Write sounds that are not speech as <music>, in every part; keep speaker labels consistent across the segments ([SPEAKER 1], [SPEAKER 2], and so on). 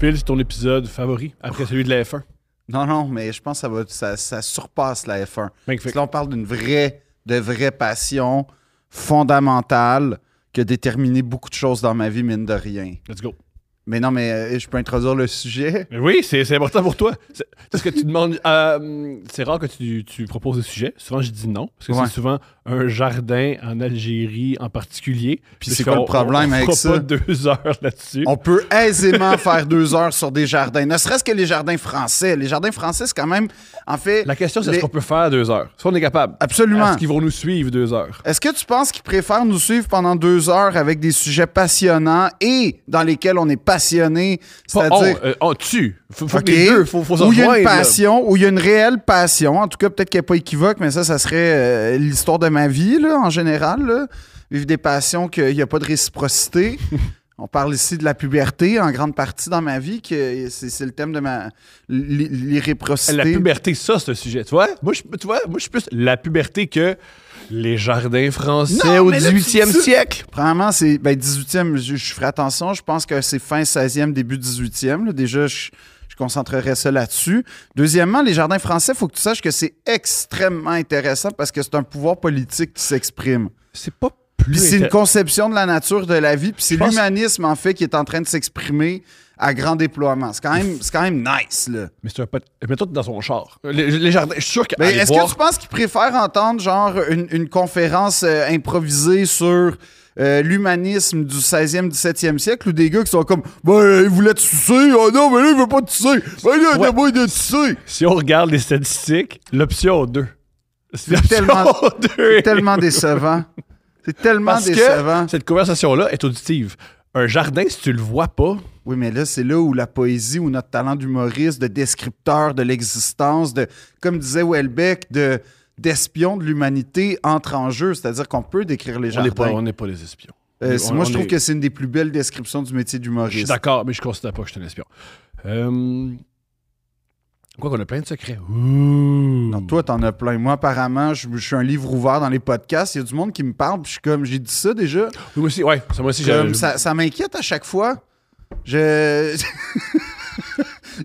[SPEAKER 1] Phil, c'est ton épisode favori après celui de la F1.
[SPEAKER 2] Non, non, mais je pense que ça, va, ça, ça surpasse la F1.
[SPEAKER 1] Magnifique.
[SPEAKER 2] Parce que là, on parle d'une vraie, de vraie passion fondamentale qui a déterminé beaucoup de choses dans ma vie, mine de rien.
[SPEAKER 1] Let's go.
[SPEAKER 2] Mais non, mais euh, je peux introduire le sujet.
[SPEAKER 1] Mais oui, c'est c'est important pour toi. C'est c'est ce <laughs> que tu demandes. euh, c'est rare que tu, tu proposes des sujets. Souvent, je dis non. Parce que
[SPEAKER 2] Ouais.
[SPEAKER 1] c'est souvent un jardin en Algérie en particulier.
[SPEAKER 2] Puis
[SPEAKER 1] Parce
[SPEAKER 2] c'est quoi
[SPEAKER 1] qu'on-
[SPEAKER 2] le problème
[SPEAKER 1] on
[SPEAKER 2] avec
[SPEAKER 1] fera
[SPEAKER 2] ça?
[SPEAKER 1] pas deux heures là-dessus.
[SPEAKER 2] On peut aisément <laughs> faire deux heures sur des jardins, ne serait-ce que les jardins français. Les jardins français, c'est quand même, en fait,
[SPEAKER 1] La question, c'est
[SPEAKER 2] les-
[SPEAKER 1] ce qu'on peut faire deux heures. Si on est capable.
[SPEAKER 2] absolument.
[SPEAKER 1] Est-ce qu'ils vont nous suivre deux heures?
[SPEAKER 2] Est-ce que tu penses qu'ils préfèrent nous suivre pendant deux heures avec des sujets passionnants et dans lesquels on est passionné,
[SPEAKER 1] Pas on,
[SPEAKER 2] c'est-à-dire
[SPEAKER 1] euh, on tue. Faut, faut
[SPEAKER 2] OK.
[SPEAKER 1] que les deux, faut, faut se
[SPEAKER 2] où il y a
[SPEAKER 1] rejoindre,
[SPEAKER 2] une
[SPEAKER 1] là.
[SPEAKER 2] passion, où il y a une réelle passion. En tout cas, peut-être qu'elle n'est pas équivoque, mais ça, ça serait euh, l'histoire de ma vie, là, en général. là. Vivre des passions qu'il n'y a pas
[SPEAKER 1] <laughs>
[SPEAKER 2] de réciprocité. On parle ici de la puberté, en grande partie dans ma vie, que c'est c'est le thème de ma l'ir- l'irréprocité.
[SPEAKER 1] La puberté, ça, c'est le sujet. Tu vois, moi, je, tu vois, moi, je suis plus la puberté que les jardins français
[SPEAKER 2] Non,
[SPEAKER 1] au
[SPEAKER 2] mais là, tu-
[SPEAKER 1] 18e
[SPEAKER 2] tu-
[SPEAKER 1] siècle.
[SPEAKER 2] Premièrement, c'est ben, 18e, je, je ferai attention. Je pense que c'est fin 16e, début 18e. là. Déjà, je, je concentrerai ça là-dessus. Deuxièmement, les jardins français, il faut que tu saches que c'est extrêmement intéressant parce que c'est un pouvoir politique qui s'exprime.
[SPEAKER 1] C'est pas plus.
[SPEAKER 2] Puis c'est
[SPEAKER 1] inté-
[SPEAKER 2] une conception de la nature, de la vie, puis c'est
[SPEAKER 1] Je pense-
[SPEAKER 2] l'humanisme, en fait, qui est en train de s'exprimer à grand déploiement. C'est quand même, c'est quand même nice, là.
[SPEAKER 1] Mais c'est un pote. Mets-toi dans son char. Les, les jardins, je suis sûr
[SPEAKER 2] Mais
[SPEAKER 1] qu'aller
[SPEAKER 2] Ben, est-ce
[SPEAKER 1] voir...
[SPEAKER 2] que tu penses qu'ils préfèrent entendre genre une, une conférence euh, improvisée sur euh, l'humanisme du 16e, 17e siècle ou des gars qui sont comme Ben, euh, il voulait te sucer, oh non, mais là, il veut pas te sucer, ben là, il
[SPEAKER 1] Ouais.
[SPEAKER 2] a pas de sucer.
[SPEAKER 1] Si on regarde les statistiques, l'option 2. C'est l'option
[SPEAKER 2] tellement-
[SPEAKER 1] <laughs> 2.
[SPEAKER 2] C'est tellement décevant. C'est tellement
[SPEAKER 1] Parce
[SPEAKER 2] décevant.
[SPEAKER 1] que cette conversation-là est auditive. Un jardin, si tu le vois pas,
[SPEAKER 2] Oui, mais là, c'est là où la poésie, où notre talent d'humoriste, de descripteur de l'existence, de, comme disait Welbeck, de d'espion de l'humanité entre en jeu, c'est-à-dire qu'on peut décrire les
[SPEAKER 1] on n'est
[SPEAKER 2] jardins.
[SPEAKER 1] pas, on n'est pas des espions.
[SPEAKER 2] Euh,
[SPEAKER 1] On-
[SPEAKER 2] c'est- moi,
[SPEAKER 1] on
[SPEAKER 2] je trouve
[SPEAKER 1] est-
[SPEAKER 2] que c'est une des plus belles descriptions du métier
[SPEAKER 1] Je suis
[SPEAKER 2] d'humoriste.
[SPEAKER 1] d'accord, mais je considère pas que je suis un espion. Euh, Quoi qu'on a plein de secrets. Ouh.
[SPEAKER 2] Non, toi, t'en as plein. Moi, apparemment, je, je suis un livre ouvert dans les podcasts. Il y a du monde qui me parle, puis je suis comme, j'ai dit ça déjà.
[SPEAKER 1] Moi aussi, ouais, ça, moi aussi,
[SPEAKER 2] Comme,
[SPEAKER 1] j'ai.
[SPEAKER 2] ça ça m'inquiète à chaque fois. Je. <laughs>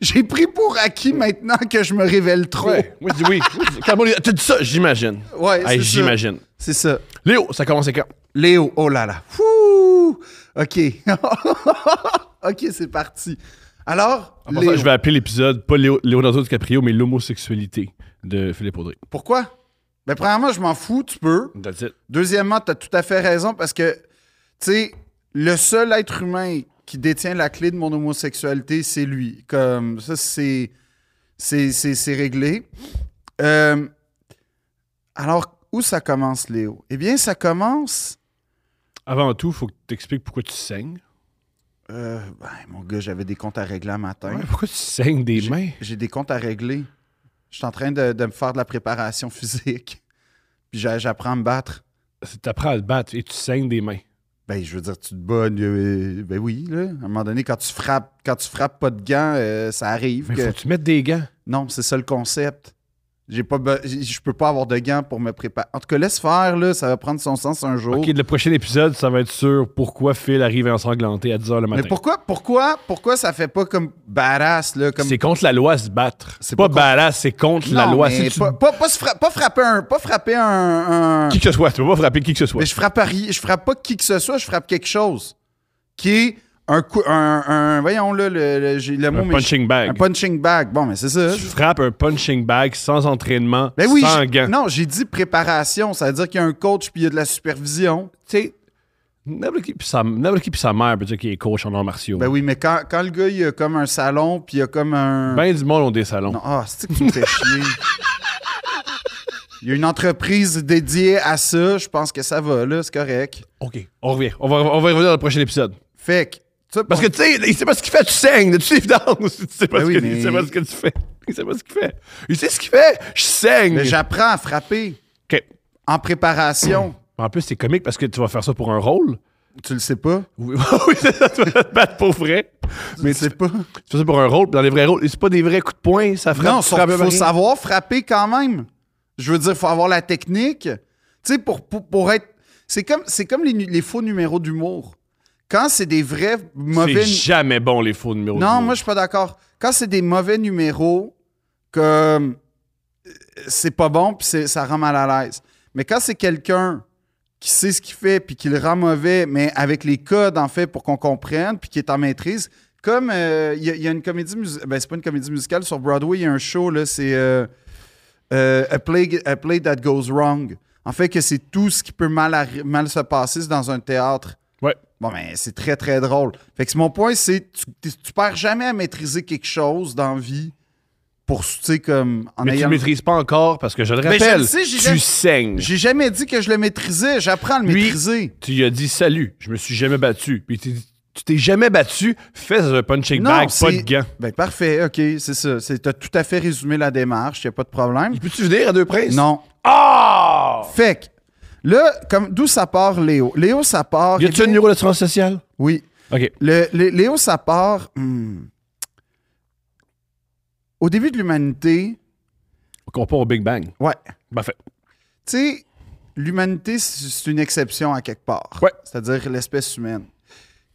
[SPEAKER 2] j'ai pris pour acquis maintenant que je me révèle trop.
[SPEAKER 1] Ouais,
[SPEAKER 2] Ouais,
[SPEAKER 1] moi, je dis oui. Moi, je dis- <laughs> Quand on dit- tu dis ça, j'imagine. Hey,
[SPEAKER 2] c'est ça.
[SPEAKER 1] j'imagine.
[SPEAKER 2] C'est ça.
[SPEAKER 1] Léo, ça commence quand?
[SPEAKER 2] Léo, oh là là. Ouh! OK. <laughs> OK, c'est parti. Alors,
[SPEAKER 1] En passant,
[SPEAKER 2] Léo,
[SPEAKER 1] je vais appeler l'épisode pas Léo, Leonardo DiCaprio, mais l'homosexualité de Philippe Audrey.
[SPEAKER 2] pourquoi? Ben, premièrement, je m'en fous, tu peux.
[SPEAKER 1] That's it.
[SPEAKER 2] Deuxièmement, tu as tout à fait raison parce que, tu sais, le seul être humain qui détient la clé de mon homosexualité, c'est lui. Comme ça, c'est c'est- c'est c'est réglé. Euh, alors, où ça commence, Léo? Eh bien, ça commence.
[SPEAKER 1] Avant tout, faut que tu expliques pourquoi tu saignes.
[SPEAKER 2] euh, ben, mon gars, j'avais des comptes à régler un matin.
[SPEAKER 1] Ouais, pourquoi tu saignes des mains?
[SPEAKER 2] J'ai des comptes à régler. Je suis en train de, de me faire de la préparation physique. Puis j'a- j'apprends à me battre.
[SPEAKER 1] C'est- T'apprends à le battre et tu saignes des mains.
[SPEAKER 2] Ben, je veux dire, tu te bats. euh, ben oui, là. À un moment donné, quand tu frappes, quand tu frappes pas de gants, euh, ça arrive.
[SPEAKER 1] Mais
[SPEAKER 2] que-
[SPEAKER 1] Ben, faut que tu mettes des gants.
[SPEAKER 2] Non, c'est ça le concept. J'ai pas be- j- je peux pas avoir de gants pour me préparer. En tout cas, laisse faire, là. Ça va prendre son sens un jour.
[SPEAKER 1] OK, le prochain épisode, ça va être sur pourquoi Phil arrive ensanglanté à 10h le
[SPEAKER 2] Mais
[SPEAKER 1] matin.
[SPEAKER 2] pourquoi, pourquoi, pourquoi ça fait pas comme badass, là? Comme...
[SPEAKER 1] C'est contre la loi se battre. C'est
[SPEAKER 2] pas
[SPEAKER 1] pas,
[SPEAKER 2] contre-
[SPEAKER 1] badass, c'est contre la
[SPEAKER 2] Non,
[SPEAKER 1] loi.
[SPEAKER 2] mais
[SPEAKER 1] Si tu-
[SPEAKER 2] pas, pas- pas se fra- pas frapper un. Pas frapper un- un...
[SPEAKER 1] Qui que ce soit, tu peux pas frapper qui que ce soit.
[SPEAKER 2] Mais je frappe à rien- je frappe pas qui que ce soit, je frappe quelque chose. Qui est un coup. Un, un- voyons, là, le, le- j'ai le mot.
[SPEAKER 1] un
[SPEAKER 2] mais je-
[SPEAKER 1] punching bag.
[SPEAKER 2] Un punching bag. Bon, mais c'est ça.
[SPEAKER 1] Tu frappes un punching bag sans entraînement,
[SPEAKER 2] Ben oui,
[SPEAKER 1] sans
[SPEAKER 2] j'ai-
[SPEAKER 1] gants.
[SPEAKER 2] non, j'ai dit préparation, ça veut dire qu'il y a un coach puis il y a de la supervision.
[SPEAKER 1] Tu sais, n'importe qui puis sa- n'importe qui puis sa mère peut dire qu'il est coach en arts martiaux.
[SPEAKER 2] Ben oui, mais quand, quand le gars, il y a comme un salon puis il y a comme un...
[SPEAKER 1] Ben du monde ont des salons.
[SPEAKER 2] Non, Ah, c'est que tu me fais chier. Il y a une entreprise dédiée à ça, je pense que ça va, là, c'est correct.
[SPEAKER 1] OK, on revient. On va, on va y revenir dans le prochain épisode.
[SPEAKER 2] Fait que... ça,
[SPEAKER 1] Parce que, tu sais, il sait pas ce qu'il fait, tu saignes, de toute évidence. Tu sais pas,
[SPEAKER 2] Ben
[SPEAKER 1] ce
[SPEAKER 2] oui,
[SPEAKER 1] que,
[SPEAKER 2] mais-
[SPEAKER 1] il sait pas ce que tu fais. Il sait pas ce qu'il fait. Il sait ce qu'il fait, je saigne.
[SPEAKER 2] mais ben, j'apprends à frapper
[SPEAKER 1] OK.
[SPEAKER 2] en préparation.
[SPEAKER 1] En plus, c'est comique parce que tu vas faire ça pour un rôle. <laughs>
[SPEAKER 2] tu le sais pas?
[SPEAKER 1] Oui, oui, c'est ça, tu vas te battre pour vrai.
[SPEAKER 2] Mais tu sais pas?
[SPEAKER 1] Tu fais ça pour un rôle, puis dans les vrais rôles, c'est pas des vrais coups de poing, ça frappe.
[SPEAKER 2] Non,
[SPEAKER 1] tu
[SPEAKER 2] sauf
[SPEAKER 1] frappes
[SPEAKER 2] qu'il
[SPEAKER 1] à
[SPEAKER 2] faut
[SPEAKER 1] rien.
[SPEAKER 2] savoir frapper quand même. Je veux dire, il faut avoir la technique. Tu sais, pour, pour, pour être. C'est comme, c'est comme les, nu- les faux numéros d'humour. Quand c'est des vrais mauvais.
[SPEAKER 1] C'est jamais bon, les faux numéros.
[SPEAKER 2] Non, moi, je suis pas d'accord. Quand c'est des mauvais numéros, comme euh, c'est pas bon, puis c'est- ça rend mal à l'aise. Mais quand c'est quelqu'un qui sait ce qu'il fait, puis qui le rend mauvais, mais avec les codes, en fait, pour qu'on comprenne, puis qui est en maîtrise, comme euh, il y, a- il y a une comédie musicale, ben, c'est pas une comédie musicale, sur Broadway, il y a un show, là, c'est euh, euh, a, play, A Play That Goes Wrong. En fait, que c'est tout ce qui peut mal, arri- mal se passer c'est dans un théâtre.
[SPEAKER 1] Ouais.
[SPEAKER 2] Bon, ben, c'est très, très drôle. Fait que c'est- mon point, c'est tu, t'es- tu perds jamais à maîtriser quelque chose dans la vie pour, tu sais, comme... En
[SPEAKER 1] Mais tu
[SPEAKER 2] ayant-
[SPEAKER 1] ne maîtrises pas encore parce que je le
[SPEAKER 2] Mais Ben, je le
[SPEAKER 1] rappelle,
[SPEAKER 2] sais, j'ai
[SPEAKER 1] tu
[SPEAKER 2] jamais-
[SPEAKER 1] saignes.
[SPEAKER 2] J'ai jamais dit que je le maîtrisais. J'apprends à le
[SPEAKER 1] Lui-
[SPEAKER 2] maîtriser.
[SPEAKER 1] Tu lui as dit salut, je me suis jamais battu. Puis tu tu t'es jamais battu, fais un punch and
[SPEAKER 2] Non,
[SPEAKER 1] bag, pas de
[SPEAKER 2] c'est-
[SPEAKER 1] gants.
[SPEAKER 2] Ben, parfait. OK, c'est ça. Tu as tout à fait résumé la démarche. Il a pas
[SPEAKER 1] <laughs>
[SPEAKER 2] de problème.
[SPEAKER 1] Peux-tu venir à deux princes?
[SPEAKER 2] Non.
[SPEAKER 1] Ah!
[SPEAKER 2] Fait que, là, comme, d'où ça part, Léo? Léo, ça part... eh
[SPEAKER 1] Y a-tu un numéro d'assurance sociale?
[SPEAKER 2] Oui.
[SPEAKER 1] OK.
[SPEAKER 2] Le, le- Léo Sapard, hmm. au début de l'humanité,
[SPEAKER 1] On part au Big Bang.
[SPEAKER 2] ouais,
[SPEAKER 1] Parfait.
[SPEAKER 2] tu sais, l'humanité, c'est c'est une exception à quelque part.
[SPEAKER 1] Ouais.
[SPEAKER 2] C'est-à-dire l'espèce humaine,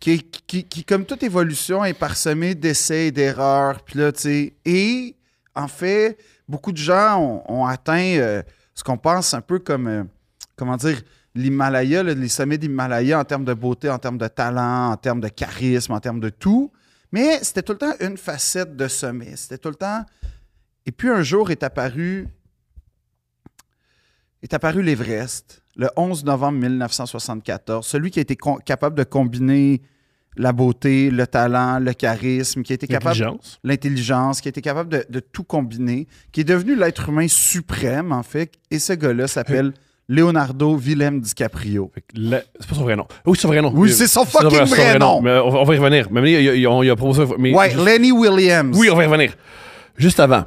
[SPEAKER 2] qui, qui, qui, comme toute évolution, est parsemée d'essais et d'erreurs. Puis là, tu sais, et en fait, beaucoup de gens ont, ont atteint euh, ce qu'on pense un peu comme, euh, comment dire, l'Himalaya, là, les sommets d'Himalaya en termes de beauté, en termes de talent, en termes de charisme, en termes de tout. Mais c'était tout le temps une facette de sommet. C'était tout le temps. Et puis un jour est apparu est apparu l'Everest le 11 novembre 1974. Celui qui a été con- capable de combiner la beauté, le talent, le charisme, qui a été capable
[SPEAKER 1] Intelligence.
[SPEAKER 2] l'intelligence, qui a été capable de, de tout combiner, qui est devenu l'être humain suprême, en fait. Et ce
[SPEAKER 1] <laughs>
[SPEAKER 2] gars-là s'appelle Leonardo Willem DiCaprio.
[SPEAKER 1] Fait que la- C'est pas son vrai nom. Oui, c'est son vrai nom.
[SPEAKER 2] Oui,
[SPEAKER 1] Euh,
[SPEAKER 2] c'est son fucking
[SPEAKER 1] c'est
[SPEAKER 2] vrai nom.
[SPEAKER 1] Mais on, va- on va y revenir. Mais, mais il y a- il y a- on y a proposé. Mais
[SPEAKER 2] Ouais,
[SPEAKER 1] juste-
[SPEAKER 2] Lenny Williams.
[SPEAKER 1] Oui, on va y revenir. Juste avant,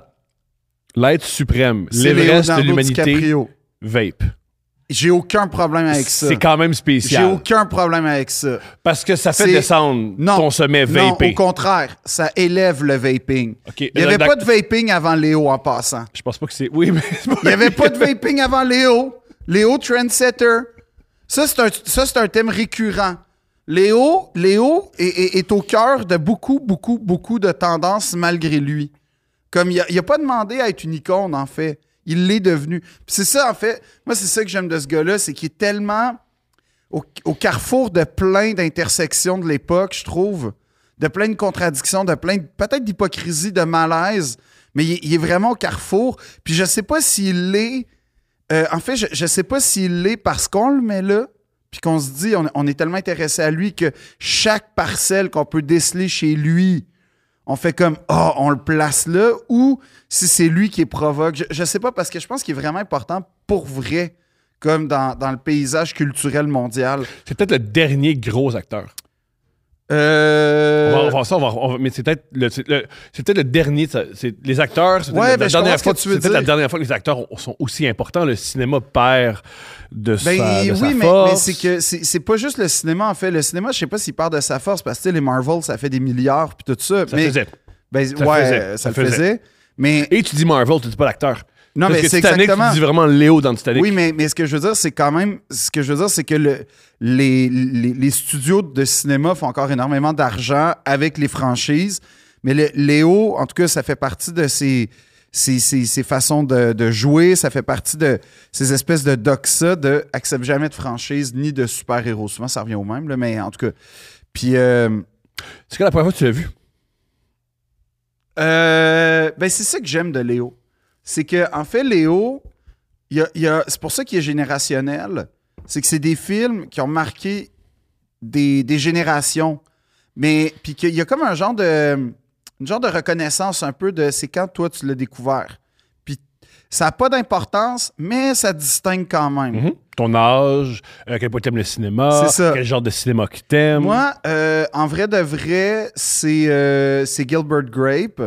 [SPEAKER 1] l'être suprême,
[SPEAKER 2] C'est
[SPEAKER 1] l'Everest de
[SPEAKER 2] Leonardo
[SPEAKER 1] l'humanité,
[SPEAKER 2] DiCaprio.
[SPEAKER 1] vape.
[SPEAKER 2] J'ai aucun problème avec ça.
[SPEAKER 1] C'est quand même
[SPEAKER 2] J'ai
[SPEAKER 1] spécial.
[SPEAKER 2] aucun problème avec ça.
[SPEAKER 1] Parce que ça fait
[SPEAKER 2] C'est-
[SPEAKER 1] descendre
[SPEAKER 2] Non.
[SPEAKER 1] ton sommet
[SPEAKER 2] Non, au
[SPEAKER 1] vapé.
[SPEAKER 2] contraire, ça élève le vaping.
[SPEAKER 1] Ok,
[SPEAKER 2] Il n'y avait
[SPEAKER 1] euh,
[SPEAKER 2] pas de vaping avant Léo en passant.
[SPEAKER 1] Je pense pas que c'est. Oui, mais. c'est pas-
[SPEAKER 2] Il n'y avait pas de vaping avant Léo. Léo Trendsetter. Ça, c'est un, ça, c'est un thème récurrent. Léo, Léo est, est- est au cœur de beaucoup, beaucoup, beaucoup de tendances malgré lui. Comme il n'a pas demandé à être une icône, en fait. Il l'est devenu. Puis c'est ça, en fait. Moi, c'est ça que j'aime de ce gars-là, c'est qu'il est tellement au, au carrefour de plein d'intersections de l'époque, je trouve, de plein de contradictions, de plein de- peut-être d'hypocrisie, de malaise, mais il, est- il est vraiment au carrefour. Puis je sais pas s'il l'est. euh, en fait, je, je sais pas s'il l'est parce qu'on le met là, puis qu'on se dit, on, on est tellement intéressé à lui que chaque parcelle qu'on peut déceler chez lui, on fait comme ah, on le place là, ou si c'est lui qui provoque. Je, je sais pas, parce que je pense qu'il est vraiment important pour vrai, comme dans, dans le paysage culturel mondial.
[SPEAKER 1] C'est peut-être le dernier gros acteur.
[SPEAKER 2] Euh,
[SPEAKER 1] On va- on va- ça, on va- on va- mais c'est peut-être le, c'est le- c'est peut-être le dernier. ça, c'est- les acteurs, c'est peut-être
[SPEAKER 2] Ouais,
[SPEAKER 1] la-
[SPEAKER 2] ben,
[SPEAKER 1] la,
[SPEAKER 2] je comprends
[SPEAKER 1] dernière
[SPEAKER 2] ce
[SPEAKER 1] fois,
[SPEAKER 2] que tu veux
[SPEAKER 1] c'est peut-être la
[SPEAKER 2] dire.
[SPEAKER 1] dernière fois que les acteurs ont- sont aussi importants. Le cinéma perd de sa,
[SPEAKER 2] Ben,
[SPEAKER 1] de
[SPEAKER 2] oui,
[SPEAKER 1] sa
[SPEAKER 2] mais,
[SPEAKER 1] force.
[SPEAKER 2] mais c'est que c'est c'est pas juste le cinéma, en fait. Le cinéma, je sais pas s'il part de sa force, parce que tu sais, les Marvel, ça fait des milliards, puis tout ça.
[SPEAKER 1] Ça
[SPEAKER 2] mais,
[SPEAKER 1] faisait.
[SPEAKER 2] ben,
[SPEAKER 1] ça
[SPEAKER 2] ouais,
[SPEAKER 1] faisait,
[SPEAKER 2] ça,
[SPEAKER 1] ça
[SPEAKER 2] le
[SPEAKER 1] faisait.
[SPEAKER 2] faisait. Mais,
[SPEAKER 1] Et tu dis Marvel, tu dis pas l'acteur.
[SPEAKER 2] Non,
[SPEAKER 1] Parce
[SPEAKER 2] mais
[SPEAKER 1] que
[SPEAKER 2] c'est
[SPEAKER 1] Titanic,
[SPEAKER 2] exactement-
[SPEAKER 1] Tu dis vraiment Léo dans Titanic.
[SPEAKER 2] oui, mais, mais ce que je veux dire, c'est quand même. Ce que je veux dire, c'est que le, les, les, les studios de cinéma font encore énormément d'argent avec les franchises. Mais le- Léo, en tout cas, ça fait partie de ses, ses, ses- ses façons de, de jouer. Ça fait partie de ces espèces de doxa de accepte jamais de franchise ni de super-héros. Souvent, ça revient au même, là, mais en tout cas. Puis. euh,
[SPEAKER 1] C'est que la première fois que tu l'as vu.
[SPEAKER 2] euh, ben, c'est ça que j'aime de Léo. C'est que, en fait, Léo, il y a- il y a- c'est pour ça qu'il est générationnel. C'est que c'est des films qui ont marqué des, des générations. Mais, puis qu'il y a comme un genre de, une genre de reconnaissance un peu de c'est quand toi tu l'as découvert. Puis ça n'a pas d'importance, mais ça distingue quand même.
[SPEAKER 1] Mhm. Ton âge, euh, à quel point t'aimes le cinéma,
[SPEAKER 2] C'est ça.
[SPEAKER 1] quel genre de cinéma que t'aimes.
[SPEAKER 2] Moi, euh, en vrai de vrai, c'est euh, c'est Gilbert Grape.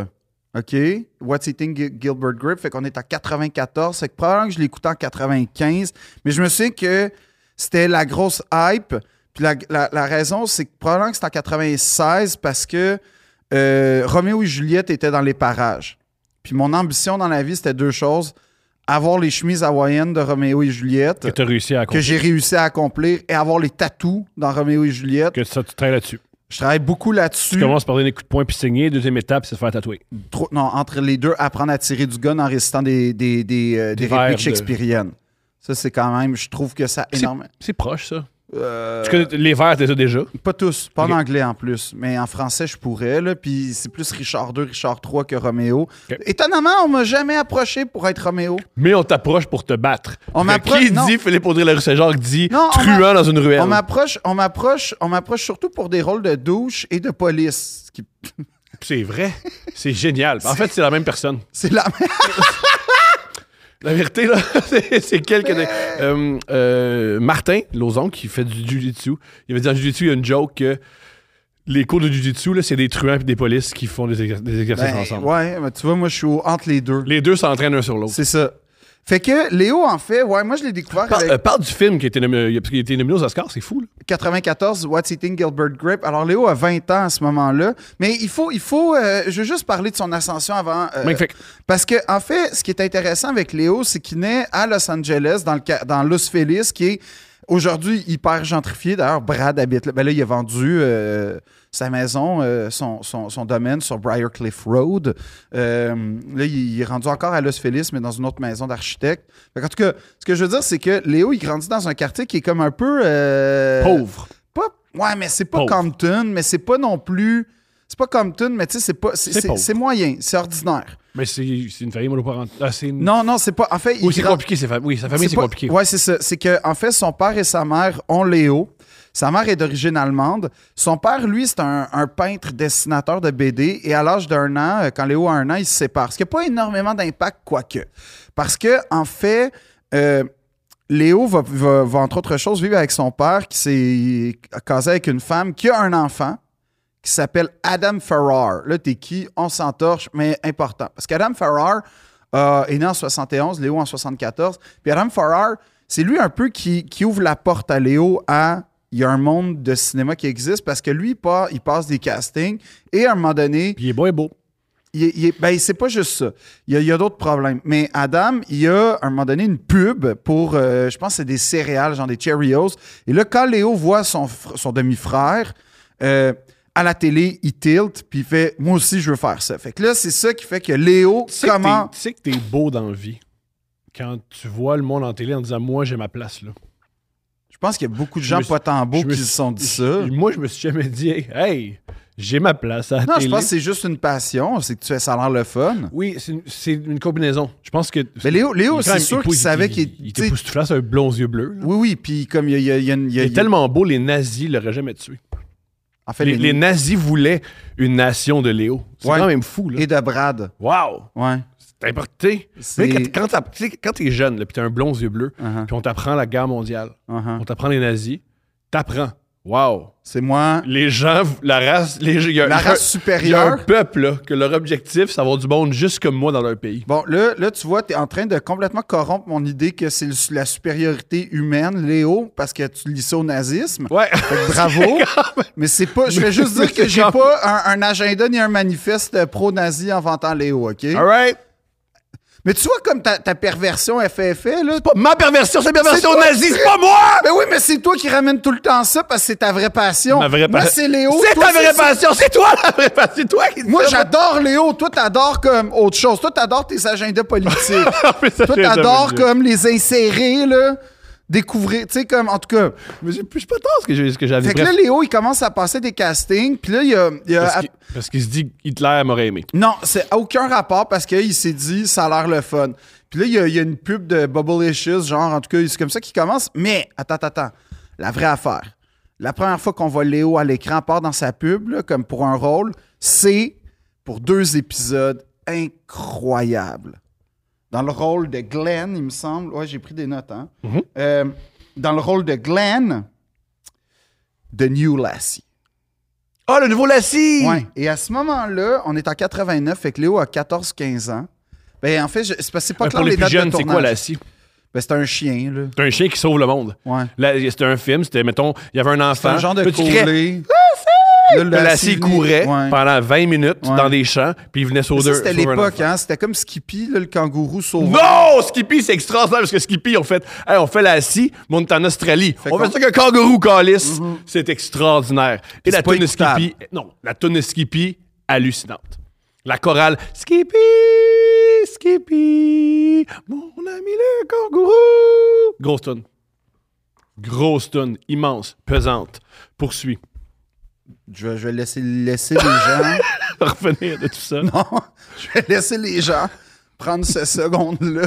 [SPEAKER 2] OK? What's Eating Gil- Gilbert Grape? Fait qu'on est en 94. Fait que probablement que je l'écoutais en 95. Mais je me souviens que c'était la grosse hype. Puis la, la- la raison, c'est que probablement que c'est en 96 parce que euh, Roméo et Juliette étaient dans les parages. Puis mon ambition dans la vie, c'était deux choses avoir les chemises hawaïennes de Roméo et Juliette
[SPEAKER 1] que t'as réussi à
[SPEAKER 2] que
[SPEAKER 1] accomplir.
[SPEAKER 2] j'ai réussi à accomplir et avoir les tatous dans Roméo et Juliette.
[SPEAKER 1] Que, ça, tu travailles là-dessus.
[SPEAKER 2] Je travaille beaucoup
[SPEAKER 1] Tu
[SPEAKER 2] là-dessus.
[SPEAKER 1] commences par donner des coups de poing puis saigner. Deuxième étape, c'est de faire tatouer.
[SPEAKER 2] Trop- non, entre les deux, apprendre à tirer du gun en récitant des, des, des, euh, des
[SPEAKER 1] Des vers
[SPEAKER 2] répliques
[SPEAKER 1] de-
[SPEAKER 2] shakespeariennes. Ça, c'est quand même, je trouve que ça énorme.
[SPEAKER 1] C'est proche, ça.
[SPEAKER 2] Euh,
[SPEAKER 1] Tu connais les verres déjà déjà.
[SPEAKER 2] Pas tous, pas
[SPEAKER 1] Ok.
[SPEAKER 2] en anglais en plus, mais en français, je pourrais. Là, puis c'est plus Richard II, Richard III que Roméo.
[SPEAKER 1] Ok.
[SPEAKER 2] Étonnamment, on m'a jamais approché pour être Roméo.
[SPEAKER 1] Mais on t'approche pour te battre. Fait
[SPEAKER 2] On
[SPEAKER 1] que
[SPEAKER 2] m'approche-
[SPEAKER 1] Qui
[SPEAKER 2] non.
[SPEAKER 1] dit Philippe Audrey la Saint-Jacques dit
[SPEAKER 2] Non, on
[SPEAKER 1] truand dans une ruelle.
[SPEAKER 2] On m'approche, on m'approche, on m'approche surtout pour des rôles de douche et de police. ce qui-
[SPEAKER 1] C'est vrai. C'est génial. En fait, c'est la même personne.
[SPEAKER 2] C'est la
[SPEAKER 1] La vérité, là, <laughs> c'est- c'est quelques. Euh, euh, Martin Lozon, qui fait du jujitsu, il avait dit en jujitsu, il y a une joke que les cours de jujitsu, là, c'est des truands et des polices qui font des, exer- des exercices
[SPEAKER 2] Ben,
[SPEAKER 1] ensemble.
[SPEAKER 2] ouais, mais tu vois, moi, je suis au- entre les deux.
[SPEAKER 1] Les deux s'entraînent un sur l'autre.
[SPEAKER 2] C'est ça. Fait que Léo, en fait, ouais, moi, je l'ai découvert
[SPEAKER 1] Par-
[SPEAKER 2] avec
[SPEAKER 1] euh, parle du film qui a été nominé, parce qu'il a été nominé aux Oscars, c'est fou. Là.
[SPEAKER 2] 94, What's Eating Gilbert Grape. Alors, Léo a 20 ans à ce moment-là. Mais il faut, il faut, euh, je veux juste parler de son ascension avant. euh,
[SPEAKER 1] Magnifique.
[SPEAKER 2] Parce que, en fait, ce qui est intéressant avec Léo, c'est qu'il naît à Los Angeles, dans, le, ca- dans Los Feliz, qui est aujourd'hui hyper gentrifié. D'ailleurs, Brad habite là. Ben là, il a vendu euh, sa maison, euh, son, son- son domaine sur Briarcliff Road. Euh, là, il, il est rendu encore à Los Feliz, mais dans une autre maison d'architecte. En tout cas, ce que je veux dire, c'est que Léo, il grandit dans un quartier qui est comme un peu. euh,
[SPEAKER 1] Pauvre.
[SPEAKER 2] pas- ouais, mais c'est pas
[SPEAKER 1] Pauvre.
[SPEAKER 2] Compton, mais c'est pas non plus. C'est pas Compton, mais tu sais, c'est pas. c'est-
[SPEAKER 1] C'est
[SPEAKER 2] C'est
[SPEAKER 1] pauvre.
[SPEAKER 2] c'est moyen, c'est ordinaire.
[SPEAKER 1] Mais c'est c'est une famille monoparentale. Ah, c'est une-
[SPEAKER 2] Non, non, c'est pas. En fait, il
[SPEAKER 1] Oui, c'est
[SPEAKER 2] grand-
[SPEAKER 1] compliqué, c'est fa- Oui, sa famille, c'est
[SPEAKER 2] pas-
[SPEAKER 1] compliqué.
[SPEAKER 2] Ouais, c'est ça. C'est que en fait, son père et sa mère ont Léo. Sa mère est d'origine allemande. Son père, lui, c'est un, un peintre dessinateur de BD. Et à l'âge d'un an, euh, quand Léo a un an, il se sépare. Ce qui n'a pas énormément d'impact, quoique. Parce que, en fait, euh, Léo va, va- va, entre autres choses, vivre avec son père qui s'est casé avec une femme qui a un enfant qui s'appelle Adam Farrar. Là, t'es qui? On s'entorche, mais important. Parce qu'Adam Farrar euh, est né en 71, Léo en 74. Puis Adam Farrar, c'est lui un peu qui, qui ouvre la porte à Léo à il y a un monde de cinéma qui existe parce que lui, il, part- il passe des castings et à un moment donné,
[SPEAKER 1] Puis il est beau et beau.
[SPEAKER 2] il est- il est- ben, c'est pas juste ça. Il y a, il y a d'autres problèmes. Mais Adam, il y a à un moment donné une pub pour, euh, je pense, que c'est des céréales, genre des Cheerios. Et là, quand Léo voit son, fr- son demi-frère euh, à la télé, il tilt, puis il fait Moi aussi, je veux faire ça. Fait que là, c'est ça qui fait que Léo
[SPEAKER 1] Tu sais que
[SPEAKER 2] comment
[SPEAKER 1] t'es- Tu sais que t'es beau dans la vie quand tu vois le monde en télé en disant Moi, j'ai ma place là.
[SPEAKER 2] Je pense qu'il y a beaucoup de
[SPEAKER 1] Je
[SPEAKER 2] gens
[SPEAKER 1] me suis-
[SPEAKER 2] pas tant beaux
[SPEAKER 1] je me
[SPEAKER 2] qui se
[SPEAKER 1] suis-
[SPEAKER 2] sont dit ça.
[SPEAKER 1] Moi, je me suis jamais dit Hey, hey, j'ai ma place à la
[SPEAKER 2] Non, je
[SPEAKER 1] télé.
[SPEAKER 2] pense que c'est juste une passion. C'est que tu fais ça a l'air le fun.
[SPEAKER 1] Oui, c'est une- c'est une combinaison. Je pense que.
[SPEAKER 2] Mais Léo, Léo
[SPEAKER 1] il-
[SPEAKER 2] c'est
[SPEAKER 1] il-
[SPEAKER 2] sûr
[SPEAKER 1] il-
[SPEAKER 2] qu'il
[SPEAKER 1] il-
[SPEAKER 2] savait
[SPEAKER 1] il-
[SPEAKER 2] qu'il
[SPEAKER 1] Il
[SPEAKER 2] tu sais,
[SPEAKER 1] était poustouflant, c'est un blond aux yeux bleus. là.
[SPEAKER 2] Oui, oui, puis comme il y a, il y a- il y a une- il y a-
[SPEAKER 1] Il est tellement beau, les nazis l'auraient jamais tué.
[SPEAKER 2] En fait,
[SPEAKER 1] les,
[SPEAKER 2] les-
[SPEAKER 1] les nazis voulaient une nation de Léo. C'est
[SPEAKER 2] Ouais.
[SPEAKER 1] quand même fou. Là.
[SPEAKER 2] et de Brad.
[SPEAKER 1] Wow!
[SPEAKER 2] Ouais.
[SPEAKER 1] C'est important.
[SPEAKER 2] C'est-
[SPEAKER 1] Mais quand, quand t'as- tu sais, quand t'es jeune, là, puis t'as un blond aux yeux bleus,
[SPEAKER 2] Uh-huh.
[SPEAKER 1] puis on t'apprend la guerre mondiale,
[SPEAKER 2] Uh-huh.
[SPEAKER 1] on t'apprend les nazis, t'apprends. Wow!
[SPEAKER 2] C'est moi.
[SPEAKER 1] Les gens, la race, les, il y a,
[SPEAKER 2] La
[SPEAKER 1] il y a-
[SPEAKER 2] race
[SPEAKER 1] Euh, il y a un
[SPEAKER 2] supérieure.
[SPEAKER 1] peuple là, que leur objectif, c'est avoir du monde juste comme moi dans leur pays.
[SPEAKER 2] Bon, là, là, tu vois, tu es en train de complètement corrompre mon idée que c'est le- la supériorité humaine, Léo, parce que tu lis ça au nazisme.
[SPEAKER 1] Ouais.
[SPEAKER 2] Fait
[SPEAKER 1] <laughs>
[SPEAKER 2] que bravo. Mais c'est pas. Je vais juste dire que j'ai
[SPEAKER 1] Quand-
[SPEAKER 2] pas un, un agenda ni un manifeste pro-nazi en vantant Léo, OK?
[SPEAKER 1] All right.
[SPEAKER 2] Mais tu vois, comme ta, ta perversion, elle fait effet, là.
[SPEAKER 1] Pas ma perversion, c'est la perversion
[SPEAKER 2] C'est toi.
[SPEAKER 1] nazie, c'est pas moi!
[SPEAKER 2] Ben oui, mais c'est toi qui ramène tout le temps ça parce que c'est ta vraie passion.
[SPEAKER 1] Ma vraie
[SPEAKER 2] Moi,
[SPEAKER 1] pa-
[SPEAKER 2] c'est Léo.
[SPEAKER 1] C'est
[SPEAKER 2] toi,
[SPEAKER 1] ta vraie passion, c'est toi la vraie passion, c'est toi qui.
[SPEAKER 2] Moi, j'adore Léo. Toi, t'adores comme autre chose. Toi, t'adores tes agendas politiques.
[SPEAKER 1] <laughs>
[SPEAKER 2] Toi,
[SPEAKER 1] Toi,
[SPEAKER 2] t'adores comme les insérer, là, découvrir, tu sais, comme, en tout cas.
[SPEAKER 1] Mais je je sais pas tant ce que j'ai- ce que j'avais.
[SPEAKER 2] Fait que
[SPEAKER 1] Bref,
[SPEAKER 2] là, Léo, il commence à passer des castings, puis là, il y a... il y a-
[SPEAKER 1] parce qu'il- Parce qu'il se dit Hitler m'aurait aimé.
[SPEAKER 2] Non, c'est aucun rapport, parce qu'il s'est dit, ça a l'air le fun. Puis là, il y a, il y a une pub de Bubblicious, genre, en tout cas, c'est comme ça qu'il commence. Mais, attends, attends, attends, la vraie affaire. La première fois qu'on voit Léo à l'écran, à part dans sa pub, là, comme pour un rôle, c'est pour deux épisodes incroyables. dans le rôle de Glenn, il me semble. Ouais, j'ai pris des notes. Hein.
[SPEAKER 1] Mhm.
[SPEAKER 2] Euh, dans le rôle de Glenn, de New Lassie.
[SPEAKER 1] Oh, le nouveau Lassie!
[SPEAKER 2] Ouais. Et à ce moment-là, on est en 89, fait que Léo a 14-15 ans. Ben, en fait, je- c'est parce que c'est pas
[SPEAKER 1] Mais
[SPEAKER 2] clair
[SPEAKER 1] Euh, pour les plus
[SPEAKER 2] dates de
[SPEAKER 1] jeunes, c'est quoi
[SPEAKER 2] tournage.
[SPEAKER 1] Lassie?
[SPEAKER 2] Ben, c'est un chien, là.
[SPEAKER 1] C'est un chien qui sauve le monde.
[SPEAKER 2] Ouais.
[SPEAKER 1] Là, C'était un film, c'était, mettons, il y avait un enfant.
[SPEAKER 2] C'est un genre de
[SPEAKER 1] Là, tu criais,
[SPEAKER 2] collé. Là, le
[SPEAKER 1] Lassie
[SPEAKER 2] Lassie
[SPEAKER 1] courait
[SPEAKER 2] venait- ouais.
[SPEAKER 1] pendant 20 minutes
[SPEAKER 2] Ouais.
[SPEAKER 1] dans des champs, puis il venait
[SPEAKER 2] Mais
[SPEAKER 1] sauver.
[SPEAKER 2] ça, c'était
[SPEAKER 1] sauver un
[SPEAKER 2] l'époque,
[SPEAKER 1] enfant.
[SPEAKER 2] hein? C'était comme Skippy, là, le kangourou sauveur.
[SPEAKER 1] Non! Skippy, c'est extraordinaire parce que Skippy, on fait, Hey, on fait la scie, mais on est en Australie. on
[SPEAKER 2] qu'on- Mhm.
[SPEAKER 1] fait ça que kangourou calice. C'est extraordinaire. Et la
[SPEAKER 2] c'est pas
[SPEAKER 1] tonne de
[SPEAKER 2] écoutable.
[SPEAKER 1] Skippy, non, la tonne de Skippy, hallucinante. La chorale, Skippy, Skippy, mon ami le kangourou. Grosse tonne. Grosse tonne, immense, pesante. <laughs> Poursuis.
[SPEAKER 2] Je, vais- je vais laisser, laisser
[SPEAKER 1] <laughs>
[SPEAKER 2] les gens.
[SPEAKER 1] Revenir de tout ça.
[SPEAKER 2] Non, je vais laisser les gens prendre cette seconde-là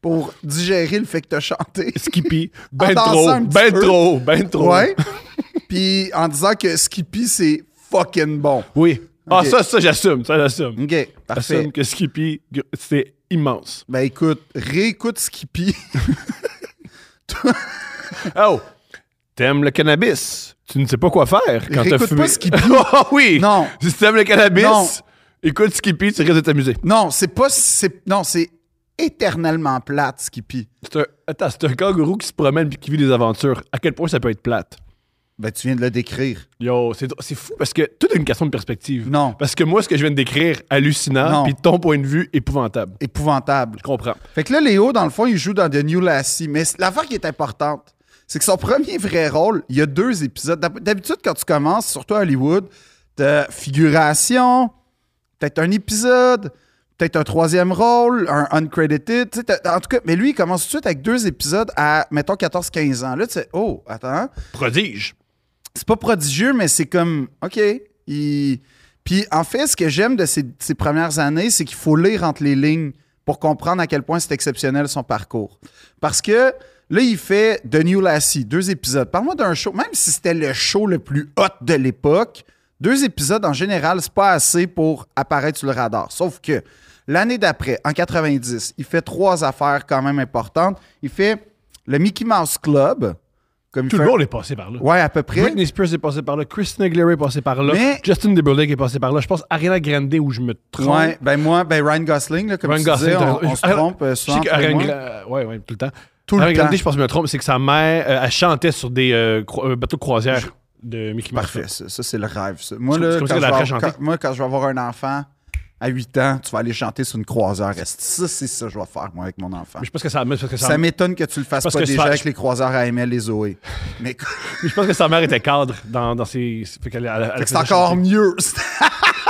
[SPEAKER 2] pour digérer le fait que t'as chanté.
[SPEAKER 1] Skippy, ben
[SPEAKER 2] Attends ça
[SPEAKER 1] trop,
[SPEAKER 2] un petit
[SPEAKER 1] ben
[SPEAKER 2] peu.
[SPEAKER 1] trop, ben trop.
[SPEAKER 2] Ouais. Puis en disant que Skippy, c'est fucking bon.
[SPEAKER 1] Oui. Ah,
[SPEAKER 2] Ok.
[SPEAKER 1] ça, ça, j'assume, ça, j'assume.
[SPEAKER 2] OK, parfait.
[SPEAKER 1] Assume que Skippy, g- c'est immense.
[SPEAKER 2] Ben écoute, réécoute Skippy. <laughs>
[SPEAKER 1] Oh! T'aimes le cannabis? Tu ne sais pas quoi faire quand t'as
[SPEAKER 2] Réécoute
[SPEAKER 1] fumé.
[SPEAKER 2] pas Skippy.
[SPEAKER 1] <laughs> oh oui!
[SPEAKER 2] Non.
[SPEAKER 1] Si t'aimes le cannabis,
[SPEAKER 2] Non.
[SPEAKER 1] écoute Skippy, tu risques de t'amuser.
[SPEAKER 2] Non, c'est pas. c'est- Non, c'est éternellement plate, Skippy.
[SPEAKER 1] C'est un... Attends, c'est un kangourou qui se promène et qui vit des aventures. À quel point ça peut être plate?
[SPEAKER 2] Ben tu viens de le décrire.
[SPEAKER 1] Yo, c'est, c'est fou parce que tout est une question de perspective.
[SPEAKER 2] Non.
[SPEAKER 1] Parce que moi, ce que je viens de décrire, hallucinant,
[SPEAKER 2] Non.
[SPEAKER 1] puis ton point de vue, épouvantable.
[SPEAKER 2] Épouvantable.
[SPEAKER 1] Je comprends.
[SPEAKER 2] Fait que là, Léo, dans le fond, il joue dans The New Lassie. Mais c- l'affaire qui est importante, c'est que son premier vrai rôle, il y a deux épisodes. D'hab- D'habitude, quand tu commences, surtout à Hollywood, t'as figuration, peut-être un épisode, peut-être un troisième rôle, un uncredited. tu sais, t'as- En tout cas, mais lui, il commence tout de suite avec deux épisodes à, mettons, 14-15 ans. Là, tu sais, oh, attends
[SPEAKER 1] Prodige.
[SPEAKER 2] c'est pas prodigieux, mais c'est comme, OK. il- Puis en fait, ce que j'aime de ces, ces premières années, c'est qu'il faut lire entre les lignes pour comprendre à quel point c'est exceptionnel son parcours. Parce que là, il fait The New Lassie, deux épisodes. Parle-moi d'un show, même si c'était le show le plus hot de l'époque, deux épisodes en général, c'est pas assez pour apparaître sur le radar. Sauf que l'année d'après, en 90, il fait trois affaires quand même importantes. Il fait le Mickey Mouse Club. Comme il
[SPEAKER 1] Tout
[SPEAKER 2] fait-
[SPEAKER 1] le monde est passé par là.
[SPEAKER 2] Ouais, à peu près.
[SPEAKER 1] Britney Spears est passée par là, Christina Aguilera est passée par là,
[SPEAKER 2] Mais-
[SPEAKER 1] Justin Timberlake est passé par là. Je pense Ariana Grande où je me trompe.
[SPEAKER 2] Ouais, ben moi, ben Ryan Gosling, là, comme
[SPEAKER 1] Ryan
[SPEAKER 2] tu
[SPEAKER 1] Gosling,
[SPEAKER 2] disais,
[SPEAKER 1] t'as <laughs>
[SPEAKER 2] on,
[SPEAKER 1] raison.
[SPEAKER 2] on se trompe euh,
[SPEAKER 1] Je sais
[SPEAKER 2] souvent. toi et
[SPEAKER 1] qu'Ariana
[SPEAKER 2] moi.
[SPEAKER 1] Grande- euh, ouais, ouais, tout le temps.
[SPEAKER 2] Tout le
[SPEAKER 1] Ariana Grande,
[SPEAKER 2] temps.
[SPEAKER 1] je pense que je me trompe, c'est que sa mère, euh, elle chantait sur des euh, cro- euh, bateaux de croisière de Mickey Mouse.
[SPEAKER 2] Parfait, ça, ça, c'est le rêve. ça. Moi,
[SPEAKER 1] C'est
[SPEAKER 2] là,
[SPEAKER 1] comme
[SPEAKER 2] quand
[SPEAKER 1] ça qu'elle
[SPEAKER 2] je,
[SPEAKER 1] apprend
[SPEAKER 2] vais
[SPEAKER 1] à
[SPEAKER 2] avoir-
[SPEAKER 1] chanter.
[SPEAKER 2] quand- moi, quand je vais avoir un enfant à 8 ans, tu vas aller chanter sur une croisière. Esti. Ça, c'est ça que je vais faire, moi, avec mon enfant.
[SPEAKER 1] Mais je pense que ça, mais parce que
[SPEAKER 2] Ça
[SPEAKER 1] sa,
[SPEAKER 2] m'étonne que tu le fasses
[SPEAKER 1] Parce
[SPEAKER 2] pas
[SPEAKER 1] que
[SPEAKER 2] déjà
[SPEAKER 1] ça-
[SPEAKER 2] avec les croiseurs AML
[SPEAKER 1] <laughs>
[SPEAKER 2] et Zoé. <laughs> Mais écoute,
[SPEAKER 1] mais je pense que sa mère était cadre dans, dans ses. fait qu'elle- elle- elle
[SPEAKER 2] fait que c'est
[SPEAKER 1] faisait
[SPEAKER 2] encore
[SPEAKER 1] chanter.
[SPEAKER 2] mieux. <laughs>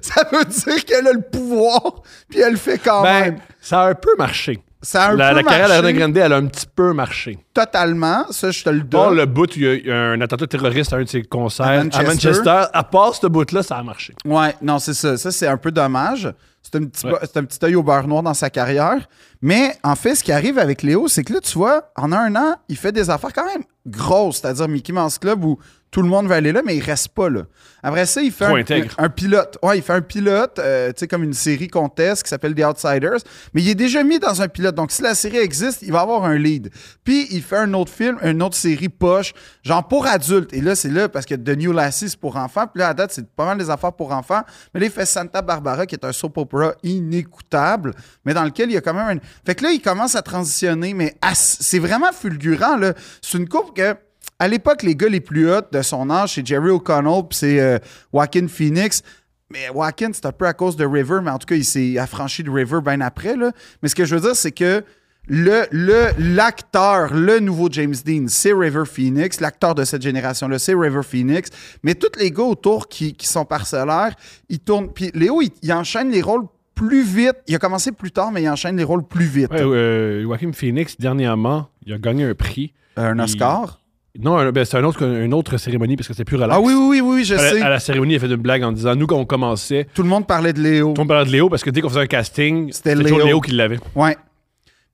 [SPEAKER 2] ça veut dire qu'elle a le pouvoir, puis elle le fait quand
[SPEAKER 1] Ben,
[SPEAKER 2] même.
[SPEAKER 1] ça a un peu marché.
[SPEAKER 2] Ça a un
[SPEAKER 1] la,
[SPEAKER 2] peu
[SPEAKER 1] la carrière
[SPEAKER 2] marché.
[SPEAKER 1] d'Ariana Grande, Oh, elle a un petit peu marché.
[SPEAKER 2] Totalement, ça, je te le
[SPEAKER 1] Dans
[SPEAKER 2] donne.
[SPEAKER 1] le bout, il y a- il y a un attentat terroriste à un de ses concerts
[SPEAKER 2] À
[SPEAKER 1] à
[SPEAKER 2] Manchester.
[SPEAKER 1] Manchester. À part ce bout-là, ça a marché.
[SPEAKER 2] Ouais, non, c'est ça. Ça, c'est un peu dommage. C'est un, petit
[SPEAKER 1] Ouais.
[SPEAKER 2] bo- c'est un petit œil au beurre noir dans sa carrière. Mais en fait, ce qui arrive avec Léo, c'est que là, tu vois, en un an, il fait des affaires quand même grosses, c'est-à-dire Mickey Mouse Club où tout le monde va aller là, mais il reste pas là. Après ça, il fait
[SPEAKER 1] Trop
[SPEAKER 2] un,
[SPEAKER 1] intègre.
[SPEAKER 2] un pilote. Ouais, il fait un pilote, euh, tu sais, comme une série qu'on teste qui s'appelle The Outsiders. Mais il est déjà mis dans un pilote. Donc, si la série existe, il va avoir un lead. Puis, il fait un autre film, une autre série poche, genre pour adultes. Et là, c'est là parce que The New Lassie, c'est pour enfants. Puis là, à date, c'est pas mal des affaires pour enfants. Mais là, il fait Santa Barbara, qui est un soap opera inécoutable, mais dans lequel il y a quand même un. Fait que là, il commence à transitionner, mais ass- c'est vraiment fulgurant, là. C'est une coupe que. À l'époque, les gars les plus hauts de son âge, c'est Jerry O'Connell, puis c'est euh, Joaquin Phoenix. Mais Watkins, c'est un peu à cause de River, mais en tout cas, il s'est affranchi de River bien après. Là. Mais ce que je veux dire, c'est que le, le, l'acteur, le nouveau James Dean, c'est River Phoenix. L'acteur de cette génération-là, c'est River Phoenix. Mais tous les gars autour qui, qui sont parcellaires, ils tournent. Puis Léo, il, il enchaîne les rôles plus vite. Il a commencé plus tard, mais il enchaîne les rôles plus vite.
[SPEAKER 1] Ouais, euh, Joachim Phoenix, dernièrement, il a gagné un prix.
[SPEAKER 2] Un
[SPEAKER 1] Il-
[SPEAKER 2] Oscar.
[SPEAKER 1] Non, un- ben, c'est un autre, une autre cérémonie parce que c'est plus relax.
[SPEAKER 2] Ah oui, oui, oui, oui, je
[SPEAKER 1] À
[SPEAKER 2] sais.
[SPEAKER 1] la, à la cérémonie, il a fait une blague en disant Nous, quand on commençait,
[SPEAKER 2] Tout le monde parlait de Léo.
[SPEAKER 1] on parlait de Léo parce que dès qu'on faisait un casting,
[SPEAKER 2] C'était
[SPEAKER 1] c'était toujours
[SPEAKER 2] Léo.
[SPEAKER 1] Léo qui l'avait.
[SPEAKER 2] Ouais.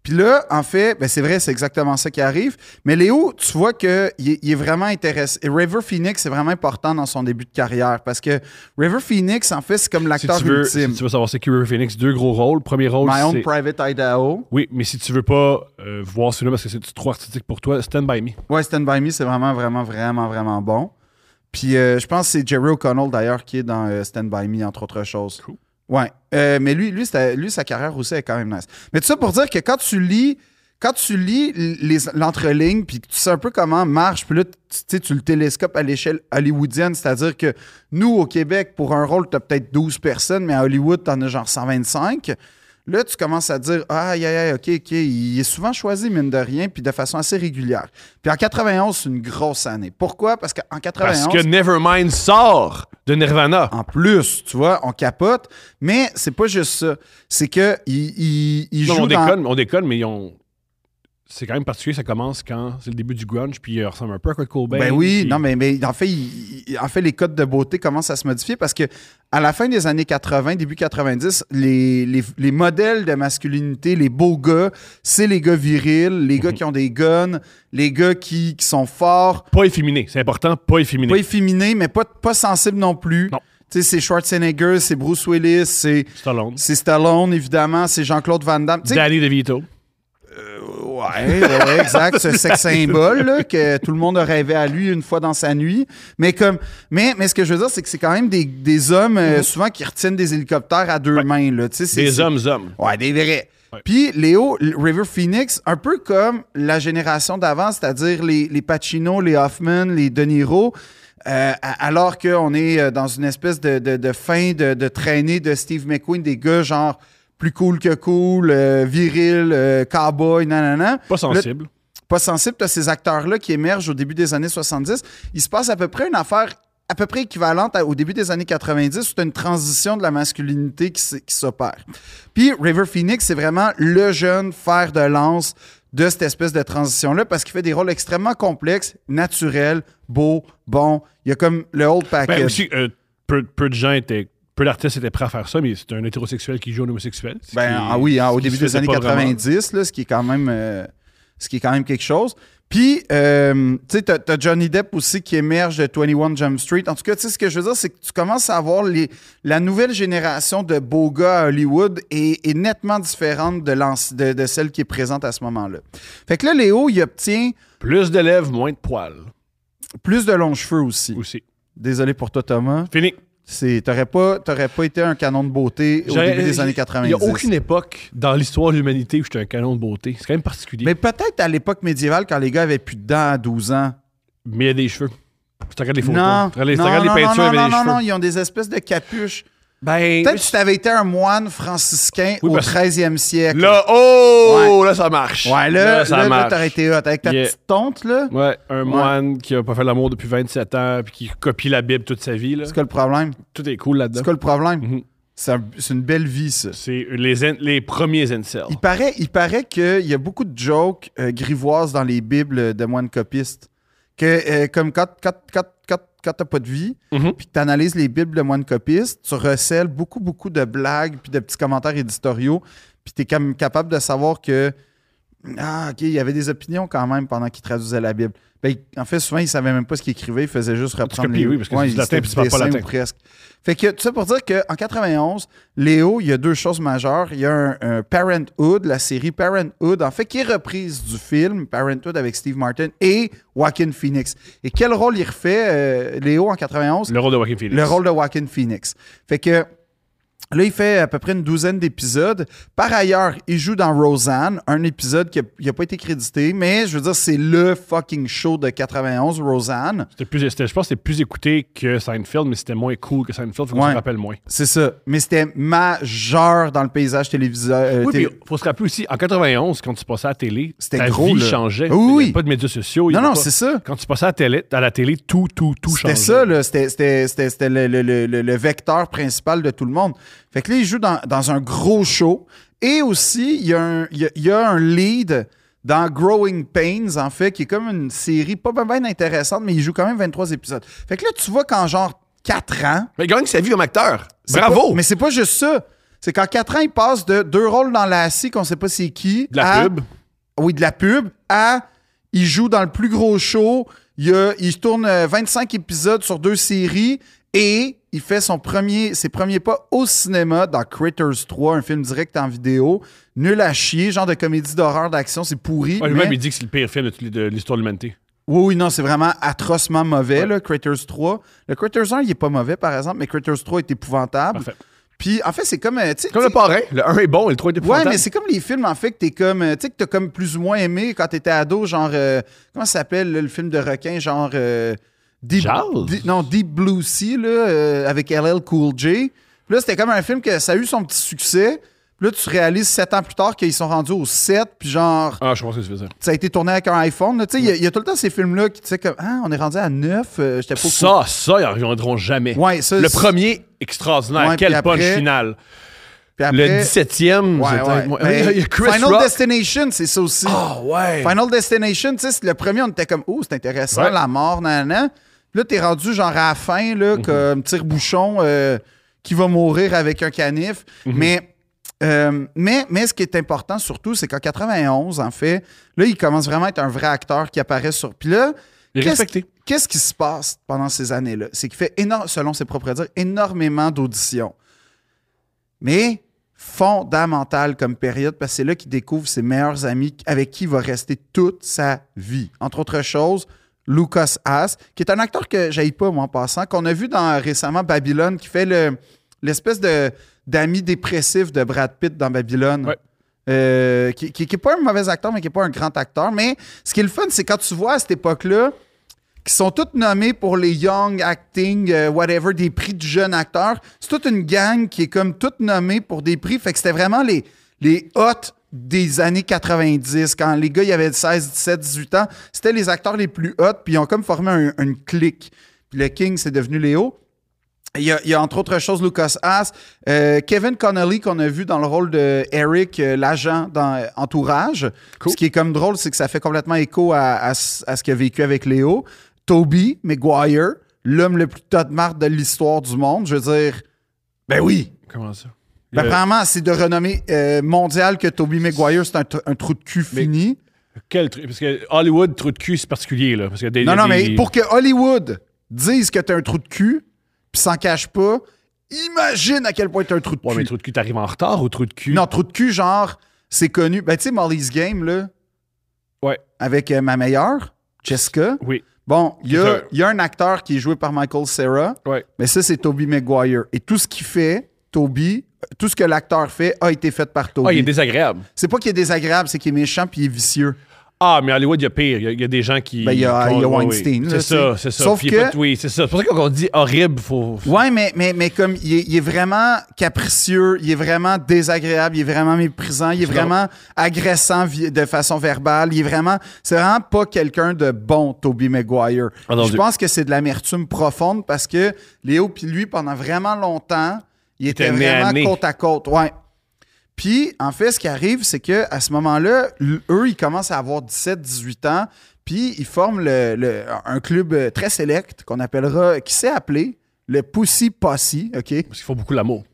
[SPEAKER 2] Puis là, en fait, ben c'est vrai, c'est exactement ça qui arrive. Mais Léo, tu vois que il est, il est vraiment intéressé. Et River Phoenix, c'est vraiment important dans son début de carrière parce que River Phoenix, en fait, c'est comme
[SPEAKER 1] Si
[SPEAKER 2] l'acteur
[SPEAKER 1] tu, veux, si
[SPEAKER 2] ultime.
[SPEAKER 1] tu veux savoir, c'est que River Phoenix, deux gros rôles. Premier rôle,
[SPEAKER 2] My Own
[SPEAKER 1] c'est.
[SPEAKER 2] Private Idaho.
[SPEAKER 1] Oui, mais si tu veux pas euh, voir celui-là parce que c'est trop artistique pour toi, Stand By Me.
[SPEAKER 2] Ouais, Stand By Me, c'est vraiment, vraiment, vraiment, vraiment bon. Puis euh, je pense que c'est Jerry O'Connell, d'ailleurs, qui est dans euh, Stand By Me, entre autres choses.
[SPEAKER 1] Cool.
[SPEAKER 2] Ouais. Euh, mais lui, lui, c'était- lui, sa carrière aussi est quand même nice. Mais tout ça pour dire que quand tu lis quand tu lis les- l'entreligne, puis que tu sais un peu comment marche, puis là, tu tu sais, tu le télescopes à l'échelle hollywoodienne, c'est-à-dire que nous, au Québec, pour un rôle, tu as peut-être 12 personnes, mais à Hollywood, tu en as genre 125. Là, tu commences à dire Ah, aïe, aïe, aïe, OK, OK. Il est souvent choisi, mine de rien, puis de façon assez régulière. Puis en 91, c'est une grosse année. Pourquoi? Parce qu'en 91.
[SPEAKER 1] Parce que Nevermind sort de Nirvana.
[SPEAKER 2] En plus, tu vois, on capote. Mais c'est pas juste ça. C'est que il, il, il
[SPEAKER 1] Non,
[SPEAKER 2] joue
[SPEAKER 1] on
[SPEAKER 2] dans-
[SPEAKER 1] déconne, on déconne, mais ils ont. C'est quand même particulier, ça commence quand c'est le début du grunge, puis il ressemble un peu à Kurt Cobain.
[SPEAKER 2] Ben oui,
[SPEAKER 1] puis-
[SPEAKER 2] non, mais, mais en, fait, il- il- en fait, les codes de beauté commencent à se modifier parce que à la fin des années 80, début 90, les, les- les modèles de masculinité, les beaux gars, c'est les gars virils, les
[SPEAKER 1] Mhm.
[SPEAKER 2] gars qui ont des guns, les gars qui, qui sont forts,
[SPEAKER 1] Pas efféminé, c'est important, pas efféminé.
[SPEAKER 2] pas efféminés, mais pas, pas sensibles non plus.
[SPEAKER 1] Non.
[SPEAKER 2] Tu sais, c'est Schwarzenegger, c'est Bruce Willis, c'est
[SPEAKER 1] Stallone.
[SPEAKER 2] c'est Stallone, évidemment, c'est Jean-Claude Van Damme. Tu sais,
[SPEAKER 1] Danny DeVito.
[SPEAKER 2] Ouais, ouais, ouais, exact. Ce sex symbole là, que tout le monde a rêvé à lui une fois dans sa nuit. Mais comme, mais, mais ce que je veux dire, c'est que c'est quand même des, des hommes euh, souvent qui retiennent des hélicoptères à deux mains. Là. Tu sais, c'est-
[SPEAKER 1] Des
[SPEAKER 2] c'est-
[SPEAKER 1] hommes, hommes.
[SPEAKER 2] Ouais, des vrais.
[SPEAKER 1] Ouais.
[SPEAKER 2] Puis Léo, L- River Phoenix, un peu comme la génération d'avant, c'est-à-dire les, les Pacino, les Hoffman, les De Niro, euh, a- alors qu'on est euh, dans une espèce de, de- de fin de, de traînée de Steve McQueen, des gars genre plus cool que cool, euh, viril, euh, cowboy, nanana
[SPEAKER 1] Pas sensibles.
[SPEAKER 2] pas sensible, tu ces acteurs-là qui émergent au début des années 70. Il se passe à peu près une affaire à peu près équivalente à- au début des années 90, où tu une transition de la masculinité qui s- qui s'opère. Puis River Phoenix, c'est vraiment le jeune fer de lance de cette espèce de transition-là, parce qu'il fait des rôles extrêmement complexes, naturels, beaux, bons. Il y a comme le old package.
[SPEAKER 1] Ben aussi, euh, peu, peu de gens étaient. Peu d'artistes étaient prêts à faire ça, mais c'est un hétérosexuel qui joue un homosexuel. ce
[SPEAKER 2] Ben,
[SPEAKER 1] qui-
[SPEAKER 2] ah oui, hein,
[SPEAKER 1] ce
[SPEAKER 2] au
[SPEAKER 1] qui
[SPEAKER 2] début
[SPEAKER 1] se
[SPEAKER 2] des
[SPEAKER 1] faisait
[SPEAKER 2] années
[SPEAKER 1] pas vraiment.
[SPEAKER 2] 90, là, ce, qui est quand même, euh, ce qui est quand même quelque chose. Puis, euh, tu sais, t'as t'as Johnny Depp aussi qui émerge de 21 Jump Street. En tout cas, tu sais, ce que je veux dire, c'est que tu commences à avoir les, la nouvelle génération de beaux gars à Hollywood est, est nettement différente de, l'anci- de, de celle qui est présente à ce moment-là. Fait que là, Léo, il obtient
[SPEAKER 1] Plus de lèvres, moins de poils
[SPEAKER 2] plus de longs cheveux aussi.
[SPEAKER 1] aussi.
[SPEAKER 2] Désolé pour toi, Thomas.
[SPEAKER 1] Fini.
[SPEAKER 2] C'est- T'aurais pas, t'aurais pas été un canon de beauté au
[SPEAKER 1] J'aurais- euh,
[SPEAKER 2] début des années 90.
[SPEAKER 1] Il n'y a aucune époque dans l'histoire de l'humanité où j'étais un canon de beauté. C'est quand même particulier.
[SPEAKER 2] Mais peut-être à l'époque médiévale, quand les gars avaient plus de dents à 12 ans.
[SPEAKER 1] Mais il y a des cheveux. Tu regardes les photos.
[SPEAKER 2] Non,
[SPEAKER 1] tu regardes les, tu
[SPEAKER 2] non,
[SPEAKER 1] regardes les
[SPEAKER 2] non,
[SPEAKER 1] peintures,
[SPEAKER 2] non,
[SPEAKER 1] il y
[SPEAKER 2] non,
[SPEAKER 1] avait des
[SPEAKER 2] non,
[SPEAKER 1] cheveux.
[SPEAKER 2] non, ils ont des espèces de capuches.
[SPEAKER 1] Ben,
[SPEAKER 2] Peut-être que si t'avais été un moine franciscain
[SPEAKER 1] Oui,
[SPEAKER 2] au
[SPEAKER 1] parce-
[SPEAKER 2] 13e siècle.
[SPEAKER 1] là, oh, là, ça marche.
[SPEAKER 2] ouais, là,
[SPEAKER 1] ça
[SPEAKER 2] là, là,
[SPEAKER 1] marche.
[SPEAKER 2] t'aurais été hot. Avec ta
[SPEAKER 1] Yeah.
[SPEAKER 2] petite tonte, là,
[SPEAKER 1] Ouais, un moine qui a pas fait l'amour depuis 27 ans puis qui copie la Bible toute sa vie. Là.
[SPEAKER 2] c'est quoi le problème?
[SPEAKER 1] Tout est cool là-dedans.
[SPEAKER 2] C'est quoi le problème?
[SPEAKER 1] Mhm.
[SPEAKER 2] C'est un- c'est une belle vie, ça.
[SPEAKER 1] C'est les, en- les premiers incels.
[SPEAKER 2] Il paraît, il paraît qu'il y a beaucoup de jokes euh, grivoises dans les bibles de moines copistes. Que, euh, comme quand, quand, quand, quand- quand t'as pas de vie,
[SPEAKER 1] Mhm.
[SPEAKER 2] puis que t'analyses les bibles de moines copistes, tu recèles beaucoup, beaucoup de blagues puis de petits commentaires éditoriaux, puis t'es comme capable de savoir que ah, OK, il y avait des opinions quand même pendant qu'il traduisait la Bible. Ben, il- en fait, souvent, il savait même pas ce qu'il écrivait, il faisait juste reprendre
[SPEAKER 1] copies,
[SPEAKER 2] les
[SPEAKER 1] oui, parce que c'est du
[SPEAKER 2] il-
[SPEAKER 1] latin,
[SPEAKER 2] c'était
[SPEAKER 1] puis tu parles pas
[SPEAKER 2] dessin
[SPEAKER 1] latin.
[SPEAKER 2] ou presque. Fait que tout ça pour dire qu'en 91, Léo, il y a deux choses majeures. Il y a un, un Parenthood, la série Parenthood, en fait, qui est reprise du film Parenthood avec Steve Martin et Joaquin Phoenix. Et quel rôle il refait, euh, Léo, en 91?
[SPEAKER 1] Le rôle de Joaquin Phoenix.
[SPEAKER 2] Le rôle de Joaquin Phoenix. Fait que là, il fait à peu près une douzaine d'épisodes. Par ailleurs, il joue dans Roseanne, un épisode qui n'a pas été crédité, mais je veux dire, c'est le fucking show de 91, Roseanne.
[SPEAKER 1] C'était plus, c'était- je pense que c'était plus écouté que Seinfeld, mais c'était moins cool que Seinfeld. Faut qu'on
[SPEAKER 2] Ouais.
[SPEAKER 1] se rappelle moins.
[SPEAKER 2] C'est ça. Mais c'était majeur dans le paysage télévisuel. euh,
[SPEAKER 1] Oui,
[SPEAKER 2] télé-
[SPEAKER 1] puis faut se rappeler aussi, en 91, quand tu passais à la télé,
[SPEAKER 2] C'était
[SPEAKER 1] ta
[SPEAKER 2] gros,
[SPEAKER 1] vie
[SPEAKER 2] là.
[SPEAKER 1] changeait.
[SPEAKER 2] Oui,
[SPEAKER 1] Il y
[SPEAKER 2] oui.
[SPEAKER 1] avait pas de médias sociaux. il y
[SPEAKER 2] non,
[SPEAKER 1] avait
[SPEAKER 2] non,
[SPEAKER 1] pas-
[SPEAKER 2] c'est ça.
[SPEAKER 1] Quand tu passais à la télé, à la télé tout, tout, tout changeait.
[SPEAKER 2] C'était ça, là. C'était- C'était c'était- c'était le, le- le- le- le vecteur principal de tout le monde. Fait que là, il joue dans, dans un gros show. Et aussi, il y, a un, il y a- il y a un lead dans Growing Pains, en fait, qui est comme une série pas bien intéressante, mais il joue quand même 23 épisodes. Fait que là, tu vois qu'en genre 4 ans,
[SPEAKER 1] Mais il gagne sa vie comme acteur.
[SPEAKER 2] c'est
[SPEAKER 1] Bravo!
[SPEAKER 2] pas- mais c'est pas juste ça. C'est qu'en 4 ans, il passe de deux rôles dans la scie qu'on sait pas c'est qui.
[SPEAKER 1] De la
[SPEAKER 2] à-
[SPEAKER 1] pub.
[SPEAKER 2] Oui, de la pub à il joue dans le plus gros show. Il, a- il tourne euh, 25 épisodes sur deux séries et il fait son premier, ses premiers pas au cinéma dans Critters 3, un film direct en vidéo. Nul à chier, genre de comédie d'horreur d'action, c'est pourri.
[SPEAKER 1] Ouais,
[SPEAKER 2] mais-
[SPEAKER 1] Ah, Lui-même, il dit que c'est le pire film de toute l'hi- de l'histoire de l'humanité.
[SPEAKER 2] oui, oui, non, c'est vraiment atrocement mauvais,
[SPEAKER 1] Ouais.
[SPEAKER 2] là, Critters 3. Le Critters 1, il est pas mauvais, par exemple, mais Critters 3 est épouvantable.
[SPEAKER 1] Parfait.
[SPEAKER 2] Puis en fait, c'est comme. euh, tu sais-
[SPEAKER 3] Comme
[SPEAKER 2] tu
[SPEAKER 3] le
[SPEAKER 2] sais-
[SPEAKER 3] parrain, le 1 est bon et le 3 est
[SPEAKER 2] Ouais,
[SPEAKER 3] épouvantable.
[SPEAKER 2] mais c'est comme les films, en fait, que t'es comme. euh, Tu sais, que t'as comme plus ou moins aimé quand t'étais ado, genre. euh, comment ça s'appelle, là, le film de requin, genre. euh, Deep,
[SPEAKER 3] Jaws?
[SPEAKER 2] Deep- non, Deep Blue Sea, là, euh, avec LL Cool J. Puis là, c'était comme un film que ça a eu son petit succès. Puis là, tu réalises sept ans plus tard qu'ils sont rendus au 7, puis genre,
[SPEAKER 3] Ah, je pense que c'est ça.
[SPEAKER 2] ça a été tourné avec un iPhone. là. Tu sais, il y a- il y, a tout le temps ces films-là qui, tu sais, comme, ah, on est rendu à 9, euh, j'étais pas au courant.
[SPEAKER 3] Ça, ça, ils en reviendront jamais.
[SPEAKER 2] Ouais, ça,
[SPEAKER 3] le
[SPEAKER 2] c'est-
[SPEAKER 3] premier, extraordinaire.
[SPEAKER 2] Ouais,
[SPEAKER 3] Quel
[SPEAKER 2] puis
[SPEAKER 3] punch
[SPEAKER 2] après-
[SPEAKER 3] final.
[SPEAKER 2] Puis après-
[SPEAKER 3] Le 17e,
[SPEAKER 2] Ouais,
[SPEAKER 3] j'étais
[SPEAKER 2] ouais.
[SPEAKER 3] avec moi.
[SPEAKER 2] Mais
[SPEAKER 3] <laughs> Il y a Chris
[SPEAKER 2] Final
[SPEAKER 3] Rock.
[SPEAKER 2] Destination, c'est ça aussi.
[SPEAKER 3] Ah, ouais.
[SPEAKER 2] Final Destination, tu sais, c'est le premier, on était comme, oh, c'est intéressant,
[SPEAKER 3] Ouais.
[SPEAKER 2] la mort, nan, nan. Puis là, t'es rendu genre à la fin, là,
[SPEAKER 3] Mhm.
[SPEAKER 2] comme tire-bouchon euh, qui va mourir avec un canif.
[SPEAKER 3] Mhm.
[SPEAKER 2] Mais. euh, mais, mais ce qui est important surtout, c'est qu'en 91, en fait, là, il commence vraiment à être un vrai acteur qui apparaît sur. Puis là,
[SPEAKER 3] Il est
[SPEAKER 2] qu'est-ce-
[SPEAKER 3] respecté.
[SPEAKER 2] Qu'est-ce qui se passe pendant ces années-là? C'est qu'il fait, éno- selon ses propres dires, énormément d'auditions. Mais fondamental comme période, parce que c'est là qu'il découvre ses meilleurs amis avec qui il va rester toute sa vie. Entre autres choses, Lucas Haas, qui est un acteur que j'aille pas, moi, en passant, qu'on a vu dans récemment Babylone, qui fait le- l'espèce de d'ami dépressif de Brad Pitt dans Babylone.
[SPEAKER 3] Ouais.
[SPEAKER 2] Euh, qui, qui, qui est pas un mauvais acteur, mais qui est pas un grand acteur. Mais ce qui est le fun, c'est quand tu vois à cette époque-là, qui sont toutes nommées pour les Young Acting, euh, whatever, des prix du jeune acteur. C'est toute une gang qui est comme toute nommée pour des prix. Fait que c'était vraiment les, les hot des années 90. Quand les gars, ils avaient 16, 17, 18 ans, c'était les acteurs les plus hot, puis ils ont comme formé un- une clique. Puis le King, c'est devenu Léo. Il y, a, il y a entre autres choses Lucas Haas, euh, Kevin Connolly qu'on a vu dans le rôle de Eric, euh, l'agent dans euh, Entourage.
[SPEAKER 3] Cool.
[SPEAKER 2] Ce qui est comme drôle, c'est que ça fait complètement écho à, à ce à ce qu'il a vécu avec Léo. Toby McGuire, l'homme le plus tas de marde de l'histoire du monde. Je veux dire, ben oui.
[SPEAKER 3] Comment ça?
[SPEAKER 2] Ben,
[SPEAKER 3] Il y a-
[SPEAKER 2] Apparemment, c'est de renommée euh, mondiale que Toby McGuire, c'est un, tr- un trou de cul
[SPEAKER 3] Mais-
[SPEAKER 2] fini.
[SPEAKER 3] Quel truc? Parce que Hollywood, trou de cul, c'est particulier, là. Parce que des,
[SPEAKER 2] non, non, mais
[SPEAKER 3] des-
[SPEAKER 2] pour que Hollywood dise que t'es un trou de cul, puis s'en cache pas, imagine à quel point t'es un trou de
[SPEAKER 3] Ouais,
[SPEAKER 2] cul.
[SPEAKER 3] mais trou de cul, t'arrives en retard ou trou de cul?
[SPEAKER 2] Non, trou de cul, genre, c'est connu. Ben, tu sais, Molly's Game, là.
[SPEAKER 3] Ouais.
[SPEAKER 2] Avec euh, ma meilleure, Jessica.
[SPEAKER 3] Oui.
[SPEAKER 2] Bon, il y
[SPEAKER 3] C'est
[SPEAKER 2] a,
[SPEAKER 3] ça.
[SPEAKER 2] il y a un acteur qui est joué par Michael Cera,
[SPEAKER 3] Ouais.
[SPEAKER 2] mais ça, c'est Toby Maguire. Et tout ce qu'il fait, Toby, tout ce que l'acteur fait a été fait par Toby.
[SPEAKER 3] Ah, il est désagréable.
[SPEAKER 2] C'est pas qu'il est désagréable, c'est qu'il est méchant puis il est vicieux.
[SPEAKER 3] Ah, mais Hollywood, il y a pire. Il y a, il y a des gens qui.
[SPEAKER 2] Ben, il y a-
[SPEAKER 3] qui ont-
[SPEAKER 2] il y a
[SPEAKER 3] oui, oui.
[SPEAKER 2] Weinstein, là,
[SPEAKER 3] C'est ça,
[SPEAKER 2] tu sais.
[SPEAKER 3] c'est ça.
[SPEAKER 2] Sauf
[SPEAKER 3] Puis il y a
[SPEAKER 2] que-
[SPEAKER 3] pas de- oui, c'est ça. C'est pour ça qu'on dit horrible, faut.
[SPEAKER 2] Ouais, mais, mais, mais comme il est, il est vraiment capricieux, il est vraiment désagréable, il est vraiment méprisant, il est
[SPEAKER 3] C'est
[SPEAKER 2] vraiment agressant vi- de façon verbale, il est vraiment. C'est vraiment pas quelqu'un de bon, Toby Maguire.
[SPEAKER 3] Entendu.
[SPEAKER 2] Je pense que c'est de l'amertume profonde parce que Léo puis lui, pendant vraiment longtemps, il était
[SPEAKER 3] était nez à
[SPEAKER 2] vraiment
[SPEAKER 3] nez.
[SPEAKER 2] côte à côte. Ouais. Puis, en fait, ce qui arrive, c'est que à ce moment-là, l- eux, ils commencent à avoir 17-18 ans, puis ils forment le- le- un club euh, très sélect qu'on appellera, qui s'est appelé le Pussy Posse, OK?
[SPEAKER 3] Parce qu'ils font beaucoup l'amour.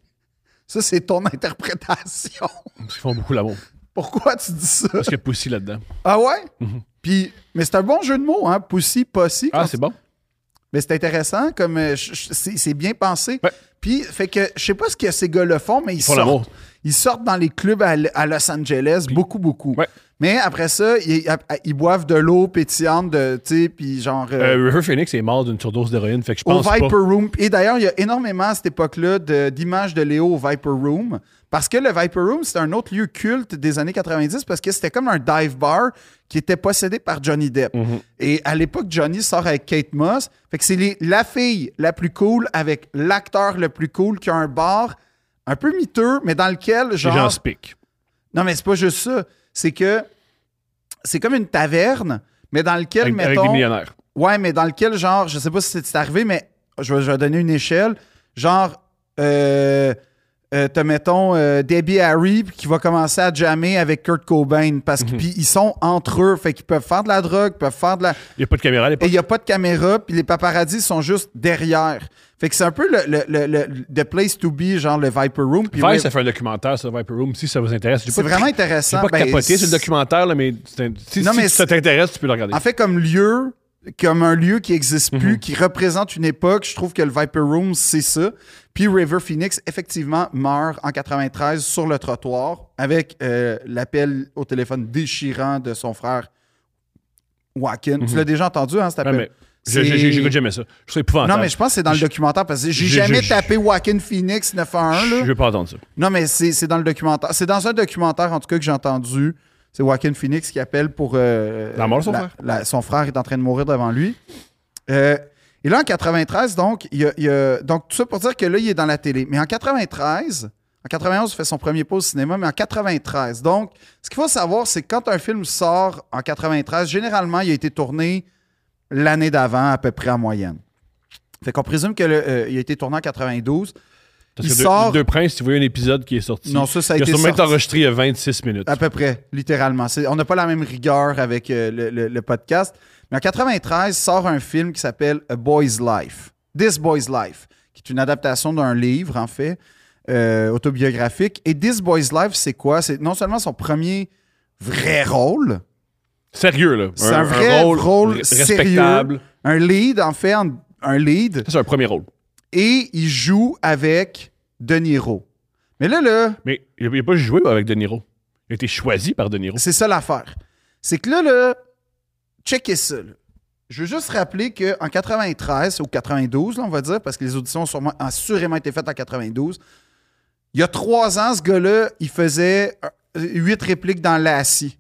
[SPEAKER 2] Ça, c'est ton <laughs> interprétation.
[SPEAKER 3] Parce qu'ils font beaucoup l'amour.
[SPEAKER 2] Pourquoi tu dis ça?
[SPEAKER 3] Parce qu'il y a Pussy là-dedans.
[SPEAKER 2] Ah ouais? Puis, mais c'est un bon jeu de mots, hein? Pussy Posse.
[SPEAKER 3] Mhm. Ah, c'est bon?
[SPEAKER 2] Mais c'est intéressant, comme euh, je- je- c'est c'est bien pensé.
[SPEAKER 3] Ouais.
[SPEAKER 2] Puis, fait que je sais pas ce que ces gars le font, mais ils
[SPEAKER 3] font
[SPEAKER 2] sortent.
[SPEAKER 3] l'amour.
[SPEAKER 2] Ils sortent dans les clubs à, L- à Los Angeles, beaucoup, beaucoup.
[SPEAKER 3] Ouais.
[SPEAKER 2] Mais après ça, ils, à- à- ils boivent de l'eau pétillante, de, tu sais, puis genre. euh,
[SPEAKER 3] Euh, River Phoenix est mort d'une surdose d'héroïne, fait que je
[SPEAKER 2] au
[SPEAKER 3] pense pas.
[SPEAKER 2] Viper Room. Et d'ailleurs, il y a énormément à cette époque-là de- d'images de Léo au Viper Room. Parce que le Viper Room, c'était un autre lieu culte des années 90 parce que c'était comme un dive bar qui était possédé par Johnny Depp.
[SPEAKER 3] Mhm.
[SPEAKER 2] Et à l'époque, Johnny sort avec Kate Moss. Fait que c'est les- la fille la plus cool avec l'acteur le plus cool qui a un bar un peu miteux, mais dans lequel,
[SPEAKER 3] Les gens
[SPEAKER 2] genre,
[SPEAKER 3] se piquent.
[SPEAKER 2] non, mais c'est pas juste ça. C'est que c'est comme une taverne, mais dans lequel,
[SPEAKER 3] Avec, avec
[SPEAKER 2] mettons.
[SPEAKER 3] des millionnaires.
[SPEAKER 2] ouais, mais dans lequel, genre, je sais pas si c'est c'est arrivé, mais je vais, je vais donner une échelle. Genre, euh, euh, t'as, mettons, euh, Debbie Harry puis qui va commencer à jammer avec Kurt Cobain parce
[SPEAKER 3] Mhm.
[SPEAKER 2] que puis ils sont entre eux. Fait qu'ils peuvent faire de la drogue, peuvent faire de la.
[SPEAKER 3] Il n'y a pas de caméra à
[SPEAKER 2] Et
[SPEAKER 3] l'époque.
[SPEAKER 2] il n'y a pas de caméra, puis les paparazzis sont juste derrière. Fait que c'est un peu le, le- le- le- the place to be, genre le Viper Room. puis
[SPEAKER 3] Vice
[SPEAKER 2] ouais,
[SPEAKER 3] a fait un documentaire sur Viper Room, si ça vous intéresse. J'ai
[SPEAKER 2] c'est
[SPEAKER 3] pas-
[SPEAKER 2] vraiment
[SPEAKER 3] J'ai
[SPEAKER 2] intéressant.
[SPEAKER 3] pas
[SPEAKER 2] Ben,
[SPEAKER 3] capoté sur le documentaire, là, mais c'est un- si,
[SPEAKER 2] Non,
[SPEAKER 3] si
[SPEAKER 2] mais c'est-
[SPEAKER 3] ça t'intéresse, tu peux le regarder.
[SPEAKER 2] En fait, comme lieu, comme un lieu qui n'existe
[SPEAKER 3] Mhm.
[SPEAKER 2] plus, qui représente une époque, je trouve que le Viper Room, c'est ça. Puis River Phoenix, effectivement, meurt en 93 sur le trottoir avec euh, l'appel au téléphone déchirant de son frère Wacken. Tu l'as déjà entendu, hein, cet
[SPEAKER 3] Mhm. Ouais,
[SPEAKER 2] appel?
[SPEAKER 3] mais Je-
[SPEAKER 2] C'est-
[SPEAKER 3] je- je- J'écoute jamais ça. Je trouve ça épouvantable.
[SPEAKER 2] Non, mais je pense que c'est dans le documentaire parce que j'ai
[SPEAKER 3] Je-
[SPEAKER 2] jamais
[SPEAKER 3] je-
[SPEAKER 2] tapé Joaquin Phoenix 911.
[SPEAKER 3] Je
[SPEAKER 2] là.
[SPEAKER 3] veux pas entendre ça.
[SPEAKER 2] Non, mais c'est c'est dans le documentaire. C'est dans un documentaire, en tout cas, que j'ai entendu. C'est Joaquin Phoenix qui appelle pour. euh,
[SPEAKER 3] La mort de son frère.
[SPEAKER 2] la- son frère est en train de mourir devant lui. Euh, et là, en 93, donc, il y a, il y a- donc, tout ça pour dire que là, il est dans la télé. Mais en 93, en 91, il fait son premier pas au cinéma, mais en 93. Donc, ce qu'il faut savoir, c'est que quand un film sort en 93, généralement, il a été tourné l'année d'avant, à peu près en moyenne. Fait qu'on présume qu'il a été tourné en 92.
[SPEAKER 3] Parce
[SPEAKER 2] Il
[SPEAKER 3] que deux-
[SPEAKER 2] sort-
[SPEAKER 3] Deux Princes, tu voyais un épisode qui est sorti.
[SPEAKER 2] Non, ça, ça a
[SPEAKER 3] il a
[SPEAKER 2] été
[SPEAKER 3] sûrement été
[SPEAKER 2] sorti.
[SPEAKER 3] enregistré il y a 26 minutes.
[SPEAKER 2] À peu près, littéralement. C'est- on n'a pas la même rigueur avec euh, le, le- le podcast. Mais en 93, sort un film qui s'appelle A Boy's Life. This Boy's Life, qui est une adaptation d'un livre, en fait, euh, autobiographique. Et This Boy's Life, c'est quoi? C'est non seulement son premier vrai rôle,
[SPEAKER 3] Sérieux, là.
[SPEAKER 2] c'est un, vrai rôle,
[SPEAKER 3] re-
[SPEAKER 2] sérieux. Un lead, en fait, en- un lead.
[SPEAKER 3] Ça, c'est un premier rôle.
[SPEAKER 2] Et il joue avec De Niro. Mais là, là,
[SPEAKER 3] Mais il n'a pas joué avec De Niro. Il a été choisi par De Niro.
[SPEAKER 2] C'est ça l'affaire. C'est que là, là, checkez ça. là. Je veux juste rappeler qu'en 93 ou 92, là, on va dire, parce que les auditions ont, sûrement, ont assurément été faites en 92, il y a trois ans, ce gars-là, il faisait euh, huit répliques dans Lassie.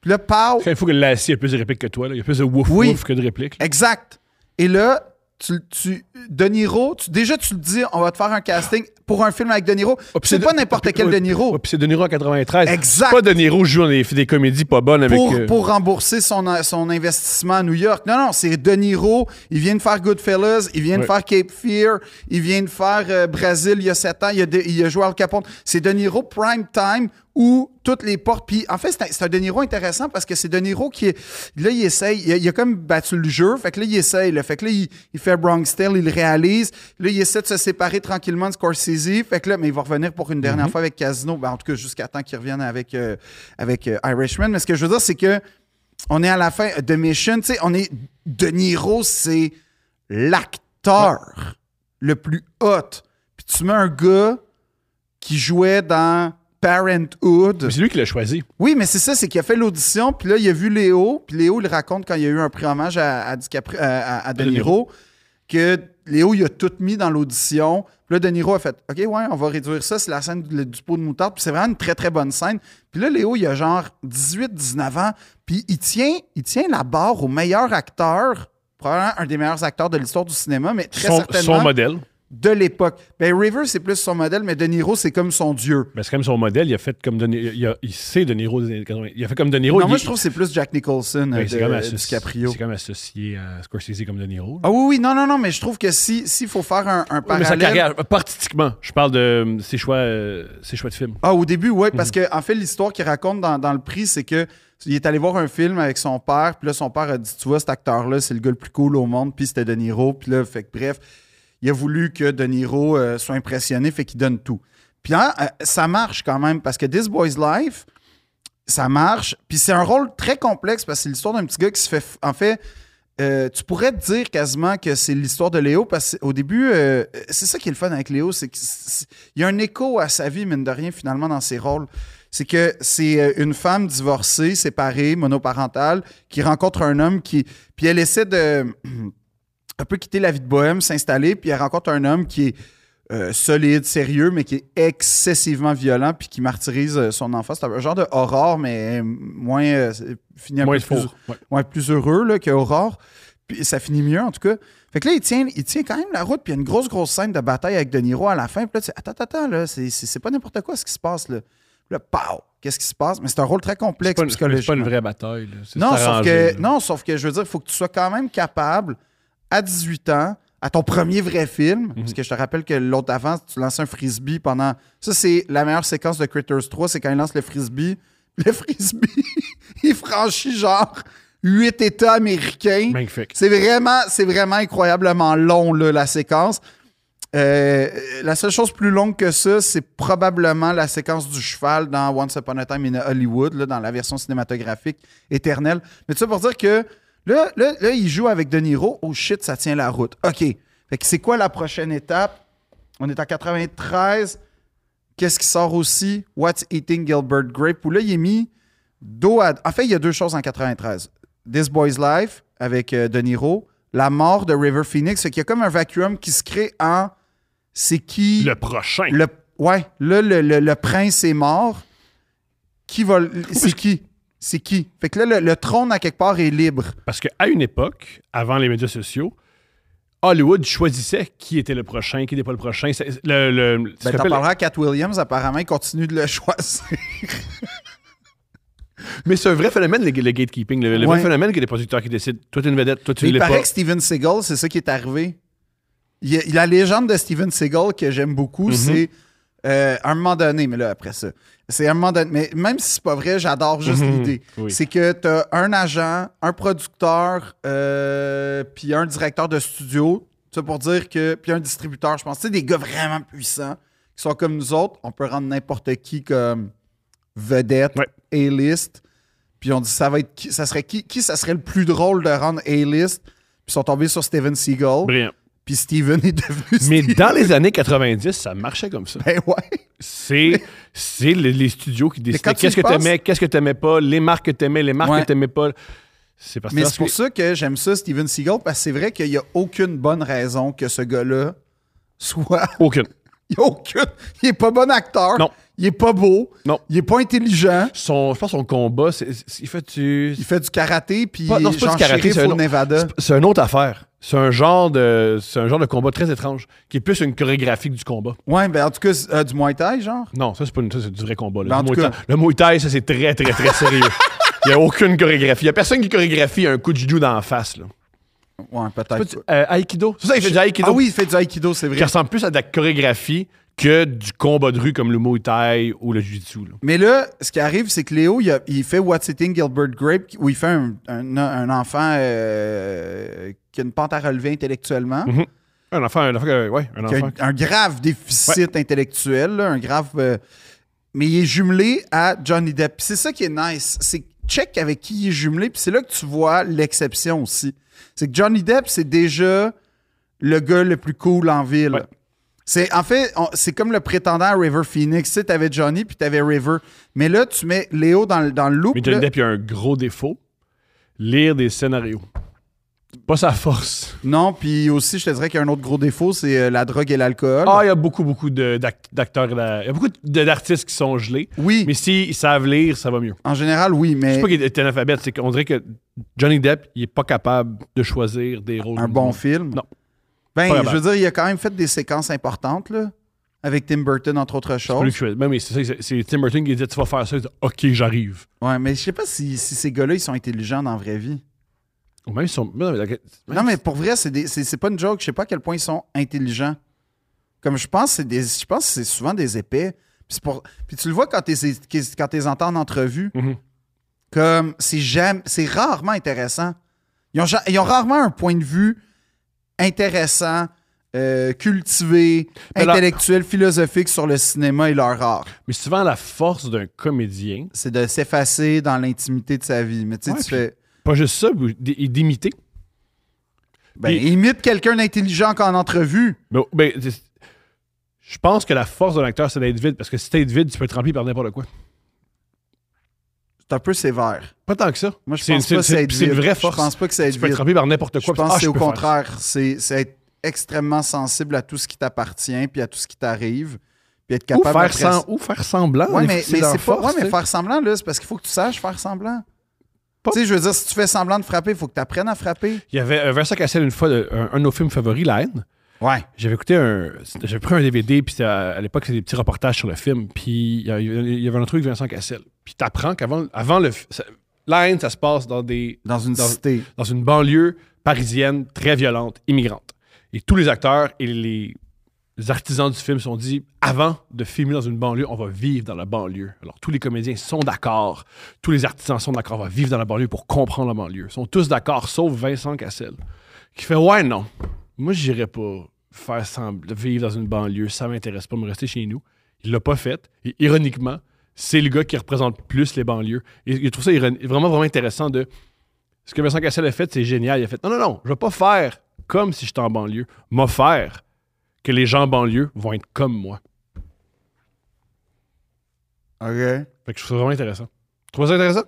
[SPEAKER 2] Puis là, pow,
[SPEAKER 3] Il faut que Lassie ait plus de répliques que toi. Là. Il y a plus de wouf
[SPEAKER 2] Oui. Euh,
[SPEAKER 3] wouf que de répliques.
[SPEAKER 2] exact. Et là, tu, tu, De Niro, tu- déjà, tu le dis, on va te faire un casting pour un film avec De Niro.
[SPEAKER 3] Oh,
[SPEAKER 2] Ah, Puis c'est pas n'importe quel De Niro.
[SPEAKER 3] Ouais, oh, puis c'est De Niro en 93.
[SPEAKER 2] Exact.
[SPEAKER 3] Pas De Niro joue dans des, des comédies pas bonnes avec.
[SPEAKER 2] pour,
[SPEAKER 3] euh,
[SPEAKER 2] pour rembourser son, son investissement à New York. Non, non, c'est De Niro. Il vient de faire Goodfellas. Il vient de
[SPEAKER 3] Ouais.
[SPEAKER 2] faire Cape Fear. Il vient de faire euh, Brésil il y a sept ans. Il a, de- il a joué Al Capone. C'est De Niro prime time où toutes les portes. Puis en fait, c'est un, c'est un De Niro intéressant parce que c'est De Niro qui est. Là, il essaye. Il a, il a comme battu le jeu. Fait que là, il essaye. là. Fait que là, il, il fait Bronx Tale. Il le réalise. Là, il essaie de se séparer tranquillement de Scorsese. Fait que là, mais il va revenir pour une dernière fois avec Casino. Ben, en tout cas, jusqu'à temps qu'il revienne avec, euh, avec euh, Irishman. Mais ce que je veux dire, c'est que on est à la fin de Mission, tu sais, on est De Niro, c'est l'acteur le plus hot. Puis tu mets un gars qui jouait dans Parenthood.
[SPEAKER 3] mais C'est lui qui l'a choisi.
[SPEAKER 2] Oui, mais c'est ça, c'est qu'il a fait l'audition, puis là, il a vu Léo, puis Léo, il raconte quand il y a eu un prix hommage à, à, DiCaprio- à- à- à De
[SPEAKER 3] De Niro.
[SPEAKER 2] Niro, que Léo, il a tout mis dans l'audition. Puis là, De Niro a fait OK, ouais, on va réduire ça, c'est la scène du, du pot de moutarde, puis c'est vraiment une très, très bonne scène. Puis là, Léo, il a genre 18, 19 ans, puis il tient, il tient la barre au meilleur acteur, probablement un des meilleurs acteurs de l'histoire du cinéma, mais très
[SPEAKER 3] Son,
[SPEAKER 2] certainement
[SPEAKER 3] son modèle.
[SPEAKER 2] de l'époque. Ben, River, c'est plus son modèle, mais De Niro, c'est comme son dieu.
[SPEAKER 3] Mais c'est quand même son modèle. Il a fait comme De Niro. Il, a- il sait De Niro. des années 80. Il a fait comme De Niro.
[SPEAKER 2] non,
[SPEAKER 3] il-
[SPEAKER 2] moi, je trouve que c'est plus Jack Nicholson
[SPEAKER 3] Ouais,
[SPEAKER 2] euh,
[SPEAKER 3] c'est comme
[SPEAKER 2] de-
[SPEAKER 3] associ-
[SPEAKER 2] DiCaprio.
[SPEAKER 3] C'est comme associé à Scorsese comme De Niro.
[SPEAKER 2] Ah oui, oui, non, non, non, mais je trouve que si s'il faut faire un, un
[SPEAKER 3] Mais
[SPEAKER 2] parallèle.
[SPEAKER 3] sa carrière, pas artistiquement. Je parle de euh, ses choix, euh, ses choix de films.
[SPEAKER 2] Ah, au début, oui, parce
[SPEAKER 3] Mhm.
[SPEAKER 2] que en fait, l'histoire qu'il raconte dans, dans le prix, c'est que il est allé voir un film avec son père, puis là, son père a dit Tu vois, cet acteur-là, c'est le gars le plus cool au monde, puis c'était De Niro, puis là, fait que bref, il a voulu que De Niro euh, soit impressionné, fait qu'il donne tout. Puis là, euh, ça marche quand même, parce que This Boy's Life, ça marche, puis c'est un rôle très complexe, parce que c'est l'histoire d'un petit gars qui se fait. f- En fait, euh, tu pourrais te dire quasiment que c'est l'histoire de Léo, parce qu'au début, euh, c'est ça qui est le fun avec Léo, c'est que c'est- il y a un écho à sa vie, mine de rien, finalement, dans ses rôles. C'est que c'est euh, une femme divorcée, séparée, monoparentale, qui rencontre un homme qui. Puis elle essaie de. <clears throat> un peu quitter la vie de bohème, s'installer, puis elle rencontre un homme qui est euh, solide, sérieux, mais qui est excessivement violent, puis qui martyrise euh, son enfant. C'est un genre de horreur, mais moins. euh, c'est- fini un
[SPEAKER 3] Moins
[SPEAKER 2] peu plus-
[SPEAKER 3] fort. Ouais.
[SPEAKER 2] ouais, plus heureux là, que Aurore. Puis ça finit mieux, en tout cas. Fait que là, il tient, il tient quand même la route, puis il y a une grosse, grosse scène de bataille avec De Niro à la fin. Puis là, tu sais, attends, attends, attends, là, c'est, c'est, c'est pas n'importe quoi ce qui se passe, là. Puis là, pow! Qu'est-ce qui se passe? Mais c'est un rôle très
[SPEAKER 3] C'est
[SPEAKER 2] complexe
[SPEAKER 3] pas, une- c'est
[SPEAKER 2] psychologiquement.
[SPEAKER 3] pas une vraie bataille. là. C'est
[SPEAKER 2] non, sauf
[SPEAKER 3] arrangé,
[SPEAKER 2] que,
[SPEAKER 3] là.
[SPEAKER 2] non, sauf que, je veux dire, il faut que tu sois quand même capable, à 18 ans, à ton premier vrai film,
[SPEAKER 3] Mhm.
[SPEAKER 2] parce que je te rappelle que l'autre avant, tu lançais un frisbee pendant... Ça, c'est la meilleure séquence de Critters 3, c'est quand il lance le frisbee. Le <laughs> frisbee, il franchit genre huit États américains.
[SPEAKER 3] Magnifique.
[SPEAKER 2] C'est vraiment, c'est vraiment incroyablement long, là, la séquence. Euh, la seule chose plus longue que ça, c'est probablement la séquence du cheval dans Once Upon a Time in Hollywood, là, dans la version cinématographique éternelle. Mais tout ça pour dire que là, là, là, il joue avec De Niro. Oh shit, ça tient la route. OK. Fait que c'est quoi la prochaine étape? On est en 93. Qu'est-ce qui sort aussi? What's Eating Gilbert Grape? Où là, il est mis dos à. En fait, il y a deux choses en 93. This Boy's Life avec euh, De Niro, la mort de River Phoenix. Fait qu'il y a comme un vacuum qui se crée en c'est qui.
[SPEAKER 4] Le prochain.
[SPEAKER 2] le- ouais, là, le, le- le prince est mort. Qui va. le- C'est qui C'est qui Fait que là, le, le trône, à quelque part, est libre.
[SPEAKER 4] Parce qu'à une époque, avant les médias sociaux, Hollywood choisissait qui était le prochain, qui n'était pas le prochain. C'est- Le, le- ce qu'on
[SPEAKER 2] Ben, t'en
[SPEAKER 4] appelle-
[SPEAKER 2] parleras à Cat Williams, apparemment, il continue de le <laughs> choisir.
[SPEAKER 1] Mais c'est un vrai phénomène, le, le gatekeeping. Le, le
[SPEAKER 2] Ouais.
[SPEAKER 1] vrai phénomène que les producteurs qui décident toi, t'es une vedette, toi, tu
[SPEAKER 2] Mais il
[SPEAKER 1] l'es
[SPEAKER 2] paraît
[SPEAKER 1] pas.
[SPEAKER 2] que Steven Seagal, c'est ça qui est arrivé. Il y a- la légende de Steven Seagal que j'aime beaucoup,
[SPEAKER 1] Mhm.
[SPEAKER 2] c'est euh, à un moment donné, mais là, après ça, c'est à un moment donné, mais même si c'est pas vrai, j'adore juste
[SPEAKER 4] Mhm.
[SPEAKER 2] l'idée.
[SPEAKER 4] Oui.
[SPEAKER 2] C'est que t'as un agent, un producteur, euh, puis un directeur de studio, ça pour dire que, puis un distributeur, je pense, c'est des gars vraiment puissants qui sont comme nous autres, on peut rendre n'importe qui comme vedette,
[SPEAKER 4] Ouais.
[SPEAKER 2] A-list. Puis on dit ça va être qui, ça serait qui, qui ça serait le plus drôle de rendre A-list. Puis ils sont tombés sur Steven Seagal.
[SPEAKER 4] Brillant.
[SPEAKER 2] Puis Steven est devenu
[SPEAKER 1] Mais
[SPEAKER 2] Steven.
[SPEAKER 1] dans Ah, les années 90, ça marchait comme ça.
[SPEAKER 2] Ben ouais.
[SPEAKER 4] C'est.
[SPEAKER 1] C'est le- les studios qui
[SPEAKER 2] quand
[SPEAKER 1] décidaient
[SPEAKER 2] tu
[SPEAKER 1] qu'est-ce
[SPEAKER 2] y
[SPEAKER 1] que t'aimais, qu'est-ce que t'aimais pas, les marques que t'aimais, les marques
[SPEAKER 2] Ouais.
[SPEAKER 1] que t'aimais pas. C'est parce que
[SPEAKER 2] Mais c'est pour ça que j'aime ça Steven Seagal parce que c'est vrai qu'il n'y a aucune bonne raison que ce gars-là soit <laughs>
[SPEAKER 4] Aucune.
[SPEAKER 2] il y a aucune, il est pas bon acteur.
[SPEAKER 1] Non.
[SPEAKER 2] Il est pas beau.
[SPEAKER 1] Non.
[SPEAKER 2] Il est pas intelligent.
[SPEAKER 1] son, je pense son combat, c'est, c'est- il fait tu.
[SPEAKER 2] Il fait du karaté puis
[SPEAKER 1] Pas- non, c'est pas
[SPEAKER 2] genre
[SPEAKER 1] du karaté,
[SPEAKER 2] shérif
[SPEAKER 1] c'est un
[SPEAKER 2] au
[SPEAKER 1] autre-
[SPEAKER 2] Nevada.
[SPEAKER 1] C'est- C'est une autre affaire. C'est un genre de, c'est un genre de combat très étrange qui est plus une chorégraphie que du combat.
[SPEAKER 2] Ouais, ben en tout cas c'est- euh, du Muay Thai genre.
[SPEAKER 1] Non, ça c'est pas une, ça, c'est du vrai combat. là.
[SPEAKER 2] Ben, en
[SPEAKER 1] le,
[SPEAKER 2] tout
[SPEAKER 1] Muay Thai,
[SPEAKER 2] cas-
[SPEAKER 1] le Muay Thai, ça c'est très très très sérieux. Il n'y a aucune chorégraphie. Il n'y a personne qui chorégraphie un coup de judo dans la face. Là.
[SPEAKER 2] Ouais,
[SPEAKER 1] Pas
[SPEAKER 2] peut-être.
[SPEAKER 1] du- euh, aikido. C'est ça, il fait du aikido.
[SPEAKER 2] Ah oui, il fait du aikido, c'est vrai.
[SPEAKER 1] Qui ressemble plus à de la chorégraphie que du combat de rue comme le Muay Thai ou le Jiu-Jitsu. là.
[SPEAKER 2] Mais là, ce qui arrive, c'est que Léo, il, a- il fait What's Eating Gilbert Grape, où il fait un, un- un enfant euh, qui a une pente à relever intellectuellement,
[SPEAKER 1] Mhm. Un enfant, un enfant, que- ouais, un
[SPEAKER 2] qui a
[SPEAKER 1] enfant.
[SPEAKER 2] un, un grave déficit intellectuel, là, un grave. euh, mais il est jumelé à Johnny Depp. Puis C'est ça qui est nice. C'est que check avec qui il est jumelé, puis c'est là que tu vois l'exception aussi. C'est que Johnny Depp, c'est déjà le gars le plus cool en ville.
[SPEAKER 4] Ouais.
[SPEAKER 2] C'est en fait, on- c'est comme le prétendant à River Phoenix. Tu sais, t'avais Johnny puis t'avais River. Mais là, tu mets Léo dans, le- dans le loop.
[SPEAKER 1] Mais Johnny
[SPEAKER 2] là.
[SPEAKER 1] Depp, il y a un gros défaut. Lire des scénarios. C'est Pas sa force.
[SPEAKER 2] Non, puis aussi, je te dirais qu'il y a un autre gros défaut, c'est euh, la drogue et l'alcool.
[SPEAKER 1] Ah, il y a beaucoup, beaucoup de- d'act- d'acteurs. et d'a- Il y a beaucoup de- d'artistes qui sont gelés.
[SPEAKER 2] oui,
[SPEAKER 1] Mais s'ils savent lire, ça va mieux.
[SPEAKER 2] en général, oui,
[SPEAKER 1] C'est
[SPEAKER 2] mais
[SPEAKER 1] pas qu'il est analphabète, c'est qu'on dirait que Johnny Depp, il est pas capable de choisir des rôles.
[SPEAKER 2] un bon film.
[SPEAKER 1] Mm-hmm. Non. Pas
[SPEAKER 2] Ben, je
[SPEAKER 1] vraiment.
[SPEAKER 2] veux dire, il a quand même fait des séquences importantes, là, avec Tim Burton, entre autres
[SPEAKER 1] C'est pas lui
[SPEAKER 2] choses.
[SPEAKER 1] qui choisit. Mais oui, c'est ça, c'est- c'est Tim Burton qui dit Tu vas faire ça. Il dit, ok, j'arrive.
[SPEAKER 2] Ouais, mais je sais pas si, si ces gars-là, ils sont intelligents dans la vraie vie.
[SPEAKER 1] Ou même ils sont. mais non, mais la-
[SPEAKER 2] Non, mais pour vrai, c'est des- c'est c'est pas une joke. Je sais pas à quel point ils sont intelligents. Comme je pense, c'est des, je pense que c'est souvent des épais. Puis, c'est pour- puis tu le vois quand t'es quand t'es entends en entrevue.
[SPEAKER 1] Mhm.
[SPEAKER 2] Comme c'est jamais, c'est rarement intéressant. Ils ont, ja- ils ont rarement un point de vue intéressant, euh, cultivé,
[SPEAKER 1] Mais là-
[SPEAKER 2] intellectuel, philosophique sur le cinéma et leur art.
[SPEAKER 1] mais souvent, la force d'un comédien,
[SPEAKER 2] C'est de s'effacer dans l'intimité de sa vie. Mais tu sais,
[SPEAKER 1] Ouais,
[SPEAKER 2] tu
[SPEAKER 1] puis-
[SPEAKER 2] fais.
[SPEAKER 1] pas juste ça, mais d- et d'imiter.
[SPEAKER 2] Ben,
[SPEAKER 1] puis-
[SPEAKER 2] imite quelqu'un d'intelligent qu'en entrevue.
[SPEAKER 1] Mais- mais, c'est- je pense que la force d'un acteur, c'est d'être vide. Parce que si t'es vide, tu peux être rempli par n'importe quoi.
[SPEAKER 2] C'est un peu sévère.
[SPEAKER 1] Pas tant que ça.
[SPEAKER 2] Moi, je
[SPEAKER 1] C'est-
[SPEAKER 2] pense
[SPEAKER 1] c'est-
[SPEAKER 2] pas que ça
[SPEAKER 1] c'est-
[SPEAKER 2] aide
[SPEAKER 1] C'est une
[SPEAKER 2] vite.
[SPEAKER 1] vraie force.
[SPEAKER 2] Je pense pas que ça aide
[SPEAKER 1] tu peux être
[SPEAKER 2] vite.
[SPEAKER 1] rempli par n'importe
[SPEAKER 2] Je
[SPEAKER 1] quoi.
[SPEAKER 2] pense
[SPEAKER 1] Ah,
[SPEAKER 2] que c'est au
[SPEAKER 1] peux faire ça.
[SPEAKER 2] contraire. C'est c'est être extrêmement sensible à tout ce qui t'appartient puis à tout ce qui t'arrive. Puis être
[SPEAKER 1] Ou
[SPEAKER 2] capable
[SPEAKER 1] faire,
[SPEAKER 2] après-
[SPEAKER 1] sans- ou faire semblant.
[SPEAKER 2] Ouais, mais, mais
[SPEAKER 1] leur
[SPEAKER 2] c'est pas.
[SPEAKER 1] force,
[SPEAKER 2] Ouais, mais
[SPEAKER 1] tu sais.
[SPEAKER 2] faire semblant, là, c'est parce qu'il faut que tu saches faire semblant.
[SPEAKER 1] Pas-
[SPEAKER 2] Tu sais, je veux dire, si tu fais semblant de frapper, il faut que tu apprennes à frapper.
[SPEAKER 1] Il y avait euh, Vincent Cassel, une fois, de- un, un de nos films favoris, La haine.
[SPEAKER 2] Ouais.
[SPEAKER 1] J'avais écouté un. c'était- J'avais pris un DVD, puis c'était à, à l'époque, c'était des petits reportages sur le film. Puis il y, a- il y avait un truc avec Vincent Cassel. Puis t'apprends qu'avant avant le. fi- ça- la haine, ça se passe dans des
[SPEAKER 2] Dans une
[SPEAKER 1] Dans-
[SPEAKER 2] cité.
[SPEAKER 1] dans une banlieue parisienne très violente, immigrante. Et tous les acteurs et les les artisans du film se sont dit avant de filmer dans une banlieue, on va vivre dans la banlieue. Alors tous les comédiens sont d'accord, tous les artisans sont d'accord, on va vivre dans la banlieue pour comprendre la banlieue. Ils sont tous d'accord, sauf Vincent Cassel, qui fait Ouais, non, moi j'irai pas faire semblant vivre dans une banlieue, ça m'intéresse pas, me rester chez nous. Il l'a pas fait, et ironiquement, c'est le gars qui représente plus les banlieues. Et je trouve ça ironi- vraiment, vraiment intéressant de ce que Vincent Cassel a fait, c'est génial. Il a fait non, non, non, je vais pas faire comme si j'étais en banlieue. M'a faire que les gens en banlieue vont être comme moi.
[SPEAKER 2] OK.
[SPEAKER 1] Fait que je trouve ça vraiment intéressant. Tu trouves ça intéressant?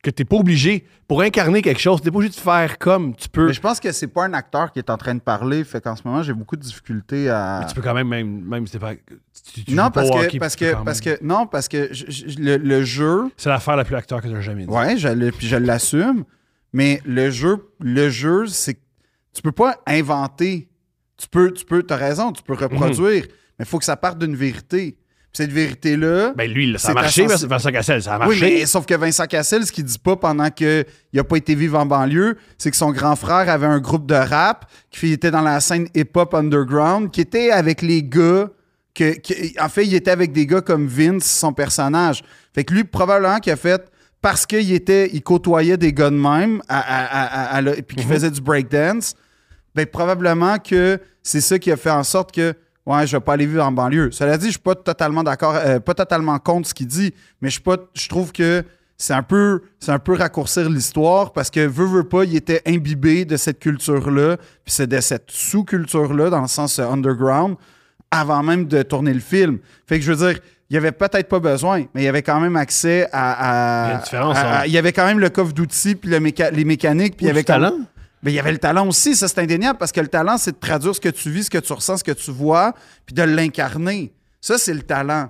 [SPEAKER 3] que t'es pas obligé, pour incarner quelque chose, t'es pas obligé de faire comme tu peux.
[SPEAKER 2] Mais je pense que c'est pas un acteur qui est en train de parler. Fait qu'en ce moment, j'ai beaucoup de difficultés à.
[SPEAKER 3] Mais tu peux quand même, même, même si t'es pas. tu- tu
[SPEAKER 2] non,
[SPEAKER 3] joues pas
[SPEAKER 2] parce
[SPEAKER 3] au
[SPEAKER 2] que,
[SPEAKER 3] hockey,
[SPEAKER 2] parce,
[SPEAKER 3] tu peux
[SPEAKER 2] que,
[SPEAKER 3] quand
[SPEAKER 2] parce
[SPEAKER 3] même.
[SPEAKER 2] que. Non, parce que je- je- le, le jeu.
[SPEAKER 3] C'est l'affaire la plus acteur que t'as jamais dit.
[SPEAKER 2] Ouais, je, le- puis je l'assume. Mais le jeu, le jeu, c'est. que Tu peux pas inventer. Tu peux, tu peux, t'as raison, tu peux reproduire. Mais il faut que ça parte d'une vérité. Puis cette vérité-là.
[SPEAKER 1] Ben lui, là, ça a
[SPEAKER 2] C'est ta
[SPEAKER 1] marché,
[SPEAKER 2] sensi-
[SPEAKER 1] Vincent Cassel, ça a marché.
[SPEAKER 2] Oui, mais sauf que Vincent Cassel, ce qu'il dit pas pendant qu'il n'a pas été vivre en banlieue, c'est que son grand frère avait un groupe de rap qui était dans la scène hip-hop underground, qui était avec les gars. Que, que- en fait, il était avec des gars comme Vince, son personnage. Fait que lui, probablement qu'il a fait parce qu'il était, il côtoyait des gars de même, à, à- à- à- à la- puis
[SPEAKER 1] Mhm.
[SPEAKER 2] qu'il faisait du breakdance. Ben, probablement que c'est ça qui a fait en sorte que ouais, je vais pas aller vivre en banlieue. Cela dit, je suis pas totalement d'accord, euh, pas totalement contre ce qu'il dit, mais je suis pas, je trouve que c'est un peu, c'est un peu raccourcir l'histoire parce que veut veut pas, il était imbibé de cette culture-là, puis c'est de cette sous-culture-là dans le sens euh, underground avant même de tourner le film. Fait que je veux dire, il y avait peut-être pas besoin, mais il y avait quand même accès à, à-
[SPEAKER 1] Il y a une différence,
[SPEAKER 2] à- à-
[SPEAKER 1] hein.
[SPEAKER 2] Bah, il y avait quand même le coffre d'outils puis le méca- les mécaniques puis il y
[SPEAKER 3] Ou
[SPEAKER 2] avait
[SPEAKER 3] du talent.
[SPEAKER 2] mais il y avait le talent aussi, ça c'est indéniable parce que le talent, c'est de traduire ce que tu vis, ce que tu ressens, ce que tu vois, puis de l'incarner. Ça, c'est le talent.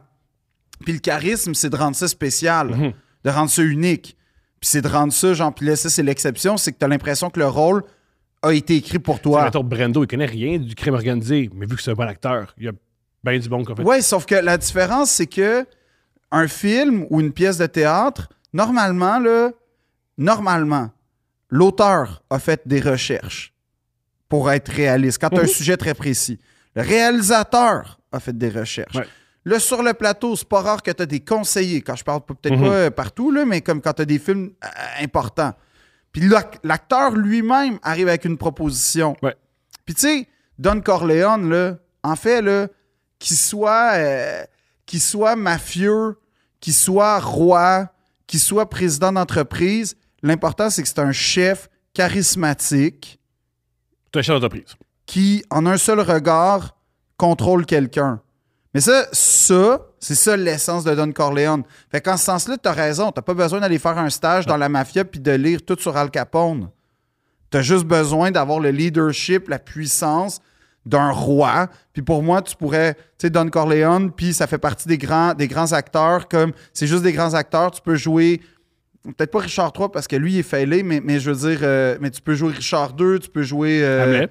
[SPEAKER 2] Puis le charisme, c'est de rendre ça spécial,
[SPEAKER 3] Mhm.
[SPEAKER 2] de rendre ça unique. Puis c'est de rendre ça, genre, puis là, ça, c'est l'exception, c'est que tu as l'impression que le rôle a été écrit pour
[SPEAKER 1] Tu sais,
[SPEAKER 2] toi.
[SPEAKER 1] mettons, Brando, il connaît rien du crime organisé, mais vu que c'est un bon acteur, il y a bien du bon qu'on fait.
[SPEAKER 2] Ouais, sauf que la différence, c'est que un film ou une pièce de théâtre, normalement, là, normalement, l'auteur a fait des recherches pour être réaliste. Quand tu as un
[SPEAKER 1] Mhm.
[SPEAKER 2] sujet très précis, le réalisateur a fait des recherches.
[SPEAKER 1] Ouais.
[SPEAKER 2] Là, sur le plateau, c'est pas rare que tu as des conseillers. Quand je parle pas- peut-être
[SPEAKER 1] Mhm.
[SPEAKER 2] pas euh, partout, là, mais comme quand tu as des films euh, importants. Puis l'ac- l'acteur lui-même arrive avec une proposition.
[SPEAKER 1] Ouais.
[SPEAKER 2] Puis tu sais, Don Corleone, là, en fait, là, qu'il soit, euh, qu'il soit mafieux, qu'il soit roi, qu'il soit président d'entreprise, l'important, c'est que c'est un chef charismatique
[SPEAKER 1] C'est un chef d'entreprise.
[SPEAKER 2] qui, en un seul regard, contrôle quelqu'un. Mais ça, ça, c'est ça l'essence de Don Corleone. Fait qu'en ce sens-là, t'as raison. T'as pas besoin d'aller faire un stage dans la mafia puis de lire tout sur Al Capone. T'as juste besoin d'avoir le leadership, la puissance d'un roi. Puis pour moi, tu pourrais, tu sais, Don Corleone, puis ça fait partie des grands, des grands acteurs. Comme c'est juste des grands acteurs, tu peux jouer peut-être pas Richard III parce que lui il est failé, mais, mais je veux dire, euh, mais tu peux jouer Richard II, tu peux jouer euh,
[SPEAKER 1] Hamlet.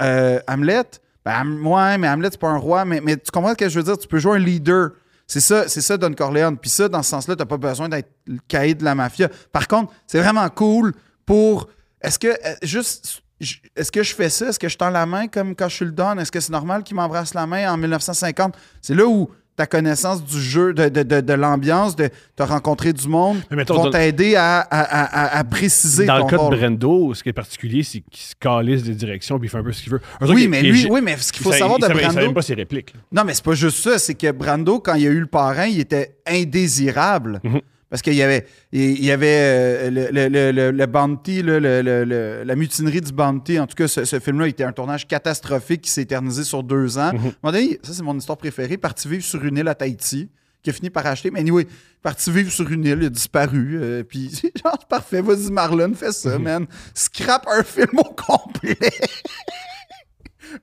[SPEAKER 2] euh, Hamlet. Ben, Ham- ouais, mais Hamlet, c'est pas un roi, mais, mais tu comprends ce que je veux dire? Tu peux jouer un leader. C'est ça, c'est ça Don Corleone. Puis ça, dans ce sens-là, t'as pas besoin d'être le caïd de la mafia. Par contre, c'est vraiment cool pour. Est-ce que euh, juste. je- Est-ce que je fais ça? Est-ce que je tends la main comme quand je suis le Don? Est-ce que c'est normal qu'il m'embrasse la main en 1950? C'est là où ta connaissance du jeu, de, de, de, de l'ambiance, de t'as rencontré du monde,
[SPEAKER 1] Mais mettons,
[SPEAKER 2] vont
[SPEAKER 1] dans-
[SPEAKER 2] t'aider à, à, à, à- à préciser
[SPEAKER 1] Dans
[SPEAKER 2] ton
[SPEAKER 1] le cas
[SPEAKER 2] rôle.
[SPEAKER 1] de Brando, ce qui est particulier, c'est qu'il se calisse des directions puis il fait un peu ce qu'il veut. Un truc
[SPEAKER 2] Oui,
[SPEAKER 1] qui-
[SPEAKER 2] mais
[SPEAKER 1] qui est
[SPEAKER 2] lui,
[SPEAKER 1] gé-
[SPEAKER 2] oui, mais ce qu'il faut
[SPEAKER 1] il sa-
[SPEAKER 2] savoir
[SPEAKER 1] il
[SPEAKER 2] de
[SPEAKER 1] savait- Il savait
[SPEAKER 2] Brando,
[SPEAKER 1] même pas ses répliques.
[SPEAKER 2] Non, mais c'est pas juste ça. C'est que Brando, quand il a eu le parrain, il était indésirable. Parce qu'il y avait, il y avait euh, le, le- le- le- le Bounty, là, le- le- le- la mutinerie du Bounty. En tout cas, ce, ce film-là était un tournage catastrophique qui s'est éternisé sur deux ans. À un moment donné, ça, c'est mon histoire préférée. Parti vivre sur une île à Tahiti, qui a fini par acheter. Mais anyway, parti vivre sur une île, il a disparu. euh, puis, <laughs> genre, parfait, vas-y, Marlon, fais ça, man. Scrape un film au complet. <laughs>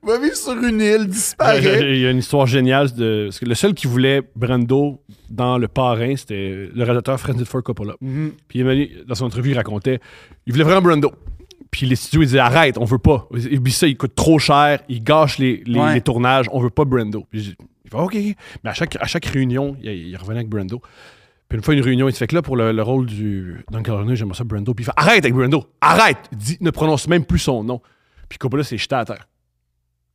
[SPEAKER 2] Va vivre sur une
[SPEAKER 1] <laughs>
[SPEAKER 2] île, disparaît.
[SPEAKER 1] Il y a une histoire géniale de. parce que le seul qui voulait Brando dans le parrain, c'était le réalisateur Francis Ford Coppola. Puis Emmanuel, dans son entrevue, il racontait il voulait vraiment Brando. Puis les studios ils disaient arrête, on veut pas. Et puis ça, il coûte trop cher, il gâche les, les-
[SPEAKER 2] Ouais.
[SPEAKER 1] les tournages, on veut pas Brando. Puis j'ai- il fait OK. Mais à chaque, à chaque réunion, il, il revenait avec Brando. Puis une fois une réunion, il se fait que là, pour le, le rôle du. Dans le Carolina, j'aimerais ça Brando. Puis il fait arrête avec Brando, arrête, Dis- ne prononce même plus son nom. Puis Coppola s'est jeté à terre.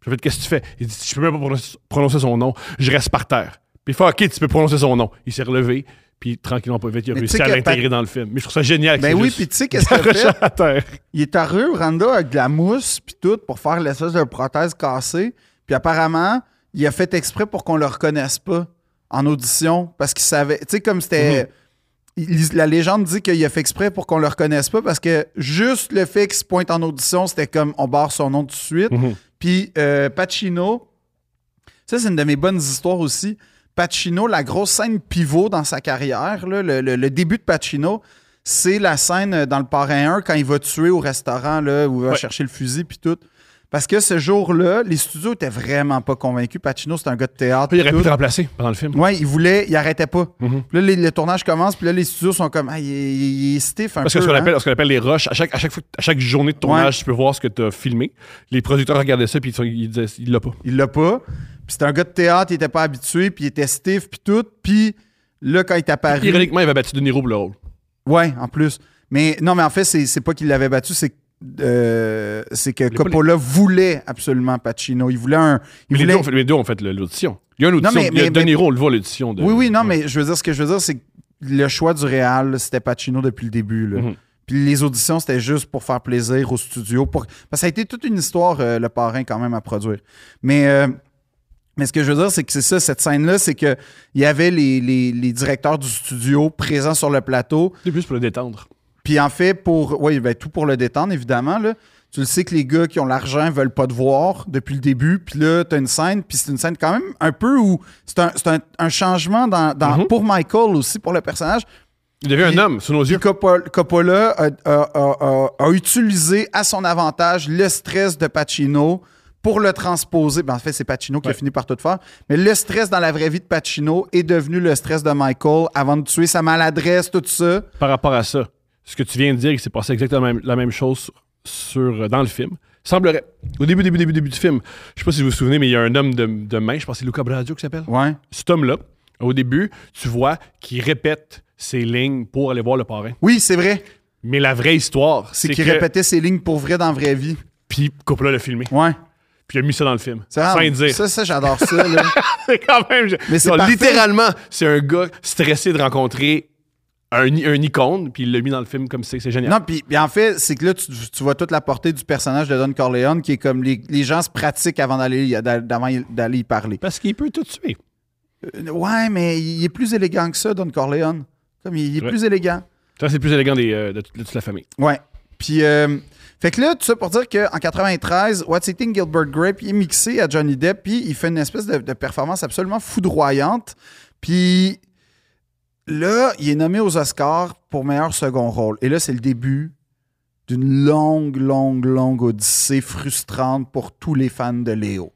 [SPEAKER 1] Puis j'ai fait, qu'est-ce que tu fais? Il dit, je peux même pas prononcer- prononcer son nom, je reste par terre. Puis il fait, ok, tu peux prononcer son nom. Il s'est relevé, puis tranquillement, pas vite, il a
[SPEAKER 2] Mais tu
[SPEAKER 1] réussi
[SPEAKER 2] sais
[SPEAKER 1] à
[SPEAKER 2] que
[SPEAKER 1] l'intégrer dans le film. Mais je trouve ça génial. que
[SPEAKER 2] Ben
[SPEAKER 1] c'est
[SPEAKER 2] oui,
[SPEAKER 1] juste-
[SPEAKER 2] puis tu
[SPEAKER 1] <laughs>
[SPEAKER 2] sais qu'est-ce qu'il a fait?
[SPEAKER 1] Accroché à terre.
[SPEAKER 2] Il est arrivé au Randa avec de la mousse puis tout pour faire l'espèce de prothèse cassée. Puis apparemment, il a fait exprès pour qu'on le reconnaisse pas en audition parce qu'il savait... Tu sais, comme c'était...
[SPEAKER 1] Mm-hmm.
[SPEAKER 2] il- La légende dit qu'il a fait exprès pour qu'on le reconnaisse pas parce que juste le fait qu'il se pointe en audition, c'était comme on barre son nom tout de suite.
[SPEAKER 1] Mm-hmm.
[SPEAKER 2] Puis euh, Pacino, ça, c'est une de mes bonnes histoires aussi. Pacino, la grosse scène pivot dans sa carrière, là, le, le- le début de Pacino, c'est la scène euh, dans le parrain 1 quand il va tuer au restaurant, là, où il va
[SPEAKER 1] Ouais.
[SPEAKER 2] chercher le fusil, puis tout. Parce que ce jour-là, les studios étaient vraiment pas convaincus. Pacino, c'est un gars de théâtre.
[SPEAKER 1] Il aurait Mhm.
[SPEAKER 2] puis
[SPEAKER 1] pu
[SPEAKER 2] tout.
[SPEAKER 1] te remplacer pendant le film.
[SPEAKER 2] Ouais, il voulait, il arrêtait pas. Puis là, les- le tournage commence, puis là, les studios sont comme, ah, il est, il est stiff un
[SPEAKER 1] Parce
[SPEAKER 2] peu.
[SPEAKER 1] que ce qu'on
[SPEAKER 2] hein.
[SPEAKER 1] appelle, ce qu'on appelle les rushs, à chaque, à, chaque, fois- à chaque journée de tournage, tu peux voir ce que tu as filmé. Les producteurs regardaient ça puis ils sont- ils disaient il l'a pas.
[SPEAKER 2] Il l'a pas. Puis c'était un gars de théâtre, il était pas habitué, puis il était stiff, puis tout. Puis là, quand il est apparu.
[SPEAKER 1] Ironiquement, il avait battu De Niro pour le rôle.
[SPEAKER 2] Ouais, en plus. Mais non, mais en fait, c'est c'est pas qu'il l'avait battu, c'est que, euh, c'est que
[SPEAKER 1] est pas
[SPEAKER 2] Coppola voulait absolument Pacino. Il voulait un. il
[SPEAKER 1] Mais les, deux
[SPEAKER 2] voulait-
[SPEAKER 1] ont fait, les deux ont fait le- l'audition. Il y a une audition.
[SPEAKER 2] mais-
[SPEAKER 1] il y a
[SPEAKER 2] mais-
[SPEAKER 1] De
[SPEAKER 2] mais-
[SPEAKER 1] Niro, on le voit à l'audition. de-
[SPEAKER 2] Oui, oui, non, mais je veux dire, ce que je veux dire, c'est que le choix du réal, c'était Pacino depuis le début. là.
[SPEAKER 1] Mhm.
[SPEAKER 2] Puis les auditions, c'était juste pour faire plaisir au studio. Pour... Parce que ça a été toute une histoire, euh, le parrain, quand même, à produire. Mais, euh, mais ce que je veux dire, c'est que c'est ça, cette scène-là, c'est que il y avait les, les- les directeurs du studio présents sur le plateau.
[SPEAKER 1] C'est plus pour le détendre.
[SPEAKER 2] Puis en fait, pour. Oui, ben, tout pour le détendre, évidemment. Là. Tu le sais que les gars qui ont l'argent veulent pas te voir depuis le début. Puis là, t'as une scène. Puis c'est une scène quand même un peu où. C'est un, c'est un, un changement dans, dans-
[SPEAKER 1] Mhm.
[SPEAKER 2] pour Michael aussi, pour le personnage.
[SPEAKER 1] Il devient
[SPEAKER 2] Puis-
[SPEAKER 1] un homme sous nos
[SPEAKER 2] Puis
[SPEAKER 1] yeux.
[SPEAKER 2] Coppola, Coppola a, a- a- a- a utilisé à son avantage le stress de Pacino pour le transposer. Ben, en fait, c'est Pacino qui a
[SPEAKER 1] Ouais.
[SPEAKER 2] fini par tout faire. Mais le stress dans la vraie vie de Pacino est devenu le stress de Michael avant de tuer sa maladresse, tout ça.
[SPEAKER 1] Par rapport à ça, ce que tu viens de dire, il s'est passé exactement la même, la même chose sur- sur, euh, dans le film. Semblerait. Au début, début, début, début du film, je sais pas si vous vous souvenez, mais il y a un homme de, de main, je pense que c'est Luca Bradio qui s'appelle.
[SPEAKER 2] Ouais.
[SPEAKER 1] Cet homme-là, au début, tu vois qu'il répète ses lignes pour aller voir le parrain.
[SPEAKER 2] Oui, c'est vrai.
[SPEAKER 1] Mais la vraie histoire,
[SPEAKER 2] C'est
[SPEAKER 1] c'est
[SPEAKER 2] qu'il
[SPEAKER 1] que-
[SPEAKER 2] répétait ses lignes pour vrai dans la vraie vie.
[SPEAKER 1] Puis Coppola l'a filmé.
[SPEAKER 2] Ouais.
[SPEAKER 1] Puis il a mis ça dans le film.
[SPEAKER 2] C'est
[SPEAKER 1] Sans
[SPEAKER 2] vraiment-
[SPEAKER 1] y dire.
[SPEAKER 2] Ça, ça, j'adore ça. là.
[SPEAKER 1] c'est <laughs> quand même.
[SPEAKER 2] Mais c'est
[SPEAKER 1] Genre,
[SPEAKER 2] parfait.
[SPEAKER 1] littéralement, c'est un gars stressé de rencontrer un, un icône, puis il l'a mis dans le film comme c'est. C'est génial.
[SPEAKER 2] non, puis puis en fait, c'est que là, tu, tu vois toute la portée du personnage de Don Corleone qui est comme les, les gens se pratiquent avant d'aller y- d'a- d'avant y- d'aller y parler.
[SPEAKER 1] Parce qu'il peut tout tuer.
[SPEAKER 2] Euh, ouais, mais il est plus élégant que ça, Don Corleone. Comme il, il est
[SPEAKER 1] Ouais.
[SPEAKER 2] plus élégant.
[SPEAKER 1] Ça, c'est le plus élégant des, euh, de, toute- de toute la famille.
[SPEAKER 2] Ouais. Puis, euh, fait que là, tout ça pour dire qu'en 93, What's Eating Gilbert Grape, il est mixé à Johnny Depp, puis il fait une espèce de, de performance absolument foudroyante. Puis là, il est nommé aux Oscars pour meilleur second rôle. Et là, c'est le début d'une longue, longue, longue odyssée frustrante pour tous les fans de Léo.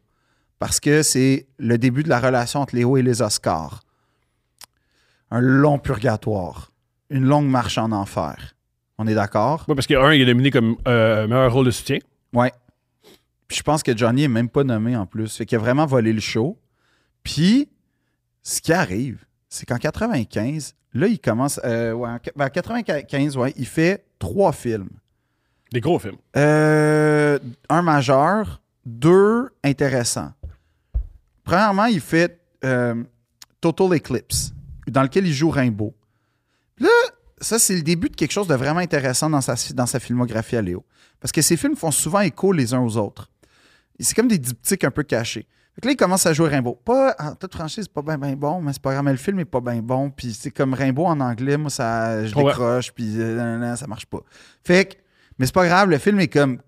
[SPEAKER 2] Parce que c'est le début de la relation entre Léo et les Oscars. Un long purgatoire. Une longue marche en enfer. On est d'accord?
[SPEAKER 1] Oui, parce que, un, il est nominé comme euh, meilleur rôle de soutien.
[SPEAKER 2] Ouais. Puis je pense que Johnny est même pas nommé en plus. Fait qu'il a vraiment volé le show. Puis, ce qui arrive, c'est qu'en 95, là, il commence. euh, ouais, en qu- ben, en 95, ouais, il fait trois films.
[SPEAKER 1] Des gros films.
[SPEAKER 2] Euh, un majeur, deux intéressants. Premièrement, il fait euh, Total Eclipse, dans lequel il joue Rimbaud. Là, ça, c'est le début de quelque chose de vraiment intéressant dans sa, dans sa filmographie à Léo. Parce que ses films font souvent écho les uns aux autres. C'est comme des diptyques un peu cachés. Fait que là, il commence à jouer Rimbaud. Pas, en toute franchise, c'est pas bien ben bon, mais c'est pas grave, mais le film est pas bien bon. Puis c'est comme Rimbaud en anglais, moi, ça, je
[SPEAKER 1] Ouais.
[SPEAKER 2] décroche, puis euh, nan, nan, ça marche pas. Fait que, mais c'est pas grave, le film est comme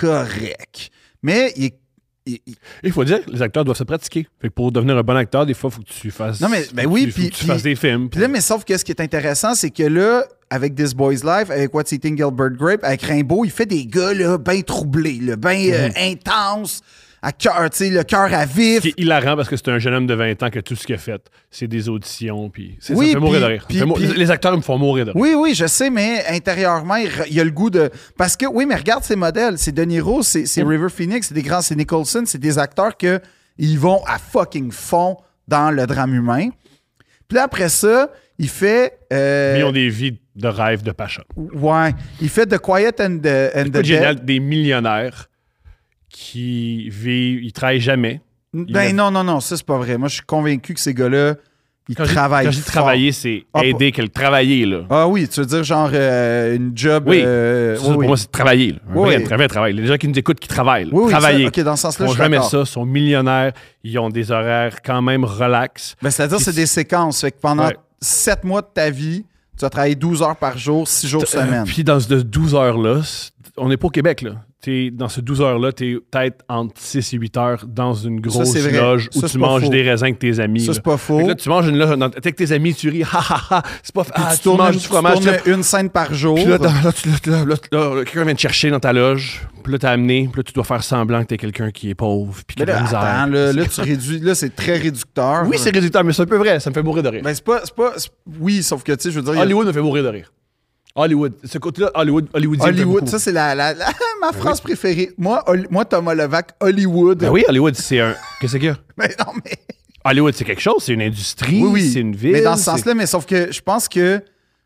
[SPEAKER 2] correct. Mais il est. il- il-
[SPEAKER 1] Il faut dire, les acteurs doivent se pratiquer. Fait que pour devenir un bon acteur, des fois, il faut que tu fasses.
[SPEAKER 2] Non, mais- ben
[SPEAKER 1] faut que
[SPEAKER 2] oui,
[SPEAKER 1] tu- faut
[SPEAKER 2] puis-
[SPEAKER 1] que tu
[SPEAKER 2] puis-
[SPEAKER 1] fasses des films.
[SPEAKER 2] Puis là, mais sauf que ce qui est intéressant, c'est que là, avec This Boy's Life, avec What's Eating Gilbert Grape, avec Rimbaud, il fait des gars, là, bien troublés, là, bien euh,
[SPEAKER 1] Mhm.
[SPEAKER 2] intenses, à cœur, tu sais, le cœur à vif.
[SPEAKER 1] Ce qui est hilarant parce que c'est un jeune homme de 20 ans que tout ce qu'il a fait, c'est des auditions. Puis c'est- ça
[SPEAKER 2] Oui,
[SPEAKER 1] me fait mourir de
[SPEAKER 2] puis-
[SPEAKER 1] rire. Ça
[SPEAKER 2] puis-
[SPEAKER 1] fait mou-
[SPEAKER 2] puis-
[SPEAKER 1] les acteurs me font mourir de rire.
[SPEAKER 2] Oui, oui, je sais, mais intérieurement, il, re- il a le goût de. Parce que, oui, mais regarde ces modèles. C'est De Niro, c'est c'est
[SPEAKER 1] Mhm.
[SPEAKER 2] River Phoenix, c'est des grands, c'est Nicholson, c'est des acteurs que ils vont à fucking fond dans le drame humain. Puis là, après ça, il fait. euh,
[SPEAKER 1] Mais ils ont des vies de rêve, de passion.
[SPEAKER 2] Ouais. Il fait The Quiet and the, and the
[SPEAKER 1] C'est
[SPEAKER 2] Dead.
[SPEAKER 1] génial, des millionnaires qui vivent, ils travaillent jamais.
[SPEAKER 2] Ben
[SPEAKER 1] Il-
[SPEAKER 2] non, non, non, ça, c'est pas vrai. Moi, je suis convaincu que ces gars-là, ils
[SPEAKER 1] Quand je-
[SPEAKER 2] travaillent.
[SPEAKER 1] Quand je dis
[SPEAKER 2] fort.
[SPEAKER 1] travailler, c'est
[SPEAKER 2] Ah,
[SPEAKER 1] aider, quel travailler, là.
[SPEAKER 2] Ah oui, tu veux dire genre euh, une job.
[SPEAKER 1] Oui.
[SPEAKER 2] euh,
[SPEAKER 1] Ça,
[SPEAKER 2] oui,
[SPEAKER 1] pour
[SPEAKER 2] oui.
[SPEAKER 1] moi, c'est travailler. là. Un
[SPEAKER 2] Oui,
[SPEAKER 1] vrai,
[SPEAKER 2] oui.
[SPEAKER 1] un vrai travail. Les gens qui nous écoutent, qui travaillent. là.
[SPEAKER 2] Oui, oui, ça-
[SPEAKER 1] travailler.
[SPEAKER 2] OK, dans ce
[SPEAKER 1] ils
[SPEAKER 2] sens-là, je
[SPEAKER 1] font
[SPEAKER 2] suis
[SPEAKER 1] jamais
[SPEAKER 2] d'accord.
[SPEAKER 1] ça, sont millionnaires, ils ont des horaires quand même relax.
[SPEAKER 2] Ben, c'est-à-dire, c'est des séquences. Fait que pendant
[SPEAKER 1] Ouais. euh,
[SPEAKER 2] sept mois de ta vie, tu vas travailler 12 heures par jour, 6 jours semaine.
[SPEAKER 1] Puis dans ce 12 heures-là, c- on n'est pas au Québec, là. T'es- dans ces 12 heures-là, t'es peut-être entre 6 et 8 heures dans une grosse
[SPEAKER 2] c'est vrai.
[SPEAKER 1] loge où
[SPEAKER 2] Ça,
[SPEAKER 1] tu
[SPEAKER 2] c'est pas
[SPEAKER 1] manges
[SPEAKER 2] faux.
[SPEAKER 1] des raisins avec tes amis.
[SPEAKER 2] Ça,
[SPEAKER 1] là.
[SPEAKER 2] c'est pas
[SPEAKER 1] euh, Fait
[SPEAKER 2] faux.
[SPEAKER 1] que là, tu manges une loge dans- avec tes amis, tu ris, <laughs> ha ha ha, c'est pas
[SPEAKER 2] Puis
[SPEAKER 1] ah,
[SPEAKER 2] tu tournes,
[SPEAKER 1] manges du
[SPEAKER 2] une, tu
[SPEAKER 1] fromage.
[SPEAKER 2] tournes
[SPEAKER 1] là.
[SPEAKER 2] une scène par jour.
[SPEAKER 1] Puis là, dans- là, tu- là, là, là, là, là, quelqu'un vient te chercher dans ta loge, puis là, t'as amené, puis là, tu dois faire semblant que t'es quelqu'un qui est pauvre, puis qui
[SPEAKER 2] Mais
[SPEAKER 1] a de
[SPEAKER 2] là,
[SPEAKER 1] la misère.
[SPEAKER 2] attends, là, là, tu réduis. Là, c'est très réducteur.
[SPEAKER 1] Oui, c'est réducteur, mais c'est un peu vrai, ça me fait mourir de rire.
[SPEAKER 2] Ben, c'est pas, c'est pas. c'est- Oui, sauf que, tu sais, je veux dire. il y a-
[SPEAKER 1] Hollywood me fait mourir de rire. Hollywood, ce côté-là, Hollywood, Hollywoodien me fait beaucoup
[SPEAKER 2] Hollywood, ça, c'est la, la- <laughs> la- ma phrase préférée. Moi, Hol- moi, Thomas Levac, Hollywood.
[SPEAKER 1] Ben oui, Hollywood, c'est un. Qu'est-ce qu'il y a?
[SPEAKER 2] <laughs> Mais non, mais.
[SPEAKER 1] Hollywood, c'est quelque chose, c'est une industrie,
[SPEAKER 2] Oui, oui.
[SPEAKER 1] c'est une ville.
[SPEAKER 2] Mais dans ce
[SPEAKER 1] c'est-
[SPEAKER 2] sens-là, mais sauf que je pense que.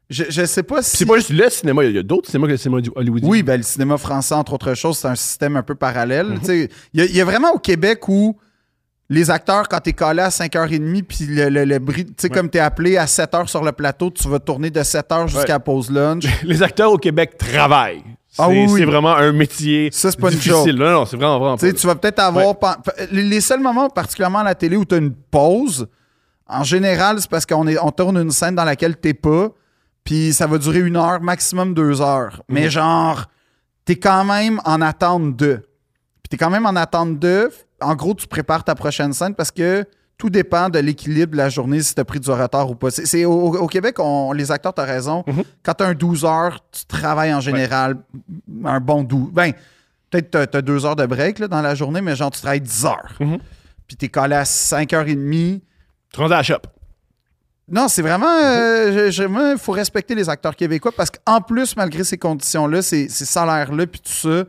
[SPEAKER 2] Je, je sais pas si.
[SPEAKER 1] C'est pas juste le cinéma, il y a- il y a d'autres cinémas que le cinéma du Hollywood.
[SPEAKER 2] Oui, ben, le cinéma français, entre autres choses, c'est un système un peu parallèle.
[SPEAKER 1] Mm-hmm.
[SPEAKER 2] Tu sais, Il y, a- il y a vraiment au Québec où les acteurs, quand t'es collé à 5h30, puis le, le, le bri- tu sais, comme t'es appelé à 7h sur le plateau, tu vas tourner de 7h jusqu'à
[SPEAKER 1] <laughs>
[SPEAKER 2] pause lunch.
[SPEAKER 1] Les acteurs au Québec travaillent. C'est
[SPEAKER 2] Ah oui, oui.
[SPEAKER 1] c'est vraiment un métier
[SPEAKER 2] Ça, c'est pas une
[SPEAKER 1] difficile.
[SPEAKER 2] joke.
[SPEAKER 1] Non, non, c'est vraiment, vraiment
[SPEAKER 2] Tu sais,
[SPEAKER 1] pas-
[SPEAKER 2] tu vas peut-être avoir. pen- pe- Les, les seuls moments, particulièrement à la télé, où tu as une pause, en général, c'est parce qu'on est, on tourne une scène dans laquelle t'es pas, puis ça va durer une heure, maximum deux heures.
[SPEAKER 1] Mm.
[SPEAKER 2] Mais genre, t'es quand même en attente de. Puis t'es quand même en attente de. En gros, tu prépares ta prochaine scène parce que tout dépend de l'équilibre de la journée, si t'as pris du retard ou pas. C'est, c'est- au, au Québec, on, les acteurs, t'as raison. Quand t'as un 12 heures, tu travailles en général un bon 12. Ben, peut-être t'as, t'as deux heures de break là, dans la journée, mais genre, tu travailles 10 heures.
[SPEAKER 1] Mhm.
[SPEAKER 2] Puis t'es collé à 5h30.
[SPEAKER 1] Tu rentres à la shop.
[SPEAKER 2] Non, c'est vraiment. euh, je- je- moi, il faut respecter les acteurs québécois parce qu'en plus, malgré ces conditions-là, ces, ces salaires-là, puis tout ça,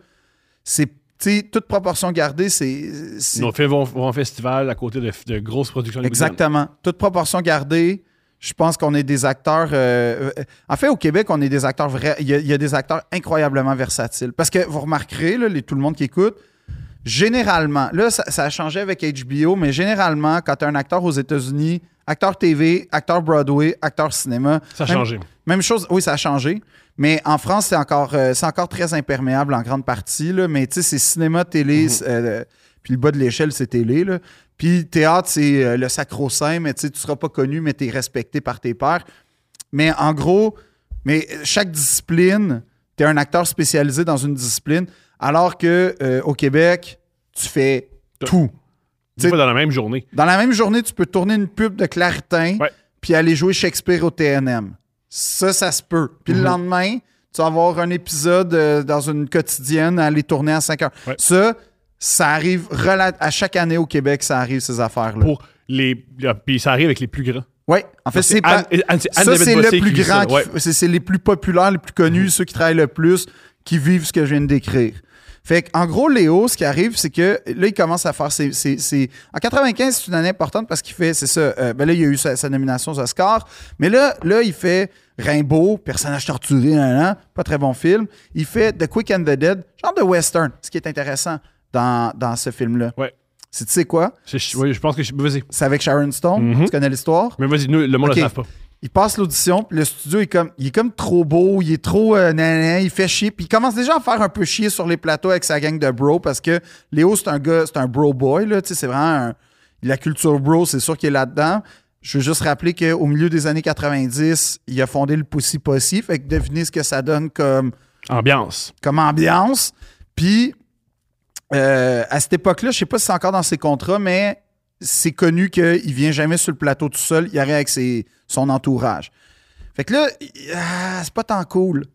[SPEAKER 2] c'est. tu sais, toute proportion gardée, c'est. c'est-
[SPEAKER 1] Nos films vont, vont en festival à côté de, de grosses productions. hollywoodiennes.
[SPEAKER 2] Exactement. Toute proportion gardée, je pense qu'on est des acteurs. euh, euh, en fait, au Québec, on est des acteurs vrais. Il y, a- il y a des acteurs incroyablement versatiles. Parce que vous remarquerez, là, les, tout le monde qui écoute, généralement, là, ça, ça a changé avec HBO, mais généralement, quand tu un acteur aux États-Unis, acteur TV, acteur Broadway, acteur cinéma.
[SPEAKER 1] Ça a
[SPEAKER 2] même-
[SPEAKER 1] changé.
[SPEAKER 2] Même chose, oui, ça a changé. Mais en France, c'est encore, euh, c'est encore très imperméable en grande partie. Là, mais tu sais, c'est cinéma, télé, c'est, euh, puis le bas de l'échelle, c'est télé. Là. Puis théâtre, c'est euh, le sacro-saint, mais tu sais, tu seras pas connu, mais tu es respecté par tes pairs. Mais en gros, mais euh, chaque discipline, tu es un acteur spécialisé dans une discipline, alors que euh, au Québec, tu fais tout.
[SPEAKER 1] C'est pas dans la même journée.
[SPEAKER 2] Dans la même journée, tu peux tourner une pub de Claritin
[SPEAKER 1] Ouais.
[SPEAKER 2] puis aller jouer Shakespeare au TNM. Ça, ça se peut. Puis
[SPEAKER 1] Mhm.
[SPEAKER 2] le lendemain, tu vas avoir un épisode euh, dans une quotidienne à aller tourner à 5 heures.
[SPEAKER 1] Ouais.
[SPEAKER 2] Ça, ça arrive rela- à chaque année au Québec, ça arrive ces affaires-là.
[SPEAKER 1] Pour les, là, puis ça arrive avec les plus grands.
[SPEAKER 2] Oui, en fait, c'est pas.
[SPEAKER 1] Anne- Anne- c'est
[SPEAKER 2] Ça,
[SPEAKER 1] Anne-Elisabeth
[SPEAKER 2] c'est
[SPEAKER 1] Bossé
[SPEAKER 2] le
[SPEAKER 1] qui
[SPEAKER 2] plus
[SPEAKER 1] vit ça,
[SPEAKER 2] grand, qui
[SPEAKER 1] ouais. Mm-hmm.
[SPEAKER 2] f- c'est c'est les plus populaires, les plus connus, ceux qui travaillent le plus, qui vivent ce que je viens de décrire. Fait en gros, Léo, ce qui arrive, c'est que là, il commence à faire ses. ses- ses- En 95, c'est une année importante parce qu'il fait, c'est ça, euh, ben là, il a eu sa, sa nomination aux Oscars, mais là, là, il fait Rimbaud, personnage torturé, nan, nan, pas très bon film. Il fait The Quick and the Dead, genre de western, ce qui est intéressant dans, dans ce film-là.
[SPEAKER 1] Ouais.
[SPEAKER 2] C'est, tu sais quoi?
[SPEAKER 1] C'est- ouais, je pense que. je- Vas-y.
[SPEAKER 2] C'est avec Sharon Stone,
[SPEAKER 1] Mm-hmm.
[SPEAKER 2] tu connais l'histoire?
[SPEAKER 1] Mais vas-y, nous, le monde
[SPEAKER 2] Ok.
[SPEAKER 1] ne le savent pas.
[SPEAKER 2] Il passe l'audition, puis le studio est comme, il est comme trop beau, il est trop euh, nanana, il fait chier, puis il commence déjà à faire un peu chier sur les plateaux avec sa gang de bro parce que Léo c'est un gars, c'est un bro boy là, tu sais, c'est vraiment un- la culture bro, c'est sûr qu'il est là-dedans. Je veux juste rappeler qu'au milieu des années 90, il a fondé le Pussy Pussy, fait que devinez ce que ça donne comme
[SPEAKER 1] Ambiance.
[SPEAKER 2] comme ambiance. Puis, euh, à cette époque-là, je sais pas si c'est encore dans ses contrats, mais c'est connu qu'il vient jamais sur le plateau tout seul. Il arrive avec ses- son entourage. Fait que là, il- ah, c'est pas tant cool.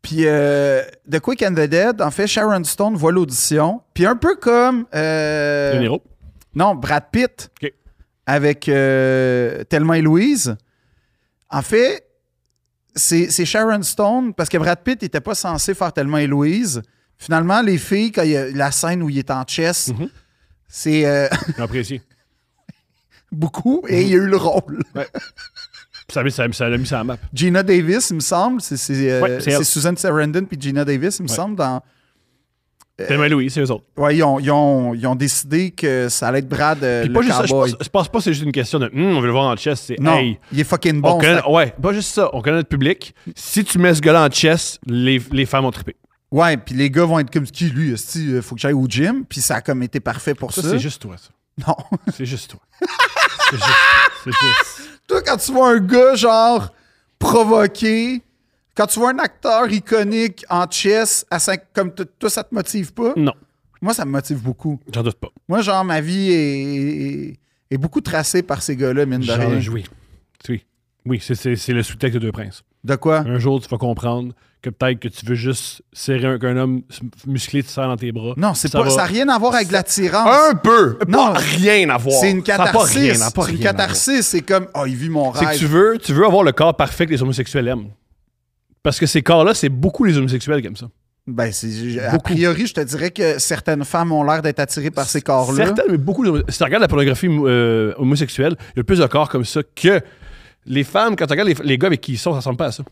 [SPEAKER 2] Puis, euh, The Quick and the Dead, en fait, Sharon Stone voit l'audition. Puis, un peu comme. euh,
[SPEAKER 1] De Niro.
[SPEAKER 2] non, Brad Pitt.
[SPEAKER 1] OK.
[SPEAKER 2] Avec euh, Thelma et Louise. En fait, c'est c'est Sharon Stone, parce que Brad Pitt n'était pas censé faire Thelma et Louise. Finalement, les filles, quand il y a la scène où il est en chess,
[SPEAKER 1] Mhm.
[SPEAKER 2] c'est euh, <laughs>
[SPEAKER 1] J'ai apprécié.
[SPEAKER 2] beaucoup et il y a eu le rôle.
[SPEAKER 1] Ça l'a mis- ça l'a mis- ça l'a mis sur la map.
[SPEAKER 2] Gina Davis, il me semble. C'est c'est, euh,
[SPEAKER 1] Ouais, c'est elle.
[SPEAKER 2] c'est Susan Sarandon puis Gina Davis, il me semble, dans.
[SPEAKER 1] Tellement Louis, c'est eux autres.
[SPEAKER 2] Ouais, ils ont, ils ont- ils ont décidé que ça allait être Brad euh,
[SPEAKER 1] Puis
[SPEAKER 2] le
[SPEAKER 1] pas juste ça, je
[SPEAKER 2] cowboy.
[SPEAKER 1] pense, je pense pas que c'est juste une question de Hum, on veut le voir en chess, c'est
[SPEAKER 2] non,
[SPEAKER 1] hey.
[SPEAKER 2] il est fucking
[SPEAKER 1] On
[SPEAKER 2] bon.
[SPEAKER 1] connaît-
[SPEAKER 2] cet
[SPEAKER 1] ouais, pas juste ça, on connaît notre public. Si tu mets ce gars-là en chess, les, les femmes vont triper.
[SPEAKER 2] Ouais, puis les gars vont être comme qui lui, il faut que j'aille au gym, puis ça a comme été parfait pour ça.
[SPEAKER 1] Ça, c'est juste toi, ça.
[SPEAKER 2] <laughs> Non.
[SPEAKER 1] C'est juste toi. c'est juste. C'est juste.
[SPEAKER 2] Toi quand tu vois un gars genre provoqué, Quand tu vois un acteur iconique en chess, à cinq- comme t- toi, ça te motive pas?
[SPEAKER 1] Non,
[SPEAKER 2] Moi, ça me motive beaucoup.
[SPEAKER 1] j'en doute pas.
[SPEAKER 2] Moi, genre, ma vie est, est- est beaucoup tracée par ces gars-là, mine de rien.
[SPEAKER 1] Genre, oui. Oui, oui c'est- c'est c'est le sous-texte de Deux Princes.
[SPEAKER 2] De quoi?
[SPEAKER 1] Un jour, tu vas comprendre que peut-être que tu veux juste serrer un, qu'un homme s- musclé te serre dans tes bras.
[SPEAKER 2] Non, c'est
[SPEAKER 1] Ça
[SPEAKER 2] pas,
[SPEAKER 1] va.
[SPEAKER 2] ça n'a rien à voir avec l'attirance.
[SPEAKER 3] Un peu.
[SPEAKER 2] Non.
[SPEAKER 3] Pas rien à voir.
[SPEAKER 2] C'est une
[SPEAKER 1] Ça a pas rien,
[SPEAKER 2] catharsis.
[SPEAKER 1] ça a pas
[SPEAKER 2] C'est une
[SPEAKER 1] rien à voir.
[SPEAKER 2] catharsis. C'est comme, oh, il vit mon
[SPEAKER 1] C'est que
[SPEAKER 2] rêve.
[SPEAKER 1] tu veux, tu veux avoir le corps parfait que les homosexuels aiment. Parce que ces corps-là, c'est beaucoup les homosexuels qui aiment ça.
[SPEAKER 2] Ben, c'est- je- a
[SPEAKER 1] Beaucoup.
[SPEAKER 2] priori, je te dirais que certaines femmes ont l'air d'être attirées par ces corps-là.
[SPEAKER 1] Certaines, mais beaucoup. de- Si tu regardes la pornographie euh, homosexuelle, il y a plus de corps comme ça que les femmes. Quand tu regardes les, les gars avec qui ils sont, ça ressemble pas à ça.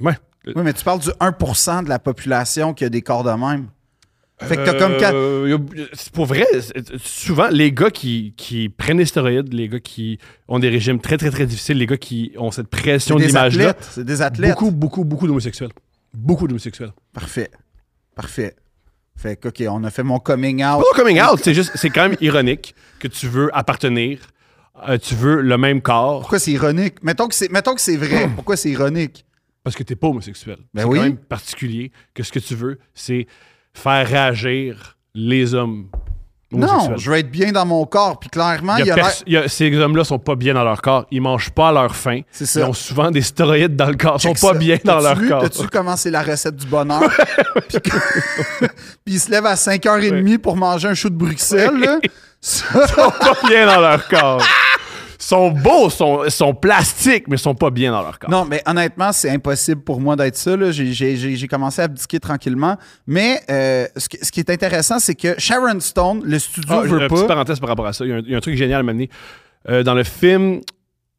[SPEAKER 1] Ouais.
[SPEAKER 2] Oui, mais tu parles du 1 de la population qui a des corps de même. Fait que t'as comme quatre-
[SPEAKER 1] Euh, y a- c'est pour vrai, c'est- souvent, les gars qui, qui prennent des stéroïdes, les gars qui ont des régimes très, très, très difficiles, les gars qui ont cette
[SPEAKER 2] C'est
[SPEAKER 1] pression de
[SPEAKER 2] des
[SPEAKER 1] l'image-là,
[SPEAKER 2] athlètes. C'est des athlètes.
[SPEAKER 1] beaucoup, beaucoup, beaucoup d'homosexuels. Beaucoup d'homosexuels.
[SPEAKER 2] Parfait. Parfait. Fait que, OK, on a fait mon coming out.
[SPEAKER 1] Pas coming out, c'est juste, c'est quand même ironique que tu veux appartenir, euh, tu veux le même corps,
[SPEAKER 2] Pourquoi c'est ironique? Mettons que c'est, mettons que c'est vrai. Pourquoi c'est ironique?
[SPEAKER 1] parce que t'es pas homosexuel.
[SPEAKER 2] Ben
[SPEAKER 1] c'est
[SPEAKER 2] oui.
[SPEAKER 1] quand même particulier que ce que tu veux, c'est faire réagir les hommes homosexuels.
[SPEAKER 2] Non, je veux être bien dans mon corps. Puis clairement,
[SPEAKER 1] Il y a
[SPEAKER 2] il y a l'air-
[SPEAKER 1] pers- il y a- ces hommes-là sont pas bien dans leur corps. Ils mangent pas à leur faim.
[SPEAKER 2] C'est ça.
[SPEAKER 1] Ils ont souvent des stéroïdes dans le corps. Ils sont
[SPEAKER 2] Check
[SPEAKER 1] pas
[SPEAKER 2] ça.
[SPEAKER 1] bien dans
[SPEAKER 2] T'as-tu
[SPEAKER 1] leur
[SPEAKER 2] vu-
[SPEAKER 1] corps.
[SPEAKER 2] T'as-tu comment c'est la recette du
[SPEAKER 1] <laughs>
[SPEAKER 2] bonheur? puis, que- puis ils se lèvent à 5h30 pour manger un chou de
[SPEAKER 1] <laughs>
[SPEAKER 2] Bruxelles. là. Ça-
[SPEAKER 1] Ils sont pas bien dans leur corps. Ils sont beaux, ils sont, ils sont plastiques, mais ils sont pas bien dans leur corps.
[SPEAKER 2] Non, mais honnêtement, c'est impossible pour moi d'être ça. là. J'ai- J'ai j'ai- j'ai commencé à abdiquer tranquillement. Mais euh, ce, qui, ce qui est intéressant, c'est que Sharon Stone, le studio
[SPEAKER 1] Ah,
[SPEAKER 2] veut
[SPEAKER 1] une
[SPEAKER 2] pas.
[SPEAKER 1] petite parenthèse par rapport à ça. Il y a un, il y a un truc génial à m'amener. Euh, dans le film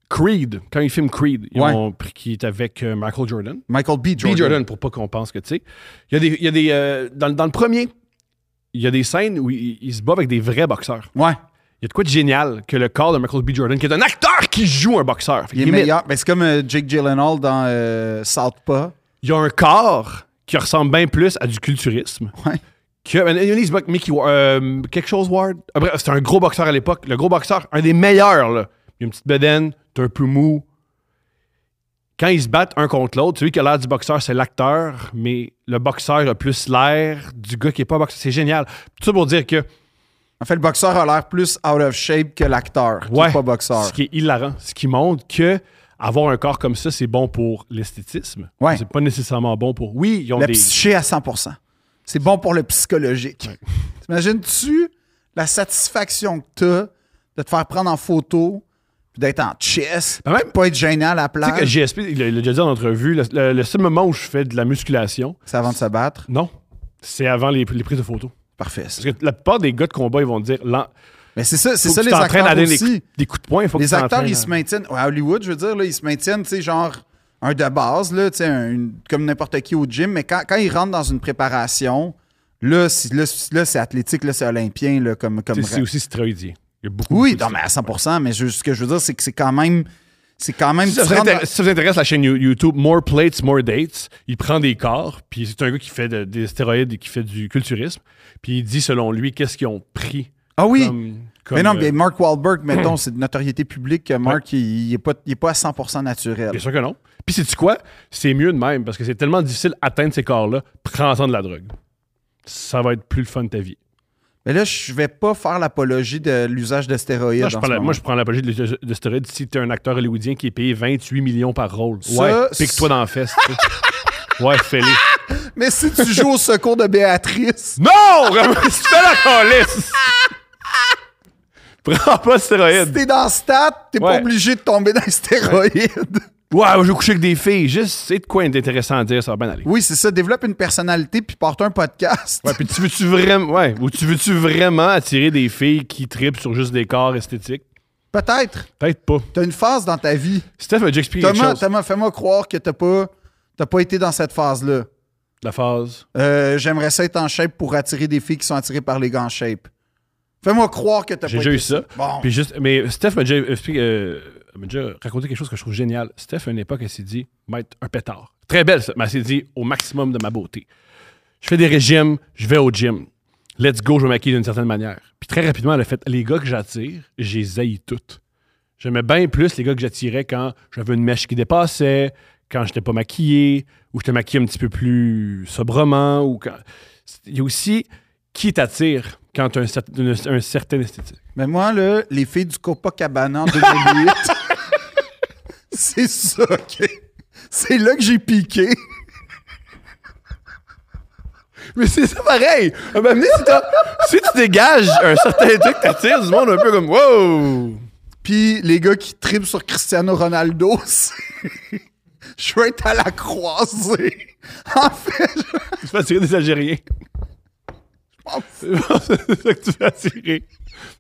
[SPEAKER 1] Creed, quand ils filment Creed, ils
[SPEAKER 2] Ouais.
[SPEAKER 1] ont pris qui est avec euh, Michael Jordan.
[SPEAKER 2] Michael B. Jordan.
[SPEAKER 1] B. Jordan, pour pas qu'on pense que, tu sais. Il y a des. il y a des, euh, dans, dans le premier, il y a des scènes où il- il se bat avec des vrais boxeurs.
[SPEAKER 2] Ouais,
[SPEAKER 1] Il y a de quoi de génial que le corps de Michael B. Jordan, qui est un acteur qui joue un boxeur. Fait
[SPEAKER 2] il est
[SPEAKER 1] qu'il met-
[SPEAKER 2] meilleur. Ben, c'est comme euh, Jake Gyllenhaal dans euh, Southpaw.
[SPEAKER 1] Il y a un corps qui ressemble bien plus à du culturisme.
[SPEAKER 2] Ouais.
[SPEAKER 1] Que, ben, il y en a, il se bat avec Mickey Wa- euh, quelque chose Ward. Ah, bref, c'était un gros boxeur à l'époque. Le gros boxeur, un des meilleurs, là. Il a une petite bedaine, t'es un peu mou. Quand ils se battent un contre l'autre, celui qui a l'air du boxeur, c'est l'acteur, mais le boxeur a plus l'air du gars qui est pas boxeur. C'est génial. Tout ça pour dire que
[SPEAKER 2] En fait, le boxeur a l'air plus out of shape que l'acteur, qui est
[SPEAKER 1] Ouais.
[SPEAKER 2] pas boxeur.
[SPEAKER 1] Ce qui est hilarant. Ce qui montre que avoir un corps comme ça, c'est bon pour l'esthétisme.
[SPEAKER 2] Ouais.
[SPEAKER 1] C'est pas nécessairement bon pour. Oui, ils ont
[SPEAKER 2] La
[SPEAKER 1] des.
[SPEAKER 2] psyché à 100%. C'est bon pour le psychologique. T'imagines-tu la satisfaction que t'as de te faire prendre en photo, puis d'être en chess,
[SPEAKER 1] Ben même-
[SPEAKER 2] puis de pas être gênant à la
[SPEAKER 1] Tu sais que
[SPEAKER 2] plage?
[SPEAKER 1] GSP, il l'a il l'a déjà dit en entrevue, le, le- le seul moment où je fais de la musculation,
[SPEAKER 2] C'est avant de se battre.
[SPEAKER 1] non, c'est avant les, les prises de photos.
[SPEAKER 2] Parfait. ça.
[SPEAKER 1] Parce que la plupart des gars de combat, ils vont dire. lent-
[SPEAKER 2] Mais c'est ça, c'est
[SPEAKER 1] faut
[SPEAKER 2] ça
[SPEAKER 1] que tu
[SPEAKER 2] les
[SPEAKER 1] t'entraînes à
[SPEAKER 2] acteurs
[SPEAKER 1] donner des,
[SPEAKER 2] aussi.
[SPEAKER 1] coups- des coups de poing, il faut que
[SPEAKER 2] Les
[SPEAKER 1] tu
[SPEAKER 2] acteurs,
[SPEAKER 1] t'entraînes
[SPEAKER 2] ils
[SPEAKER 1] à-
[SPEAKER 2] se maintiennent. À Hollywood, je veux dire, là, ils se maintiennent, tu sais, genre un de base, là, tu sais, un- une- comme n'importe qui au gym, mais quand, quand ils rentrent dans une préparation, là, c'est- là, c'est- là, c'est athlétique, là, c'est olympien, là, comme,
[SPEAKER 1] Tu
[SPEAKER 2] comme
[SPEAKER 1] sais, C'est aussi stéroïdien. Il y a beaucoup.
[SPEAKER 2] Oui,
[SPEAKER 1] beaucoup de
[SPEAKER 2] non, mais à 100 mais je- ce que je veux dire, c'est que c'est quand même. C'est quand même.
[SPEAKER 1] Si ça,
[SPEAKER 2] tu
[SPEAKER 1] vous
[SPEAKER 2] rentres
[SPEAKER 1] intéresse, si ça vous intéresse, la chaîne You- YouTube More Plates, More Dates, il prend des corps, puis c'est un gars qui fait de- des stéroïdes et qui fait du culturisme, puis il dit selon lui qu'est-ce qu'ils ont pris.
[SPEAKER 2] dans- Ah oui!
[SPEAKER 1] Comme,
[SPEAKER 2] mais
[SPEAKER 1] comme,
[SPEAKER 2] non,
[SPEAKER 1] euh,
[SPEAKER 2] mais Mark Wahlberg, mettons,
[SPEAKER 1] <clears throat>
[SPEAKER 2] c'est de notoriété publique que Mark, il n'est pas, il est pas à 100 naturel.
[SPEAKER 1] Bien sûr que non. Puis c'est tu quoi? C'est mieux de même, parce que c'est tellement difficile d'atteindre ces corps-là, prends-en de la drogue. Ça va être plus le fun de ta vie.
[SPEAKER 2] Mais là, je vais pas faire l'apologie de l'usage de stéroïdes.
[SPEAKER 1] Moi, je
[SPEAKER 2] en
[SPEAKER 1] prends,
[SPEAKER 2] ce
[SPEAKER 1] la-
[SPEAKER 2] moment.
[SPEAKER 1] moi, je prends l'apologie de, l'us- de stéroïdes si t'es un acteur hollywoodien qui est payé 28 millions par rôle.
[SPEAKER 2] Ça,
[SPEAKER 1] ouais, pique-toi dans la fesse. tu sais. ouais, fais-les.
[SPEAKER 2] Mais si tu joues au secours de Béatrice,
[SPEAKER 1] <laughs> Non! <laughs> Vraiment, tu fais la calisse! <laughs> Prends pas de
[SPEAKER 2] si
[SPEAKER 1] stéroïdes.
[SPEAKER 2] t'es dans Stat, t'es pas
[SPEAKER 1] Ouais.
[SPEAKER 2] obligé de tomber dans les stéroïdes.
[SPEAKER 1] Ouais, moi, je vais coucher avec des filles. Juste, c'est de quoi d'intéressant à dire, ça va bien aller.
[SPEAKER 2] Oui, c'est ça. Développe une personnalité puis porte un podcast.
[SPEAKER 1] Ouais, puis tu veux-tu vraiment. Ouais, ou tu veux-tu vraiment attirer des filles qui tripent sur juste des corps esthétiques?
[SPEAKER 2] Peut-être.
[SPEAKER 1] Peut-être pas.
[SPEAKER 2] T'as une phase dans ta vie.
[SPEAKER 1] Steph m'a déjà expliqué quelque
[SPEAKER 2] Thomas,
[SPEAKER 1] chose.
[SPEAKER 2] Thomas fais-moi croire que t'as pas, t'as pas été dans cette phase-là.
[SPEAKER 1] La phase.
[SPEAKER 2] Euh, j'aimerais ça être en shape pour attirer des filles qui sont attirées par les gars en shape. Fais-moi croire que t'as
[SPEAKER 1] J'ai
[SPEAKER 2] pas
[SPEAKER 1] déjà
[SPEAKER 2] été-
[SPEAKER 1] eu ça.
[SPEAKER 2] Bon.
[SPEAKER 1] Puis juste, mais Steph m'a déjà, expliqué, euh, m'a déjà raconté quelque chose que je trouve génial. Steph, à une époque, elle s'est dit, mettre un pétard. Très belle, ça. Mais elle s'est dit, au maximum de ma beauté. Je fais des régimes, je vais au gym. Let's go, je me maquille d'une certaine manière. Puis très rapidement, elle a fait, les gars que j'attire, j'ai haï toutes. J'aimais bien plus les gars que j'attirais quand j'avais une mèche qui dépassait, quand j'étais pas maquillé, ou j'étais maquillé un petit peu plus sobrement, ou quand. Il y a aussi qui t'attire quand tu as un, cer- une- un certain esthétique.
[SPEAKER 2] Mais moi, là, les filles du Copacabana en 2008, <laughs> c'est ça, OK? C'est là que j'ai piqué.
[SPEAKER 3] Mais c'est ça pareil. À un moment donné, si, t'as- si tu dégages un certain truc, t'attires du monde un peu comme wow.
[SPEAKER 2] Puis les gars qui tripent sur Cristiano Ronaldo, <laughs> c'est- je veux être à la croisée. <laughs> En fait, je
[SPEAKER 3] Tu fais attirer des Algériens.
[SPEAKER 2] m'en fous.
[SPEAKER 3] <laughs> c'est ça que tu fais attirer.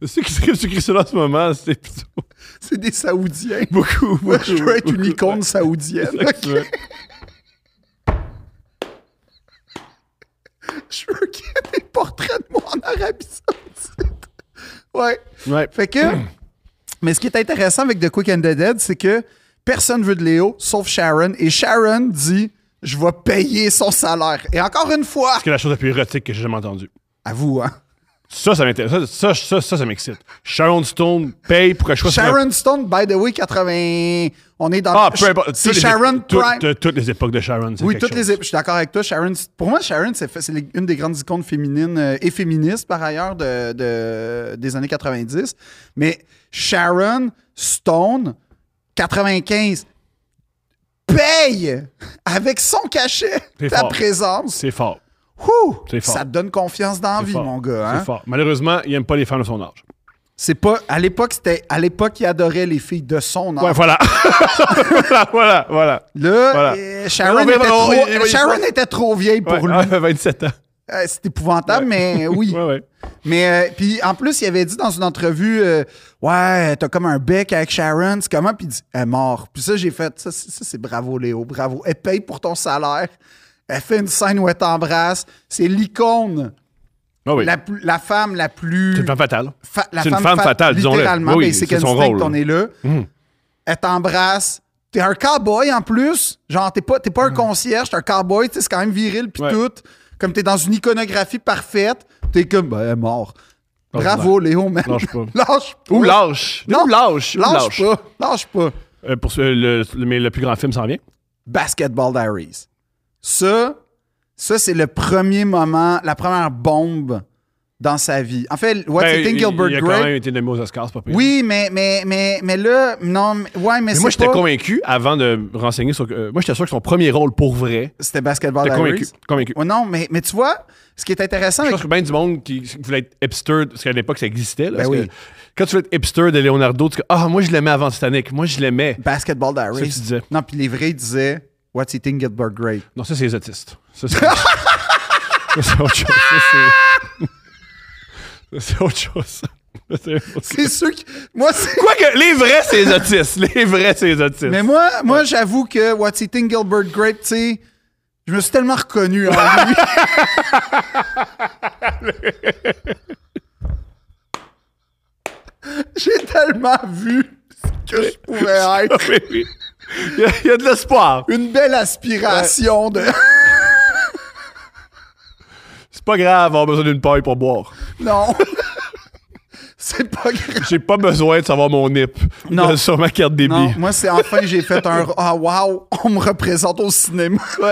[SPEAKER 3] Ceux qui écrivent sur Christophe en ce moment, c'est plutôt
[SPEAKER 2] <laughs> c'est des Saoudiens.
[SPEAKER 3] beaucoup.
[SPEAKER 2] Moi,
[SPEAKER 3] beaucoup,
[SPEAKER 2] <laughs> je veux être une
[SPEAKER 3] beaucoup.
[SPEAKER 1] <laughs>
[SPEAKER 2] icône saoudienne.
[SPEAKER 3] Ouais, tu
[SPEAKER 2] OK?
[SPEAKER 3] veux.
[SPEAKER 2] Je veux qu'il y ait des portraits de moi en Arabie Saoudite. Ouais.
[SPEAKER 3] Ouais.
[SPEAKER 2] Fait que. Mais ce qui est intéressant avec The Quick and the Dead, c'est que personne veut de Léo, sauf Sharon. Et Sharon dit Je vais payer son salaire. Et encore une fois,
[SPEAKER 1] C'est la chose la plus érotique que j'ai jamais entendue.
[SPEAKER 2] avoue, hein.
[SPEAKER 1] Ça, ça m'intéresse. Ça, ça, ça, ça, ça m'excite. Sharon Stone paye pour que je sois sur un-
[SPEAKER 2] Sharon Stone, by the way, 80. On est dans.
[SPEAKER 1] Ah, peu importe.
[SPEAKER 2] C'est
[SPEAKER 1] Toutes les-
[SPEAKER 2] Sharon
[SPEAKER 1] toutes-
[SPEAKER 2] Prime.
[SPEAKER 1] toutes- toutes les époques de Sharon. c'est
[SPEAKER 2] Oui,
[SPEAKER 1] quelque
[SPEAKER 2] toutes
[SPEAKER 1] chose.
[SPEAKER 2] les époques. Je suis d'accord avec toi. Sharon, pour moi, Sharon, c'est fait- c'est les- une des grandes icônes féminines euh, et féministes, par ailleurs, de, de- des années 90. Mais Sharon Stone, 95, paye avec son cachet
[SPEAKER 1] C'est
[SPEAKER 2] ta
[SPEAKER 1] fort.
[SPEAKER 2] présence.
[SPEAKER 1] C'est fort.
[SPEAKER 2] Ouh,
[SPEAKER 1] C'est fort.
[SPEAKER 2] ça te donne confiance dans la
[SPEAKER 1] C'est
[SPEAKER 2] vie,
[SPEAKER 1] fort.
[SPEAKER 2] mon gars. hein.
[SPEAKER 1] C'est fort. Malheureusement, il n'aime pas les femmes de son âge.
[SPEAKER 2] C'est pas. À l'époque, c'était. À l'époque, il adorait les filles de
[SPEAKER 3] Ah.
[SPEAKER 2] son âge.
[SPEAKER 1] Ouais, voilà. <laughs> voilà. Voilà, voilà.
[SPEAKER 2] Là,
[SPEAKER 1] Voilà.
[SPEAKER 2] euh, Sharon,
[SPEAKER 3] Non, mais
[SPEAKER 2] était,
[SPEAKER 3] non,
[SPEAKER 2] trop,
[SPEAKER 3] il- il- il-
[SPEAKER 2] Sharon était trop vieille pour
[SPEAKER 1] Ouais,
[SPEAKER 2] lui.
[SPEAKER 1] ah, 27 ans.
[SPEAKER 2] Euh, C'est épouvantable, mais oui.
[SPEAKER 1] Ouais, ouais.
[SPEAKER 2] Mais euh, puis en plus, il avait dit dans une entrevue euh, Ouais, t'as comme un bec avec Sharon, c'est comment? Puis il dit Elle est mort. Puis ça, j'ai fait Ça, c'est- ça, c'est bravo, Léo, bravo. Elle paye pour ton salaire. Elle fait une scène où elle t'embrasse. C'est l'icône,
[SPEAKER 1] Ah oui.
[SPEAKER 2] la, plus- la femme la plus.
[SPEAKER 1] C'est une femme
[SPEAKER 2] <laughs>
[SPEAKER 1] fatale.
[SPEAKER 2] Fa- la
[SPEAKER 1] C'est une
[SPEAKER 2] femme,
[SPEAKER 1] femme
[SPEAKER 2] fa-
[SPEAKER 1] fatale, disons-le.
[SPEAKER 2] Littéralement,
[SPEAKER 1] Oui,
[SPEAKER 2] ben, c'est
[SPEAKER 1] c'est
[SPEAKER 2] Ken
[SPEAKER 1] son
[SPEAKER 2] Stein
[SPEAKER 1] rôle. Mm.
[SPEAKER 2] qu'on est là. Elle t'embrasse. T'es un cowboy en plus. Genre, t'es pas, t'es pas un concierge, t'es un cowboy. tu sais, C'est quand même viril, puis
[SPEAKER 1] Mm. Ouais.
[SPEAKER 2] tout. Comme t'es dans une iconographie parfaite, t'es comme, ben, elle est mort. Bravo, Léo, man. <laughs>
[SPEAKER 1] Lâche pas.
[SPEAKER 2] lâche pas.
[SPEAKER 3] Ou lâche.
[SPEAKER 2] Non.
[SPEAKER 3] Ou lâche. Ou
[SPEAKER 2] Lâche pas. Lâche pas.
[SPEAKER 1] Euh, pour ce- le, le- mais le plus grand film s'en vient.
[SPEAKER 2] Basketball Diaries. Ça, ça c'est le premier moment, la première bombe dans sa vie. En fait, What's
[SPEAKER 1] Ben,
[SPEAKER 2] Eating
[SPEAKER 1] il,
[SPEAKER 2] Gilbert
[SPEAKER 1] il a
[SPEAKER 2] Grape-
[SPEAKER 1] quand même été nommé aux Oscars, c'est pas pire.
[SPEAKER 2] Oui, mais, mais, mais, mais là, non, mais- ouais, mais,
[SPEAKER 1] Mais moi,
[SPEAKER 2] c'est
[SPEAKER 1] j'étais
[SPEAKER 2] pas...
[SPEAKER 1] convaincu avant de me renseigner sur. euh, moi, j'étais sûr que son premier rôle pour vrai.
[SPEAKER 2] C'était Basketball
[SPEAKER 1] J'étais
[SPEAKER 2] Diaries.
[SPEAKER 1] convaincu. Convaincu.
[SPEAKER 2] Ouais, non, mais, mais tu vois, ce qui est intéressant
[SPEAKER 1] Je
[SPEAKER 2] avec...
[SPEAKER 1] pense que bien du monde qui, qui voulait être hipster, parce qu'à l'époque, ça existait. là, parce
[SPEAKER 2] Ben oui.
[SPEAKER 1] que quand tu veux être hipster de Leonardo, tu dis Ah, moi, je l'aimais avant Titanic. Moi, je l'aimais.
[SPEAKER 2] Basketball
[SPEAKER 1] C'est ce
[SPEAKER 2] Diaries.
[SPEAKER 1] que tu disais.
[SPEAKER 2] Non, puis les vrais disaient What's Eating Gilbert
[SPEAKER 1] <laughs>
[SPEAKER 2] Grape.
[SPEAKER 1] Non, ça, c'est les autistes. Ça, c'est. ça, c'est autre chose. Ça, c'est. Ça, c'est autre chose. ça. C'est autre chose.
[SPEAKER 2] C'est sûr que... Moi, c'est...
[SPEAKER 3] Quoique, les vrais, c'est les autistes. Les vrais, c'est les autistes.
[SPEAKER 1] <laughs>
[SPEAKER 2] Mais moi, moi j'avoue que What's Eating Gilbert Grape, tu sais, je me suis tellement reconnu en
[SPEAKER 1] <laughs>
[SPEAKER 2] lui. J'ai tellement vu ce que je pourrais être.
[SPEAKER 3] Oui, oui. Il y a- il y a de l'espoir.
[SPEAKER 2] Une belle aspiration de... <laughs>
[SPEAKER 3] C'est pas grave, on a besoin d'une paille pour boire.
[SPEAKER 2] Non. <laughs> c'est pas grave.
[SPEAKER 3] J'ai pas besoin de savoir mon nip
[SPEAKER 2] Non.
[SPEAKER 3] euh, sur ma carte débit.
[SPEAKER 1] Ah,
[SPEAKER 2] Non, moi, c'est enfin, j'ai fait un. Ah, wow, on me représente au cinéma. Tu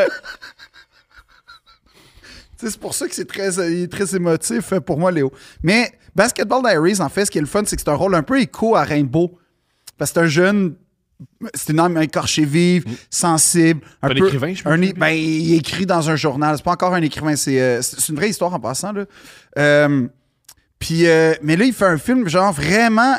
[SPEAKER 2] sais, c'est pour ça que c'est très, euh, il est très émotif euh, pour moi, Léo. Mais Basketball Diaries, en fait, ce qui est le fun, c'est que c'est un rôle un peu écho à Rainbow. Parce que c'est un jeune. C'est une âme écorchée vive, sensible. Un,
[SPEAKER 1] Mm. Un
[SPEAKER 2] peu-
[SPEAKER 1] écrivain, je pense,
[SPEAKER 2] un é- ben, il écrit dans un journal. C'est pas encore un écrivain, c'est euh, c'est- c'est une vraie histoire en passant. Là. Euh, Puis, euh, mais là, il fait un film, genre, vraiment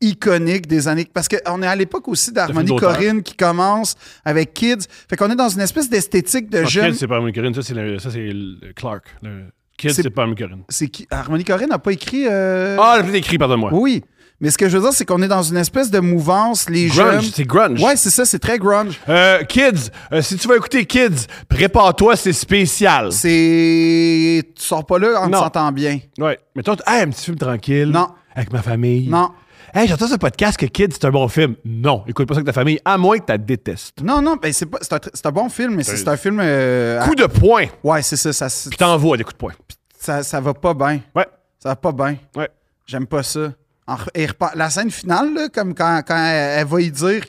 [SPEAKER 2] iconique des années. Parce qu'on est à l'époque aussi d'Harmonie
[SPEAKER 1] film d'auteur.
[SPEAKER 2] Corinne qui commence avec Kids. Fait qu'on est dans une espèce d'esthétique de
[SPEAKER 1] Non,
[SPEAKER 2] jeune.
[SPEAKER 1] Kid, c'est pas Harmony Corinne. Ça, c'est le- ça, c'est le Clark. Le Kid,
[SPEAKER 2] C'est-
[SPEAKER 1] c'est pas Harmony Corinne.
[SPEAKER 2] C'est qui Harmonie Corinne n'a pas écrit. euh,
[SPEAKER 1] Ah, le plus écrit, pardonne-moi.
[SPEAKER 2] Oui. Mais ce que je veux dire, c'est qu'on est dans une espèce de mouvance, les
[SPEAKER 1] Grunge,
[SPEAKER 2] jeunes.
[SPEAKER 1] c'est grunge.
[SPEAKER 2] Ouais, c'est ça, c'est très grunge.
[SPEAKER 1] Euh, kids, euh, si tu veux écouter Kids, prépare-toi, c'est spécial.
[SPEAKER 2] C'est. Tu sors pas là en te
[SPEAKER 1] Non.
[SPEAKER 2] sentant bien.
[SPEAKER 1] Ouais. Mais toi, tu- hey, un petit film tranquille.
[SPEAKER 2] Non.
[SPEAKER 1] Avec ma famille.
[SPEAKER 2] Non.
[SPEAKER 1] Hey, j'entends ce podcast que Kids, c'est un bon film. Non, écoute pas ça avec ta famille, à moins que tu la détestes.
[SPEAKER 2] Non, non, ben c'est pas. C'est un, tr- c'est un bon film, mais c'est c'est un film. euh,
[SPEAKER 1] Coup de poing.
[SPEAKER 2] à- Ouais, c'est ça ça, c'est-
[SPEAKER 1] Puis t'envoies des coups de poing.
[SPEAKER 2] ça. ça va pas bien.
[SPEAKER 1] Ouais.
[SPEAKER 2] Ça va pas bien.
[SPEAKER 1] Ouais.
[SPEAKER 2] J'aime pas ça. En re- et repen- La scène finale, là, comme quand, quand elle, elle va y dire.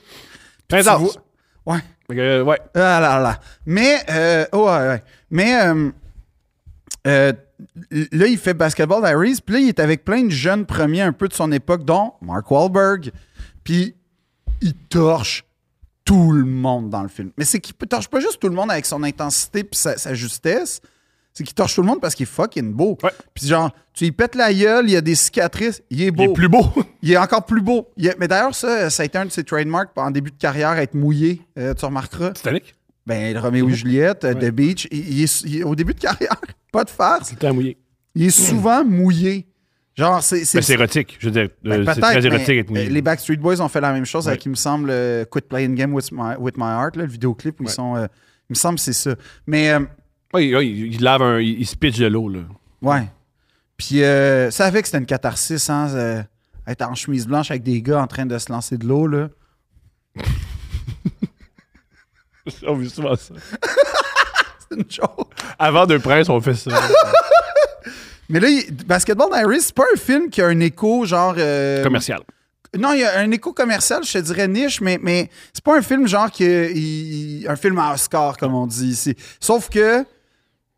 [SPEAKER 1] Intense.
[SPEAKER 2] vois- Ouais.
[SPEAKER 1] Fait que, euh, ouais.
[SPEAKER 2] Ah là là. Mais, euh, oh, ouais, ouais. Mais, euh, euh, là, il fait Basketball Diaries. Puis là, il est avec plein de jeunes premiers un peu de son époque, dont Mark Wahlberg. Puis, il torche tout le monde dans le film. Mais c'est qu'il torche pas juste tout le monde avec son intensité puis sa, sa justesse. C'est qu'il torche tout le monde parce qu'il est fucking beau.
[SPEAKER 1] Ouais.
[SPEAKER 2] Puis genre, tu lui pètes la gueule, il y a des cicatrices, il est beau.
[SPEAKER 1] Il est plus beau. <laughs>
[SPEAKER 2] Il est encore plus beau. Il est- Mais d'ailleurs, ça, ça a été un de ses trademarks en début de carrière, être mouillé. Euh, tu remarqueras.
[SPEAKER 1] Titanic?
[SPEAKER 2] Ben, le Roméo et Juliette, euh, The Beach, il, il est, il est au début de carrière, <laughs> pas de farce,
[SPEAKER 1] Tout le temps mouillé.
[SPEAKER 2] il est souvent mouillé. Genre, c'est.
[SPEAKER 1] Mais Ben, c'est érotique. Je veux dire,
[SPEAKER 2] ben,
[SPEAKER 1] euh, c'est
[SPEAKER 2] peut-être,
[SPEAKER 1] très
[SPEAKER 2] mais,
[SPEAKER 1] érotique être mouillé.
[SPEAKER 2] euh, Les Backstreet Boys ont fait la même chose
[SPEAKER 1] Ouais.
[SPEAKER 2] avec, il me semble, euh, Quit Playing Game with My, with my Heart, là, le vidéoclip où ils
[SPEAKER 1] Ouais.
[SPEAKER 2] sont. euh, il me semble que c'est ça. Mais, euh,
[SPEAKER 1] Ouais, ouais, il, il lave un. Il, il se pitche de l'eau, là.
[SPEAKER 2] ouais. Puis, euh, ça fait que c'était une catharsis, hein, euh, être en chemise blanche avec des gars en train de se lancer de l'eau, là.
[SPEAKER 1] <laughs>
[SPEAKER 2] <laughs>
[SPEAKER 1] On vit souvent ça.
[SPEAKER 2] C'est une chose.
[SPEAKER 1] Avant deux princes, on fait
[SPEAKER 2] <laughs>
[SPEAKER 1] ça.
[SPEAKER 2] Mais là, il- Basketball Diaries, c'est pas un film qui a un écho, genre. euh,
[SPEAKER 1] Commercial.
[SPEAKER 2] Non, il y a un écho commercial, je te dirais niche, mais, mais c'est pas un film genre que. il- il- un film à Oscar, comme on dit ici. Sauf que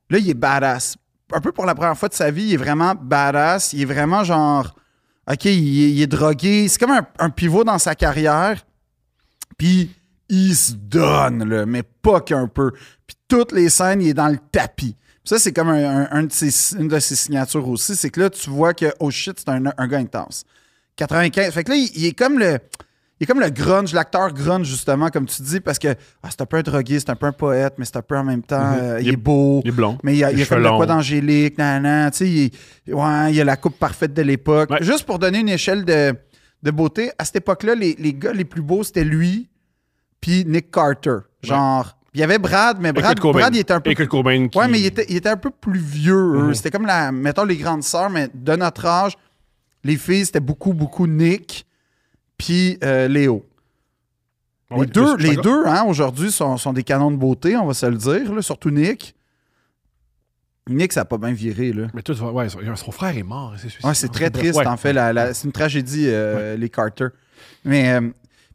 [SPEAKER 2] là, il est badass. Un peu pour la première fois de sa vie, il est vraiment badass. Il est vraiment genre. OK, il est, il est drogué. C'est comme un, un pivot dans sa carrière. Puis il se donne, là, mais pas qu'un peu. Puis toutes les scènes, il est dans le tapis. Puis ça, c'est comme un, un- un de ses- une de ses signatures aussi. C'est que là, tu vois que, oh shit, c'est un, un gars intense. 95. Fait que là, il, il est comme le. Il est comme le grunge, l'acteur grunge, justement, comme tu dis, parce que ah, c'est un peu un drogué, c'est un peu un poète, mais c'est un peu en même temps, euh,
[SPEAKER 1] Mm-hmm.
[SPEAKER 2] il,
[SPEAKER 1] Il
[SPEAKER 2] est
[SPEAKER 1] est-
[SPEAKER 2] beau.
[SPEAKER 1] Il est blond.
[SPEAKER 2] Mais il y a,
[SPEAKER 1] Les
[SPEAKER 2] il y a comme
[SPEAKER 1] cheveux
[SPEAKER 2] de quoi
[SPEAKER 1] longs.
[SPEAKER 2] d'Angélique, nanan, tu sais, il, ouais, il y a la coupe parfaite de l'époque.
[SPEAKER 1] Ouais.
[SPEAKER 2] Juste pour donner une échelle de, de beauté, à cette époque-là, les, les gars les plus beaux, c'était lui, puis Nick Carter. Genre, il y avait Brad, mais
[SPEAKER 1] Et
[SPEAKER 2] Brad,
[SPEAKER 1] Kurt Cobain.
[SPEAKER 2] Brad, il était un peu...
[SPEAKER 1] Et Kurt Cobain qui-
[SPEAKER 2] Ouais, mais il était, il était un peu plus vieux. eux.
[SPEAKER 1] Mhm.
[SPEAKER 2] C'était comme, la, mettons, les grandes sœurs, mais de notre âge, les filles, c'était beaucoup, beaucoup Nick, puis euh, Léo.
[SPEAKER 1] Ah
[SPEAKER 2] Les
[SPEAKER 1] ouais,
[SPEAKER 2] deux,
[SPEAKER 1] je suis
[SPEAKER 2] les
[SPEAKER 1] d'accord.
[SPEAKER 2] deux hein, aujourd'hui, sont, sont des canons de beauté, on va se le dire, là, surtout Nick. Nick, ça a pas bien viré, là.
[SPEAKER 1] Mais toi, tu vois, ouais, son, son frère est mort. C'est suicidé.
[SPEAKER 2] Ouais, c'est très triste,
[SPEAKER 1] Ouais.
[SPEAKER 2] en fait. la- la- c'est une tragédie, euh, les Carter. Mais, euh,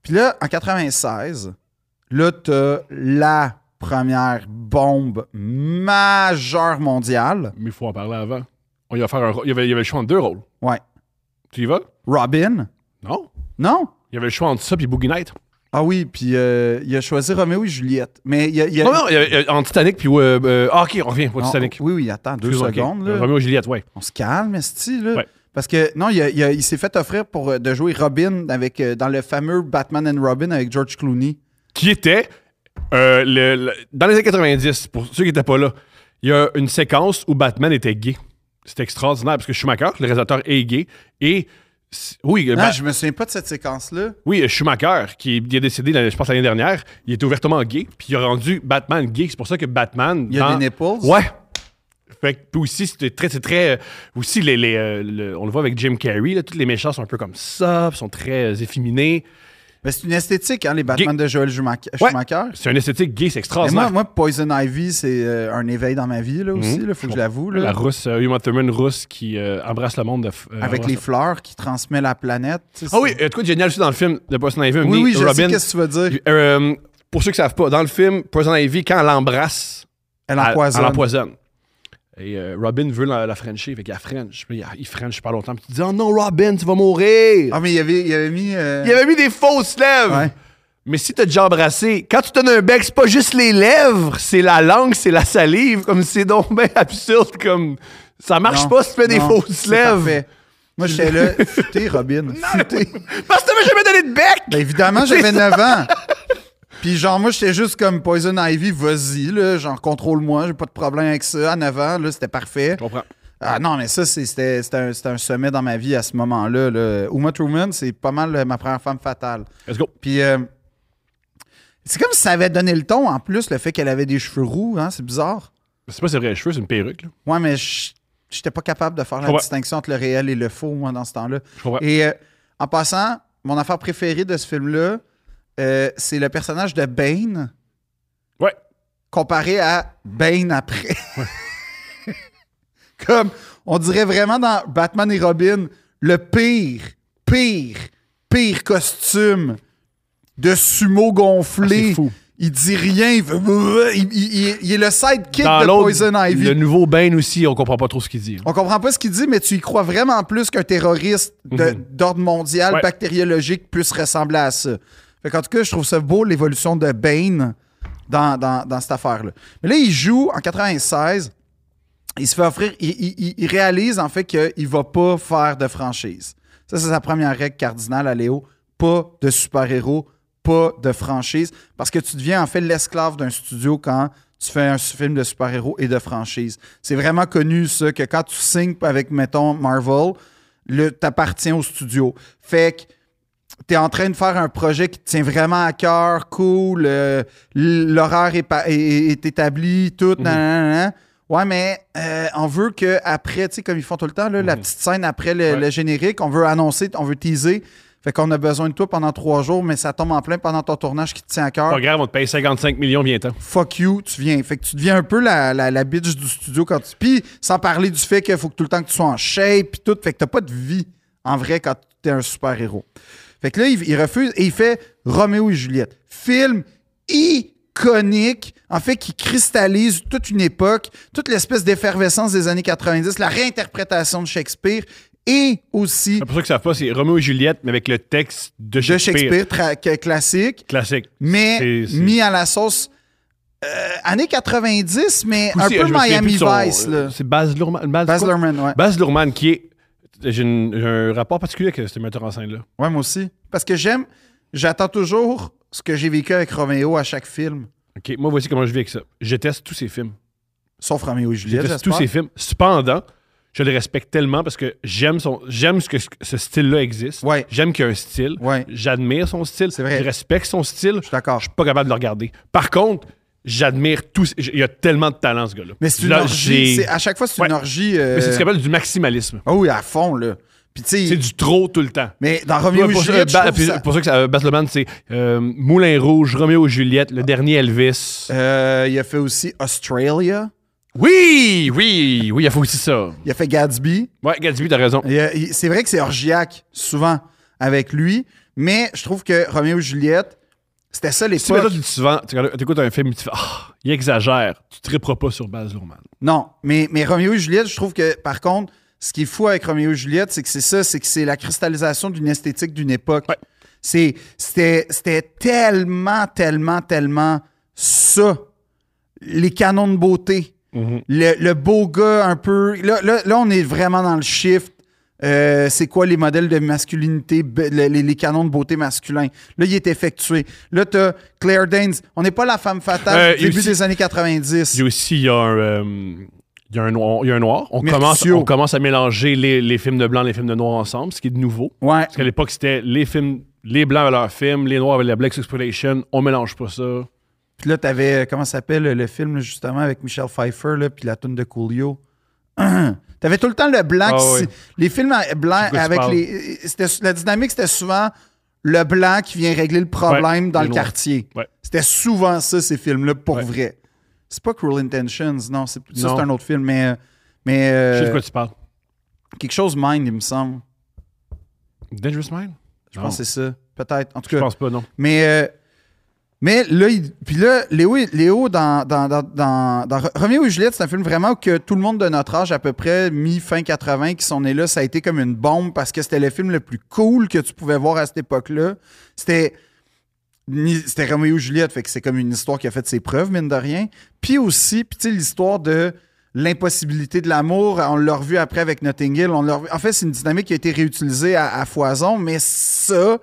[SPEAKER 2] puis là, en 96, là, t'as la première bombe majeure mondiale.
[SPEAKER 1] Mais il faut en parler avant. On y a offert un rôle- il, y avait, il y avait le choix entre deux rôles.
[SPEAKER 2] Ouais.
[SPEAKER 1] Tu y vas?
[SPEAKER 2] Robin.
[SPEAKER 1] Non.
[SPEAKER 2] Non?
[SPEAKER 1] Il y avait le choix entre ça et Boogie Night.
[SPEAKER 2] Ah oui, puis euh, il a choisi Roméo et Juliette. Mais il y a... il y a-
[SPEAKER 1] Non, non, il y avait, euh, entre Titanic puis. euh, euh, ah, ok, on revient au
[SPEAKER 2] Non,
[SPEAKER 1] Titanic.
[SPEAKER 2] Oui, oui, attends, deux
[SPEAKER 1] Excuse-moi, ok.
[SPEAKER 2] secondes. là.
[SPEAKER 1] Euh, Roméo et Juliette, ouais.
[SPEAKER 2] On se calme, esti, là.
[SPEAKER 1] Ouais.
[SPEAKER 2] Parce que, non, il, a- il a- il s'est fait offrir pour, euh, de jouer Robin avec, euh, dans le fameux Batman and Robin avec George Clooney.
[SPEAKER 1] Qui était. euh, le- le- dans les années 90, pour ceux qui n'étaient pas là, il y a une séquence où Batman était gay. C'était extraordinaire parce que Schumacher, le réalisateur, est gay. Et. c'est- Oui,
[SPEAKER 2] Non,
[SPEAKER 1] Ba-
[SPEAKER 2] Ah, je me souviens pas de cette séquence-là.
[SPEAKER 1] Oui, euh, Schumacher, qui est, il est décédé, l'année- je pense, l'année dernière, il était ouvertement gay, puis il a rendu Batman gay. C'est pour ça que Batman.
[SPEAKER 2] Il y a
[SPEAKER 1] dans-
[SPEAKER 2] des nipples.
[SPEAKER 1] Ouais. Fait que, puis aussi, c'était très, c'est très. euh, Aussi, les, les, euh, le- on le voit avec Jim Carrey, là, tous les méchants sont un peu comme ça, puis sont très euh, efféminés.
[SPEAKER 2] Mais Ben, c'est une esthétique, hein, les Batman de Joel Schumacher.
[SPEAKER 1] Ouais.
[SPEAKER 2] Schumacher.
[SPEAKER 1] C'est un esthétique gay, c'est
[SPEAKER 2] Mais
[SPEAKER 1] extraordinaire.
[SPEAKER 2] moi, moi, Poison Ivy, c'est euh, un éveil dans ma vie, là, aussi, là, faut que je l'avoue. là.
[SPEAKER 1] Mhm. la rousse, euh, Uma Thurman rousse qui euh, embrasse le monde. de f- euh,
[SPEAKER 2] Avec
[SPEAKER 1] embrasse
[SPEAKER 2] les
[SPEAKER 1] le-
[SPEAKER 2] fleurs qui transmet la planète. tu sais,
[SPEAKER 1] Ah oui,
[SPEAKER 2] c'est-
[SPEAKER 1] euh, de quoi de génial aussi dans le film de Poison Ivy.
[SPEAKER 2] Oui, oui, je sais
[SPEAKER 1] Robin,
[SPEAKER 2] qu'est-ce que tu veux dire.
[SPEAKER 1] euh, pour ceux qui savent pas, dans le film, Poison Ivy, quand elle embrasse
[SPEAKER 2] Elle
[SPEAKER 1] Elle-
[SPEAKER 2] empoisonne.
[SPEAKER 1] Elle empoisonne. Et euh, Robin veut la, la Frencher, fait qu'il la French. Puis là, il French pas longtemps. Puis il dit Oh non, Robin, tu vas mourir.
[SPEAKER 2] Ah, mais il avait, il avait mis... euh,
[SPEAKER 1] Il avait mis des fausses lèvres.
[SPEAKER 2] Ouais.
[SPEAKER 1] Mais si t'as déjà embrassé, quand tu donnes un bec, c'est pas juste les lèvres, c'est la langue, c'est la salive. Comme c'est donc bien absurde. Comme ça marche
[SPEAKER 2] Non,
[SPEAKER 1] pas si tu fais des
[SPEAKER 2] non,
[SPEAKER 1] fausses
[SPEAKER 2] c'est
[SPEAKER 1] lèvres.
[SPEAKER 2] parfait. Moi,
[SPEAKER 1] <laughs>
[SPEAKER 2] j'étais là, futé, Robin, futé.
[SPEAKER 1] Parce que t'avais jamais donné de bec.
[SPEAKER 2] Ben, évidemment, j'avais 9 ans. Puis genre, moi, j'étais juste comme Poison Ivy, vas-y, là, genre, contrôle-moi, j'ai pas de problème avec ça. À 9 ans, là, c'était parfait.
[SPEAKER 1] comprends.
[SPEAKER 2] Ah non, mais ça, c'est- c'était c'était un, c'était un sommet dans ma vie à ce moment-là. là. Uma Truman, c'est pas mal euh, ma première femme fatale.
[SPEAKER 1] Let's go.
[SPEAKER 2] Puis euh, c'est comme si ça avait donné le ton, en plus, le fait qu'elle avait des cheveux roux, hein, c'est bizarre.
[SPEAKER 1] C'est pas ses vrais cheveux, c'est une perruque. là.
[SPEAKER 2] Ouais, mais je- j'étais pas capable de faire la
[SPEAKER 1] comprends.
[SPEAKER 2] distinction entre le réel et le faux, moi, dans ce temps-là.
[SPEAKER 1] Je comprends.
[SPEAKER 2] Et euh, en passant, mon affaire préférée de ce film-là, euh, c'est le personnage de Bane
[SPEAKER 1] Ouais.
[SPEAKER 2] comparé à Bane après. <laughs> Comme on dirait vraiment dans Batman et Robin, le pire, pire, pire costume de
[SPEAKER 1] Ah,
[SPEAKER 2] sumo
[SPEAKER 1] c'est
[SPEAKER 2] gonflé
[SPEAKER 1] fou.
[SPEAKER 2] Il dit rien, il, veut- il, il- il- il est le sidekick
[SPEAKER 1] Dans
[SPEAKER 2] de
[SPEAKER 1] l'autre,
[SPEAKER 2] Poison Ivy.
[SPEAKER 1] Le nouveau Bane aussi, on comprend pas trop ce qu'il dit. hein.
[SPEAKER 2] On comprend pas ce qu'il dit, mais tu y crois vraiment plus qu'un terroriste de- d'ordre mondial,
[SPEAKER 1] Mhm. Ouais.
[SPEAKER 2] bactériologique, puisse ressembler à ça. Fait qu'en tout cas, je trouve ça beau l'évolution de Bane dans, dans- dans cette affaire-là. Mais là, il joue en 96. Il se fait offrir. Il, il- il- il réalise en fait qu'il va pas faire de franchise. Ça, c'est sa première règle cardinale à Léo. Pas de super-héros, pas de franchise. Parce que tu deviens en fait l'esclave d'un studio quand tu fais un film de super-héros et de franchise. C'est vraiment connu, ça, que quand tu signes avec, mettons, Marvel, le- t'appartiens au studio. Fait que t'es en train de faire un projet qui te tient vraiment à cœur, cool, euh, l'horaire est, pa- est- est établi, tout,
[SPEAKER 1] Mhm.
[SPEAKER 2] nan, nan, nan, nan. Ouais, mais euh, on veut que après, tu sais, comme ils font tout le temps, là, la petite scène après le,
[SPEAKER 1] Mhm. Ouais.
[SPEAKER 2] le générique, on veut annoncer, on veut teaser. Fait qu'on a besoin de toi pendant trois jours, mais ça tombe en plein pendant ton tournage qui te tient à cœur
[SPEAKER 1] Pas grave, on te paye 55 millions, viens-t'en.
[SPEAKER 2] fuck you, tu viens. Fait que tu deviens un peu la, la, la bitch du studio quand tu. Puis sans parler du fait qu'il faut que tout le temps que tu sois en shape puis tout. Fait que t'as pas de vie en vrai quand t'es un super-héros. Fait que là, il, il refuse et il fait Roméo et Juliette. Film iconique, en fait, qui cristallise toute une époque, toute l'espèce d'effervescence des années 90, la réinterprétation de Shakespeare et aussi
[SPEAKER 1] C'est pour ça que ça savent pas, c'est Roméo et Juliette, mais avec le texte de
[SPEAKER 2] de
[SPEAKER 1] Shakespeare.
[SPEAKER 2] Shakespeare tra- que- classique
[SPEAKER 1] Classique.
[SPEAKER 2] mais
[SPEAKER 1] C'est- c'est-
[SPEAKER 2] mis à la sauce euh, années 90, mais un
[SPEAKER 1] Aussi,
[SPEAKER 2] peu
[SPEAKER 1] je me souviens
[SPEAKER 2] Miami
[SPEAKER 1] plus de son-
[SPEAKER 2] Vice. là.
[SPEAKER 1] euh, C'est Baz Luhrmann. Baz,
[SPEAKER 2] Baz
[SPEAKER 1] quoi?
[SPEAKER 2] Luhrmann, ouais.
[SPEAKER 1] Baz Luhrmann qui est... J'ai une- j'ai un rapport particulier avec ce metteur en scène-là.
[SPEAKER 2] Ouais, moi aussi. Parce que j'aime, j'attends toujours ce que j'ai vécu avec Roméo à chaque film,
[SPEAKER 1] OK, moi, voici comment je vis avec ça. Je teste tous ses films.
[SPEAKER 2] sauf Roméo et
[SPEAKER 1] Je
[SPEAKER 2] Juliette.
[SPEAKER 1] déteste tous
[SPEAKER 2] j'espère.
[SPEAKER 1] ses films. Cependant, je le respecte tellement parce que j'aime son, j'aime ce que ce- ce style-là existe.
[SPEAKER 2] Ouais.
[SPEAKER 1] J'aime qu'il y a un style.
[SPEAKER 2] Ouais.
[SPEAKER 1] J'admire son style.
[SPEAKER 2] C'est vrai.
[SPEAKER 1] Je respecte son style.
[SPEAKER 2] Je suis d'accord.
[SPEAKER 1] Je suis pas capable de le regarder. Par contre, j'admire tout. Il y a tellement de talent, ce gars-là.
[SPEAKER 2] Mais c'est une
[SPEAKER 1] Là,
[SPEAKER 2] orgie.
[SPEAKER 1] j'ai-
[SPEAKER 2] c'est- À chaque fois, c'est
[SPEAKER 1] Ouais.
[SPEAKER 2] une orgie. euh,
[SPEAKER 1] Mais c'est ce qu'on appelle du maximalisme.
[SPEAKER 2] Ah oui, à fond, là. Puis tu
[SPEAKER 1] C'est
[SPEAKER 2] sais,
[SPEAKER 1] du trop tout le temps.
[SPEAKER 2] mais dans Roméo
[SPEAKER 1] Pour,
[SPEAKER 2] et
[SPEAKER 1] pour ça, euh,
[SPEAKER 2] Juliette, je
[SPEAKER 1] Ba-
[SPEAKER 2] trouve
[SPEAKER 1] puis
[SPEAKER 2] ça-
[SPEAKER 1] pour ça que ça, Baz Luhrmann, c'est euh, Moulin Rouge, Roméo et Juliette, le dernier Elvis.
[SPEAKER 2] Euh, il a fait aussi Australia.
[SPEAKER 1] Oui, oui, oui, il faut aussi ça.
[SPEAKER 2] Il a fait Gatsby.
[SPEAKER 1] Ouais, Gatsby, t'as raison.
[SPEAKER 2] Il y a- il- C'est vrai que c'est orgiaque, souvent, avec lui, mais je trouve que Roméo et Juliette, c'était ça
[SPEAKER 1] Si maintenant
[SPEAKER 2] l'époque.
[SPEAKER 1] tu dis souvent, tu regardes- t'écoutes un film, tu fais Ah, il exagère, tu triperas pas sur Baz Luhrmann.
[SPEAKER 2] Non, mais, mais Roméo et Juliette, je trouve que, par contre, ce qui est fou avec Roméo et Juliette, c'est que c'est ça, c'est que c'est la cristallisation d'une esthétique d'une époque.
[SPEAKER 1] Ouais.
[SPEAKER 2] C'est- C'était c'était tellement, tellement, tellement ça. Les canons de beauté. le, le beau gars un peu. Là, là, là, on est vraiment dans le shift. Euh, c'est quoi les modèles de masculinité, be- le- les, les canons de beauté masculins? Là, il est effectué. Là, t'as Claire Danes. On n'est pas la femme fatale
[SPEAKER 1] Euh,
[SPEAKER 2] du
[SPEAKER 1] il
[SPEAKER 2] début
[SPEAKER 1] aussi-
[SPEAKER 2] des années 90.
[SPEAKER 1] Puis aussi, il y a un. euh, il y, a un noir, il y a un noir. On, commence,
[SPEAKER 2] Mercutio.
[SPEAKER 1] on commence à mélanger les, les films de blanc et les films de noir ensemble, ce qui est de nouveau.
[SPEAKER 2] Ouais.
[SPEAKER 1] Parce qu'à l'époque, c'était les films, les blancs avaient leurs films, les noirs avaient la Black Exploitation. On mélange pas ça.
[SPEAKER 2] Puis là, t'avais, euh, comment ça s'appelle euh, le film, là, justement, avec Michel Pfeiffer, là, puis la toune de Coolio. <clears throat> t'avais tout le temps le blanc.
[SPEAKER 1] Ah
[SPEAKER 2] qui
[SPEAKER 1] ouais.
[SPEAKER 2] s- Les films en- blancs,
[SPEAKER 1] quoi tu
[SPEAKER 2] avec
[SPEAKER 1] parles.
[SPEAKER 2] les. euh, c'était- La dynamique, c'était souvent le blanc qui vient régler le problème
[SPEAKER 1] Ouais,
[SPEAKER 2] dans
[SPEAKER 1] les
[SPEAKER 2] le
[SPEAKER 1] noirs.
[SPEAKER 2] quartier.
[SPEAKER 1] Ouais.
[SPEAKER 2] C'était souvent ça, ces films-là, pour
[SPEAKER 1] Ouais.
[SPEAKER 2] vrai. C'est pas Cruel Intentions, non, c'est, ça,
[SPEAKER 1] Non.
[SPEAKER 2] c'est un autre film, mais. euh, Mais.
[SPEAKER 1] Je sais
[SPEAKER 2] euh,
[SPEAKER 1] de quoi tu parles.
[SPEAKER 2] quelque chose Mind, il me semble.
[SPEAKER 1] Dangerous Mind
[SPEAKER 2] Je pense que c'est ça. Peut-être. En tout
[SPEAKER 1] Je
[SPEAKER 2] cas.
[SPEAKER 1] pense pas, non.
[SPEAKER 2] Mais, euh, mais là, il- puis là, Léo, est- Léo dans, dans, dans, dans, dans Re- Roméo et Juliette, c'est un film vraiment que tout le monde de notre âge, à peu près mi-fin 80, qui sont nés là, ça a été comme une bombe parce que c'était le film le plus cool que tu pouvais voir à cette époque-là. C'était. ni- C'était Roméo et Juliette, fait que c'est comme une histoire qui a fait ses preuves, mine de rien. Puis aussi, puis tu sais, l'histoire de l'impossibilité de l'amour, on l'a revu après avec Notting Hill. On l'a revu- En fait, c'est une dynamique qui a été réutilisée à, à foison, mais ça,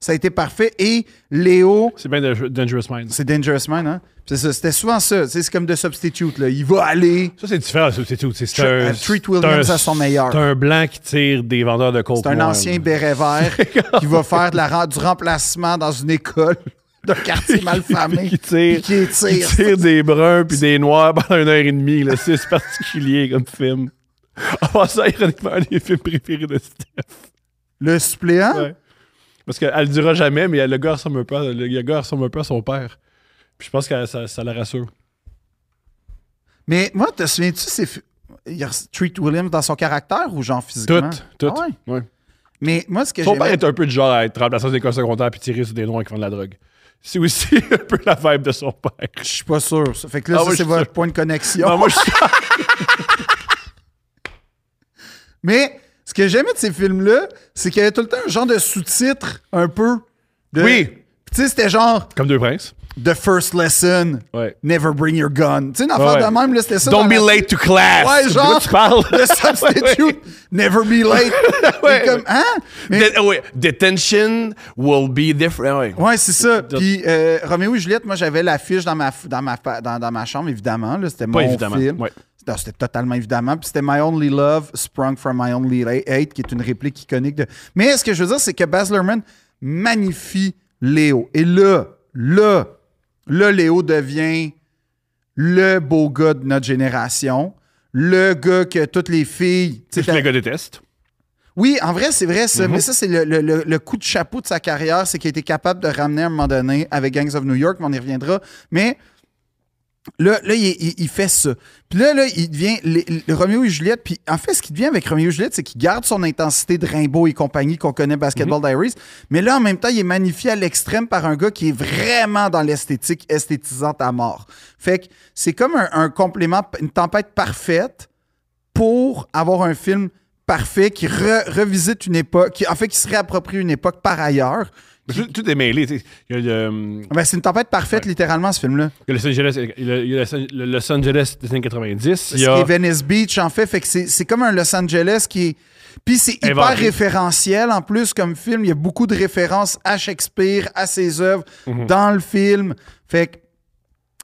[SPEAKER 2] ça a été parfait. Et Léo,
[SPEAKER 1] C'est bien de- Dangerous Mind.
[SPEAKER 2] c'est Dangerous Man, hein? C'est ça, c'était souvent ça. Tu sais, C'est comme The Substitute, là. Il va aller.
[SPEAKER 1] Ça, c'est différent, ça, c'est tout. C'est- C'est
[SPEAKER 2] Tre-
[SPEAKER 1] un,
[SPEAKER 2] euh, Treat
[SPEAKER 1] c'est
[SPEAKER 2] Williams
[SPEAKER 1] un-
[SPEAKER 2] à son meilleur.
[SPEAKER 1] C'est un blanc qui tire des vendeurs de coke.
[SPEAKER 2] C'est un
[SPEAKER 1] noir,
[SPEAKER 2] ancien
[SPEAKER 1] là.
[SPEAKER 2] béret
[SPEAKER 1] <laughs>
[SPEAKER 2] vert qui va faire de la, ren- du remplacement dans une école d'un quartier
[SPEAKER 1] <laughs>
[SPEAKER 2] malfamé.
[SPEAKER 1] qui tire,
[SPEAKER 2] Puis qui les tire.
[SPEAKER 1] qui tire des bruns puis des noirs pendant une heure et demie. là. C'est <laughs> c'est particulier comme film. Ah, ça, ironiquement, un des films préférés de Steph.
[SPEAKER 2] Le suppléant?
[SPEAKER 1] Ouais. Parce qu'elle le dira jamais, mais le gars ressemble un peu, à- le gars ressemble un peu à son père. Puis je pense que ça, ça la rassure.
[SPEAKER 2] Mais moi, te souviens-tu, c'est. fi- il a Treat Williams dans son caractère ou genre
[SPEAKER 1] Tout,
[SPEAKER 2] physiquement?
[SPEAKER 1] tout.
[SPEAKER 2] Ah ouais?
[SPEAKER 1] Ouais.
[SPEAKER 2] Mais moi, ce que
[SPEAKER 1] Son père
[SPEAKER 2] j'aimais...
[SPEAKER 1] est un peu du genre à être remplaçant des écoles secondaires puis tirer sur des noirs qui font de la drogue.
[SPEAKER 3] c'est aussi <laughs> un peu la vibe de son père.
[SPEAKER 2] Je suis pas sûr. ça. Fait que là,
[SPEAKER 3] Ah,
[SPEAKER 2] ça,
[SPEAKER 3] moi, je
[SPEAKER 2] c'est
[SPEAKER 3] suis
[SPEAKER 2] votre
[SPEAKER 3] sûr.
[SPEAKER 2] point de connexion.
[SPEAKER 3] Non, moi, je suis-
[SPEAKER 2] <laughs> Mais ce que j'aimais de ces films-là, c'est qu'il y avait tout le temps un genre de sous-titre un peu. de-
[SPEAKER 3] Oui.
[SPEAKER 2] Puis Tu sais, c'était genre
[SPEAKER 3] Comme deux princes.
[SPEAKER 2] The First Lesson,
[SPEAKER 3] Ouais.
[SPEAKER 2] Never Bring Your Gun. Tu sais, une affaire
[SPEAKER 3] Ouais.
[SPEAKER 2] de même, là, c'était ça.
[SPEAKER 3] Don't
[SPEAKER 2] dans
[SPEAKER 3] be
[SPEAKER 2] la-
[SPEAKER 3] late to class.
[SPEAKER 2] Ouais,
[SPEAKER 3] De
[SPEAKER 2] genre,
[SPEAKER 3] quoi tu parles?
[SPEAKER 2] The
[SPEAKER 3] <laughs>
[SPEAKER 2] <laughs> Substitute, Never Be Late.
[SPEAKER 3] Ouais,
[SPEAKER 2] C'est comme,
[SPEAKER 3] <laughs> ouais.
[SPEAKER 2] hein? Mais-
[SPEAKER 3] Det- ouais, Detention will be different. Ouais.
[SPEAKER 2] Ouais, c'est ça. Puis euh, Roméo et Juliette, moi j'avais l'affiche dans ma, dans, ma, fa- dans, dans ma chambre, évidemment. là, C'était mon
[SPEAKER 3] évidemment,
[SPEAKER 2] film.
[SPEAKER 3] ouais.
[SPEAKER 2] C'était non, c'était totalement évidemment. Puis c'était My Only Love, Sprung from My Only La- Hate, qui est une réplique iconique de. Mais ce que je veux dire, c'est que Baz Luhrmann magnifie Léo. Et là, là, là, Léo devient le beau gars de notre génération. Le gars que toutes les filles. tu sais,
[SPEAKER 3] C'est le gars déteste.
[SPEAKER 2] oui, en vrai, c'est vrai, ça. Mais ça, c'est le, le- le- le coup de chapeau de sa carrière, c'est qu'il a été capable de ramener à un moment donné avec Gangs of New York, mais on y reviendra. Mais là, là il, il- il fait ça. Puis là, là, il devient les- le Roméo et Juliette. Puis en fait, ce qui devient avec Roméo et Juliette, c'est qu'il garde son intensité de Rimbaud et compagnie qu'on connaît Basketball Diaries. Mais là, en même temps, il est magnifié à l'extrême par un gars qui est vraiment dans l'esthétique, esthétisante à mort. Fait que c'est comme un, un complément, une tempête parfaite pour avoir un film parfait qui re- revisite une époque, qui en fait qui se réapproprie une époque par ailleurs.
[SPEAKER 3] Mais Tout, tout est mêlé. tu sais. Il y a, euh,
[SPEAKER 2] Ben, c'est une tempête parfaite littéralement ce film-là.
[SPEAKER 3] il y a Los Angeles, il y a- il y a Los- le Los Angeles des années 90. Il y
[SPEAKER 2] Ce
[SPEAKER 3] a
[SPEAKER 2] qui est Venice Beach en fait, fait que c'est c'est comme un Los Angeles qui est puis c'est hyper
[SPEAKER 3] Inventé.
[SPEAKER 2] référentiel en plus comme film, il y a beaucoup de références à Shakespeare, à ses œuvres dans le film. Fait que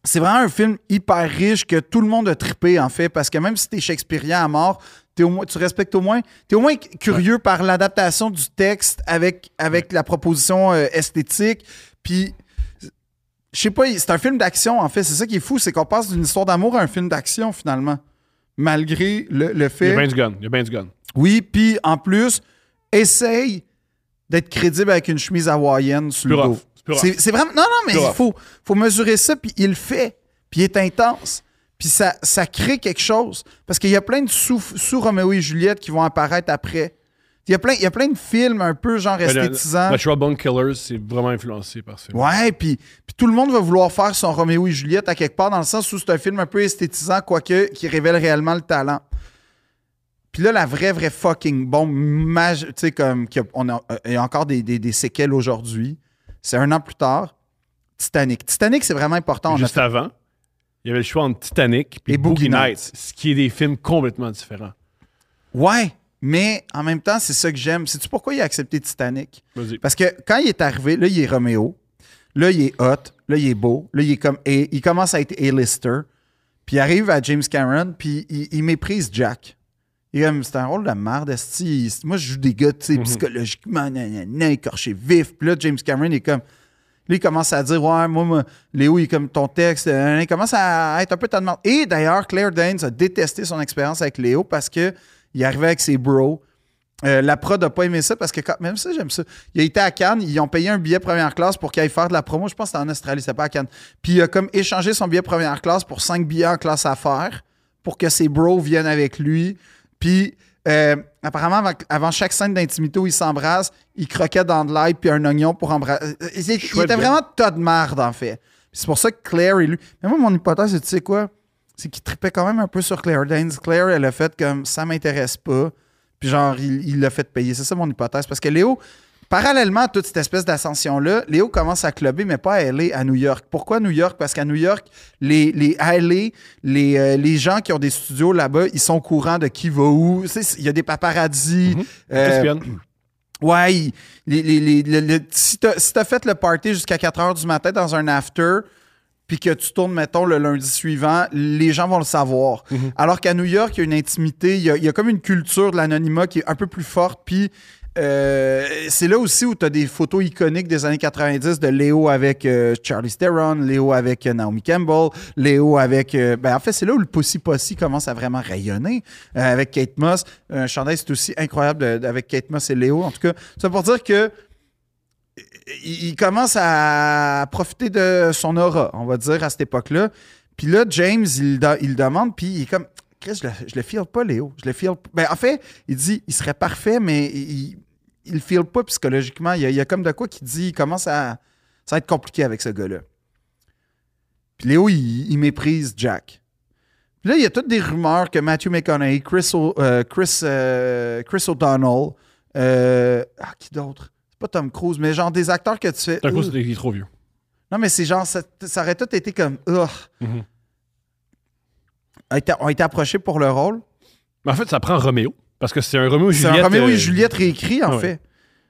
[SPEAKER 2] c'est vraiment un film hyper riche que tout le monde a trippé, en fait, parce que même si t'es shakespearien à mort, t'es au moins, tu respectes au moins, t'es au moins cu- curieux par l'adaptation du texte avec, avec la proposition euh, esthétique. Puis, je sais pas, c'est un film d'action, en fait. C'est ça qui est fou, c'est qu'on passe d'une histoire d'amour à un film d'action, finalement. Malgré le, le
[SPEAKER 3] il y
[SPEAKER 2] fait.
[SPEAKER 3] a ben du gun. Il y a ben du gun.
[SPEAKER 2] Oui, puis en plus, essaye d'être crédible avec une chemise hawaïenne sur le
[SPEAKER 3] plus
[SPEAKER 2] dos.
[SPEAKER 3] rough, c'est plus rough.
[SPEAKER 2] C'est c'est vraiment. Non, non, mais
[SPEAKER 3] plus
[SPEAKER 2] il
[SPEAKER 3] rough.
[SPEAKER 2] faut, faut mesurer ça, puis il le fait, puis il est intense, puis ça, ça crée quelque chose. Parce qu'il y a plein de sous-Roméo et Juliette qui vont apparaître après. Il y a plein, il y a plein de films un peu genre
[SPEAKER 3] Ben, le-
[SPEAKER 2] esthétisants.
[SPEAKER 3] Natural Bone Killers, c'est vraiment influencé par ce film.
[SPEAKER 2] Ouais, puis, puis tout le monde va vouloir faire son Roméo et Juliette à quelque part, dans le sens où c'est un film un peu esthétisant, quoique, qui révèle réellement le talent. Puis là, la vraie, vraie fucking bombe, maje- tu sais, comme, qu'il y a- on a, euh, il y a encore des, des- des séquelles aujourd'hui. C'est un an plus tard. Titanic. Titanic, c'est vraiment important. Ah, On a
[SPEAKER 3] Juste
[SPEAKER 2] fait-
[SPEAKER 3] avant, il y avait le choix entre Titanic
[SPEAKER 2] Et
[SPEAKER 3] et Boogie
[SPEAKER 2] Boogie
[SPEAKER 3] Nights, ce qui est des films complètement différents.
[SPEAKER 2] Ouais, mais en même temps, c'est ça que j'aime. Sais-tu pourquoi il a accepté Titanic?
[SPEAKER 3] Vas-y.
[SPEAKER 2] Parce que quand il est arrivé, là, il est Roméo. Là, il est hot. Là, il est beau. Là, il est comme. A- il commence à être A-lister. Puis il arrive à James Cameron, puis il, il méprise Jack. Il est comme, c'est un rôle de merde, esti. Moi, je joue des gars, tu sais, psychologiquement, nanana, écorché vif. Puis là, James Cameron est comme. Là, il commence à dire, ouais, moi, moi, Léo, il est comme ton texte. euh, Il commence à être un peu ta demande. Et d'ailleurs, Claire Danes a détesté son expérience avec Léo parce que il arrivait avec ses bros. Euh, la prod n'a pas aimé ça parce que, quand- même ça, j'aime ça. Il a été à Cannes, ils ont payé un billet première classe pour qu'il aille faire de la promo. Je pense que c'était en Australie, c'était pas à Cannes. Puis il a comme échangé son billet première classe pour cinq billets en classe affaires pour que ses bros viennent avec lui. Puis euh, apparemment, avant, avant chaque scène d'intimité où ils s'embrassent, il croquait dans de l'ail puis un oignon pour embrasser. Euh, Il, il
[SPEAKER 3] Chouette
[SPEAKER 2] était
[SPEAKER 3] gars.
[SPEAKER 2] vraiment tas de marde, en fait. Puis C'est pour ça que Claire et lui. Mais moi, mon hypothèse, c'est tu sais quoi? C'est qu'il tripait quand même un peu sur Claire Danes. Claire, elle a fait comme ça m'intéresse pas. Puis genre, il il l'a fait payer. C'est ça mon hypothèse. Parce que Léo, parallèlement à toute cette espèce d'ascension-là, Léo commence à clubber, mais pas à aller à New York. Pourquoi New York? Parce qu'à New York, les, les allées, les, euh, les gens qui ont des studios là-bas, ils sont au courant de qui va où. Tu sais, Il y a des paparazzis. euh,
[SPEAKER 3] Caspian.
[SPEAKER 2] Ouais, il- les- les- les- le- le- si t'as si t'as fait le party jusqu'à 4 heures du matin dans un after, puis que tu tournes, mettons, le lundi suivant, les gens vont le savoir. Alors qu'à New York, il y a une intimité, il y a, il y a comme une culture de l'anonymat qui est un peu plus forte, puis euh, c'est là aussi où tu as des photos iconiques des années 90 de Léo avec euh, Charlie Theron, Léo avec euh, Naomi Campbell, Léo avec... euh, ben, en fait, c'est là où le Pussy Pussy commence à vraiment rayonner euh, avec Kate Moss. Un chandail, c'est aussi incroyable de- avec Kate Moss et Léo. En tout cas, ça pour dire que il il commence à profiter de son aura, on va dire, à cette époque-là. Puis là, James, il, da- il demande, puis il est comme, Chris, je le, je le feel pas, Léo. Je le feel p- Ben, en fait, il dit, il serait parfait, mais il, il le feel pas psychologiquement. Il y a, il y a comme de quoi qui dit, il commence à, Ça va être compliqué avec ce gars-là. Puis Léo, il, il méprise Jack. Puis là, il y a toutes des rumeurs que Matthew McConaughey, Chris, O- euh, Chris, euh, Chris O'Donnell, euh, ah, qui d'autre? C'est pas Tom Cruise, mais genre des acteurs que tu fais.
[SPEAKER 1] Tom Cruise,
[SPEAKER 2] Ugh.
[SPEAKER 1] il est trop vieux.
[SPEAKER 2] Non, mais c'est genre, ça, ça aurait tout été comme. Ugh.
[SPEAKER 1] Mhm.
[SPEAKER 2] Ont été- Ont été approchés pour le rôle.
[SPEAKER 1] Mais en fait, ça prend Roméo. Parce que c'est un Roméo et
[SPEAKER 2] C'est
[SPEAKER 1] Juliette.
[SPEAKER 2] un Roméo
[SPEAKER 1] euh,
[SPEAKER 2] et Juliette réécrit, en
[SPEAKER 1] Ah ouais.
[SPEAKER 2] fait.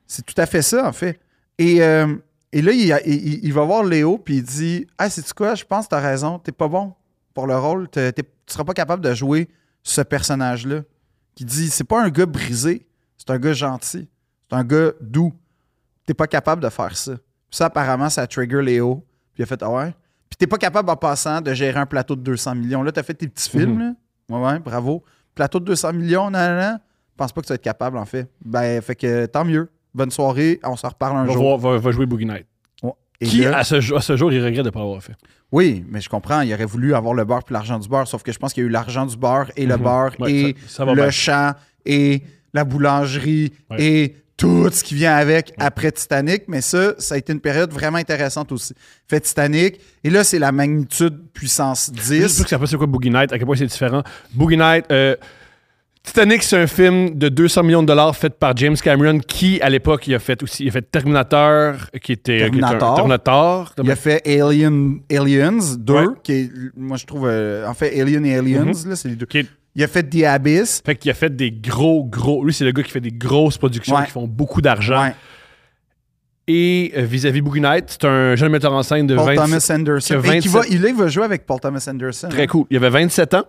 [SPEAKER 2] C'est tout à fait ça, en fait. Et, euh, et là, il, il- il va voir Léo, puis il dit Ah, c'est-tu quoi Je pense que t'as raison, t'es pas bon pour le rôle, t'es- t'es- tu seras pas capable de jouer ce personnage-là. Qui dit C'est pas un gars brisé, c'est un gars gentil, c'est un gars doux. T'es pas capable de faire ça. Puis ça, apparemment, ça trigger Léo. Puis il a fait Ah ouais. Puis t'es pas capable en passant de gérer un plateau de 200 millions. Là, t'as fait tes petits
[SPEAKER 1] Mhm.
[SPEAKER 2] films, là. Ouais, ouais, bravo. Plateau de 200 millions, nan, nan, nan. Je pense pas que tu vas être capable, en fait. Ben, fait que tant mieux. Bonne soirée. On se reparle un
[SPEAKER 1] Va, voir-
[SPEAKER 2] jour.
[SPEAKER 1] va- va jouer Boogie Night.
[SPEAKER 2] Ouais. Et
[SPEAKER 1] Qui,
[SPEAKER 2] là-
[SPEAKER 1] à ce, jo- à ce jour, il regrette de ne pas avoir fait.
[SPEAKER 2] Oui, mais je comprends. Il aurait voulu avoir le beurre puis l'argent du beurre. Sauf que je pense qu'il y a eu l'argent du beurre et le
[SPEAKER 1] Mhm.
[SPEAKER 2] beurre
[SPEAKER 1] Ouais,
[SPEAKER 2] et
[SPEAKER 1] ça- ça va
[SPEAKER 2] le
[SPEAKER 1] mal.
[SPEAKER 2] champ et la boulangerie
[SPEAKER 1] Ouais.
[SPEAKER 2] et tout ce qui vient avec après Titanic. Mais ça, ça a été une période vraiment intéressante aussi. Fait Titanic. Et là, c'est la magnitude puissance
[SPEAKER 1] Juste
[SPEAKER 2] 10.
[SPEAKER 1] pour que ça fasse c'est quoi Boogie Night, à quel point c'est différent. Boogie Night, euh, Titanic, c'est un film de 200 millions de dollars fait par James Cameron, qui, à l'époque, il a fait aussi, il a fait Terminator, qui était qui est un-
[SPEAKER 2] Terminator.
[SPEAKER 1] Terminator.
[SPEAKER 2] Il a fait Alien, Aliens 2,
[SPEAKER 1] Ouais. Mhm.
[SPEAKER 2] qui est, moi je trouve, euh, en fait, Alien et Aliens, là, c'est les deux.
[SPEAKER 1] Qui est-
[SPEAKER 2] Il a fait The Abyss.
[SPEAKER 1] Fait qu'il a fait des gros, gros. Lui, c'est le gars qui fait des grosses productions
[SPEAKER 2] Ouais.
[SPEAKER 1] qui font beaucoup d'argent.
[SPEAKER 2] Ouais.
[SPEAKER 1] Et euh, vis-à-vis Boogie Night, c'est un jeune metteur en scène de
[SPEAKER 2] Paul
[SPEAKER 1] 20
[SPEAKER 2] Thomas Anderson.
[SPEAKER 1] qui a
[SPEAKER 2] Et qui va,
[SPEAKER 1] 27
[SPEAKER 2] il, là, il va jouer avec Paul Thomas Anderson.
[SPEAKER 1] Très cool. Il avait 27 ans.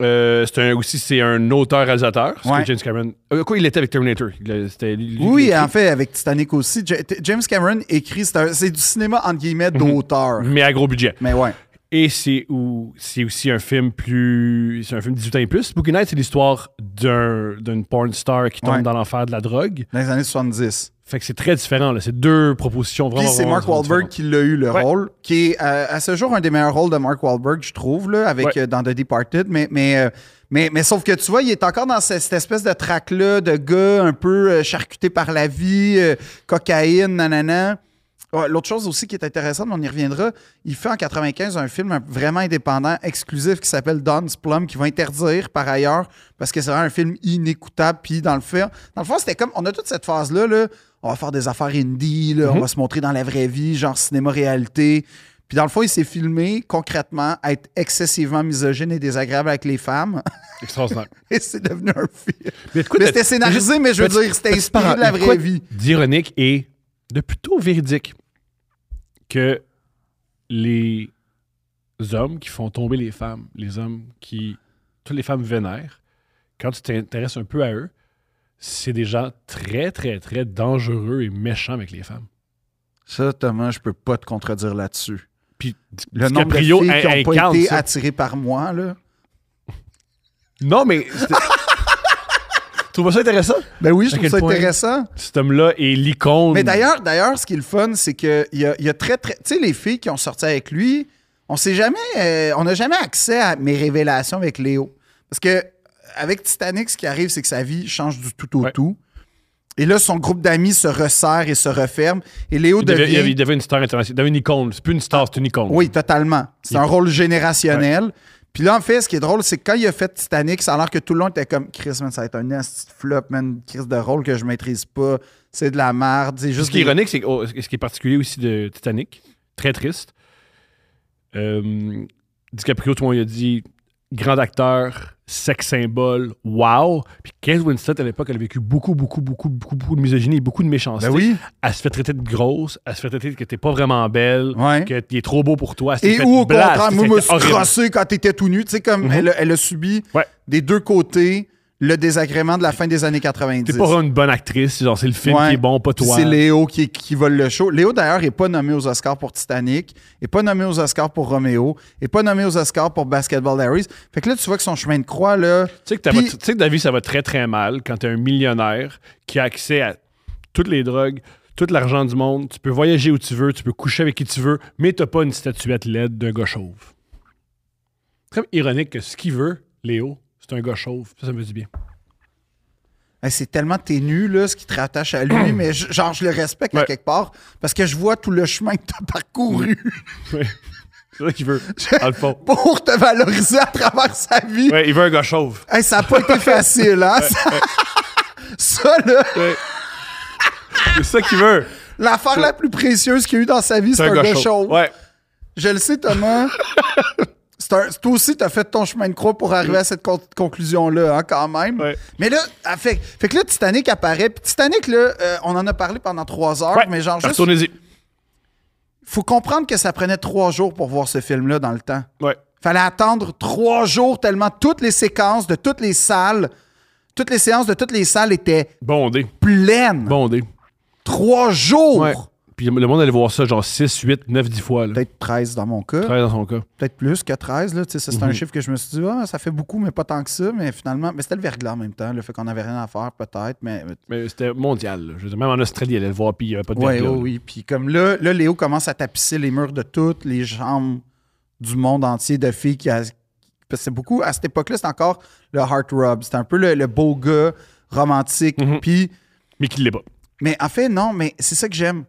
[SPEAKER 1] Euh, c'est un, aussi, c'est un auteur-réalisateur. parce que
[SPEAKER 2] Ouais.
[SPEAKER 1] James Cameron. euh, quoi, il était avec Terminator. Il- C'était lui- lui qui
[SPEAKER 2] Oui,
[SPEAKER 1] l'écrit.
[SPEAKER 2] en fait, avec Titanic aussi. Ja- T- James Cameron écrit, c'est un- c'est du cinéma entre guillemets
[SPEAKER 1] Mhm.
[SPEAKER 2] d'auteur.
[SPEAKER 1] Mais à gros budget.
[SPEAKER 2] Mais ouais.
[SPEAKER 1] Et c'est, où, c'est aussi un film plus. C'est un film 18 ans et plus. Boogie Night, c'est l'histoire d'un, d'une porn star qui tombe
[SPEAKER 2] Ouais.
[SPEAKER 1] dans l'enfer de la drogue.
[SPEAKER 2] Dans les années 70.
[SPEAKER 1] Fait que c'est très différent. Là. C'est deux propositions
[SPEAKER 2] Puis
[SPEAKER 1] vraiment.
[SPEAKER 2] c'est Mark
[SPEAKER 1] vraiment
[SPEAKER 2] Wahlberg
[SPEAKER 1] différentes.
[SPEAKER 2] qui l'a eu, le
[SPEAKER 1] Ouais.
[SPEAKER 2] rôle, qui est euh, à ce jour un des meilleurs rôles de Mark Wahlberg, je trouve, là, avec,
[SPEAKER 1] Ouais.
[SPEAKER 2] euh, dans The Departed. Mais, mais, euh, mais, mais sauf que tu vois, il est encore dans ce- cette espèce de traque-là de gars un peu euh, charcuté par la vie, euh, cocaïne, nanana. Ouais, L'autre chose aussi qui est intéressante, mais on y reviendra, il fait en 95 un film vraiment indépendant, exclusif, qui s'appelle Don's Plum, qui va interdire par ailleurs, parce que c'est vraiment un film inécoutable. Puis dans le fait, dans le fond, c'était comme, on a toute cette phase-là, là, on va faire des affaires indie,
[SPEAKER 1] Mhm.
[SPEAKER 2] là, on va se montrer dans la vraie vie, genre cinéma-réalité. Puis dans le fond, il s'est filmé concrètement à être excessivement misogyne et désagréable avec les femmes. <laughs>
[SPEAKER 1] Extraordinaire.
[SPEAKER 2] et c'est devenu un film.
[SPEAKER 1] Mais, de quoi
[SPEAKER 2] Mais
[SPEAKER 1] t'as-
[SPEAKER 2] c'était scénarisé, mais je veux
[SPEAKER 1] petit-
[SPEAKER 2] dire, c'était
[SPEAKER 1] petit
[SPEAKER 2] inspiré de la
[SPEAKER 1] parenthèse, quoi
[SPEAKER 2] vraie vie.
[SPEAKER 1] D'ironique et de plutôt véridique que les hommes qui font tomber les femmes, les hommes qui. Toutes les femmes vénèrent, quand tu t'intéresses un peu à eux, c'est des gens très, très, très dangereux et méchants avec les femmes.
[SPEAKER 2] Ça, Thomas, je peux pas te contredire là-dessus.
[SPEAKER 1] Puis Di-
[SPEAKER 2] Le nombre de filles
[SPEAKER 1] DiCaprio
[SPEAKER 2] qui
[SPEAKER 1] in-
[SPEAKER 2] n'ont pas
[SPEAKER 1] incarne
[SPEAKER 2] été
[SPEAKER 1] ça.
[SPEAKER 2] attirées par moi, là.
[SPEAKER 1] Non, mais. <laughs> c'était- Tu trouves ça intéressant?
[SPEAKER 2] Ben oui, je
[SPEAKER 1] À
[SPEAKER 2] trouve
[SPEAKER 1] quel
[SPEAKER 2] ça
[SPEAKER 1] point?
[SPEAKER 2] intéressant.
[SPEAKER 1] Cet homme-là est l'icône.
[SPEAKER 2] Mais d'ailleurs, d'ailleurs, ce qui est le fun, c'est que il y a, il y a très, très... Tu sais, les filles qui ont sorti avec lui, on sait jamais... euh, on n'a jamais accès à mes révélations avec Léo. Parce que avec Titanic, ce qui arrive, c'est que sa vie change du tout au
[SPEAKER 1] Ouais.
[SPEAKER 2] tout. Et là, son groupe d'amis se resserre et se referme. Et Léo
[SPEAKER 1] il devait,
[SPEAKER 2] devient...
[SPEAKER 1] il devait une star internationale. Il devait une icône. C'est plus une star, c'est une icône.
[SPEAKER 2] Oui, totalement. C'est un rôle générationnel. Puis là, en fait, ce qui est drôle, c'est que quand il a fait Titanic, ça a l'air que tout le long était comme Chris, man, ça va être un esti de flop, man, Chris de rôle que je maîtrise pas, c'est de la merde. C'est
[SPEAKER 1] Ce
[SPEAKER 2] juste
[SPEAKER 1] qui est
[SPEAKER 2] des-
[SPEAKER 1] ironique, c'est que- oh, ce qui est particulier aussi de Titanic, très triste. Euh, DiCaprio, tout le monde il a dit grand acteur, sex symbole, wow. Puis Kate Winslet, à l'époque, elle a vécu beaucoup, beaucoup, beaucoup, beaucoup, beaucoup de misogynie et beaucoup de méchanceté.
[SPEAKER 2] Ben oui.
[SPEAKER 1] Elle se fait traiter de grosse, elle se fait traiter que t'es pas vraiment belle,
[SPEAKER 2] Ouais.
[SPEAKER 1] que t'es trop beau pour toi. elle s'est
[SPEAKER 2] Et
[SPEAKER 1] fait
[SPEAKER 2] ou au
[SPEAKER 1] blast,
[SPEAKER 2] contraire,
[SPEAKER 1] c'était
[SPEAKER 2] moi, me suis
[SPEAKER 1] horrible. Mm-hmm.
[SPEAKER 2] crossé quand t'étais tout nu. Tu sais, comme elle, a, elle a subi
[SPEAKER 1] Ouais.
[SPEAKER 2] des deux côtés le désagrément de la fin des années 90.
[SPEAKER 1] T'es pas vraiment une bonne actrice, genre c'est le film
[SPEAKER 2] Ouais.
[SPEAKER 1] qui est bon, pas
[SPEAKER 2] Puis
[SPEAKER 1] toi.
[SPEAKER 2] C'est Léo qui, qui vole le show. Léo, d'ailleurs, n'est pas nommé aux Oscars pour Titanic, n'est pas nommé aux Oscars pour Romeo, n'est pas nommé aux Oscars pour Basketball Diaries. Fait que là, tu vois que son chemin de croix, là.
[SPEAKER 1] Tu sais que, ta-
[SPEAKER 2] Puis-
[SPEAKER 1] tu sais que ta vie, ça va très très mal quand t'es un millionnaire qui a accès à toutes les drogues, tout l'argent du monde. Tu peux voyager où tu veux, tu peux coucher avec qui tu veux, mais t'as pas une statuette laide d'un gars chauve. C'est comme ironique que ce qu'il veut, Léo, c'est un gars chauve. Ça, ça me fait du bien.
[SPEAKER 2] Hey, c'est tellement ténu, là, ce qui te rattache à lui, mais je- genre, je le respecte à
[SPEAKER 1] Ouais.
[SPEAKER 2] quelque part parce que je vois tout le chemin que t'as parcouru <laughs>
[SPEAKER 1] C'est ça qu'il veut, dans le fond.
[SPEAKER 2] pour te valoriser à travers sa vie.
[SPEAKER 1] Ouais, il veut un gars chauve.
[SPEAKER 2] Hey, ça n'a pas été facile, hein? ça, ça, là,
[SPEAKER 1] Ouais. C'est ça qu'il veut.
[SPEAKER 2] l'affaire la plus précieuse qu'il y a eu dans sa vie, c'est
[SPEAKER 1] C'est
[SPEAKER 2] un gars
[SPEAKER 1] chauve.
[SPEAKER 2] chauve.
[SPEAKER 1] Ouais.
[SPEAKER 2] Je le sais, Thomas. C'est un- toi aussi, t'as fait ton chemin de croix pour arriver à cette con- conclusion-là, hein, quand même.
[SPEAKER 1] Ouais.
[SPEAKER 2] Mais là, ah, fait, fait que là, Titanic apparaît. Puis Titanic, là, euh, on en a parlé pendant trois heures,
[SPEAKER 1] ouais.
[SPEAKER 2] Ah, mais genre, juste,
[SPEAKER 1] Retournez-y.
[SPEAKER 2] faut comprendre que ça prenait trois jours pour voir ce film-là dans le temps.
[SPEAKER 1] Ouais.
[SPEAKER 2] Fallait attendre trois jours tellement toutes les séquences de toutes les salles, toutes les séances de toutes les salles étaient
[SPEAKER 1] Bondé.
[SPEAKER 2] pleines.
[SPEAKER 1] Bondé.
[SPEAKER 2] Trois jours!
[SPEAKER 1] Ouais. Puis le monde allait voir ça genre 6, 8, 9, 10 fois. Là.
[SPEAKER 2] Peut-être 13 dans mon cas.
[SPEAKER 1] Très dans son cas.
[SPEAKER 2] peut-être plus que 13. Là, Tu sais, ça, c'est
[SPEAKER 1] Mhm.
[SPEAKER 2] un chiffre que je me suis dit, ah, ça fait beaucoup, mais pas tant que ça. Mais finalement, mais c'était le verglas en même temps. Le fait qu'on n'avait rien à faire, peut-être. Mais, mais-
[SPEAKER 1] Mais c'était mondial. là. Je veux dire, même en Australie, elle allait le voir, puis il n'y avait pas de
[SPEAKER 2] ouais,
[SPEAKER 1] verglas,
[SPEAKER 2] oui,
[SPEAKER 1] là.
[SPEAKER 2] oui. Puis comme là, là, Léo commence à tapisser les murs de toutes les chambres du monde entier de filles qui. a- Parce que c'est beaucoup, à cette époque-là, c'est encore le heart rub. C'était un peu le, le beau gars romantique.
[SPEAKER 1] Mhm.
[SPEAKER 2] Puis.
[SPEAKER 1] Mais qu'il l'est pas.
[SPEAKER 2] Mais en fait, non, mais c'est ça que j'aime.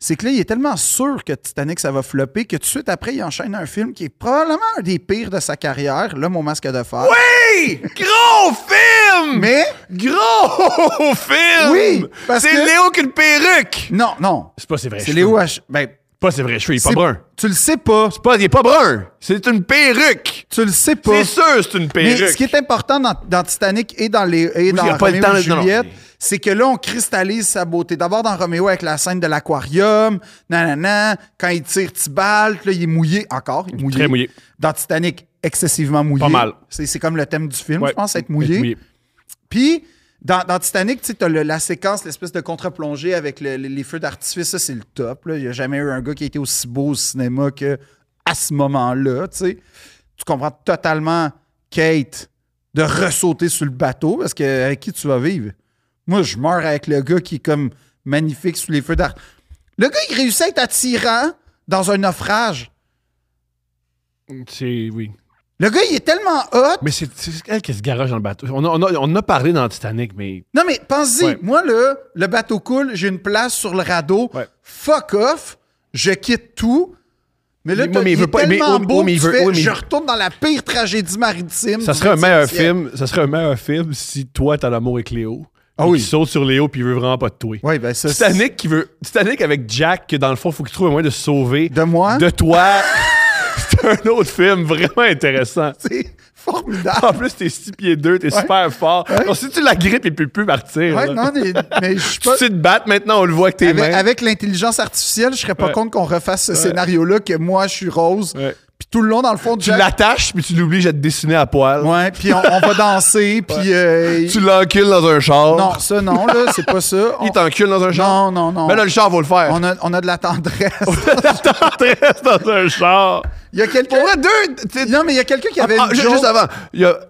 [SPEAKER 2] C'est que là, il est tellement sûr que Titanic, ça va flopper que tout de suite après, il enchaîne un film qui est probablement un des pires de sa carrière, là, Mon Masque de Fer.
[SPEAKER 1] Hey! Gros film!
[SPEAKER 2] Mais
[SPEAKER 1] Gros <laughs> film!
[SPEAKER 2] Oui, parce
[SPEAKER 1] C'est
[SPEAKER 2] que-
[SPEAKER 1] Léo qui a une perruque!
[SPEAKER 2] non, non.
[SPEAKER 1] C'est pas ses vrais
[SPEAKER 2] C'est
[SPEAKER 1] cheveux.
[SPEAKER 2] Léo H. Ben,
[SPEAKER 1] Pas ses vrais cheveux, il est
[SPEAKER 2] c'est-
[SPEAKER 1] pas brun.
[SPEAKER 2] Tu le sais pas.
[SPEAKER 1] Pas, il est pas brun! C'est une perruque!
[SPEAKER 2] Tu le sais pas.
[SPEAKER 1] C'est sûr, c'est une
[SPEAKER 2] Mais
[SPEAKER 1] perruque!
[SPEAKER 2] ce qui est important dans, dans Titanic et dans les et dans
[SPEAKER 1] il y a pas
[SPEAKER 2] Roméo
[SPEAKER 1] le temps
[SPEAKER 2] et
[SPEAKER 1] de- non, non.
[SPEAKER 2] Juliette, c'est que là on cristallise sa beauté. D'abord dans Roméo avec la scène de l'aquarium, nanana, quand il tire Tibalt, là il est mouillé encore, il est mouillé.
[SPEAKER 1] Très mouillé.
[SPEAKER 2] Dans Titanic, excessivement mouillé.
[SPEAKER 1] Pas mal.
[SPEAKER 2] C'est c'est comme le thème du film,
[SPEAKER 1] Ouais,
[SPEAKER 2] je pense, être mouillé. Puis dans, dans Titanic, tu as la séquence, l'espèce de contre-plongée avec le- les, les feux d'artifice, ça c'est le top. là. Il n'y a jamais eu un gars qui a été aussi beau au cinéma que à ce moment-là. Tu sais. Tu comprends totalement Kate de ressauter sur le bateau parce que avec qui tu vas vivre? Moi, je meurs avec le gars qui est comme magnifique sous les feux d'artifice. Le gars, il réussit à être attirant dans un naufrage.
[SPEAKER 1] C'est, oui.
[SPEAKER 2] Le gars, il est tellement hot.
[SPEAKER 1] Mais c'est c'est elle qui se garage dans le bateau. On a, on a- on a parlé dans Titanic, mais
[SPEAKER 2] Non, mais pense-y.
[SPEAKER 1] Ouais.
[SPEAKER 2] Moi, là, le bateau coule, j'ai une place sur le radeau.
[SPEAKER 1] Ouais.
[SPEAKER 2] Fuck off. Je quitte tout. Mais là,
[SPEAKER 1] Mais moi,
[SPEAKER 2] t'as-
[SPEAKER 1] mais il
[SPEAKER 2] il
[SPEAKER 1] veut
[SPEAKER 2] est
[SPEAKER 1] pas- mais
[SPEAKER 2] tellement
[SPEAKER 1] oh,
[SPEAKER 2] beau
[SPEAKER 1] oh, mais
[SPEAKER 2] que
[SPEAKER 1] il
[SPEAKER 2] tu
[SPEAKER 1] veut-
[SPEAKER 2] fais,
[SPEAKER 1] oh, mais il
[SPEAKER 2] je
[SPEAKER 1] veut-
[SPEAKER 2] retourne dans la pire tragédie maritime.
[SPEAKER 1] ça
[SPEAKER 2] du
[SPEAKER 1] serait un
[SPEAKER 2] 20e
[SPEAKER 1] meilleur
[SPEAKER 2] siècle.
[SPEAKER 1] film. Ça serait un meilleur film si toi, t'as l'amour avec Léo.
[SPEAKER 2] Ah
[SPEAKER 1] puis
[SPEAKER 2] oui.
[SPEAKER 1] qu'il saute sur Léo puis il veut vraiment pas de toi.
[SPEAKER 2] Oui, ben ça, c'est-
[SPEAKER 1] Titanic qui veut. Titanic avec Jack, que dans le fond, faut qu'il trouve un moyen de se sauver.
[SPEAKER 2] De moi?
[SPEAKER 1] De toi. <laughs> c'est un autre film vraiment intéressant.
[SPEAKER 2] <laughs> c'est formidable.
[SPEAKER 1] En plus, t'es 6 pieds 2, t'es
[SPEAKER 2] Ouais.
[SPEAKER 1] super fort. Donc, si tu la grippes, il peut plus partir.
[SPEAKER 2] Ouais,
[SPEAKER 1] là.
[SPEAKER 2] non, mais, mais je suis
[SPEAKER 1] Tu
[SPEAKER 2] pas.
[SPEAKER 1] sais te battre maintenant, on le voit avec tes
[SPEAKER 2] Avec,
[SPEAKER 1] mains.
[SPEAKER 2] avec l'intelligence artificielle, je serais pas
[SPEAKER 1] Ouais.
[SPEAKER 2] contre qu'on refasse ce scénario-là que moi, je suis rose.
[SPEAKER 1] Ouais.
[SPEAKER 2] Puis tout le long, dans le fond,
[SPEAKER 1] Tu
[SPEAKER 2] Jack-
[SPEAKER 1] l'attaches, puis tu l'obliges à te dessiner à poil.
[SPEAKER 2] Ouais, puis on, on va danser, puis. euh,
[SPEAKER 1] Tu l'encules dans un char.
[SPEAKER 2] Non, ça, non, là, c'est pas ça. On-
[SPEAKER 1] Il t'encule dans un char.
[SPEAKER 2] Non, non, non.
[SPEAKER 1] Mais là, le char va le faire.
[SPEAKER 2] On a, on a de la tendresse.
[SPEAKER 1] <laughs> T'entresses dans un char.
[SPEAKER 2] Il y a quelqu'un.
[SPEAKER 1] Pour vrai, deux. tu sais,
[SPEAKER 2] Non, mais il y a quelqu'un qui avait.
[SPEAKER 1] ah,
[SPEAKER 2] une
[SPEAKER 1] ju-
[SPEAKER 2] joke-
[SPEAKER 1] juste avant, il y a.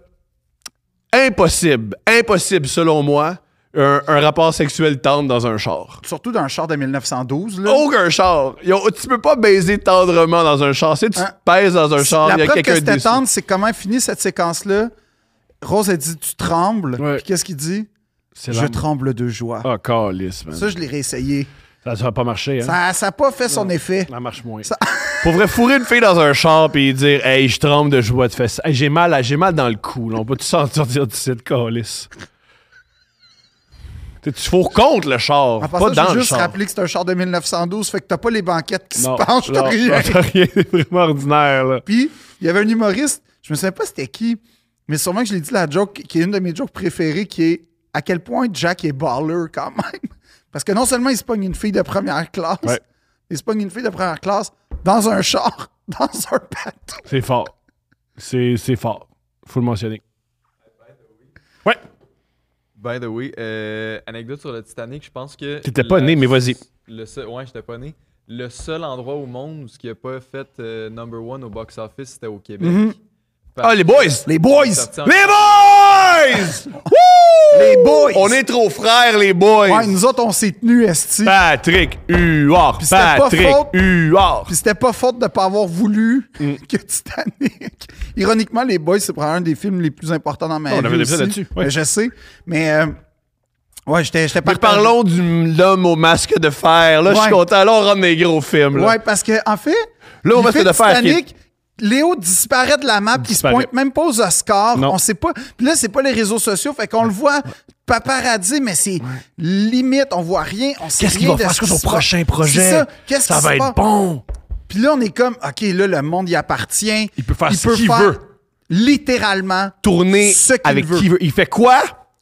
[SPEAKER 1] Impossible, impossible, selon moi, un, un rapport sexuel tendre dans un char.
[SPEAKER 2] Surtout dans le char de 1912. Là.
[SPEAKER 1] Aucun char. Ils ont- tu peux pas baiser tendrement dans un char. Si tu
[SPEAKER 2] Hein?
[SPEAKER 1] te pèses dans un char,
[SPEAKER 2] la
[SPEAKER 1] il y a
[SPEAKER 2] preuve que
[SPEAKER 1] quelqu'un
[SPEAKER 2] c'était
[SPEAKER 1] déçu.
[SPEAKER 2] tendre, c'est comment finit cette séquence-là. Rose, elle dit Tu trembles.
[SPEAKER 1] Ouais.
[SPEAKER 2] Puis qu'est-ce qu'il dit
[SPEAKER 1] C'est
[SPEAKER 2] Je
[SPEAKER 1] l'âme.
[SPEAKER 2] tremble de joie.
[SPEAKER 1] Ah, calisse, man.
[SPEAKER 2] Ça, je l'ai réessayé.
[SPEAKER 1] Ça ça a pas marché, hein? Ça,
[SPEAKER 2] Ça n'a pas fait son effet.
[SPEAKER 1] marche moins.
[SPEAKER 2] Ça-
[SPEAKER 1] Pour vrai, fourrer une fille dans un char puis dire « Hey, je tremble de joie de fesses. Hey, j'ai mal, à- j'ai mal dans le cou. là. On peut-tu s'en sortir du site, calisse? » Tu sais, tu fourres contre le char,
[SPEAKER 2] En
[SPEAKER 1] pas
[SPEAKER 2] passant, je
[SPEAKER 1] dans
[SPEAKER 2] veux
[SPEAKER 1] le
[SPEAKER 2] juste
[SPEAKER 1] char.
[SPEAKER 2] rappeler que c'est un char de 1912, fait que t'as pas les banquettes qui se penchent, t'as
[SPEAKER 1] non,
[SPEAKER 2] rien.
[SPEAKER 1] <laughs> non, t'as rien. C'est vraiment ordinaire, là.
[SPEAKER 2] Puis, il y avait un humoriste, je me souviens pas c'était qui, mais sûrement que je l'ai dit la joke, qui est une de mes jokes préférées, qui est à quel point Jack est baller quand même. <laughs> Parce que non seulement il se pogne une fille de première classe,
[SPEAKER 1] Ouais.
[SPEAKER 2] il se pogne une fille de première classe dans un char, <laughs> dans un bateau.
[SPEAKER 1] C'est fort. C'est c'est fort. Faut le mentionner. Ouais,
[SPEAKER 5] By the way, euh, anecdote sur le Titanic, je pense que.
[SPEAKER 1] T'étais pas
[SPEAKER 5] la-
[SPEAKER 1] né, mais vas-y.
[SPEAKER 5] Le seul, ouais, j'étais pas né. Le seul endroit au monde où ce qui a pas fait euh, number one au box office, c'était au Québec. Parce
[SPEAKER 1] Ah, les boys!
[SPEAKER 2] Les boys!
[SPEAKER 5] que c'est sorti en-
[SPEAKER 3] <laughs>
[SPEAKER 1] Les boys! Wouh!
[SPEAKER 2] Les boys!
[SPEAKER 1] On est trop frères, les boys!
[SPEAKER 2] Ouais, nous autres, on s'est tenus, esti.
[SPEAKER 1] Bah. Patrick Huard!
[SPEAKER 2] c'était pas
[SPEAKER 1] Patrick
[SPEAKER 2] faute.
[SPEAKER 1] Huard!
[SPEAKER 2] Puis c'était pas faute de pas avoir voulu
[SPEAKER 1] Mm.
[SPEAKER 2] <laughs> que Titanic. Ironiquement, Les Boys, c'est probablement un des films les plus importants dans ma
[SPEAKER 1] On
[SPEAKER 2] vie.
[SPEAKER 1] avait des épisodes
[SPEAKER 2] aussi.
[SPEAKER 1] là-dessus,
[SPEAKER 2] Ben,
[SPEAKER 1] ouais.
[SPEAKER 2] Mais Je sais. Mais euh, Ouais, j'étais j'étais
[SPEAKER 3] Mais
[SPEAKER 2] partagé.
[SPEAKER 3] parlons du l'homme au masque de fer. Là, je suis
[SPEAKER 2] Ouais.
[SPEAKER 3] content. Là, on rentre dans les gros films. Là.
[SPEAKER 2] Ouais, parce que en fait,
[SPEAKER 3] Là, on va
[SPEAKER 2] l'effet
[SPEAKER 3] se le faire,
[SPEAKER 2] Titanic, Léo disparaît de la map, il se
[SPEAKER 1] Disparaît.
[SPEAKER 2] pointe même pas aux Oscars,
[SPEAKER 1] Non.
[SPEAKER 2] on sait pas. Puis là, c'est pas les réseaux sociaux, fait qu'on le voit paparazzi, mais c'est limite, on voit rien, on sait
[SPEAKER 3] Qu'est-ce qu'il
[SPEAKER 2] rien
[SPEAKER 3] va
[SPEAKER 2] de
[SPEAKER 3] faire?
[SPEAKER 2] ce
[SPEAKER 3] C'est quoi
[SPEAKER 2] qui
[SPEAKER 3] son
[SPEAKER 2] se passe.
[SPEAKER 3] prochain
[SPEAKER 2] C'est
[SPEAKER 3] projet?
[SPEAKER 2] ça, qu'est-ce
[SPEAKER 3] Ça
[SPEAKER 2] qui
[SPEAKER 3] va
[SPEAKER 2] se
[SPEAKER 3] être
[SPEAKER 2] passe?
[SPEAKER 3] bon.
[SPEAKER 2] Puis là, on est comme, OK, là, le monde y appartient.
[SPEAKER 1] Il peut faire ce
[SPEAKER 2] peut
[SPEAKER 1] qu'il
[SPEAKER 2] faire
[SPEAKER 1] veut.
[SPEAKER 2] Littéralement,
[SPEAKER 3] Tourner
[SPEAKER 2] Ce qu'il
[SPEAKER 3] avec
[SPEAKER 2] veut. Ah,
[SPEAKER 3] qui il veut. Il fait quoi?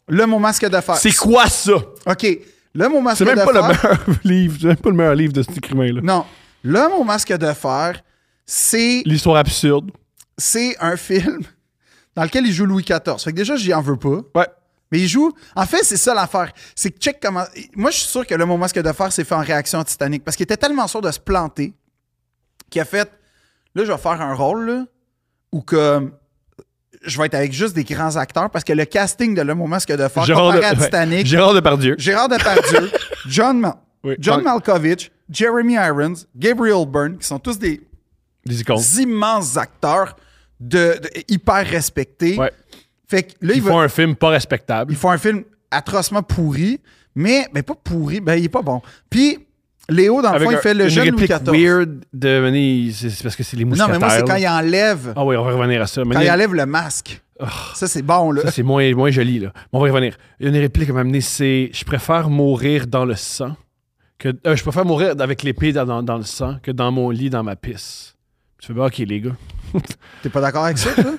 [SPEAKER 2] le mon masque de fer.
[SPEAKER 3] C'est quoi ça?
[SPEAKER 2] OK, le mon masque
[SPEAKER 1] C'est
[SPEAKER 2] de
[SPEAKER 1] même
[SPEAKER 2] fer.
[SPEAKER 1] pas le meilleur <laughs> livre. C'est même pas le meilleur livre de cet écrivain-là.
[SPEAKER 2] Non, le mon masque de fer, c'est
[SPEAKER 1] L'histoire absurde.
[SPEAKER 2] c'est un film <laughs> dans lequel il joue Louis XIV. Fait que déjà, j'y en veux pas.
[SPEAKER 1] Ouais.
[SPEAKER 2] Mais il joue. En fait, c'est ça l'affaire. C'est que check comment. Moi, je suis sûr que le mot masque de fer s'est fait en réaction à Titanic parce qu'il était tellement sûr de se planter qu'il a fait là, je vais faire un rôle là, où comme. Je vais être avec juste des grands acteurs parce que le casting de L'homme au masque de fer
[SPEAKER 1] Gérard,
[SPEAKER 2] comparé à
[SPEAKER 1] de, ouais.
[SPEAKER 2] Titanic,
[SPEAKER 1] Gérard Depardieu. <laughs>
[SPEAKER 2] Gérard Depardieu, John, Ma-
[SPEAKER 1] Oui.
[SPEAKER 2] John Malkovich, Jeremy Irons, Gabriel Byrne, qui sont tous des
[SPEAKER 1] Des icônes.
[SPEAKER 2] immenses acteurs de, de- hyper respectés.
[SPEAKER 1] Ouais.
[SPEAKER 2] Fait que là,
[SPEAKER 1] Ils
[SPEAKER 2] il va-
[SPEAKER 1] font un film pas respectable.
[SPEAKER 2] ils font un film atrocement pourri, mais ben, pas pourri, ben, il est pas bon. Puis Léo, dans le fond, il
[SPEAKER 1] un-
[SPEAKER 2] fait le
[SPEAKER 1] une
[SPEAKER 2] jeune Louis
[SPEAKER 1] réplique
[SPEAKER 2] XIV.
[SPEAKER 1] weird de Mané, c'est c'est parce que c'est les
[SPEAKER 2] Non,
[SPEAKER 1] mousquetaires.
[SPEAKER 2] mais moi, c'est quand
[SPEAKER 1] là.
[SPEAKER 2] il enlève,
[SPEAKER 1] Ah oui, on va revenir à ça.
[SPEAKER 2] quand
[SPEAKER 1] Mané,
[SPEAKER 2] il enlève le masque. Ça, c'est bon, là.
[SPEAKER 1] Oh. ça, c'est moins, moins joli, là. Mais on va y revenir. Il y a une réplique à m'amener, c'est « Je préfère mourir dans le sang que... euh, je préfère mourir avec l'épée dans, dans, dans le sang que dans mon lit, dans ma pisse. » Tu fais ben, « OK, les gars. <laughs>
[SPEAKER 2] T'es pas d'accord avec ça, toi? »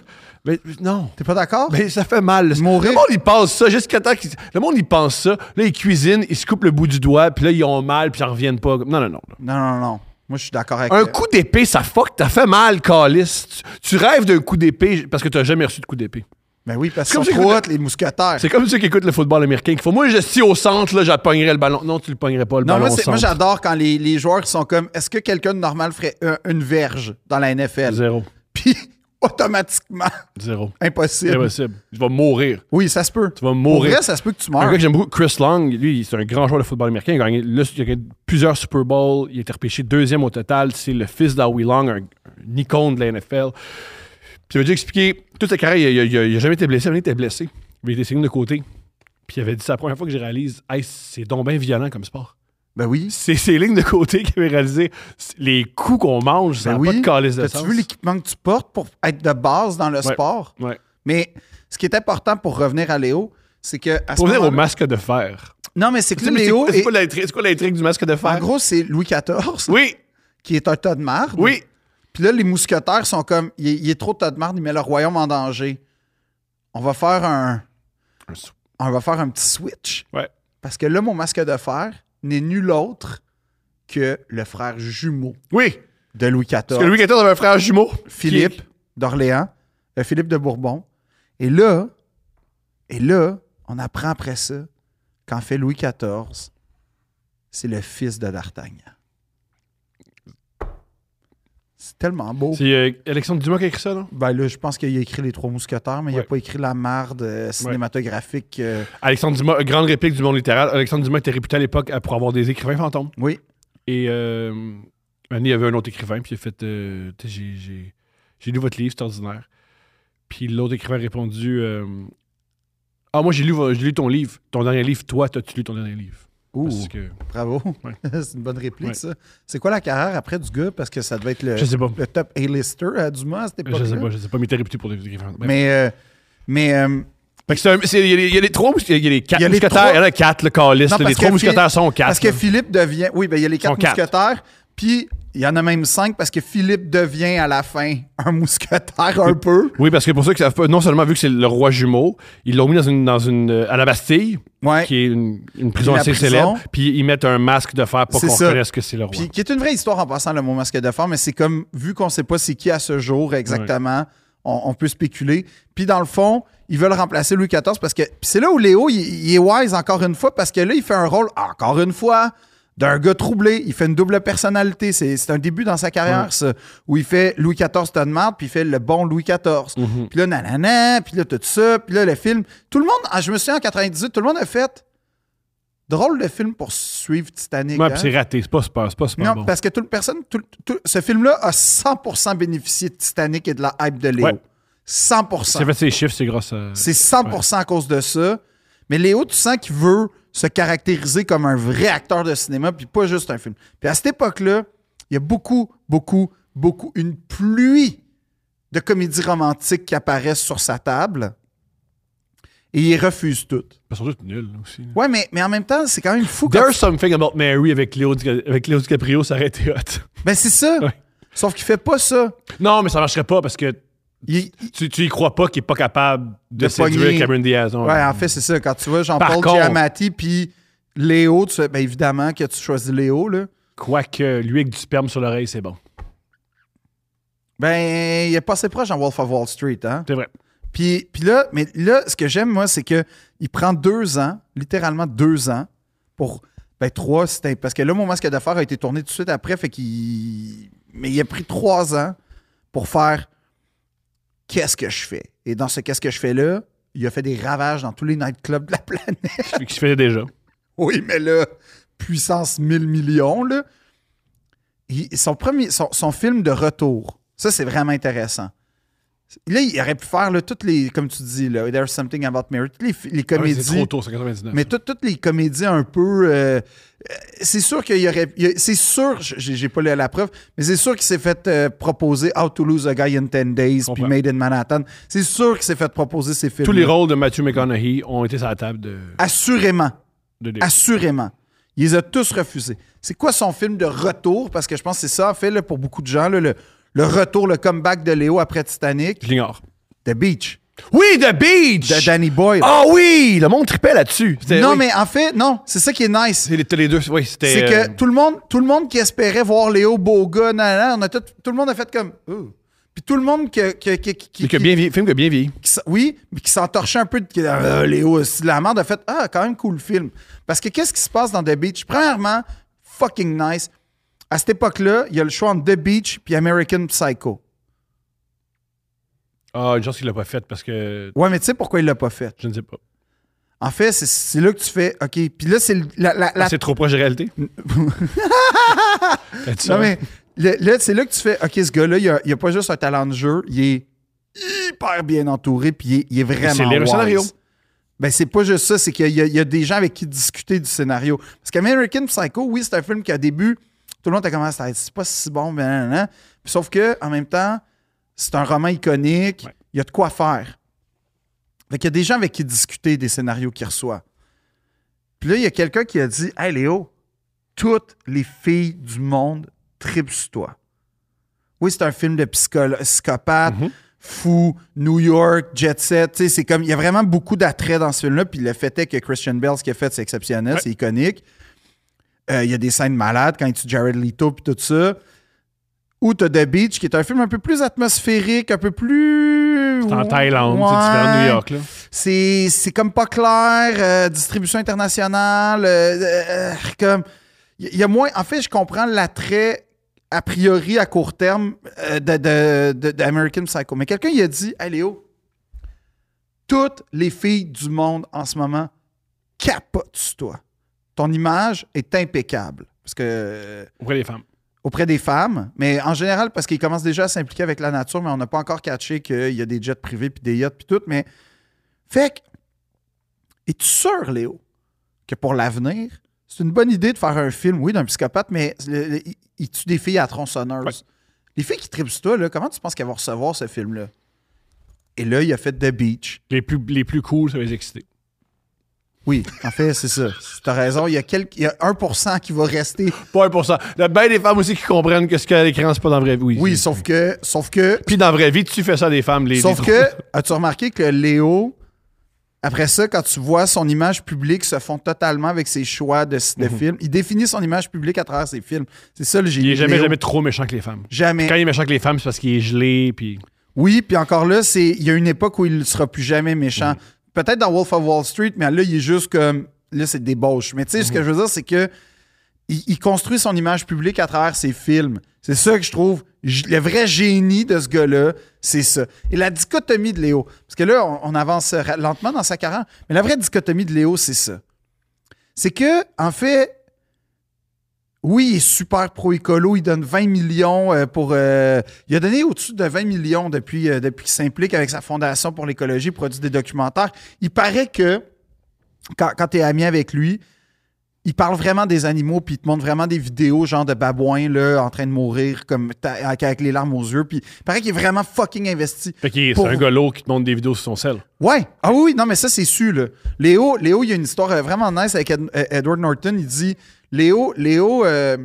[SPEAKER 1] Mais non.
[SPEAKER 2] T'es pas d'accord?
[SPEAKER 1] Mais Ben, ça fait mal. Le
[SPEAKER 2] Mourir-
[SPEAKER 1] Le monde, il pense ça jusqu'à temps qu'il... Le monde, il pense ça. Là, ils cuisinent, ils se coupent le bout du doigt, puis là, ils ont mal, puis ils en reviennent pas. Non, non, non. là.
[SPEAKER 2] Non, non, non. Moi, je suis d'accord avec
[SPEAKER 1] Un
[SPEAKER 2] toi.
[SPEAKER 1] coup d'épée, ça fuck, t'as fait mal, Calis. Tu, tu rêves d'un coup d'épée parce que t'as jamais reçu de coup d'épée.
[SPEAKER 2] Ben oui, parce
[SPEAKER 1] C'est
[SPEAKER 2] qu'ils sont
[SPEAKER 1] comme si
[SPEAKER 2] trop
[SPEAKER 1] j'écoute-
[SPEAKER 2] hot, les mousquetaires.
[SPEAKER 1] C'est comme ceux qui écoutent le football américain qui font Moi, je suis au centre, là, j'appognerais le ballon. Non, tu le pognerais pas, le
[SPEAKER 2] Non,
[SPEAKER 1] ballon.
[SPEAKER 2] moi,
[SPEAKER 1] au
[SPEAKER 2] c'est- moi,
[SPEAKER 1] centre.
[SPEAKER 2] j'adore quand les, les joueurs qui sont comme est-ce que quelqu'un de normal ferait un- une verge dans la NFL?
[SPEAKER 1] Zéro.
[SPEAKER 2] Puis <laughs> automatiquement,
[SPEAKER 1] Zéro.
[SPEAKER 2] impossible.
[SPEAKER 1] Impossible. Tu vas mourir.
[SPEAKER 2] Oui, ça se peut.
[SPEAKER 1] Tu vas
[SPEAKER 2] Pour
[SPEAKER 1] mourir.
[SPEAKER 2] vrai, ça se peut que tu
[SPEAKER 1] Un
[SPEAKER 2] meurs.
[SPEAKER 1] gars que j'aime beaucoup, Chris Long, lui, c'est un grand joueur de football américain. Il a gagné, là, il a gagné plusieurs Super Bowls. Il a été repêché deuxième au total. C'est le fils d'Howie Long, un, un icône de la NFL. Puis il m'a déjà expliqué, toute sa carrière, il a- il a- il a jamais été blessé. mais il était blessé. Mais il était signé de côté. Puis il avait dit, c'est la première fois que j'ai réalisé, hey, c'est donc bien violent comme sport.
[SPEAKER 2] Ben oui.
[SPEAKER 1] C'est ces lignes de côté qui avaient réalisé c'est- les coups qu'on mange, ça
[SPEAKER 2] Ben
[SPEAKER 1] n'a
[SPEAKER 2] oui.
[SPEAKER 1] pas de calice de
[SPEAKER 2] T'as-tu
[SPEAKER 1] sens.
[SPEAKER 2] vu l'équipement que tu portes pour être de base dans le sport?
[SPEAKER 1] Ouais.
[SPEAKER 2] Mais ce qui est important pour revenir à Léo, c'est que. à ce
[SPEAKER 1] Pour venir au
[SPEAKER 2] moment-là-
[SPEAKER 1] masque de fer.
[SPEAKER 2] Non, mais c'est que
[SPEAKER 1] Tu sais, mais c'est
[SPEAKER 2] Léo.
[SPEAKER 1] quoi-
[SPEAKER 2] est-
[SPEAKER 1] c'est quoi l'intrigue- c'est quoi l'intrigue du masque de
[SPEAKER 2] En
[SPEAKER 1] fer?
[SPEAKER 2] gros, c'est Louis XIV
[SPEAKER 1] Oui,
[SPEAKER 2] qui est un tas de marde.
[SPEAKER 1] oui.
[SPEAKER 2] Puis là, les mousquetaires sont comme. Il est, il est trop tas de marde, il met le royaume en danger. On va faire un.
[SPEAKER 1] Un sou-
[SPEAKER 2] On va faire un petit switch.
[SPEAKER 1] Ouais.
[SPEAKER 2] Parce que là, mon masque de fer n'est nul autre que le frère jumeau
[SPEAKER 1] Oui.
[SPEAKER 2] de Louis XIV.
[SPEAKER 1] Parce que Louis XIV avait un frère jumeau.
[SPEAKER 2] Philippe d'Orléans, euh, Philippe de Bourbon. Et là, et là, on apprend après ça qu'en fait Louis XIV, c'est le fils de D'Artagnan. C'est tellement beau.
[SPEAKER 1] C'est euh, Alexandre Dumas qui a écrit ça, non?
[SPEAKER 2] Ben là, je pense qu'il a écrit Les Trois Mousquetaires, mais il n'a
[SPEAKER 1] Ouais.
[SPEAKER 2] pas écrit la marde euh, cinématographique. euh,
[SPEAKER 1] Alexandre Dumas, euh, grande réplique du monde littéral. Alexandre Dumas était réputé à l'époque euh, pour avoir des écrivains fantômes.
[SPEAKER 2] Oui.
[SPEAKER 1] Et euh, un il y avait un autre écrivain, puis il a fait euh, Tu sais, j'ai- J'ai j'ai lu votre livre, c'est ordinaire. Puis l'autre écrivain a répondu euh, Ah, moi, j'ai lu, vo- j'ai lu ton livre, ton dernier livre. Toi, t'as-tu lu ton dernier livre
[SPEAKER 2] Ouh, Euh,
[SPEAKER 1] Parce que.
[SPEAKER 2] bravo.
[SPEAKER 1] Ouais.
[SPEAKER 2] <laughs> c'est une bonne réplique,
[SPEAKER 1] Ouais.
[SPEAKER 2] ça. C'est quoi la carrière après du gars? Parce que ça devait être le,
[SPEAKER 1] Je sais pas.
[SPEAKER 2] le top A-lister à Dumas à cette époque
[SPEAKER 1] Je sais pas, je sais pas, mais il était réputé pour des écrivains. fantômes.
[SPEAKER 2] Mais, euh, mais euh,
[SPEAKER 1] Fait que c'est un- c'est- Il y, a les- il y a les trois mousquetaires. Il y a les quatre
[SPEAKER 2] Il y a les
[SPEAKER 1] mousquetaires.
[SPEAKER 2] trois-
[SPEAKER 1] Il y en a quatre, le calice. là,
[SPEAKER 2] Non, parce
[SPEAKER 1] les trois
[SPEAKER 2] que-
[SPEAKER 1] mousquetaires sont quatre.
[SPEAKER 2] Parce que Philippe devient. Oui, ben, il y a les
[SPEAKER 1] Ils sont
[SPEAKER 2] quatre
[SPEAKER 1] quatre.
[SPEAKER 2] mousquetaires. Puis il y en a même cinq parce que Philippe devient à la fin un mousquetaire un peu.
[SPEAKER 1] Oui, parce que pour ceux qui savent pas, non seulement vu que c'est le roi jumeau, ils l'ont mis dans une, dans une, euh, à la Bastille,
[SPEAKER 2] Ouais.
[SPEAKER 1] qui est une, une prison
[SPEAKER 2] La
[SPEAKER 1] assez
[SPEAKER 2] prison.
[SPEAKER 1] célèbre, puis ils mettent un masque de fer pour
[SPEAKER 2] C'est
[SPEAKER 1] qu'on
[SPEAKER 2] ça.
[SPEAKER 1] reconnaisse que c'est le roi.
[SPEAKER 2] Puis qui est une vraie histoire en passant, le mot masque de fer, mais c'est comme vu qu'on sait pas c'est qui à ce jour exactement, on, on peut spéculer. Puis dans le fond, ils veulent remplacer Louis XIV parce que. Puis c'est là où Léo, il, il est wise encore une fois parce que là, il fait un rôle, encore une fois, d'un gars troublé. Il fait une double personnalité. C'est c'est un début dans sa carrière, ça, où il fait Louis XIV, t'as de merde, puis il fait le bon Louis XIV.
[SPEAKER 1] Mhm.
[SPEAKER 2] Puis là, nanana, puis là, tout ça, puis là, le film. Tout le monde, ah, je me souviens en 98, tout le monde a fait. Drôle de film pour suivre Titanic.
[SPEAKER 1] Ouais,
[SPEAKER 2] hein?
[SPEAKER 1] puis c'est raté, c'est pas super, c'est pas super
[SPEAKER 2] Non,
[SPEAKER 1] bon.
[SPEAKER 2] parce que toute personne, tout, tout- ce film-là a 100% bénéficié de Titanic et de la hype de Léo.
[SPEAKER 1] Ouais.
[SPEAKER 2] 100%.
[SPEAKER 1] Ça fait ses chiffres, c'est grâce à...
[SPEAKER 2] C'est 100% à cause de ça. Mais Léo, tu sens qu'il veut se caractériser comme un vrai acteur de cinéma, puis pas juste un film. Puis à cette époque-là, il y a beaucoup, beaucoup, beaucoup, une pluie de comédies romantiques qui apparaissent sur sa table, et il refuse toutes.
[SPEAKER 1] Parce que c'est nul là, aussi. là.
[SPEAKER 2] Ouais, mais, mais en même temps, c'est quand même fou. quand-
[SPEAKER 1] There's something about Mary avec Léo, Di- avec Léo DiCaprio, ça aurait été hot. <laughs>
[SPEAKER 2] Ben c'est ça.
[SPEAKER 1] Ouais.
[SPEAKER 2] Sauf qu'il fait pas ça.
[SPEAKER 1] Non, mais ça marcherait pas parce que
[SPEAKER 2] Il-
[SPEAKER 1] tu, tu y crois pas qu'il est pas capable de,
[SPEAKER 2] De
[SPEAKER 1] séduire
[SPEAKER 2] pogner.
[SPEAKER 1] Cameron Diaz. non.
[SPEAKER 2] Ouais, hein. en fait, c'est ça. Quand tu vois
[SPEAKER 1] Par
[SPEAKER 2] Jean-Paul
[SPEAKER 1] contre-
[SPEAKER 2] Giamatti puis Léo, tu fais, ben évidemment que tu choisis Léo, là.
[SPEAKER 1] Quoique, lui avec du sperme sur l'oreille, c'est bon.
[SPEAKER 2] Ben, il est passé proche en Wolf of Wall Street, hein?
[SPEAKER 1] C'est vrai. <laughs>
[SPEAKER 2] Puis, puis là, mais là, ce que j'aime, moi, c'est que il prend deux ans, littéralement deux ans, pour. Ben, trois, c'était. Parce que là, mon masque d'affaires a été tourné tout de suite après, fait qu'il. Mais il a pris trois ans pour faire qu'est-ce que je fais. Et dans ce qu'est-ce que je fais-là, il a fait des ravages dans tous les nightclubs de la planète.
[SPEAKER 1] Qui se faisait déjà.
[SPEAKER 2] Oui, mais là, puissance 1000 millions, là. Il- son, premier, son, son film de retour, ça, c'est vraiment intéressant. Là, il aurait pu faire là, toutes les, comme tu dis, là, There's Something About Mary, toutes les, fi- les
[SPEAKER 1] Ah oui, C'est
[SPEAKER 2] comédies.
[SPEAKER 1] trop tôt, c'est 99.
[SPEAKER 2] mais tout- toutes les comédies un peu. euh, euh, c'est sûr qu'il y aurait. il y a- C'est sûr, j- j'ai j'ai pas la, la preuve, mais c'est sûr qu'il s'est fait euh, proposer How to Lose a Guy in 10 Days puis
[SPEAKER 1] Comprends.
[SPEAKER 2] Made in Manhattan. C'est sûr qu'il s'est fait proposer ces films.
[SPEAKER 1] Tous les rôles de Matthew McConaughey ont été sur la table de,
[SPEAKER 2] Assurément.
[SPEAKER 1] de Léo.
[SPEAKER 2] Assurément. Il les a tous refusés. C'est quoi son film de retour? Parce que je pense que c'est ça, en fait, là, pour beaucoup de gens, là, le, le retour, le comeback de Léo après Titanic,
[SPEAKER 1] Je l'ignore.
[SPEAKER 2] The Beach,
[SPEAKER 1] Oui, The Beach!
[SPEAKER 2] de Danny Boyle.
[SPEAKER 1] Ah oui! Le monde tripait là-dessus. C'était-
[SPEAKER 2] non,
[SPEAKER 1] oui,
[SPEAKER 2] mais en fait, non, c'est ça qui est nice.
[SPEAKER 1] C'est euh, les, les deux. Oui, c'était.
[SPEAKER 2] C'est
[SPEAKER 1] euh,
[SPEAKER 2] que tout le, monde, tout le monde qui espérait voir Léo beau gars, nan, nan, on a tout, tout le monde a fait comme. Ouh. Puis tout le monde que- que- que- qui-
[SPEAKER 1] mais
[SPEAKER 2] qui,
[SPEAKER 1] que bien vieilli- film qui a bien vieilli.
[SPEAKER 2] qui s'en- oui, mais qui s'entorchait un peu de que, euh, Léo, c'est de la merde, a fait Ah, quand même cool le film. Parce que qu'est-ce qui se passe dans The Beach? Premièrement, fucking nice. À cette époque-là, il y a le choix entre The Beach puis American Psycho.
[SPEAKER 1] Ah, une chance qu'il l'a pas fait parce que
[SPEAKER 2] Ouais, mais tu sais pourquoi il l'a pas fait?
[SPEAKER 1] je ne sais pas.
[SPEAKER 2] En fait, c'est- c'est là que tu fais OK. Puis là, c'est le- la, la- la-
[SPEAKER 1] C'est trop proche de la <laughs> réalité. T'as dit ça,
[SPEAKER 2] Non,
[SPEAKER 1] hein?
[SPEAKER 2] mais le- là, c'est là que tu fais OK, ce gars-là, il a, il a pas juste un talent de jeu, il est hyper bien entouré, puis il est, il est vraiment.
[SPEAKER 1] c'est lire un
[SPEAKER 2] wise.
[SPEAKER 1] scénario.
[SPEAKER 2] Ben, c'est pas juste ça, c'est qu'il y, a- il y a des gens avec qui discuter du scénario. Parce qu'American Psycho, oui, c'est un film qui, au début, tout le monde a commencé à dire c'est pas si bon, mais nan, nan, nan. Puis Sauf que, en même temps, c'est un roman iconique,
[SPEAKER 1] Ouais.
[SPEAKER 2] il y a de quoi faire. Fait qu'il y a des gens avec qui discuter des scénarios qu'il reçoit. Puis là, il y a quelqu'un qui a dit Hey Léo, toutes les filles du monde tripent sur toi. Oui, c'est un film de psycholo- psychopathe,
[SPEAKER 1] Mhm.
[SPEAKER 2] fou, New York, jet set. tu sais, C'est comme, il y a vraiment beaucoup d'attrait dans ce film-là. Puis le fait est que Christian Bell, ce qu'il a fait, c'est exceptionnel, c'est iconique. Euh, Il y a des scènes malades quand il tue Jared Leto puis tout ça. Ou t'as The Beach, qui est un film un peu plus atmosphérique, un peu plus.
[SPEAKER 1] C'est en Thaïlande, c'est différent de
[SPEAKER 2] Ouais.
[SPEAKER 1] New York. Là.
[SPEAKER 2] C'est c'est comme pas clair, euh, distribution internationale, euh, euh, comme il y, a moins. En fait, je comprends l'attrait a priori à court terme euh, de, de- de- d'American Psycho. Mais quelqu'un il a dit, hey Léo, toutes les filles du monde en ce moment capotent sur toi. Ton image est impeccable parce que euh,
[SPEAKER 1] Auprès des femmes.
[SPEAKER 2] auprès des femmes, mais en général parce qu'ils commencent déjà à s'impliquer avec la nature, mais on n'a pas encore catché qu'il y a des jets privés puis des yachts puis tout. Mais fait que, es-tu sûr, Léo, que pour l'avenir, c'est une bonne idée de faire un film, oui, d'un psychopathe, mais le- le- il- il tue des filles à tronçonneuse.
[SPEAKER 1] Ouais.
[SPEAKER 2] Les filles qui tripent sur toi, là, comment tu penses qu'elles vont recevoir ce film-là? Et là, il a fait The Beach.
[SPEAKER 1] Les plus, les plus cool, ça va les exciter.
[SPEAKER 2] Oui, en fait, c'est ça. T'as raison. Il y, a quelques, il y a 1% qui va rester.
[SPEAKER 1] Pas 1%. Il y a bien des femmes aussi qui comprennent que ce qu'il y a à l'écran, c'est pas dans la vraie vie.
[SPEAKER 2] Oui, sauf que, sauf que
[SPEAKER 1] Puis dans la vraie vie, tu fais ça à des femmes. Les,
[SPEAKER 2] Sauf
[SPEAKER 1] les-
[SPEAKER 2] que,
[SPEAKER 1] <laughs>
[SPEAKER 2] as-tu remarqué que Léo, après ça, quand tu vois son image publique se fond totalement avec ses choix de, de films, il définit son image publique à travers ses films. C'est ça
[SPEAKER 1] Mhm.
[SPEAKER 2] le
[SPEAKER 1] Il
[SPEAKER 2] génie.
[SPEAKER 1] est
[SPEAKER 2] de
[SPEAKER 1] jamais,
[SPEAKER 2] Léo.
[SPEAKER 1] jamais trop méchant que les femmes.
[SPEAKER 2] Jamais.
[SPEAKER 1] Quand il est méchant que les femmes, c'est parce qu'il est gelé. Puis...
[SPEAKER 2] Oui, puis encore là, c'est il y a une époque où il ne sera plus jamais méchant. Peut-être dans Wolf of Wall Street, mais là, il est juste comme. Là, c'est débauche. Mais tu sais, ce que je veux dire, c'est que il, il construit son image publique à travers ses films. C'est ça que je trouve. g- Le vrai génie de ce gars-là, c'est ça. Et la dichotomie de Léo. Parce que là, on, on avance ra- lentement dans sa carrière. Mais la vraie dichotomie de Léo, c'est ça. C'est que, en fait, oui, il est super pro-écolo. Il donne 20 millions euh, pour. euh, il a donné au-dessus de 20 millions depuis, euh, depuis qu'il s'implique avec sa fondation pour l'écologie, produit des documentaires. Il paraît que quand, quand t'es ami avec lui, il parle vraiment des animaux, puis il te montre vraiment des vidéos, genre de babouin, là, en train de mourir, comme ta- avec avec les larmes aux yeux. Puis il paraît qu'il est vraiment fucking investi.
[SPEAKER 1] Fait qu'il est-
[SPEAKER 2] Pour-
[SPEAKER 1] c'est un gars lourd qui te montre des vidéos sur son sel.
[SPEAKER 2] Ouais. Ah oui, oui, non, mais ça, c'est su, là. Léo, Léo, il y a une histoire euh, vraiment nice avec Ed- euh, Edward Norton. Il dit Léo, Léo, euh,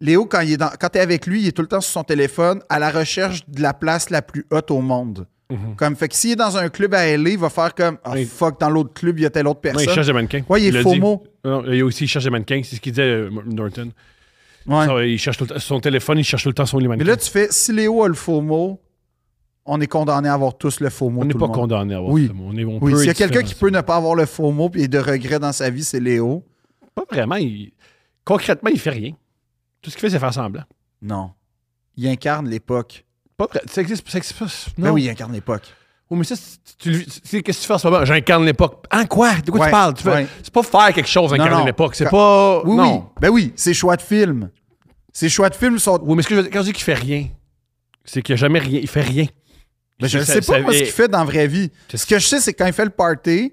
[SPEAKER 2] Léo, quand il est dans- quand t'es avec lui, il est tout le temps sur son téléphone à la recherche de la place la plus haute au monde. Comme fait que s'il est dans un club à LA, il va faire comme Ah
[SPEAKER 1] Mhm. Oui.
[SPEAKER 2] fuck, dans l'autre club, il y a telle autre
[SPEAKER 1] Non, il
[SPEAKER 2] personne.
[SPEAKER 1] cherche des mannequins.
[SPEAKER 2] Ouais, il est
[SPEAKER 1] l'a
[SPEAKER 2] faux
[SPEAKER 1] dit.
[SPEAKER 2] mot.
[SPEAKER 1] Non, non, il aussi, il cherche des mannequins. C'est ce qu'il disait euh, Norton.
[SPEAKER 2] Ouais.
[SPEAKER 1] Ça, il cherche tout le temps- son téléphone, il cherche tout le temps son les
[SPEAKER 2] Mais
[SPEAKER 1] mannequins.
[SPEAKER 2] là, tu fais si Léo a le faux mot, on est condamné à avoir tous le faux mot.
[SPEAKER 1] on n'est
[SPEAKER 2] tout
[SPEAKER 1] pas
[SPEAKER 2] le monde.
[SPEAKER 1] condamné à avoir
[SPEAKER 2] Oui.
[SPEAKER 1] ça, mais On est, on
[SPEAKER 2] Oui,
[SPEAKER 1] peut
[SPEAKER 2] s'il y a
[SPEAKER 1] être
[SPEAKER 2] quelqu'un qui
[SPEAKER 1] différent.
[SPEAKER 2] peut ne pas avoir le faux mot et de regret dans sa vie, c'est Léo.
[SPEAKER 1] Pas vraiment. il- Concrètement, il fait rien. Tout ce qu'il fait, c'est faire semblant.
[SPEAKER 2] Non. Il incarne l'époque.
[SPEAKER 1] Pas vrai. Ça existe. Ça existe pas. Non.
[SPEAKER 2] Ben oui, il incarne l'époque.
[SPEAKER 1] Oui, Oh, mais ça, c'est- tu le vis- c'est- qu'est-ce que tu fais en ce moment? J'incarne l'époque. En quoi? De quoi
[SPEAKER 2] Ouais,
[SPEAKER 1] tu parles? Tu fais-
[SPEAKER 2] ouais.
[SPEAKER 1] C'est pas faire quelque chose, incarner
[SPEAKER 2] non.
[SPEAKER 1] l'époque. C'est
[SPEAKER 2] Quand-
[SPEAKER 1] pas.
[SPEAKER 2] Oui,
[SPEAKER 1] non.
[SPEAKER 2] oui. Ben oui, ses choix de films. Ses choix de films sont.
[SPEAKER 1] Oui, mais ce que je veux dire, quand je dis qu'il fait rien, c'est qu'il a jamais rien. Il fait rien.
[SPEAKER 2] Ben, je ne
[SPEAKER 1] Ça-
[SPEAKER 2] sais
[SPEAKER 1] ça-
[SPEAKER 2] pas moi, ce
[SPEAKER 1] et-
[SPEAKER 2] qu'il fait dans la vraie vie.
[SPEAKER 1] Qu'est-ce-
[SPEAKER 2] Ce que je sais, c'est quand il fait le party,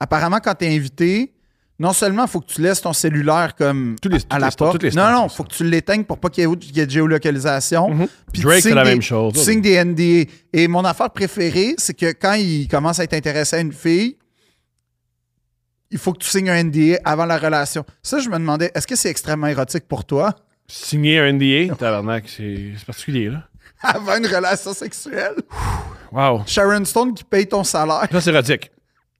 [SPEAKER 2] apparemment, quand tu es invité, non seulement il faut que tu laisses ton cellulaire comme
[SPEAKER 1] Tous les-
[SPEAKER 2] à
[SPEAKER 1] toutes
[SPEAKER 2] la
[SPEAKER 1] les-
[SPEAKER 2] porte.
[SPEAKER 1] toutes les
[SPEAKER 2] non,
[SPEAKER 1] stars
[SPEAKER 2] non,
[SPEAKER 1] font
[SPEAKER 2] faut que tu l'éteignes pour pas qu'il y ait- qu'il y ait de géolocalisation.
[SPEAKER 1] Mhm.
[SPEAKER 2] Puis tu
[SPEAKER 1] Drake, c'est
[SPEAKER 2] signes
[SPEAKER 1] la
[SPEAKER 2] des-
[SPEAKER 1] même chose.
[SPEAKER 2] Tu signes des NDA. Et mon affaire préférée, c'est que quand il commence à être intéressé à une fille, il faut que tu signes un NDA avant la relation. Ça, je me demandais, est-ce que c'est extrêmement érotique pour toi
[SPEAKER 1] Signer un NDA, tabarnak, c'est c'est particulier, là.
[SPEAKER 2] <laughs> avant une relation sexuelle?
[SPEAKER 1] Wow.
[SPEAKER 2] Sharon Stone qui paye ton salaire.
[SPEAKER 1] Ça, c'est érotique.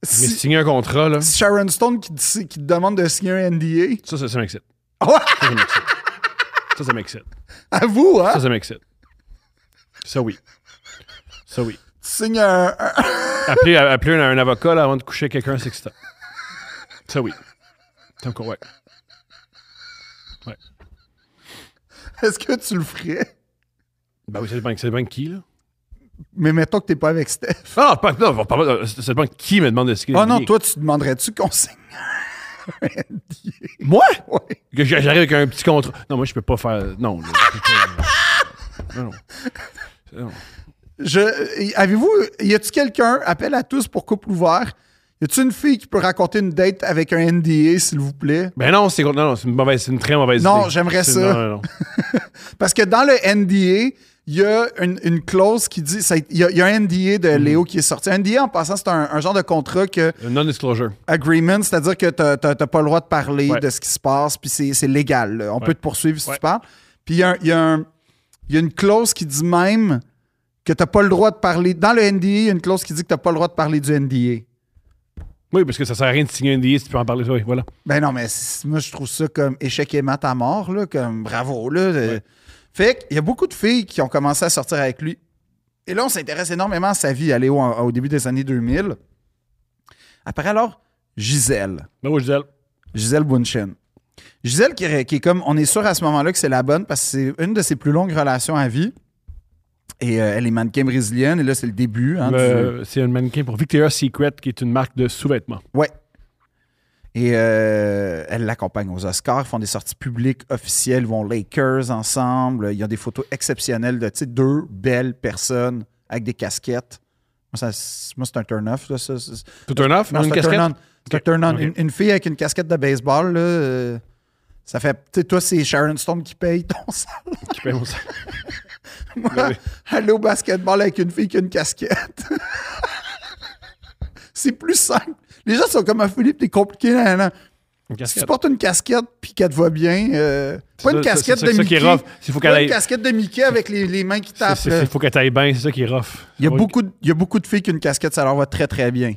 [SPEAKER 1] Mais
[SPEAKER 2] Si,
[SPEAKER 1] signer un contrat, là,
[SPEAKER 2] si Sharon Stone qui, te- qui te demande de signer un NDA,
[SPEAKER 1] ça, ça, ça m'excite.
[SPEAKER 2] Ah ouais? <laughs>
[SPEAKER 1] Ça, ça m'excite. Ça, ça m'excite.
[SPEAKER 2] à vous, hein?
[SPEAKER 1] Ça, ça m'excite. Ça, oui. Ça, oui.
[SPEAKER 2] Tu signes un. <laughs> un-
[SPEAKER 1] Appeler, appeler un, un avocat là, avant de coucher quelqu'un, c'est excitant. Ça, oui. C'est encore, ouais.
[SPEAKER 2] Est-ce que tu le ferais?
[SPEAKER 1] Ben oui, ça dépend, ça dépend de qui, là.
[SPEAKER 2] Mais mettons que t'es pas avec Steph.
[SPEAKER 1] Non, non, pas, non, on va pas- euh, ça dépend de qui me demande de signer.
[SPEAKER 2] Oh
[SPEAKER 1] un
[SPEAKER 2] non,
[SPEAKER 1] NDA.
[SPEAKER 2] toi, tu demanderais-tu qu'on signe un <laughs> NDA?
[SPEAKER 1] Moi?
[SPEAKER 2] Ouais.
[SPEAKER 1] Que j'a- j'arrive avec un petit contrat. Non, moi, je peux pas faire. Non, là, je peux pas- non, non.
[SPEAKER 2] Je, avez-vous, y a-tu quelqu'un, appel à tous pour couple ouvert, y a-tu une fille qui peut raconter une date avec un NDA, s'il vous plaît?
[SPEAKER 1] Ben non, c'est non, non, c'est une mauvaise, c'est une très mauvaise idée.
[SPEAKER 2] Non, j'aimerais
[SPEAKER 1] C'est-
[SPEAKER 2] ça.
[SPEAKER 1] Non, non, non.
[SPEAKER 2] Parce que dans le NDA, il y a une, une clause qui dit, il y, a- y a un NDA
[SPEAKER 1] Mm-hmm.
[SPEAKER 2] de Léo qui est sorti. Un NDA, en passant, c'est un, un genre de contrat que,
[SPEAKER 1] Un Non-disclosure.
[SPEAKER 2] agreement, c'est-à-dire que t'as t'as- t'as pas le droit de parler
[SPEAKER 1] Ouais.
[SPEAKER 2] de ce qui se passe, puis c'est c'est légal. là. On peut te poursuivre si
[SPEAKER 1] Ouais.
[SPEAKER 2] tu parles. Puis il y a, un- il y a un- il y a une clause qui dit même que t'as pas le droit de parler. Dans le NDA, il y a une clause qui dit que t'as pas le droit de parler du NDA.
[SPEAKER 1] Oui, parce que ça sert à rien de signer un NDA si tu peux en parler. Oui, voilà.
[SPEAKER 2] Ben non, mais c- moi, je trouve ça comme échec et mat à mort, là, comme bravo. Là, Euh, Fait qu'il y a beaucoup de filles qui ont commencé à sortir avec lui. Et là, on s'intéresse énormément à sa vie, à Léo, en- au début des années 2000. Après, alors, Gisèle.
[SPEAKER 1] Ben oui, Gisèle.
[SPEAKER 2] Gisèle Bunchen. Gisèle, qui, qui est comme, on est sûr à ce moment-là que c'est la bonne parce que c'est une de ses plus longues relations à vie. Et euh, elle est mannequin brésilienne, et là, c'est le début. hein, du-
[SPEAKER 1] Euh, C'est un mannequin pour Victoria's Secret, qui est une marque de sous-vêtements.
[SPEAKER 2] Ouais. Et euh, elle l'accompagne aux Oscars, font des sorties publiques officielles, vont aux Lakers ensemble. Il y a des photos exceptionnelles de tu sais, deux belles personnes avec des casquettes. Moi, ça- c'est- moi, c'est un turn-off. là, ça, ça-
[SPEAKER 1] Tout un off?
[SPEAKER 2] Non,
[SPEAKER 1] une
[SPEAKER 2] c'est un
[SPEAKER 1] casquette?
[SPEAKER 2] turn-on. C'est un
[SPEAKER 1] Ok.
[SPEAKER 2] turn-on.
[SPEAKER 1] Ok.
[SPEAKER 2] Une, une fille avec une casquette de baseball, là, euh, ça fait. Tu sais, toi, c'est Sharon Stone qui paye ton <laughs> salaire.
[SPEAKER 1] Qui paye mon salaire. Ben
[SPEAKER 2] Moi, aller au basketball avec une fille qui a une casquette. <laughs> c'est plus simple. Les gens sont comme Ah, Philippe, t'es compliqué. Là, là.
[SPEAKER 1] Une
[SPEAKER 2] Si tu
[SPEAKER 1] casquette.
[SPEAKER 2] portes une casquette puis qu'elle te voit bien, euh, pas
[SPEAKER 1] ça,
[SPEAKER 2] une
[SPEAKER 1] ça,
[SPEAKER 2] casquette
[SPEAKER 1] c'est
[SPEAKER 2] de
[SPEAKER 1] ça qui est
[SPEAKER 2] Mickey.
[SPEAKER 1] rough. C'est faut
[SPEAKER 2] pas
[SPEAKER 1] qu'elle
[SPEAKER 2] une
[SPEAKER 1] aille-
[SPEAKER 2] casquette de Mickey avec les, les mains qui tapent. là.
[SPEAKER 1] Il faut qu'elle taille bien, c'est ça qui est rough.
[SPEAKER 2] Il y, a
[SPEAKER 1] Ouais.
[SPEAKER 2] beaucoup de, il y a beaucoup de filles qui ont une casquette, ça leur va très très bien.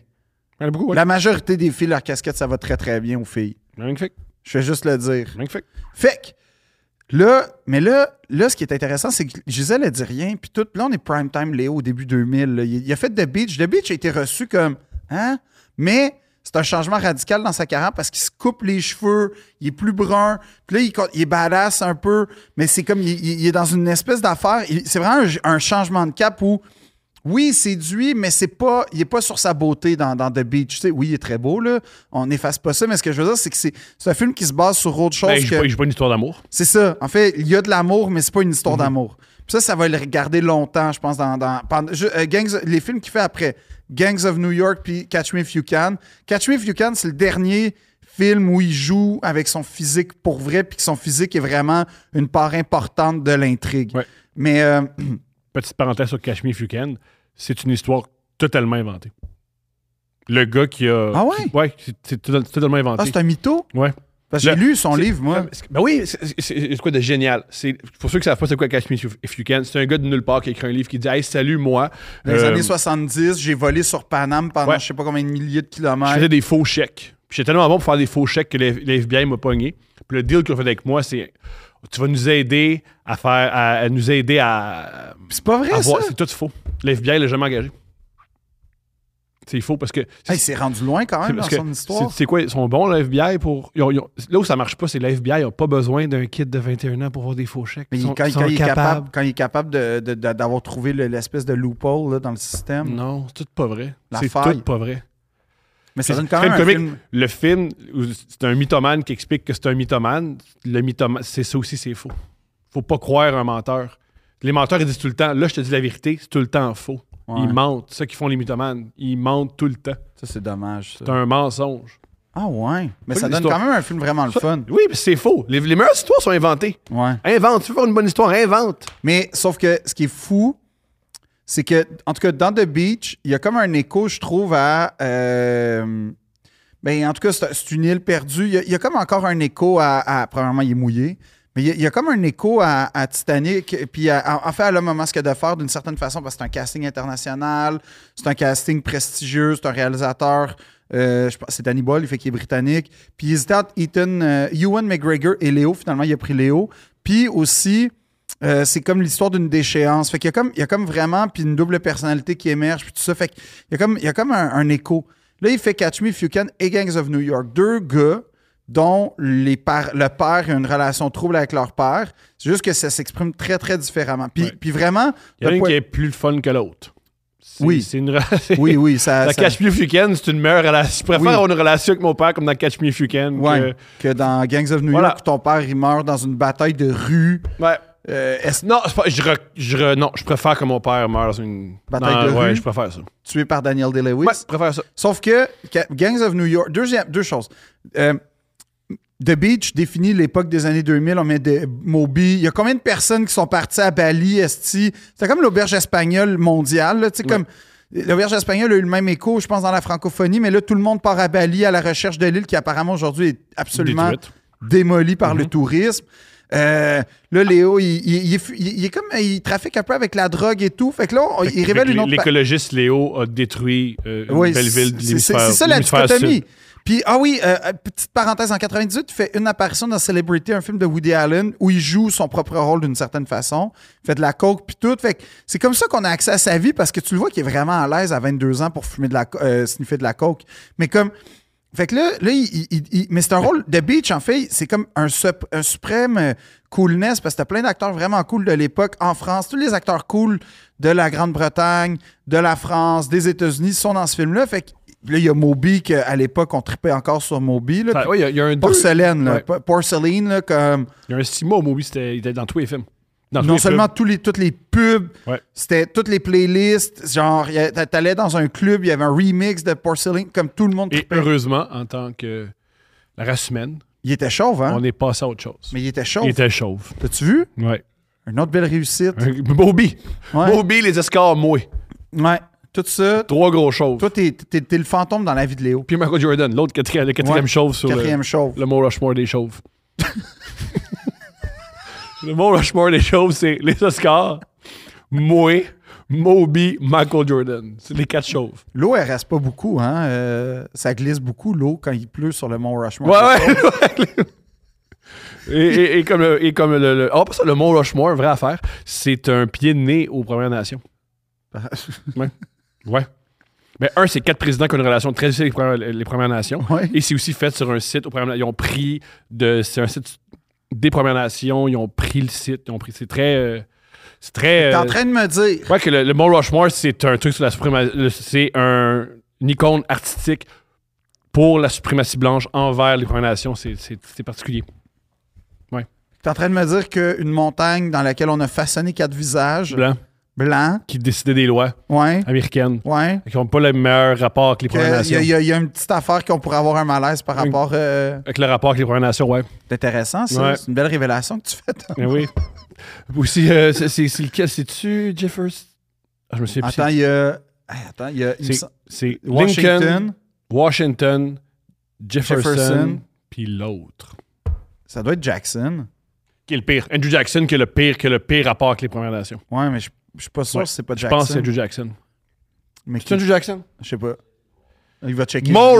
[SPEAKER 1] Il y en a beaucoup, ouais.
[SPEAKER 2] La majorité des filles, leur casquette, ça va très très bien aux filles.
[SPEAKER 1] Magnifique.
[SPEAKER 2] Je vais juste le dire.
[SPEAKER 1] Magnifique.
[SPEAKER 2] Fait que là, mais là, là, ce qui est intéressant, c'est que Gisèle, elle dit rien. Puis tout, là, on est prime time Léo au début 2000. là. Il, il a fait The Beach. The Beach a été reçu comme, hein? Mais c'est un changement radical dans sa carrière parce qu'il se coupe les cheveux, il est plus brun. Puis là, il, co- il est badass un peu. Mais c'est comme, il, il- il est dans une espèce d'affaire. Il- C'est vraiment un, un changement de cap où, oui, il séduit, mais c'est pas, il est pas sur sa beauté dans, dans The Beach. Tu sais, oui, il est très beau, là. On n'efface pas ça. Mais ce que je veux dire, c'est que c'est c'est un film qui se base sur autre chose
[SPEAKER 1] Ben,
[SPEAKER 2] que...
[SPEAKER 1] j'ai pas, j'ai pas une histoire d'amour. Mhm.
[SPEAKER 2] C'est ça. En fait, il y a de l'amour, mais c'est pas une histoire d'amour. Puis ça, ça va le regarder longtemps, je pense, dans, dans- pendant- je- euh, Gangs- les films qu'il fait après. Gangs of New York puis Catch Me If You Can. Catch Me If You Can, c'est le dernier film où il joue avec son physique pour vrai, puis que son physique est vraiment une part importante de l'intrigue.
[SPEAKER 1] Ouais.
[SPEAKER 2] Mais euh,
[SPEAKER 1] Petite parenthèse sur Cash Me If You Can, c'est une histoire totalement inventée. Le gars qui a.
[SPEAKER 2] Ah ouais?
[SPEAKER 1] qui- ouais, c'est- c'est total- totalement
[SPEAKER 2] ah,
[SPEAKER 1] inventé.
[SPEAKER 2] c'est un mytho?
[SPEAKER 1] Ouais.
[SPEAKER 2] Parce que J'ai
[SPEAKER 1] Le-
[SPEAKER 2] lu son
[SPEAKER 1] c'est-
[SPEAKER 2] livre, moi.
[SPEAKER 1] Ben oui, c'est- c'est c'est quoi de génial. C'est- Pour ceux qui savent pas c'est quoi Cash Me If You Can, c'est un gars de nulle part qui a écrit un livre qui dit Hey, salut, moi.
[SPEAKER 2] Dans les
[SPEAKER 1] Euh,
[SPEAKER 2] années 70, j'ai volé sur Paname pendant
[SPEAKER 1] Ouais.
[SPEAKER 2] je sais pas combien de milliers de
[SPEAKER 1] Je
[SPEAKER 2] kilomètres.
[SPEAKER 1] faisais des faux chèques. Puis j'étais tellement bon pour faire des faux chèques que le le FBI m'a pogné. Puis le deal qu'ils ont fait avec moi, c'est tu vas nous aider à faire. à, à nous aider à.
[SPEAKER 2] Puis C'est pas vrai,
[SPEAKER 1] à
[SPEAKER 2] ça?
[SPEAKER 1] voir. C'est tout faux. Le FBI l'a jamais engagé. C'est faux parce que.
[SPEAKER 2] Hey, c'est rendu loin quand
[SPEAKER 1] C'est
[SPEAKER 2] même dans
[SPEAKER 1] parce que
[SPEAKER 2] son histoire.
[SPEAKER 1] C'est c'est quoi, ils sont bons, le FBI, pour. ils ont- ils ont- là où ça marche pas, c'est le FBI n'a pas besoin d'un kid de 21 ans pour voir des faux chèques.
[SPEAKER 2] Mais
[SPEAKER 1] Ils sont-
[SPEAKER 2] quand,
[SPEAKER 1] ils sont
[SPEAKER 2] quand il est
[SPEAKER 1] capables.
[SPEAKER 2] capable, quand il est capable de- de- de- d'avoir trouvé le- l'espèce de loophole là, dans le système,
[SPEAKER 1] Non, c'est tout pas vrai.
[SPEAKER 2] La
[SPEAKER 1] C'est
[SPEAKER 2] faille.
[SPEAKER 1] tout pas vrai.
[SPEAKER 2] mais ça
[SPEAKER 1] Puis
[SPEAKER 2] donne quand
[SPEAKER 1] très
[SPEAKER 2] même un
[SPEAKER 1] comique.
[SPEAKER 2] film.
[SPEAKER 1] Le film, où c'est un mythomane qui explique que c'est un mythomane. Le mythomane, c'est ça aussi, c'est faux. Faut pas croire un menteur. Les menteurs, ils disent tout le temps, là, je te dis la vérité, c'est tout le temps faux.
[SPEAKER 2] Ouais.
[SPEAKER 1] Ils mentent. C'est ça qu'ils font les mythomanes. Ils mentent tout le temps.
[SPEAKER 2] Ça, c'est dommage. ça.
[SPEAKER 1] C'est un mensonge.
[SPEAKER 2] Ah ouais. Mais
[SPEAKER 1] Faut
[SPEAKER 2] ça
[SPEAKER 1] une
[SPEAKER 2] donne
[SPEAKER 1] histoire.
[SPEAKER 2] quand même un film vraiment le fun.
[SPEAKER 1] Oui, mais c'est faux. Les, les meilleures histoires sont inventées.
[SPEAKER 2] Ouais.
[SPEAKER 1] Invente. Tu veux faire une bonne histoire, invente.
[SPEAKER 2] Mais sauf que ce qui est fou, c'est que, en tout cas, dans The Beach, il y a comme un écho, je trouve, à. euh, ben, en tout cas, c'est c'est une île perdue. Il y a, il y a comme encore un écho à. à- premièrement, il est mouillé. Mais il y a, il y a comme un écho à, à Titanic, puis à- à- en fait à l'homme au masque de fer d'une certaine façon, parce que c'est un casting international, c'est un casting prestigieux, c'est un réalisateur, euh, je pense- c'est Danny Boyle, il fait qu'il est britannique. Puis il hésitait entre Ethan, euh, Ewan McGregor et Léo, finalement il a pris Léo. Puis aussi, euh, c'est comme l'histoire d'une déchéance. Fait qu'il y a comme, il y a comme vraiment puis une double personnalité qui émerge puis tout ça. Fait qu'il y a comme, il y a comme un, un écho. Là, il fait Catch Me If You Can et Gangs of New York. Deux gars dont les par- le père a une relation trouble avec leur père. C'est juste que ça s'exprime très, très différemment. Puis, puis vraiment...
[SPEAKER 1] Il y en a
[SPEAKER 2] le
[SPEAKER 1] une
[SPEAKER 2] point-
[SPEAKER 1] qui est plus le fun que l'autre. C'est-
[SPEAKER 2] Oui.
[SPEAKER 1] C'est une relation.
[SPEAKER 2] Oui, oui,
[SPEAKER 1] <laughs>
[SPEAKER 2] ça...
[SPEAKER 1] La
[SPEAKER 2] ça-
[SPEAKER 1] Catch Me If You Can, c'est une meilleure relation. Je préfère
[SPEAKER 2] Oui.
[SPEAKER 1] avoir une relation avec mon père comme dans Catch Me If You Can.
[SPEAKER 2] ouais, que... dans Gangs of New
[SPEAKER 1] Voilà.
[SPEAKER 2] York, où ton père, il meurt dans une bataille de rue.
[SPEAKER 1] que- Ouais.
[SPEAKER 2] Euh, est
[SPEAKER 1] Non, c'est pas- je, re- je re- non, je préfère que mon père meure dans une
[SPEAKER 2] Bataille
[SPEAKER 1] dans-
[SPEAKER 2] de
[SPEAKER 1] ouais,
[SPEAKER 2] rue?
[SPEAKER 1] je préfère ça.
[SPEAKER 2] tué par Daniel Day-Lewis.
[SPEAKER 1] Ouais, je préfère ça.
[SPEAKER 2] Sauf que Ga- Gangs of New York, deuxième, deux choses. Euh, The Beach définit l'époque des années 2000. On met des Moby. Il y a combien de personnes qui sont parties à Bali, Esti? C'est comme l'auberge espagnole mondiale. là, tu sais, comme L'auberge espagnole a eu le même écho, je pense, dans la francophonie, mais là, tout le monde part à Bali à la recherche de l'île qui, apparemment, aujourd'hui, est absolument
[SPEAKER 1] Détruite.
[SPEAKER 2] démolie par le tourisme. Euh, là, Léo, il, il- il est fu- il- il est comme. Il trafique un peu avec la drogue et tout. Fait que là, on- il révèle une autre. pa-
[SPEAKER 1] L'écologiste Léo a détruit euh, une
[SPEAKER 2] oui,
[SPEAKER 1] belle
[SPEAKER 2] c'est-
[SPEAKER 1] ville de
[SPEAKER 2] c'est-
[SPEAKER 1] l'hémisphère.
[SPEAKER 2] C'est ça la
[SPEAKER 1] l'hémisphère
[SPEAKER 2] dichotomie.
[SPEAKER 1] sud.
[SPEAKER 2] Puis, ah oui, euh, euh, petite parenthèse, en 98, il fait une apparition dans Celebrity, un film de Woody Allen, où il joue son propre rôle d'une certaine façon. Il fait de la coke, puis tout. Fait que c'est comme ça qu'on a accès à sa vie, parce que tu le vois qu'il est vraiment à l'aise à 22 ans pour fumer de la, co- euh, sniffer de la coke. Mais comme... Fait que là, là il, il- il- il- mais c'est un rôle de Beach, en fait, c'est comme un, sup- un suprême euh, coolness parce que t'as plein d'acteurs vraiment cool de l'époque en France. Tous les acteurs cool de la Grande-Bretagne, de la France, des États-Unis sont dans ce film-là. Fait que là, il y a Moby, qu'à l'époque, on tripait encore sur Moby. Là,
[SPEAKER 1] Ça-
[SPEAKER 2] puis
[SPEAKER 1] ouais, Il y a- il y, a un deux-
[SPEAKER 2] porcelaine, là,
[SPEAKER 1] Ouais.
[SPEAKER 2] po- porcelaine, là, comme
[SPEAKER 1] Il y a un six mois au movie, c'était- il était dans tous les films. Dans tous
[SPEAKER 2] non
[SPEAKER 1] les
[SPEAKER 2] seulement
[SPEAKER 1] pubs.
[SPEAKER 2] tous les, toutes les pubs,
[SPEAKER 1] Ouais.
[SPEAKER 2] c'était toutes les playlists. Genre, il y a- t'a- t'allais dans un club, il y avait un remix de porcelaine, comme tout le monde
[SPEAKER 1] Et
[SPEAKER 2] tripait.
[SPEAKER 1] heureusement, en tant que la race humaine,
[SPEAKER 2] Il était chauve, hein?
[SPEAKER 1] on est passé à autre chose.
[SPEAKER 2] Mais il était chauve.
[SPEAKER 1] il était chauve.
[SPEAKER 2] T'as-tu vu?
[SPEAKER 1] Ouais.
[SPEAKER 2] Une autre belle réussite.
[SPEAKER 1] Bobby.
[SPEAKER 2] Ouais.
[SPEAKER 1] Bobby, les escorts moués.
[SPEAKER 2] Ouais. Tout ça.
[SPEAKER 1] Trois gros chauves.
[SPEAKER 2] Toi, t'es, t'es- t'es le fantôme dans la vie de Léo.
[SPEAKER 1] Puis Michael Jordan, l'autre quatrième, le quatrième
[SPEAKER 2] Ouais.
[SPEAKER 1] chauve sur
[SPEAKER 2] Quatrième
[SPEAKER 1] le,
[SPEAKER 2] chauve.
[SPEAKER 1] le Mont Rushmore des chauves. <laughs> le Mont Rushmore des chauves, c'est les Oscars, Moué, Moby, Michael Jordan. C'est les quatre chauves.
[SPEAKER 2] L'eau, elle reste pas beaucoup, hein. euh, ça glisse beaucoup, l'eau, quand il pleut sur le Mont Rushmore.
[SPEAKER 1] Ouais, <laughs> ouais. et, et- et comme le. Et comme le, le- ah, pas ça, le Mont Rushmore, vraie affaire, c'est un pied de nez aux Premières
[SPEAKER 2] <laughs>
[SPEAKER 1] Nations. ouais. Ouais. Ben, un, c'est quatre présidents qui ont une relation très difficile avec les Premières- les Premières Nations.
[SPEAKER 2] Ouais.
[SPEAKER 1] Et c'est aussi fait sur un site. Aux Premières- ils ont pris de. C'est un site des Premières Nations. Ils ont pris le site. Ils ont pris. C'est très. euh, c'est très.
[SPEAKER 2] T'es
[SPEAKER 1] euh,
[SPEAKER 2] en train de me dire.
[SPEAKER 1] Ouais, que le, le Mont Rushmore, c'est un truc sur la suprématie. le- C'est un, une icône artistique pour la suprématie blanche envers les Premières Nations. C'est- C'est c'est particulier.
[SPEAKER 2] T'es en train de me dire qu'une montagne dans laquelle on a façonné quatre visages
[SPEAKER 1] Blanc,
[SPEAKER 2] blancs,
[SPEAKER 1] qui décidait des lois
[SPEAKER 2] ouais,
[SPEAKER 1] américaines,
[SPEAKER 2] ouais,
[SPEAKER 1] qui n'ont pas le meilleur rapport avec les
[SPEAKER 2] qu'il
[SPEAKER 1] Premières
[SPEAKER 2] Euh, y,
[SPEAKER 1] Nations.
[SPEAKER 2] a- y a- y a une petite affaire qu'on pourrait avoir un malaise par
[SPEAKER 1] Oui.
[SPEAKER 2] rapport. euh,
[SPEAKER 1] Avec le rapport avec les Premières Nations, ouais.
[SPEAKER 2] C'est intéressant, ça.
[SPEAKER 1] Ouais.
[SPEAKER 2] C'est une belle révélation que tu fais. Tom.
[SPEAKER 1] Eh oui. Aussi, euh, c'est- c'est c'est lequel C'est-tu Jeffers Ah, Je me souviens plus.
[SPEAKER 2] Attends, il y a. Hey, Attends, il y a. il me
[SPEAKER 1] C'est-
[SPEAKER 2] semble-
[SPEAKER 1] C'est Lincoln,
[SPEAKER 2] Washington.
[SPEAKER 1] Washington, Jefferson,
[SPEAKER 2] Jefferson.
[SPEAKER 1] puis l'autre.
[SPEAKER 2] Ça doit être Jackson.
[SPEAKER 1] Qui est le pire Andrew Jackson, qui a le pire, qui a le pire rapport avec les Premières Nations.
[SPEAKER 2] Ouais, mais je je suis pas sûr
[SPEAKER 1] Ouais.
[SPEAKER 2] si c'est pas
[SPEAKER 1] Je
[SPEAKER 2] Jackson.
[SPEAKER 1] pense que c'est Andrew Jackson.
[SPEAKER 2] Mais qui-
[SPEAKER 1] C'est Andrew Jackson
[SPEAKER 2] Je sais pas. Il va checker.
[SPEAKER 1] More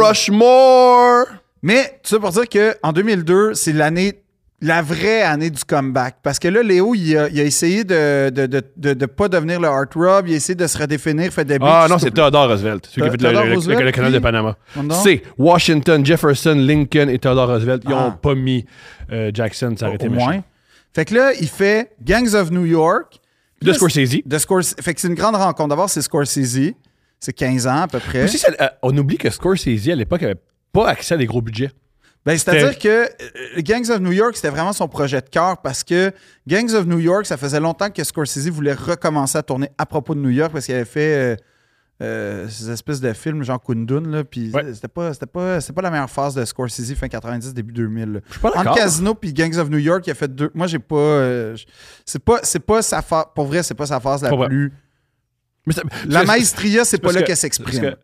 [SPEAKER 1] Rushmore
[SPEAKER 2] Mais tout ça pour dire que en 2002, c'est l'année, la vraie année du comeback. Parce que là, Léo, il a, il a essayé de de, de, de- de pas devenir le Art Rob, il a essayé de se redéfinir, fait des
[SPEAKER 1] Ah
[SPEAKER 2] beats,
[SPEAKER 1] non,
[SPEAKER 2] tout-
[SPEAKER 1] c'est Theodore Roosevelt, celui qui a fait le,
[SPEAKER 2] Theodore
[SPEAKER 1] le- le-
[SPEAKER 2] Roosevelt,
[SPEAKER 1] le canal de
[SPEAKER 2] puis-
[SPEAKER 1] Panama.
[SPEAKER 2] Pardon?
[SPEAKER 1] C'est Washington, Jefferson, Lincoln et Theodore Roosevelt. Ils n'ont
[SPEAKER 2] Ah.
[SPEAKER 1] pas mis euh, Jackson, ça aurait été
[SPEAKER 2] au
[SPEAKER 1] méchant.
[SPEAKER 2] moins. Fait que là, il fait Gangs of New York.
[SPEAKER 1] De Scorsese.
[SPEAKER 2] De Scorsese. Fait que c'est une grande rencontre. D'abord, c'est Scorsese. C'est 15 ans à peu près.
[SPEAKER 1] Aussi, ça- euh, on oublie que Scorsese, à l'époque, n'avait pas accès à des gros budgets.
[SPEAKER 2] Ben, c'est-à-dire que euh, Gangs of New York, c'était vraiment son projet de cœur parce que Gangs of New York, ça faisait longtemps que Scorsese voulait recommencer à tourner à propos de New York parce qu'il avait fait euh, euh, ces espèces de films, genre Kundun, là, puis
[SPEAKER 1] Ouais.
[SPEAKER 2] c'était pas, c'était pas, c'était pas la meilleure phase de Scorsese fin 90, début 2000. là.
[SPEAKER 1] Je suis pas
[SPEAKER 2] Entre
[SPEAKER 1] d'accord.
[SPEAKER 2] Casino puis Gangs of New York, il a fait deux. Moi, j'ai pas. euh, j- c'est pas, c'est pas sa phase. Pour vrai, c'est pas sa phase la
[SPEAKER 1] Comprends.
[SPEAKER 2] plus.
[SPEAKER 1] Mais ça-
[SPEAKER 2] La
[SPEAKER 1] parce que-
[SPEAKER 2] maestria, c'est pas
[SPEAKER 1] parce
[SPEAKER 2] là
[SPEAKER 1] que-
[SPEAKER 2] qu'elle
[SPEAKER 1] parce
[SPEAKER 2] s'exprime.
[SPEAKER 1] que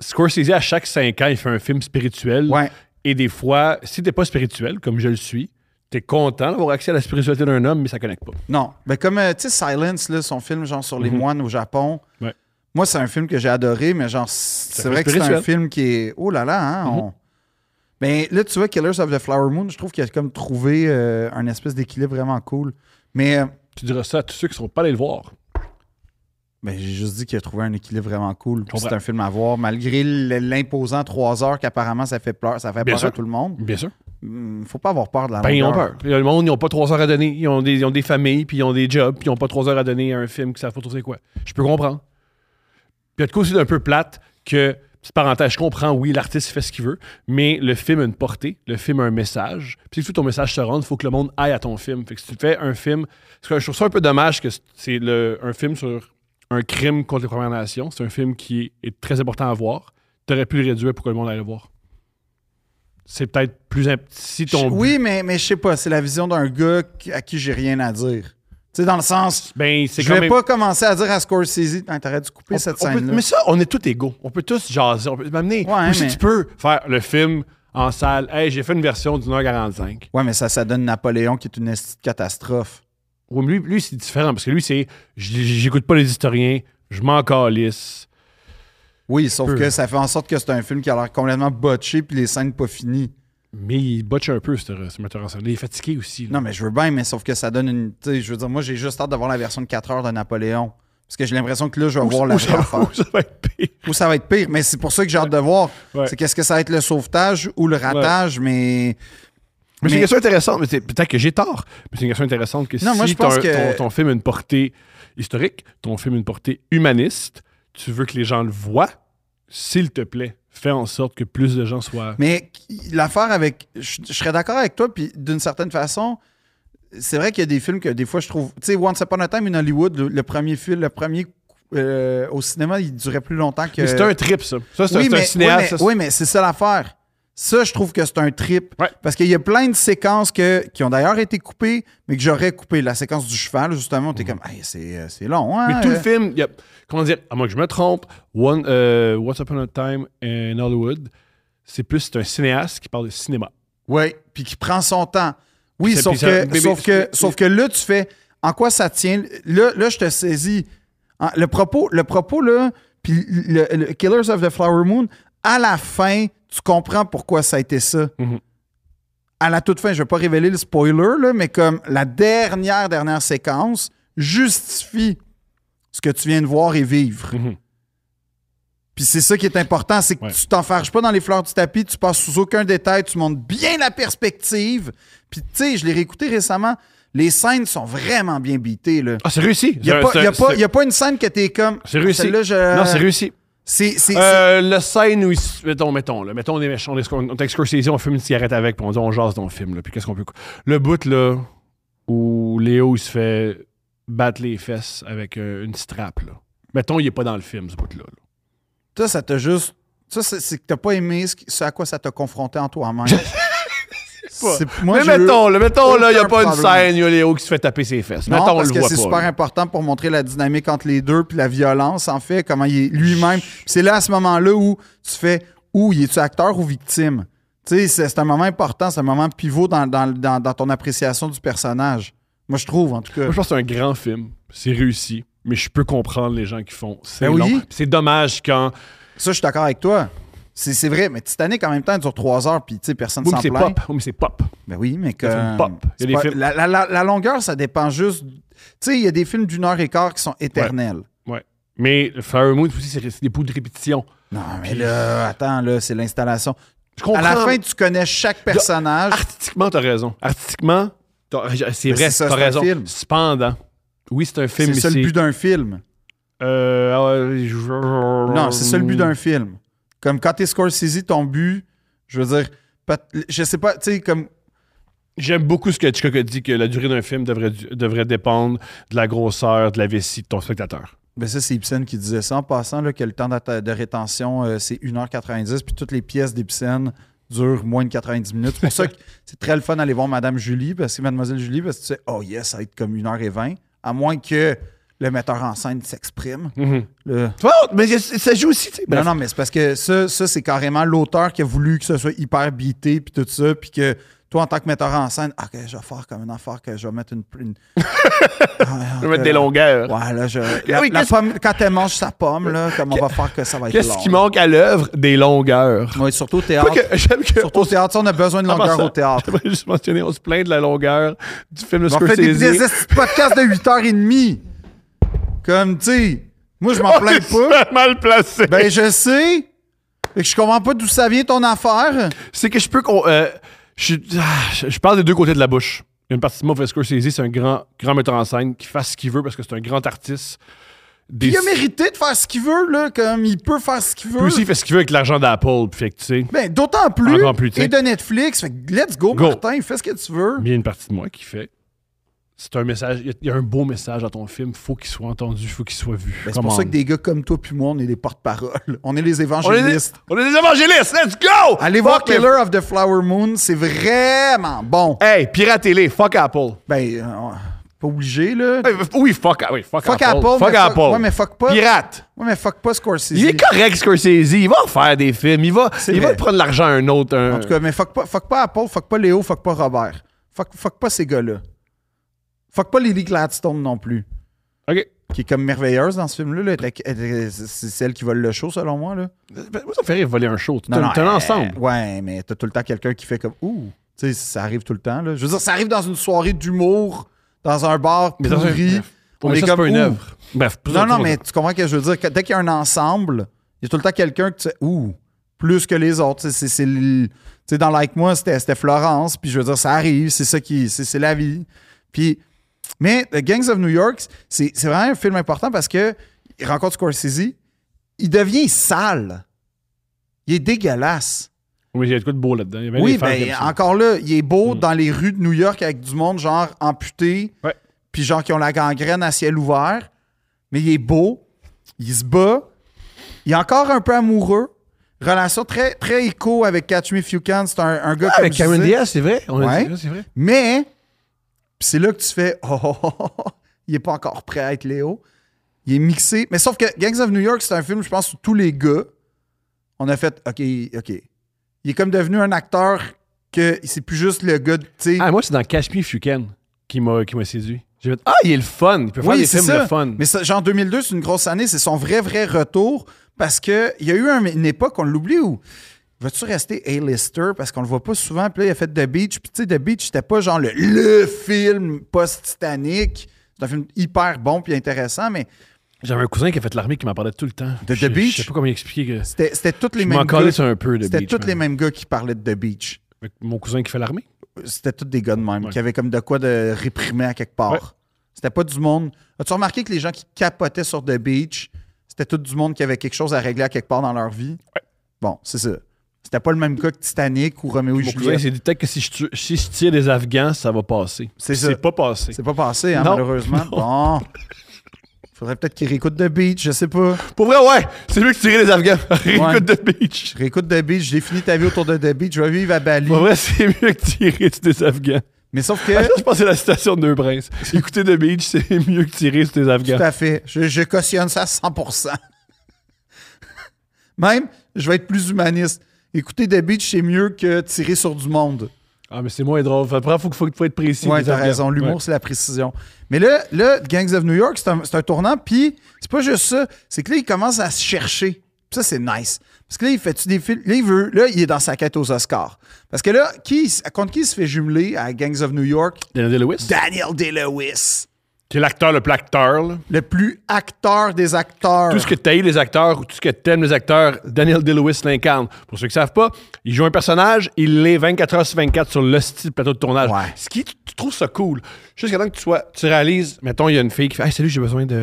[SPEAKER 1] Scorsese, à chaque 5 ans, il fait un film spirituel.
[SPEAKER 2] Ouais.
[SPEAKER 1] Et des fois, si t'es pas spirituel, comme je le suis, t'es content d'avoir accès à la spiritualité d'un homme, mais ça connecte pas.
[SPEAKER 2] Non. Ben comme, euh, tu sais, Silence, là, son film genre sur les
[SPEAKER 1] Mhm.
[SPEAKER 2] moines au Japon.
[SPEAKER 1] Ouais.
[SPEAKER 2] Moi, c'est un film que j'ai adoré, mais genre, c'est
[SPEAKER 1] Ça Mhm. fait
[SPEAKER 2] vrai que c'est un
[SPEAKER 1] spirituel.
[SPEAKER 2] film qui est. Oh là là, hein, on- Ben, là, tu vois, Killers of the Flower Moon, je trouve qu'il a comme trouvé euh, un espèce d'équilibre vraiment cool. Mais, euh,
[SPEAKER 1] Tu diras ça à tous ceux qui seront pas allés le voir.
[SPEAKER 2] ben, j'ai juste dit qu'il a trouvé un équilibre vraiment cool. puis C'est
[SPEAKER 1] comprends.
[SPEAKER 2] un film à voir, malgré l- l'imposant 3 heures qu'apparemment ça fait pleur, ça fait
[SPEAKER 1] Bien
[SPEAKER 2] peur à
[SPEAKER 1] sûr.
[SPEAKER 2] tout le monde.
[SPEAKER 1] Bien sûr.
[SPEAKER 2] Hum, faut pas avoir peur de la
[SPEAKER 1] Ben, ils ont
[SPEAKER 2] longueur.
[SPEAKER 1] peur. Le monde, ils n'ont pas trois heures à donner. Ils ont, des, ils ont des familles, puis ils ont des jobs, puis ils n'ont pas trois heures à donner à un film qui savent pas trop c'est quoi. Je peux comprendre. Puis, il y a de quoi aussi d'un peu plate que, petite parenthèse, je comprends, oui, l'artiste fait ce qu'il veut, mais le film a une portée, le film a un message. Puis, si tu veux que ton message se rende, il faut que le monde aille à ton film. Fait que si tu fais un film. Parce que je trouve ça un peu dommage que c'est le- un film sur un crime contre les Premières Nations. C'est un film qui est, est très important à voir. Tu aurais pu le réduire pour que le monde aille le voir. C'est peut-être plus. imp- Si ton.
[SPEAKER 2] Oui, mais, mais je sais pas, c'est la vision d'un gars qui- à qui j'ai rien à dire. Tu sais, dans le sens.
[SPEAKER 1] Ben, c'est
[SPEAKER 2] Je
[SPEAKER 1] quand
[SPEAKER 2] vais
[SPEAKER 1] même-
[SPEAKER 2] pas commencer à dire à Scorsese, Hein, t'aurais dû couper
[SPEAKER 1] On-
[SPEAKER 2] cette
[SPEAKER 1] on peut-
[SPEAKER 2] scène-là.
[SPEAKER 1] mais ça, on est tous égaux. On peut tous jaser. On peut m'amener.
[SPEAKER 2] Ouais,
[SPEAKER 1] Ou si
[SPEAKER 2] mais-
[SPEAKER 1] tu peux faire le film en salle, hey, j'ai fait une version d'une heure 45.
[SPEAKER 2] Ouais, mais ça, ça donne Napoléon qui est une esti de catastrophe.
[SPEAKER 1] Ouais, mais Lui, lui c'est différent parce que lui, c'est j- j'écoute pas les historiens, je m'en calisse.
[SPEAKER 2] Oui, sauf
[SPEAKER 1] Peu.
[SPEAKER 2] que ça fait en sorte que c'est un film qui a l'air complètement botché puis les scènes pas finies.
[SPEAKER 1] Mais il botche un peu, ce ce metteur en scène. Il est fatigué aussi. là.
[SPEAKER 2] Non, mais je veux bien, mais sauf que ça donne une. Tu sais, je veux dire, moi, j'ai juste hâte de voir la version de 4 heures de Napoléon. Parce que j'ai l'impression que là, je vais voir la
[SPEAKER 1] Ou ça,
[SPEAKER 2] vraie affaire.
[SPEAKER 1] ou <laughs> ça va être pire.
[SPEAKER 2] Ou ça va être pire, mais c'est pour ça que j'ai hâte de voir.
[SPEAKER 1] Ouais.
[SPEAKER 2] C'est qu'est-ce que ça va être le sauvetage ou le ratage, mais.
[SPEAKER 1] Mais, c'est
[SPEAKER 2] Mais-
[SPEAKER 1] une question intéressante. mais c'est- Peut-être que j'ai tort. Mais c'est une question intéressante que
[SPEAKER 2] Non,
[SPEAKER 1] si
[SPEAKER 2] moi, je
[SPEAKER 1] t'as un-
[SPEAKER 2] pense que-
[SPEAKER 1] ton, ton film a une portée historique, ton film a une portée humaniste, tu veux que les gens le voient, s'il te plaît, fais en sorte que plus de gens soient.
[SPEAKER 2] Mais qui- l'affaire avec. Je je serais d'accord avec toi, puis d'une certaine façon, c'est vrai qu'il y a des films que des fois je trouve. Tu sais, Once Upon a Time in Hollywood, le, le premier film, le premier euh, au cinéma, il durait plus longtemps que.
[SPEAKER 1] Mais c'est un trip, ça. Ça, c'est un- c'est un,
[SPEAKER 2] mais-
[SPEAKER 1] cinéaste.
[SPEAKER 2] oui,
[SPEAKER 1] ça,
[SPEAKER 2] mais,
[SPEAKER 1] c'est-
[SPEAKER 2] oui, mais c'est ça l'affaire. Ça, je trouve que c'est un trip.
[SPEAKER 1] Ouais.
[SPEAKER 2] Parce qu'il y a plein de séquences que, qui ont d'ailleurs été coupées, mais que j'aurais coupées. La séquence du cheval, justement, t'es comme, Hey, c'est euh, c'est long, hein?
[SPEAKER 1] Mhm. Mais tout le
[SPEAKER 2] euh.
[SPEAKER 1] film, il y a- comment dire, à moins que je me trompe, One, euh, Once Upon a Time in Hollywood, c'est plus c'est un cinéaste qui parle de cinéma.
[SPEAKER 2] Oui, puis qui prend son temps. Oui,
[SPEAKER 1] Puis ça-
[SPEAKER 2] sauf
[SPEAKER 1] puis ça-
[SPEAKER 2] que,
[SPEAKER 1] mais-
[SPEAKER 2] sauf,
[SPEAKER 1] mais-
[SPEAKER 2] que, sauf que là, tu fais en quoi ça tient. Là, là je te saisis. En- Le propos, le propos là, puis le, le Killers of the Flower Moon, à la fin, tu comprends pourquoi ça a été ça.
[SPEAKER 1] Mhm.
[SPEAKER 2] À la toute fin, je vais pas révéler le spoiler, là, mais comme la dernière, dernière séquence justifie ce que tu viens de voir et vivre.
[SPEAKER 1] Mhm.
[SPEAKER 2] Puis c'est ça qui est important, c'est que
[SPEAKER 1] Ouais.
[SPEAKER 2] tu t'enfarges pas dans les fleurs du tapis, tu passes sous aucun détail, tu montes bien la perspective. Puis tu sais, je l'ai réécouté récemment, les scènes sont vraiment bien beatées. là.
[SPEAKER 1] Ah, c'est réussi.
[SPEAKER 2] Il n'y
[SPEAKER 1] C'est-
[SPEAKER 2] a, pas-
[SPEAKER 1] c'est-
[SPEAKER 2] y a pas-
[SPEAKER 1] c'est-
[SPEAKER 2] y a pas une scène que t'es comme...
[SPEAKER 1] C'est réussi.
[SPEAKER 2] Celle-là, je-
[SPEAKER 1] Non, c'est réussi.
[SPEAKER 2] C'est, c'est-
[SPEAKER 1] Euh, la scène où, il s- mettons, mettons, là, mettons, on est méchants, on est- on est avec Scorsese, on fume une cigarette avec, puis on dit, on jase dans le film, là, puis qu'est-ce qu'on peut. cou- Le bout, là, où Léo il se fait battre les fesses avec euh, une strap. Là. Mettons, il est pas dans le film, ce bout-là. là.
[SPEAKER 2] Toi, ça t'a juste. Ça, c'est c'est que t'as pas aimé ce, qui- ce à quoi ça t'a confronté en
[SPEAKER 1] <laughs>
[SPEAKER 2] toi-même. C'est- moi,
[SPEAKER 1] Mais
[SPEAKER 2] je-
[SPEAKER 1] mettons, là, mettons, là, il n'y a
[SPEAKER 2] aucun
[SPEAKER 1] pas
[SPEAKER 2] problème.
[SPEAKER 1] une scène, il y a Léo qui se fait taper ses fesses.
[SPEAKER 2] Non,
[SPEAKER 1] mettons, on
[SPEAKER 2] parce
[SPEAKER 1] le
[SPEAKER 2] que
[SPEAKER 1] voit
[SPEAKER 2] c'est
[SPEAKER 1] pas.
[SPEAKER 2] super
[SPEAKER 1] là.
[SPEAKER 2] important pour montrer la dynamique entre les deux, puis la violence, en fait, comment il est lui-même. Puis C'est là, à ce moment-là, où tu fais où il est-tu acteur ou victime? Tu sais, c'est c'est un moment important, c'est un moment pivot dans, dans- dans- dans ton appréciation du personnage. Moi, je trouve, en tout cas.
[SPEAKER 1] Moi, je pense que c'est un grand film. C'est réussi. Mais je peux comprendre les gens qui font. C'est
[SPEAKER 2] Ben
[SPEAKER 1] long.
[SPEAKER 2] oui.
[SPEAKER 1] C'est dommage quand.
[SPEAKER 2] Ça, je suis d'accord avec toi. C'est c'est vrai, mais Titanic, en même temps, elle dure trois heures, puis tu sais, personne
[SPEAKER 1] Oui, mais
[SPEAKER 2] s'en
[SPEAKER 1] c'est
[SPEAKER 2] plaint.
[SPEAKER 1] pop. Oui, mais c'est pop.
[SPEAKER 2] Ben oui, mais que.
[SPEAKER 1] Des films pop. Il y a
[SPEAKER 2] c'est
[SPEAKER 1] des
[SPEAKER 2] pas-
[SPEAKER 1] films-
[SPEAKER 2] La, la- la- la longueur, ça dépend juste. Tu sais, il y a des films d'une heure et quart qui sont éternels.
[SPEAKER 1] Mais Fire Moon aussi, c'est c'est des bouts de répétition.
[SPEAKER 2] Non, mais là, attends, là, c'est l'installation.
[SPEAKER 1] Je comprends.
[SPEAKER 2] À la fin, tu connais chaque personnage.
[SPEAKER 1] Artistiquement, t'as raison. Artistiquement, t'as- c'est vrai,
[SPEAKER 2] c'est ça,
[SPEAKER 1] t'as
[SPEAKER 2] c'est un
[SPEAKER 1] raison.
[SPEAKER 2] film.
[SPEAKER 1] Cependant, oui, c'est un film,
[SPEAKER 2] C'est
[SPEAKER 1] mais
[SPEAKER 2] ça
[SPEAKER 1] c'est...
[SPEAKER 2] le but d'un film.
[SPEAKER 1] Euh, je-
[SPEAKER 2] Non, c'est ça le but d'un film. Comme quand t'es Scorsese, ton but, je veux dire, pas- je sais pas, tu sais, comme.
[SPEAKER 1] J'aime beaucoup ce que Hitchcock a dit, que la durée d'un film devrait, devrait dépendre de la grosseur, de la vessie de ton spectateur.
[SPEAKER 2] Ben ça, c'est Ibsen qui disait ça en passant, là, que le temps d'atta- de rétention, euh, c'est 1h90, puis toutes les pièces d'Ibsen durent moins de 90 minutes. C'est pour ça que c'est très le fun d'aller voir Madame Julie, parce que Mademoiselle Julie, parce que tu sais, oh yes, ça va être comme 1h20, à moins que le metteur en scène s'exprime. Le-
[SPEAKER 3] Tu vois, mais y a- ça joue aussi, tu sais.
[SPEAKER 2] Non, non, mais c'est parce que ça, ça c'est carrément l'auteur qui a voulu que ce soit hyper beaté, puis tout ça, puis que toi, en tant que metteur en scène, ah, que je vais faire comme un affaire, que je vais mettre une. une- Ah,
[SPEAKER 1] <laughs> Je vais mettre
[SPEAKER 2] que-
[SPEAKER 1] des longueurs.
[SPEAKER 2] Ouais, là, je. La,
[SPEAKER 3] oui,
[SPEAKER 2] la
[SPEAKER 3] qu'est-ce-
[SPEAKER 2] pomme, quand elle mange sa pomme, là, comme on va faire que ça va être long.
[SPEAKER 1] Qu'est-ce qui manque à l'œuvre? Des longueurs.
[SPEAKER 2] Ouais, surtout au
[SPEAKER 1] Pas
[SPEAKER 2] théâtre.
[SPEAKER 1] que- Ah, J'aime que...
[SPEAKER 2] Surtout au théâtre, ça, on a besoin de
[SPEAKER 1] En
[SPEAKER 2] longueur
[SPEAKER 1] passant,
[SPEAKER 2] au théâtre.
[SPEAKER 1] J'aimerais <laughs> juste mentionner, on se plaint de la longueur du film de
[SPEAKER 2] On fait des, des,
[SPEAKER 1] Scorsese.
[SPEAKER 2] petits podcasts de 8h30. Comme, tu sais, moi, je m'en
[SPEAKER 1] <laughs>
[SPEAKER 2] plains pas.
[SPEAKER 1] C'est mal placé.
[SPEAKER 2] Ben, je sais. Fait que je comprends pas d'où ça vient ton affaire.
[SPEAKER 1] c'est que je peux qu'on. euh, je, ah, je- je parle des deux côtés de la bouche. Il y a une partie de moi, Fred Scorsese, c'est un grand, grand metteur en scène qui fasse ce qu'il veut parce que c'est un grand artiste. Des,
[SPEAKER 2] Il a mérité de faire ce qu'il veut, là, comme il peut faire ce qu'il veut.
[SPEAKER 1] Puis aussi, il fait ce qu'il veut avec l'argent d'Apple. Fait que, tu sais,
[SPEAKER 2] Ben, d'autant plus,
[SPEAKER 1] Encore plus, tu sais.
[SPEAKER 2] et de Netflix. Fait que let's go,
[SPEAKER 1] Go.
[SPEAKER 2] Martin, fais ce que tu veux.
[SPEAKER 1] mais il y a une partie de moi qui fait. C'est un message. Il y a- il y, a un beau message dans ton film. Faut qu'il soit entendu. Faut qu'il soit vu.
[SPEAKER 2] Ben, c'est
[SPEAKER 1] Come
[SPEAKER 2] pour
[SPEAKER 1] on.
[SPEAKER 2] ça que des gars comme toi puis moi, on est des porte-parole. <laughs> On est les
[SPEAKER 1] On est, des,
[SPEAKER 2] évangélistes.
[SPEAKER 1] on est des évangélistes. Let's go!
[SPEAKER 2] Allez voir
[SPEAKER 1] Fuck les-
[SPEAKER 2] Killer of the Flower Moon, c'est vraiment bon.
[SPEAKER 1] Hey, piratez-les. Fuck Apple.
[SPEAKER 2] Ben, euh, pas obligé, là.
[SPEAKER 1] Hey, Oui, fuck, oui, fuck,
[SPEAKER 2] Fuck
[SPEAKER 1] Apple.
[SPEAKER 2] Apple,
[SPEAKER 1] Fuck
[SPEAKER 2] mais fuck-
[SPEAKER 1] Apple.
[SPEAKER 2] ouais, mais fuck pas-
[SPEAKER 1] Pirate.
[SPEAKER 2] Ouais, mais fuck pas Scorsese.
[SPEAKER 1] Il est correct, Scorsese. Il va en faire des films. Il va, il
[SPEAKER 2] vrai.
[SPEAKER 1] va prendre l'argent à un autre. un-
[SPEAKER 2] En tout cas, mais fuck pas, fuck pas Apple, fuck pas Léo, fuck pas Robert. Fuck, fuck pas ces gars-là. Fuck pas Lily Gladstone non plus,
[SPEAKER 1] OK.
[SPEAKER 2] qui est comme merveilleuse dans ce film-là. là. Elle était- elle était- C'est celle qui vole le show, selon moi, là.
[SPEAKER 1] Ben, moi, ça me fait rire voler un show. T'es
[SPEAKER 2] Non, non,
[SPEAKER 1] t'es
[SPEAKER 2] euh,
[SPEAKER 1] un ensemble.
[SPEAKER 2] ouais, mais t'as tout le temps quelqu'un qui fait comme Ouh. Tu sais, ça arrive tout le temps. Là. Je veux dire, ça arrive dans une soirée d'humour, dans un bar
[SPEAKER 1] Mais dans un-
[SPEAKER 2] pourri.
[SPEAKER 1] bref. Mais ça, c'est pas une
[SPEAKER 2] Ouh.
[SPEAKER 1] œuvre. Bref, plus
[SPEAKER 2] Non,
[SPEAKER 1] un-
[SPEAKER 2] non, mais tu comprends ce que je veux dire. Que- Dès qu'il y a un ensemble, il y a tout le temps quelqu'un que tu sais, ouh, plus que les autres. Tu sais, C'est, c'est le- tu sais, dans Like Moi, c'était, c'était Florence, puis je veux dire, ça arrive, c'est ça qui. C'est, c'est la vie. Puis, mais The Gangs of New York, c'est, c'est vraiment un film important parce que il rencontre Scorsese, il devient sale. Il est dégueulasse.
[SPEAKER 1] Oui, il y a de quoi de beau là-dedans. Il y a bien
[SPEAKER 2] oui,
[SPEAKER 1] des fans qui
[SPEAKER 2] mais
[SPEAKER 1] aiment ça.
[SPEAKER 2] encore là, il est beau
[SPEAKER 1] Mm.
[SPEAKER 2] dans les rues de New York avec du monde, genre amputé,
[SPEAKER 1] Ouais.
[SPEAKER 2] puis genre qui ont la gangrène à ciel ouvert. Mais il est beau, il se bat, il est encore un peu amoureux. Relation très, très écho avec Catch Me If You Can. C'est un, un gars comme
[SPEAKER 1] Ah, Avec
[SPEAKER 2] je
[SPEAKER 1] Cameron
[SPEAKER 2] disais.
[SPEAKER 1] Diaz, c'est vrai. On a
[SPEAKER 2] Ouais.
[SPEAKER 1] dit ça, c'est vrai.
[SPEAKER 2] Mais pis c'est là que tu fais <laughs> oh, oh, oh, oh, oh, il est pas encore prêt à être Léo. Il est mixé. Mais sauf que Gangs of New York, c'est un film, je pense, où tous les gars, on a fait OK, OK. Il est comme devenu un acteur que c'est plus juste le gars, de- tu sais.
[SPEAKER 1] Ah, moi, c'est dans Cash Me If You Can qui m'a qui m'a séduit. J'ai fait, ah, il est le fun. Il peut faire
[SPEAKER 2] Oui,
[SPEAKER 1] des
[SPEAKER 2] c'est
[SPEAKER 1] films
[SPEAKER 2] ça.
[SPEAKER 1] de fun.
[SPEAKER 2] Mais ça, genre 2002, c'est une grosse année, c'est son vrai, vrai retour parce qu'il y a eu un- une époque, on l'oublie, où vas-tu rester A-lister parce qu'on le voit pas souvent. Puis là, il a fait The Beach. Puis tu sais, The Beach, c'était pas genre le, le film post-Titanic. C'est un film hyper bon puis intéressant, mais
[SPEAKER 1] J'avais un cousin qui a fait l'armée qui m'en parlait tout le temps.
[SPEAKER 2] De
[SPEAKER 1] Je-
[SPEAKER 2] The Beach?
[SPEAKER 1] Je sais pas comment expliquer. Que...
[SPEAKER 2] c'était c'était tous les
[SPEAKER 1] Je m'en
[SPEAKER 2] mêmes gars.
[SPEAKER 1] calais un peu, de
[SPEAKER 2] C'était
[SPEAKER 1] Beach,
[SPEAKER 2] tous les
[SPEAKER 1] man.
[SPEAKER 2] mêmes gars qui parlaient de The Beach.
[SPEAKER 1] Avec Mon cousin qui fait l'armée.
[SPEAKER 2] C'était tous des gars de même
[SPEAKER 1] Ouais.
[SPEAKER 2] qui avaient comme de quoi de réprimer à quelque part.
[SPEAKER 1] Ouais.
[SPEAKER 2] C'était pas du monde. As-tu remarqué que les gens qui capotaient sur The Beach, c'était tout du monde qui avait quelque chose à régler à quelque part dans leur vie? Bon, c'est ça. C'était pas le même cas que Titanic ou Roméo et
[SPEAKER 1] Mon cousin
[SPEAKER 2] Juliette.
[SPEAKER 1] s'est dit peut-être que si je, tue- si je tire des Afghans, ça va passer.
[SPEAKER 2] C'est
[SPEAKER 1] Puis
[SPEAKER 2] ça.
[SPEAKER 1] C'est pas passé.
[SPEAKER 2] C'est pas passé, hein,
[SPEAKER 1] Non. <laughs>
[SPEAKER 2] malheureusement. Bon. Faudrait peut-être qu'il réécoute The Beach, je sais pas.
[SPEAKER 1] Pour vrai, ouais! C'est lui qui tirait les Afghans. <laughs> Écoute de beach.
[SPEAKER 2] Réécoute The Beach, j'ai fini ta vie autour de The Beach, je vais vivre à Bali.
[SPEAKER 1] Pour vrai, c'est mieux que tirer sur des Afghans.
[SPEAKER 2] Mais sauf que,
[SPEAKER 1] Ah, ça, je pense que c'est la citation de Deux Princes. <laughs> Écouter de beach, c'est mieux que tirer sur des
[SPEAKER 2] tout
[SPEAKER 1] Afghans.
[SPEAKER 2] à fait, je, je cautionne ça à 100%. <laughs> Même, je vais être plus humaniste. Écouter The Beach, c'est mieux que tirer sur du monde.
[SPEAKER 1] Ah, mais c'est moins drôle. Après, il faut, faut, faut être précis.
[SPEAKER 2] Ouais,
[SPEAKER 1] des
[SPEAKER 2] t'as
[SPEAKER 1] Afghans.
[SPEAKER 2] raison. L'humour,
[SPEAKER 1] Ouais.
[SPEAKER 2] c'est la précision. Mais là, là, Gangs of New York, c'est un, c'est un tournant. Puis, c'est pas juste ça. C'est que là, il commence à se chercher. Puis ça, c'est nice. Parce que là, il fait-tu des films. Là, il veut. Là, il est dans sa quête aux Oscars. Parce que là, qui, contre qui il se fait jumeler à Gangs of New York?
[SPEAKER 1] Daniel Day-Lewis,
[SPEAKER 2] Daniel Day-Lewis.
[SPEAKER 1] qui est l'acteur le placteur. là.
[SPEAKER 2] Le plus acteur des acteurs.
[SPEAKER 1] Tout ce que t'haïs les acteurs ou tout ce que t'aimes les acteurs, Daniel Day-Lewis l'incarne. Pour ceux qui savent pas, il joue un personnage, il l'est 24 heures sur 24 sur le style plateau de tournage.
[SPEAKER 2] Ouais.
[SPEAKER 1] Ce qui, tu, tu trouves ça cool. Jusqu'à temps que tu sois, tu réalises, mettons, il y a une fille qui fait Hey, salut, j'ai besoin de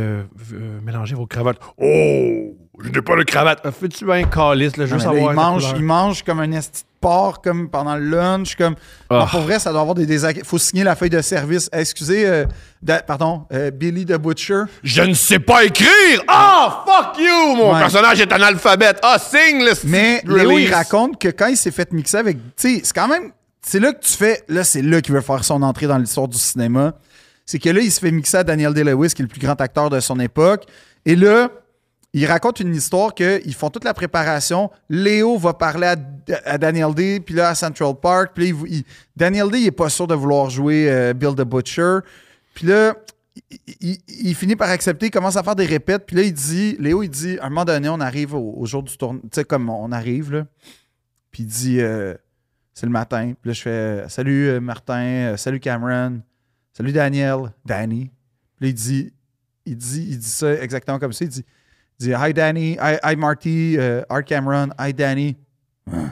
[SPEAKER 1] euh, mélanger vos cravates. Oh, je n'ai pas de cravate. Euh, Fais-tu bien calice, là, je
[SPEAKER 2] Non,
[SPEAKER 1] veux
[SPEAKER 2] mais là,
[SPEAKER 1] savoir.
[SPEAKER 2] il,
[SPEAKER 1] ta
[SPEAKER 2] mange,
[SPEAKER 1] couleur.
[SPEAKER 2] il mange comme un esti de porc, comme pendant le lunch. Comme... Non,
[SPEAKER 1] Ah.
[SPEAKER 2] pour vrai, ça doit avoir des désaccords. Il faut signer la feuille de service. Excusez, euh, da- pardon, euh, Billy the Butcher.
[SPEAKER 1] Je ne sais pas écrire. Ah, fuck you, mon
[SPEAKER 2] Ouais.
[SPEAKER 1] personnage est analphabète. Ah, signe le style
[SPEAKER 2] Mais Léo, il
[SPEAKER 1] release.
[SPEAKER 2] raconte que quand il s'est fait mixer avec. Tu sais, c'est quand même. C'est là que tu fais. Là, c'est là qu'il veut faire son entrée dans l'histoire du cinéma. C'est que là, il se fait mixer à Daniel Day-Lewis, qui est le plus grand acteur de son époque. Et là, il raconte une histoire qu'ils font toute la préparation. Léo va parler à, à Daniel Day, puis là, à Central Park. Puis là, il- il- Daniel Day, il est pas sûr de vouloir jouer euh, Bill the Butcher. Puis là, il, il- il finit par accepter, il commence à faire des répètes, puis là, il dit, Léo, il dit, à un moment donné, on arrive au, au jour du tournoi, tu sais, comme on arrive, là, puis il dit, euh, c'est le matin, puis là, je fais, euh, salut euh, Martin, Euh, salut Cameron, salut Daniel, Danny. Puis là, il dit, il dit, il dit ça exactement comme ça, il dit, il dit hi Danny, hi, hi Marty, euh, hi Cameron, hi Danny. Hein.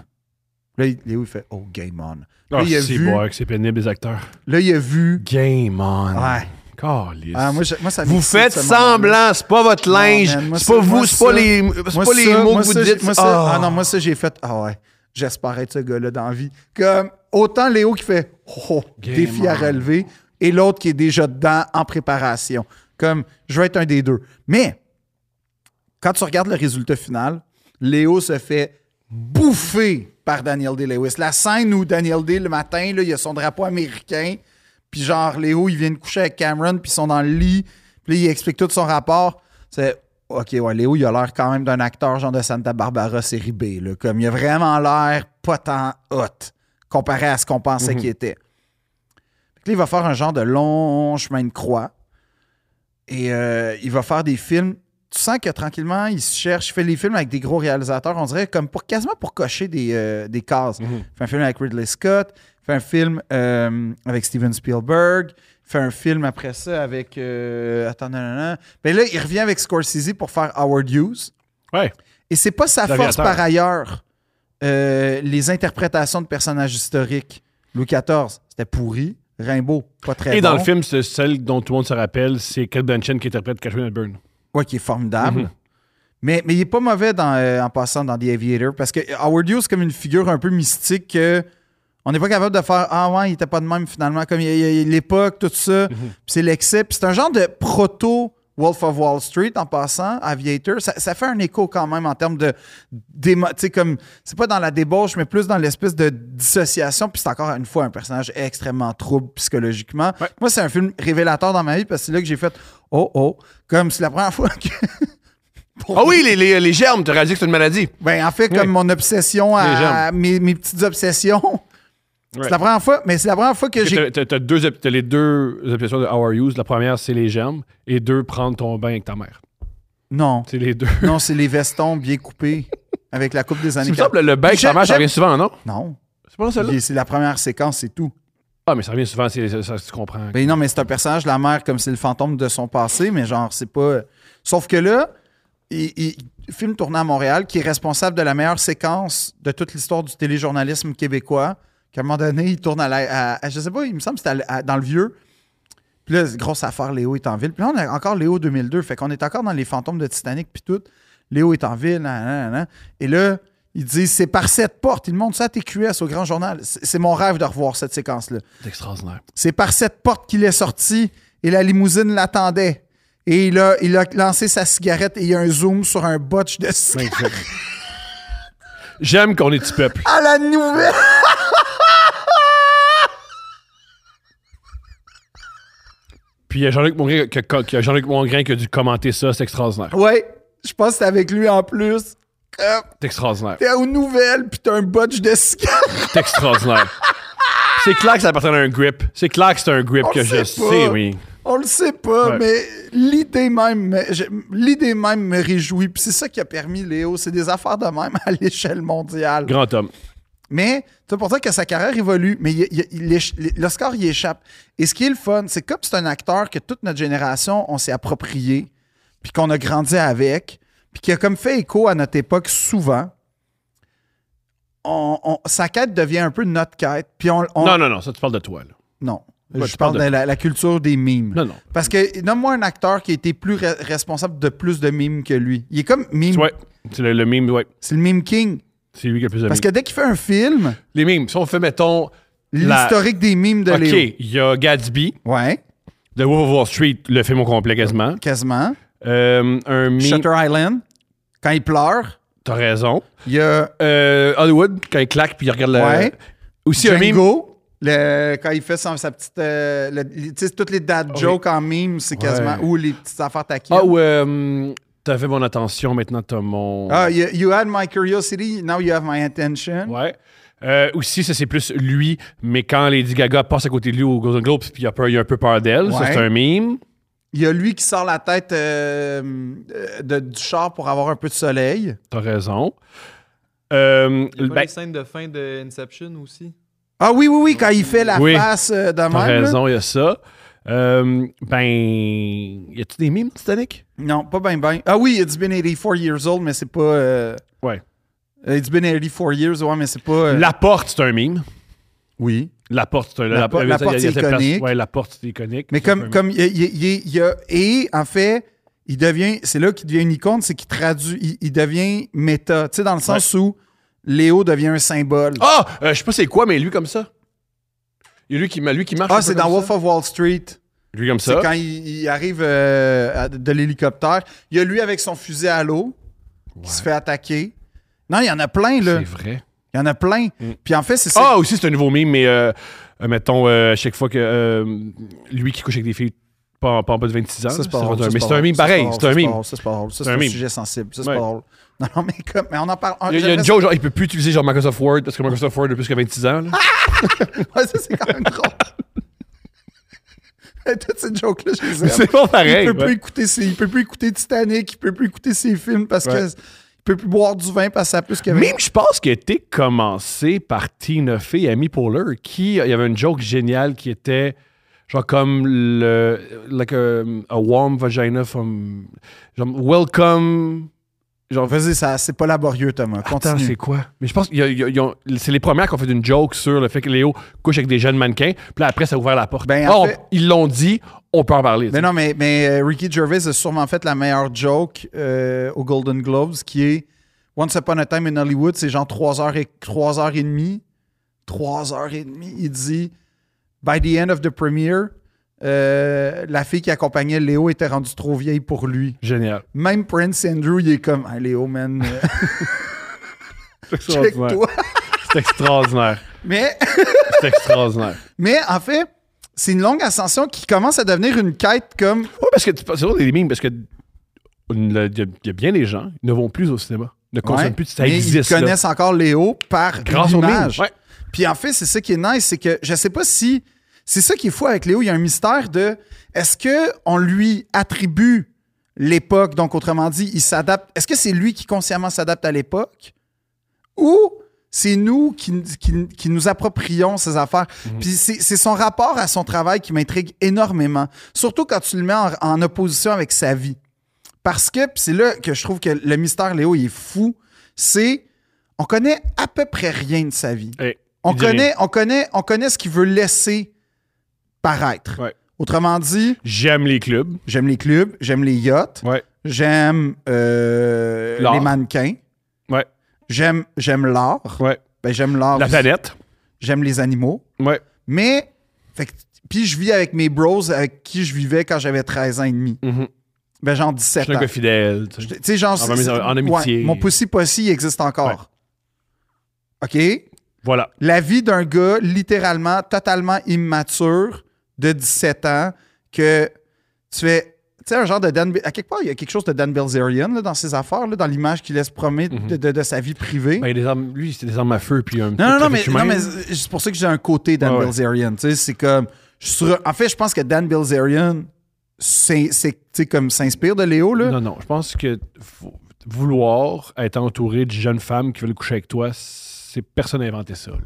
[SPEAKER 2] Là, il- Léo, il fait, oh, game on.
[SPEAKER 1] Ah,
[SPEAKER 2] Là, il a
[SPEAKER 1] c'est
[SPEAKER 2] vu-
[SPEAKER 1] boy, que c'est pénible, les acteurs.
[SPEAKER 2] Là, il a vu,
[SPEAKER 1] Game on.
[SPEAKER 2] ouais.
[SPEAKER 1] Calisse.
[SPEAKER 2] Ah, moi, je- moi, ça
[SPEAKER 1] Vous
[SPEAKER 2] m'excite,
[SPEAKER 1] faites
[SPEAKER 2] ce moment-là.
[SPEAKER 1] semblant, c'est pas votre
[SPEAKER 2] Non,
[SPEAKER 1] linge,
[SPEAKER 2] man, moi,
[SPEAKER 1] c'est
[SPEAKER 2] ça-
[SPEAKER 1] pas
[SPEAKER 2] moi,
[SPEAKER 1] vous, c'est pas
[SPEAKER 2] ça-
[SPEAKER 1] les, c'est
[SPEAKER 2] Moi,
[SPEAKER 1] pas les
[SPEAKER 2] ça,
[SPEAKER 1] mots
[SPEAKER 2] moi,
[SPEAKER 1] que vous
[SPEAKER 2] ça, j'ai-
[SPEAKER 1] dites.
[SPEAKER 2] moi, ça-
[SPEAKER 1] Ah.
[SPEAKER 2] Ah non, moi, ça, j'ai fait. Ah ouais, j'espère être ce gars-là dans la vie. Comme autant Léo qui fait oh,
[SPEAKER 1] Game
[SPEAKER 2] défi à
[SPEAKER 1] on.
[SPEAKER 2] relever et l'autre qui est déjà dedans en préparation. Comme je veux être un des deux. Mais quand tu regardes le résultat final, Léo se fait bouffer par Daniel Day-Lewis. La scène où Daniel Day, le matin, là, il a son drapeau américain, puis genre, Léo, il vient de coucher avec Cameron, puis ils sont dans le lit, puis là, il explique tout son rapport. C'est, OK, ouais, Léo, il a l'air quand même d'un acteur genre de Santa Barbara série B, là, comme il a vraiment l'air pas tant hot comparé à ce qu'on pensait qu'il était. Fait que là, il va faire un genre de long chemin de croix, et euh, il va faire des films. Tu sens que tranquillement, il se cherche, il fait des films avec des gros réalisateurs, on dirait comme pour quasiment pour cocher des, euh, des cases.
[SPEAKER 1] Mhm.
[SPEAKER 2] Il fait un film avec Ridley Scott, il fait un film euh, avec Steven Spielberg, il fait un film après ça avec. euh, attends, non, non, non. Ben là, il revient avec Scorsese pour faire Howard Hughes.
[SPEAKER 1] Ouais.
[SPEAKER 2] Et c'est pas sa force
[SPEAKER 1] L'aviateur.
[SPEAKER 2] par ailleurs, euh, les interprétations de personnages historiques. Louis XIV, c'était pourri. Rimbaud, pas très
[SPEAKER 1] Et dans
[SPEAKER 2] bon.
[SPEAKER 1] le film, c'est celle dont tout le monde se rappelle, c'est Kate Blanchett qui interprète Catherine Hepburn.
[SPEAKER 2] Ouais, qui est formidable. mais, mais il est pas mauvais dans, euh, en passant dans The Aviator parce que Howard Hughes, c'est comme une figure un peu mystique que on n'est pas capable de faire Ah ouais, il était pas de même finalement, comme il- il- il- l'époque, tout
[SPEAKER 1] Mhm.
[SPEAKER 2] ça. Puis c'est l'excès. Puis c'est un genre de proto. Wolf of Wall Street en passant, Aviator, ça, ça fait un écho quand même en termes de. d'émo- Tu sais, comme. C'est pas dans la débauche, mais plus dans l'espèce de dissociation. Puis c'est encore une fois un personnage extrêmement trouble psychologiquement.
[SPEAKER 1] Ouais.
[SPEAKER 2] Moi, c'est un film révélateur dans ma vie parce que c'est là que j'ai fait Oh oh. Comme c'est la première <laughs> fois que.
[SPEAKER 1] Ah oui, les, les, les germes, t'as réalisé que c'est une maladie.
[SPEAKER 2] Ben, en fait,
[SPEAKER 1] Oui.
[SPEAKER 2] comme mon obsession
[SPEAKER 1] Les
[SPEAKER 2] à.
[SPEAKER 1] jambes.
[SPEAKER 2] Mes, mes petites obsessions. C'est la première fois, mais c'est la première fois que j'ai.
[SPEAKER 1] T'as t'as- t'as deux op- t'as les deux obsessions de How are Yous. La première, c'est les germes. Et deux, prendre ton bain avec ta mère.
[SPEAKER 2] Non.
[SPEAKER 1] C'est <laughs> les deux.
[SPEAKER 2] Non, c'est les vestons bien coupés avec la coupe des
[SPEAKER 1] Il
[SPEAKER 2] années
[SPEAKER 1] me semble que le bain avec ta
[SPEAKER 2] J'aime-
[SPEAKER 1] mère, ça
[SPEAKER 2] j'aime-
[SPEAKER 1] revient souvent, non?
[SPEAKER 2] Non.
[SPEAKER 1] C'est pas dans celle-là?
[SPEAKER 2] Il- C'est la première séquence, c'est tout.
[SPEAKER 1] Ah, mais ça revient souvent, c'est- ça, ça, tu comprends.
[SPEAKER 2] Ben non, mais c'est un personnage, la mère, comme c'est le fantôme de son passé, mais genre, c'est pas. Sauf que là, il, il- film tourné à Montréal, qui est responsable de la meilleure séquence de toute l'histoire du téléjournalisme québécois, qu'à un moment donné, il tourne à la. à- à- je sais pas, il me semble que c'était à la- à- dans le vieux. Puis là, grosse affaire, Léo est en ville. Puis là, on a encore Léo 2002. Fait qu'on est encore dans les fantômes de Titanic, puis tout. Léo est en ville, nan, nan, nan, nan. Et là, Ils disent c'est par cette porte. Ils montrent ça à TQS au grand journal. C'est c'est mon rêve de revoir cette séquence-là.
[SPEAKER 1] C'est extraordinaire.
[SPEAKER 2] C'est par cette porte qu'il est sorti et la limousine l'attendait. Et il a, il a lancé sa cigarette et il y a un zoom sur un botch de cigarette
[SPEAKER 1] J'aime qu'on est petit peuple.
[SPEAKER 2] à la nouvelle.
[SPEAKER 1] Puis il y a Jean-Luc Mongrain qui a, qui a- Jean-Luc Mongrain qui a dû commenter ça. C'est extraordinaire.
[SPEAKER 2] Ouais, je pense que c'est avec lui en plus. Euh,
[SPEAKER 1] C'est extraordinaire.
[SPEAKER 2] T'es aux nouvelles, puis t'as un botch de cigarette.
[SPEAKER 1] C'est extraordinaire. C'est clair que ça appartient à un grip. C'est clair que c'est un grip
[SPEAKER 2] On
[SPEAKER 1] que
[SPEAKER 2] le
[SPEAKER 1] je
[SPEAKER 2] sait pas.
[SPEAKER 1] sais, oui.
[SPEAKER 2] On le sait
[SPEAKER 1] Ouais.
[SPEAKER 2] pas, mais l'idée même, me- je- l'idée même me réjouit. Puis c'est ça qui a permis Léo. C'est des affaires de même à <laughs> l'échelle mondiale.
[SPEAKER 1] Grand homme.
[SPEAKER 2] Mais c'est pour ça que sa carrière évolue, mais il- il- il éch- l'Oscar y échappe. Et ce qui est le fun, c'est que comme c'est un acteur que toute notre génération, on s'est approprié, puis qu'on a grandi avec, puis qui a comme fait écho à notre époque souvent, on- on- sa quête devient un peu notre quête. Puis on, on-
[SPEAKER 1] Non, non, non, ça, tu parles de toi, là.
[SPEAKER 2] non.
[SPEAKER 1] Ouais,
[SPEAKER 2] je
[SPEAKER 1] tu parles
[SPEAKER 2] parle de la, la culture des mimes.
[SPEAKER 1] Non, non.
[SPEAKER 2] Parce que nomme-moi un acteur qui a été plus re- responsable de plus de mimes que lui. Il est comme mime.
[SPEAKER 1] Ouais, c'est le, le meme, ouais.
[SPEAKER 2] C'est le mime king.
[SPEAKER 1] C'est lui qui a le plus de
[SPEAKER 2] Parce
[SPEAKER 1] mimes.
[SPEAKER 2] que dès qu'il fait un film,
[SPEAKER 1] Les memes, si on fait, mettons, La-
[SPEAKER 2] l'historique des mimes de
[SPEAKER 1] OK,
[SPEAKER 2] Léo.
[SPEAKER 1] il y a Gatsby,
[SPEAKER 2] Ouais,
[SPEAKER 1] The Wolf of Wall Street, le film au complet quasiment.
[SPEAKER 2] quasiment.
[SPEAKER 1] Euh, un meme,
[SPEAKER 2] Shutter Island, quand il pleure,
[SPEAKER 1] t'as raison.
[SPEAKER 2] il
[SPEAKER 1] <laughs>
[SPEAKER 2] y a
[SPEAKER 1] Euh, Hollywood, quand il claque puis il regarde la...
[SPEAKER 2] Ouais.
[SPEAKER 1] Aussi un meme...
[SPEAKER 2] Django, le- quand il fait son- sa petite. euh, le- tu sais, toutes les dad jokes en mime, c'est quasiment. Ou les petites affaires taquines.
[SPEAKER 1] Ah, ou euh, t'as fait mon attention, maintenant t'as mon...
[SPEAKER 2] Ah, you, you had my curiosity, now you have my attention.
[SPEAKER 1] Ouais. Euh, aussi, ça c'est plus lui, mais quand Lady Gaga passe à côté de lui au Golden Globes puis il a, peur- il a un peu peur d'elle, ça
[SPEAKER 2] Ouais.
[SPEAKER 1] c'est un meme.
[SPEAKER 2] Il y a lui qui sort la tête euh, euh, de- du char pour avoir un peu de soleil.
[SPEAKER 1] T'as raison. Euh,
[SPEAKER 5] Il y a pas
[SPEAKER 1] ben,
[SPEAKER 5] les scènes de fin de Inception aussi.
[SPEAKER 2] Ah oui, oui, oui, quand il fait la
[SPEAKER 1] Oui.
[SPEAKER 2] face euh, de même.
[SPEAKER 1] T'as
[SPEAKER 2] là.
[SPEAKER 1] raison, il y a ça. Euh, ben, y a-tu des mimes, Titanic?
[SPEAKER 2] Non, pas ben ben. Ah oui, it's been 84 years old, mais c'est pas. euh,
[SPEAKER 1] Ouais.
[SPEAKER 2] euh, It's been 84 years, ouais, mais c'est pas. euh,
[SPEAKER 1] La porte, c'est un mime.
[SPEAKER 2] Oui.
[SPEAKER 1] La porte, c'est un
[SPEAKER 2] La por- la porte, c'est iconique.
[SPEAKER 1] Ouais, la porte, c'est iconique.
[SPEAKER 2] Mais
[SPEAKER 1] C'est un
[SPEAKER 2] comme,
[SPEAKER 1] mime.
[SPEAKER 2] comme il, il- il- il y a. Et en fait, il devient. C'est là qu'il devient une icône, c'est qu'il traduit. Il, il devient méta. Tu sais, dans le sens où Léo devient un symbole.
[SPEAKER 1] Ah! Euh, je sais pas c'est quoi, mais lui comme ça. Il y a lui qui, lui qui marche. un
[SPEAKER 2] ah,
[SPEAKER 1] peu
[SPEAKER 2] c'est
[SPEAKER 1] comme
[SPEAKER 2] dans
[SPEAKER 1] ça.
[SPEAKER 2] Wolf of Wall Street.
[SPEAKER 1] Lui comme
[SPEAKER 2] C'est
[SPEAKER 1] ça.
[SPEAKER 2] quand il, il arrive euh, à- de l'hélicoptère. Il y a lui avec son fusil à l'eau qui se fait attaquer. Non, il y en a plein, là.
[SPEAKER 1] C'est vrai.
[SPEAKER 2] Il y en a plein. Puis en fait, c'est ça.
[SPEAKER 1] Ah, aussi, c'est un nouveau mime, mais euh, euh, mettons, euh, à chaque fois que euh, lui qui couche avec des filles pas, en- pas en bas de 26 ans.
[SPEAKER 2] Ça, c'est pas
[SPEAKER 1] ça,
[SPEAKER 2] drôle,
[SPEAKER 1] c'est un-
[SPEAKER 2] ça,
[SPEAKER 1] Mais
[SPEAKER 2] pas
[SPEAKER 1] c'est un
[SPEAKER 2] drôle.
[SPEAKER 1] mime
[SPEAKER 2] Ça,
[SPEAKER 1] pareil,
[SPEAKER 2] pas
[SPEAKER 1] c'est un
[SPEAKER 2] drôle,
[SPEAKER 1] mime.
[SPEAKER 2] Ça, c'est pas drôle. Ça,
[SPEAKER 1] C'est
[SPEAKER 2] c'est
[SPEAKER 1] un
[SPEAKER 2] un
[SPEAKER 1] mime.
[SPEAKER 2] sujet sensible. Ça, c'est
[SPEAKER 1] Ouais.
[SPEAKER 2] pas drôle. Non, non, mais, comme, mais on en parle. on-
[SPEAKER 1] Il y a, il y a
[SPEAKER 2] j'aimerais
[SPEAKER 1] une joke, genre, il peut plus utiliser genre Microsoft Word parce que Microsoft Word a plus que 26 ans. là.
[SPEAKER 2] Ah, ça- Ouais, ça, c'est quand même drôle. <laughs> Mais Toutes ces jokes-là, je les aime.
[SPEAKER 1] <laughs> c'est pas pareil.
[SPEAKER 2] il, peut
[SPEAKER 1] ouais.
[SPEAKER 2] plus écouter ses- il peut plus écouter Titanic, il peut plus écouter ses films parce
[SPEAKER 1] Ouais.
[SPEAKER 2] que il peut plus boire du vin parce que ça a plus que
[SPEAKER 1] Même, je pense que t'es commencé par Tina Fey, Amy Poehler, qui, euh, il y avait une joke géniale qui était genre comme le, like a, a warm vagina from, genre welcome, genre,
[SPEAKER 2] Vas-y, ça, c'est pas laborieux, Thomas.
[SPEAKER 1] attends,
[SPEAKER 2] Continue.
[SPEAKER 1] c'est quoi? Mais je pense qu'il y a- il y a- ils ont- c'est les premières qui ont fait une joke sur le fait que Léo couche avec des jeunes mannequins, puis là, après, ça a ouvert la porte.
[SPEAKER 2] Ben,
[SPEAKER 1] Ah,
[SPEAKER 2] en
[SPEAKER 1] on-
[SPEAKER 2] fait-
[SPEAKER 1] ils l'ont dit, on peut en parler.
[SPEAKER 2] mais non, mais, mais euh, Ricky Gervais a sûrement fait la meilleure joke euh, aux Golden Globes qui est Once Upon a Time in Hollywood, c'est genre 3h30. 3h30. 3h30. Il dit By the end of the premiere, euh, la fille qui accompagnait Léo était rendue trop vieille pour lui.
[SPEAKER 1] Génial.
[SPEAKER 2] Même Prince Andrew, il est comme Ah, Léo, man,
[SPEAKER 1] <laughs>
[SPEAKER 2] euh,
[SPEAKER 1] C'est
[SPEAKER 2] check-toi.
[SPEAKER 1] C'est extraordinaire.
[SPEAKER 2] Mais.
[SPEAKER 1] C'est extraordinaire.
[SPEAKER 2] Mais en fait, c'est une longue ascension qui commence à devenir une quête comme.
[SPEAKER 1] Oui, parce que tu- c'est vrai des mimes, parce que le- il y, a- il y a bien des gens qui ne vont plus au cinéma, ne consomment
[SPEAKER 2] Ouais.
[SPEAKER 1] plus, ça
[SPEAKER 2] Mais
[SPEAKER 1] existe.
[SPEAKER 2] Ils
[SPEAKER 1] là.
[SPEAKER 2] connaissent encore Léo par
[SPEAKER 1] grâce aux mimes.
[SPEAKER 2] l'image.
[SPEAKER 1] Ouais.
[SPEAKER 2] Puis en fait, c'est ça qui est nice, c'est que je sais pas si. C'est ça qui est fou avec Léo. Il y a un mystère de est-ce que on lui attribue l'époque, donc autrement dit, il s'adapte. Est-ce que c'est lui qui consciemment s'adapte à l'époque ou c'est nous qui, qui- qui nous approprions ces affaires? Puis c'est c'est son rapport à son travail qui m'intrigue énormément, surtout quand tu le mets en, en opposition avec sa vie. Parce que, puis c'est là que je trouve que le mystère Léo, il est fou, c'est on connaît à peu près rien de sa vie.
[SPEAKER 1] Eh,
[SPEAKER 2] On
[SPEAKER 1] il dit rien.
[SPEAKER 2] connaît, on, connaît, on connaît ce qu'il veut laisser paraître.
[SPEAKER 1] Ouais.
[SPEAKER 2] Autrement dit,
[SPEAKER 1] J'aime les clubs.
[SPEAKER 2] j'aime les clubs, j'aime les yachts,
[SPEAKER 1] Ouais.
[SPEAKER 2] j'aime euh,
[SPEAKER 1] L'art.
[SPEAKER 2] les mannequins.
[SPEAKER 1] Ouais.
[SPEAKER 2] J'aime, j'aime l'art.
[SPEAKER 1] Ouais.
[SPEAKER 2] Ben, j'aime l'art.
[SPEAKER 1] La
[SPEAKER 2] aussi.
[SPEAKER 1] planète.
[SPEAKER 2] J'aime les animaux.
[SPEAKER 1] Ouais.
[SPEAKER 2] Mais, fait que- puis je vis avec mes bros avec qui je vivais quand j'avais 13 ans et demi.
[SPEAKER 1] Mhm.
[SPEAKER 2] Ben, genre
[SPEAKER 1] Je
[SPEAKER 2] 17
[SPEAKER 1] suis un
[SPEAKER 2] ans.
[SPEAKER 1] gars fidèle. tu sais.
[SPEAKER 2] Tu sais, genre.
[SPEAKER 1] En ami-
[SPEAKER 2] c'est-
[SPEAKER 1] en amitié.
[SPEAKER 2] ouais, mon pussy pussy il existe encore. OK?
[SPEAKER 1] Voilà.
[SPEAKER 2] La vie d'un gars littéralement, totalement immature de 17 ans que tu fais. Tu sais, un genre de Dan. À quelque part, il y a quelque chose de Dan Bilzerian là, dans ses affaires, là, dans l'image qu'il laisse promener de- de, de sa vie privée.
[SPEAKER 1] Mhm. Ben, il y a des armes- lui, c'était des armes à feu, puis un
[SPEAKER 2] Non, non, non, mais,
[SPEAKER 1] trafic humain.
[SPEAKER 2] non, mais c'est pour ça que j'ai un côté Dan
[SPEAKER 1] Ouais, ouais.
[SPEAKER 2] Bilzerian. Tu sais, c'est comme. je suis sûr- en fait, je pense que Dan Bilzerian s'in- c'est- tu sais, comme s'inspire de Léo. Là.
[SPEAKER 1] Non, non, je pense que faut- vouloir être entouré de jeunes femmes qui veulent coucher avec toi, c'est personne n'a inventé ça. là.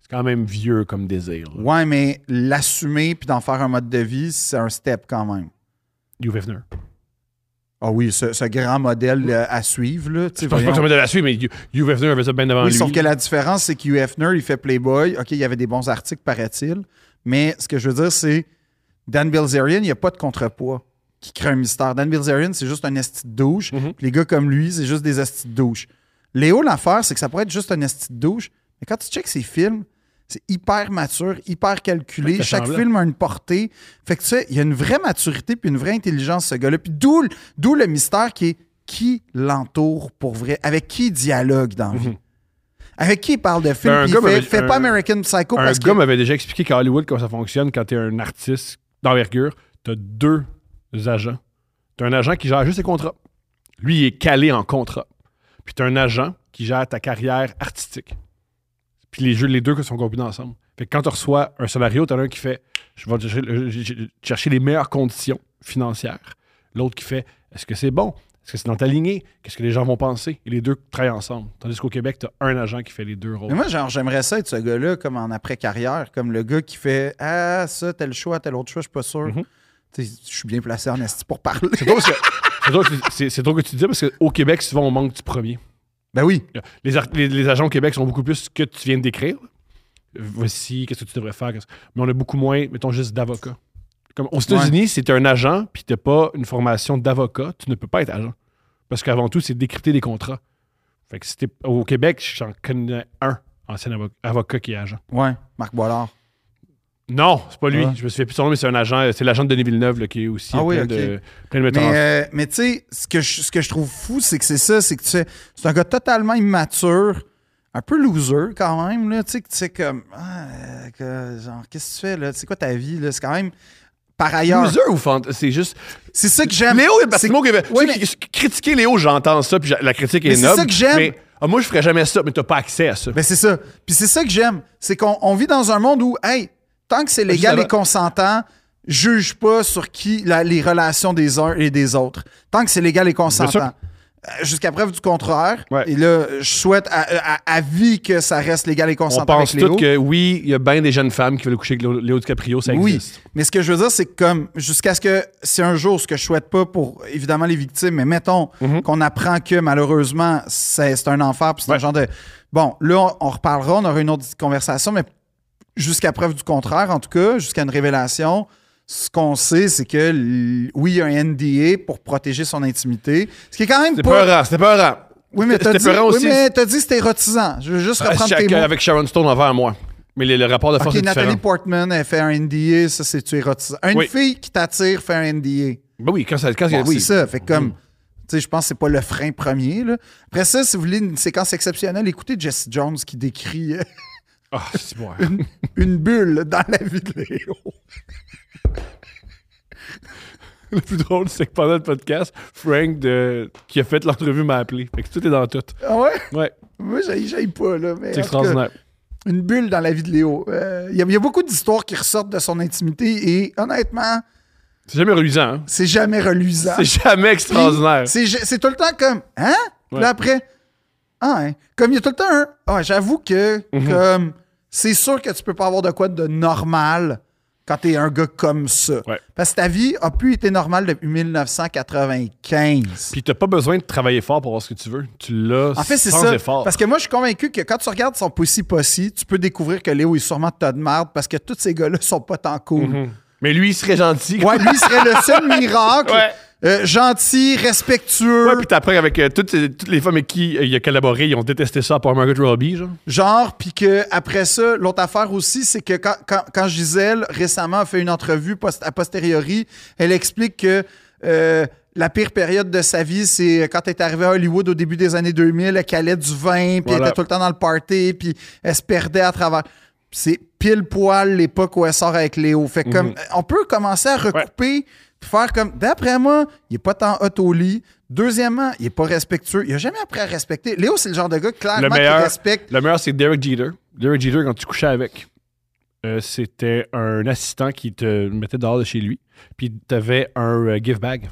[SPEAKER 1] C'est quand même vieux comme désir. là.
[SPEAKER 2] Ouais, mais l'assumer puis d'en faire un mode de vie, c'est un step quand même.
[SPEAKER 1] Hugh Hefner.
[SPEAKER 2] Ah oui, ce, ce grand modèle euh, à suivre. Là, tu sais,
[SPEAKER 1] Je pense pas
[SPEAKER 2] voyons.
[SPEAKER 1] que ça me de la suite, mais Hugh Hugh Hefner avait ça bien devant
[SPEAKER 2] Oui,
[SPEAKER 1] lui.
[SPEAKER 2] sauf que la différence, c'est que Hugh Hefner, il fait Playboy. OK, il y avait des bons articles, paraît-il. Mais ce que je veux dire, c'est Dan Bilzerian, il n'y a pas de contrepoids qui crée un mystère. Dan Bilzerian, c'est juste un esti de douche.
[SPEAKER 1] Mhm.
[SPEAKER 2] Puis Les gars comme lui, c'est juste des esti de douche. Léo, l'affaire, c'est que ça pourrait être juste un esti de douche. Mais quand tu checkes ses films, c'est hyper mature, hyper calculé.
[SPEAKER 1] Ouais, ça
[SPEAKER 2] Chaque
[SPEAKER 1] semble.
[SPEAKER 2] film a une portée. Fait que tu sais, il y a une vraie maturité puis une vraie intelligence, ce gars-là. Puis d'où le- d'où le mystère qui est qui l'entoure pour vrai, avec qui il dialogue dans
[SPEAKER 1] Mhm.
[SPEAKER 2] la vie. Avec qui il parle de film?
[SPEAKER 1] Ben, un
[SPEAKER 2] puis
[SPEAKER 1] gars
[SPEAKER 2] il fait,
[SPEAKER 1] m'avait-
[SPEAKER 2] fait
[SPEAKER 1] un-
[SPEAKER 2] pas American Psycho
[SPEAKER 1] Un
[SPEAKER 2] parce
[SPEAKER 1] gars
[SPEAKER 2] que.
[SPEAKER 1] m'avait déjà expliqué qu'à Hollywood, comment ça fonctionne quand t'es un artiste d'envergure, t'as deux agents. T'as un agent qui gère juste tes contrats. Lui, il est calé en contrat. Puis t'as un agent qui gère ta carrière artistique. Puis les jeux, les deux sont combinés ensemble. Fait que quand tu reçois un scénario, t'as l'un qui fait Je vais chercher, euh, j- j- chercher les meilleures conditions financières. L'autre qui fait Est-ce que c'est bon? Est-ce que c'est dans ta lignée? Qu'est-ce que les gens vont penser? Et les deux travaillent ensemble. Tandis qu'au Québec, t'as un agent qui fait les deux rôles.
[SPEAKER 2] Mais moi, genre, j'aimerais ça être ce gars-là, comme en après-carrière, comme le gars qui fait Ah, ça, tel choix, tel autre choix, je suis pas sûr.
[SPEAKER 1] Mhm.
[SPEAKER 2] Tu sais, Je suis bien placé en esti pour parler.
[SPEAKER 1] C'est drôle, parce que- c'est drôle que tu- c'est- c'est drôle que tu dis parce qu'au Québec, souvent, on manque du premier.
[SPEAKER 2] ben oui.
[SPEAKER 1] Les, ar- les- les agents au Québec sont beaucoup plus ce que tu viens de décrire. Voici, qu'est-ce que tu devrais faire. qu'est-ce- Mais on a beaucoup moins, mettons, juste d'avocats. Comme aux États-Unis, si tu un agent puis tu pas une formation d'avocat, tu ne peux pas être agent. Parce qu'avant tout, c'est décrypter des contrats. Fait que si t'es- au Québec, j'en connais un ancien avo- avocat qui est agent.
[SPEAKER 2] Ouais, Marc Boilard.
[SPEAKER 1] Non, c'est pas lui.
[SPEAKER 2] Ah.
[SPEAKER 1] Je me souviens plus de son nom, mais c'est un agent. C'est l'agent de Denis Villeneuve là, qui est aussi
[SPEAKER 2] Ah oui,
[SPEAKER 1] plein,
[SPEAKER 2] ok.
[SPEAKER 1] de, plein de metteurs en
[SPEAKER 2] Mais, euh, mais tu sais, ce que, je, ce que je trouve fou, c'est que c'est ça, c'est que tu sais, c'est un gars totalement immature, un peu loser quand même, là, tu sais, que tu sais, comme, ah, euh, que- genre, qu'est-ce que tu fais, là, c'est quoi ta vie, là, c'est quand même, par ailleurs,
[SPEAKER 1] Loser ou fant- C'est juste.
[SPEAKER 2] c'est ça que j'aime.
[SPEAKER 1] Léo, parce que
[SPEAKER 2] C'est-
[SPEAKER 1] le mot qu'il avait-
[SPEAKER 2] Ouais,
[SPEAKER 1] tu sais,
[SPEAKER 2] mais-
[SPEAKER 1] qui- qui- Critiquer Léo, j'entends ça, puis j'a- la critique est
[SPEAKER 2] Mais c'est
[SPEAKER 1] noble.
[SPEAKER 2] ça que j'aime.
[SPEAKER 1] mais, ah, moi, je ferais jamais ça, mais t'as pas accès à ça.
[SPEAKER 2] Ben, c'est ça. Puis c'est ça que j'aime. C'est qu'on on vit dans un monde où, hey, tant que c'est légal
[SPEAKER 1] avant.
[SPEAKER 2] et consentant, juge pas sur qui la- les relations des uns et des autres. Tant que c'est légal et
[SPEAKER 1] sûr.
[SPEAKER 2] consentant. Euh, Jusqu'à preuve du contraire.
[SPEAKER 1] Ouais.
[SPEAKER 2] Et là, je souhaite à, à- à vie que ça reste légal et
[SPEAKER 1] On
[SPEAKER 2] consentant
[SPEAKER 1] pense
[SPEAKER 2] avec Léo.
[SPEAKER 1] toutes que oui, il y a bien des jeunes femmes qui veulent coucher avec Léo, Léo DiCaprio, ça
[SPEAKER 2] Oui,
[SPEAKER 1] existe.
[SPEAKER 2] mais ce que je veux dire, c'est que comme jusqu'à ce que c'est un jour ce que je souhaite pas pour évidemment les victimes, mais mettons qu'on apprend que malheureusement c'est c'est un enfer, puis c'est
[SPEAKER 1] Mhm.
[SPEAKER 2] un
[SPEAKER 1] Ouais.
[SPEAKER 2] genre de bon là on, on reparlera, on aura une autre conversation, mais jusqu'à preuve du contraire, en tout cas jusqu'à une révélation. Ce qu'on sait, c'est que l- oui, il y a un NDA pour protéger son intimité, ce qui est quand même
[SPEAKER 1] C'était
[SPEAKER 2] pas.
[SPEAKER 1] peurant, c'était peurant.
[SPEAKER 2] Oui,
[SPEAKER 1] <laughs>
[SPEAKER 2] mais t'as
[SPEAKER 1] c'était
[SPEAKER 2] dit,
[SPEAKER 1] peurant
[SPEAKER 2] oui,
[SPEAKER 1] aussi.
[SPEAKER 2] mais t'as dit que c'était érotisant. Je veux juste
[SPEAKER 1] Euh,
[SPEAKER 2] reprendre
[SPEAKER 1] chaque-
[SPEAKER 2] tes mots.
[SPEAKER 1] avec Sharon Stone envers moi. Mais le, le rapport de force
[SPEAKER 2] Ok,
[SPEAKER 1] est
[SPEAKER 2] Nathalie
[SPEAKER 1] différent.
[SPEAKER 2] Portman, elle fait un NDA, ça c'est tu érotisant. Une
[SPEAKER 1] Oui.
[SPEAKER 2] fille qui t'attire fait un NDA.
[SPEAKER 1] Ben oui, quand ça. Quand
[SPEAKER 2] Bon,
[SPEAKER 1] oui.
[SPEAKER 2] C'est ça, fait que comme.
[SPEAKER 1] Mm.
[SPEAKER 2] Tu sais, je pense que c'est pas le frein premier. Là. Après ça, si vous voulez une séquence exceptionnelle, écoutez Jesse Jones qui décrit euh,
[SPEAKER 1] Ah, c'est bon. <laughs>
[SPEAKER 2] une bulle dans la vie de Léo.
[SPEAKER 1] le plus drôle, c'est que pendant le podcast, Frank, de- qui a fait l'entrevue, m'a appelé. Fait que tout est dans tout.
[SPEAKER 2] Ah ouais?
[SPEAKER 1] Ouais,
[SPEAKER 2] Moi, j'aille j'aille pas, là. mais en tout
[SPEAKER 1] c'est
[SPEAKER 2] cas,
[SPEAKER 1] extraordinaire.
[SPEAKER 2] une bulle dans la vie de Léo. Euh, Il y, a- il y a beaucoup d'histoires qui ressortent de son intimité et honnêtement,
[SPEAKER 1] C'est jamais reluisant. hein.
[SPEAKER 2] c'est jamais reluisant.
[SPEAKER 1] C'est jamais extraordinaire.
[SPEAKER 2] Puis, C'est c'est tout le temps comme hein Puis
[SPEAKER 1] Ouais.
[SPEAKER 2] là après ah hein. comme il y a tout le temps un ah, j'avoue que
[SPEAKER 1] Mhm.
[SPEAKER 2] comme c'est sûr que tu peux pas avoir de quoi de normal quand t'es un gars comme ça.
[SPEAKER 1] Ouais.
[SPEAKER 2] Parce que ta vie a pu être normale depuis 1995.
[SPEAKER 1] Puis t'as pas besoin de travailler fort pour avoir ce que tu veux. Tu l'as
[SPEAKER 2] en fait, c'est
[SPEAKER 1] sans
[SPEAKER 2] ça.
[SPEAKER 1] effort.
[SPEAKER 2] Parce que moi, je suis convaincu que quand tu regardes son Pussy Pussy, tu peux découvrir que Léo est sûrement de tas de merde parce
[SPEAKER 1] Mhm.
[SPEAKER 2] que tous ces gars-là sont pas tant cool.
[SPEAKER 1] Mais lui, il serait gentil.
[SPEAKER 2] Ouais, lui il serait le seul
[SPEAKER 1] <laughs>
[SPEAKER 2] miracle.
[SPEAKER 1] Ouais.
[SPEAKER 2] euh, gentil,
[SPEAKER 1] <laughs>
[SPEAKER 2] respectueux.
[SPEAKER 1] Ouais, puis t'apprends avec euh, toutes, ces- toutes les femmes avec qui euh, il a collaboré, ils ont détesté ça pour Margaret Robbie, genre.
[SPEAKER 2] Genre, puis que après ça, l'autre affaire aussi, c'est que quand, quand, quand Gisèle récemment a fait une entrevue post- a posteriori, elle explique que euh, la pire période de sa vie, c'est quand elle est arrivée à Hollywood au début des années 2000, elle calait du vin, puis elle
[SPEAKER 1] Voilà.
[SPEAKER 2] était tout le temps dans le party, puis elle se perdait à travers. C'est pile poil l'époque où elle sort avec Léo. Fait que
[SPEAKER 1] Mhm.
[SPEAKER 2] comme on peut commencer à recouper, puis faire comme d'après moi, il est pas tant hot au lit. Deuxièmement, il est pas respectueux. Il a jamais appris à respecter. Léo, c'est le genre de gars clairement qui
[SPEAKER 1] meilleur-
[SPEAKER 2] respecte
[SPEAKER 1] Le meilleur, c'est Derek Jeter. Derek Jeter, quand tu couchais avec, euh, c'était un assistant qui te mettait dehors de chez lui, puis t'avais un euh, give bag.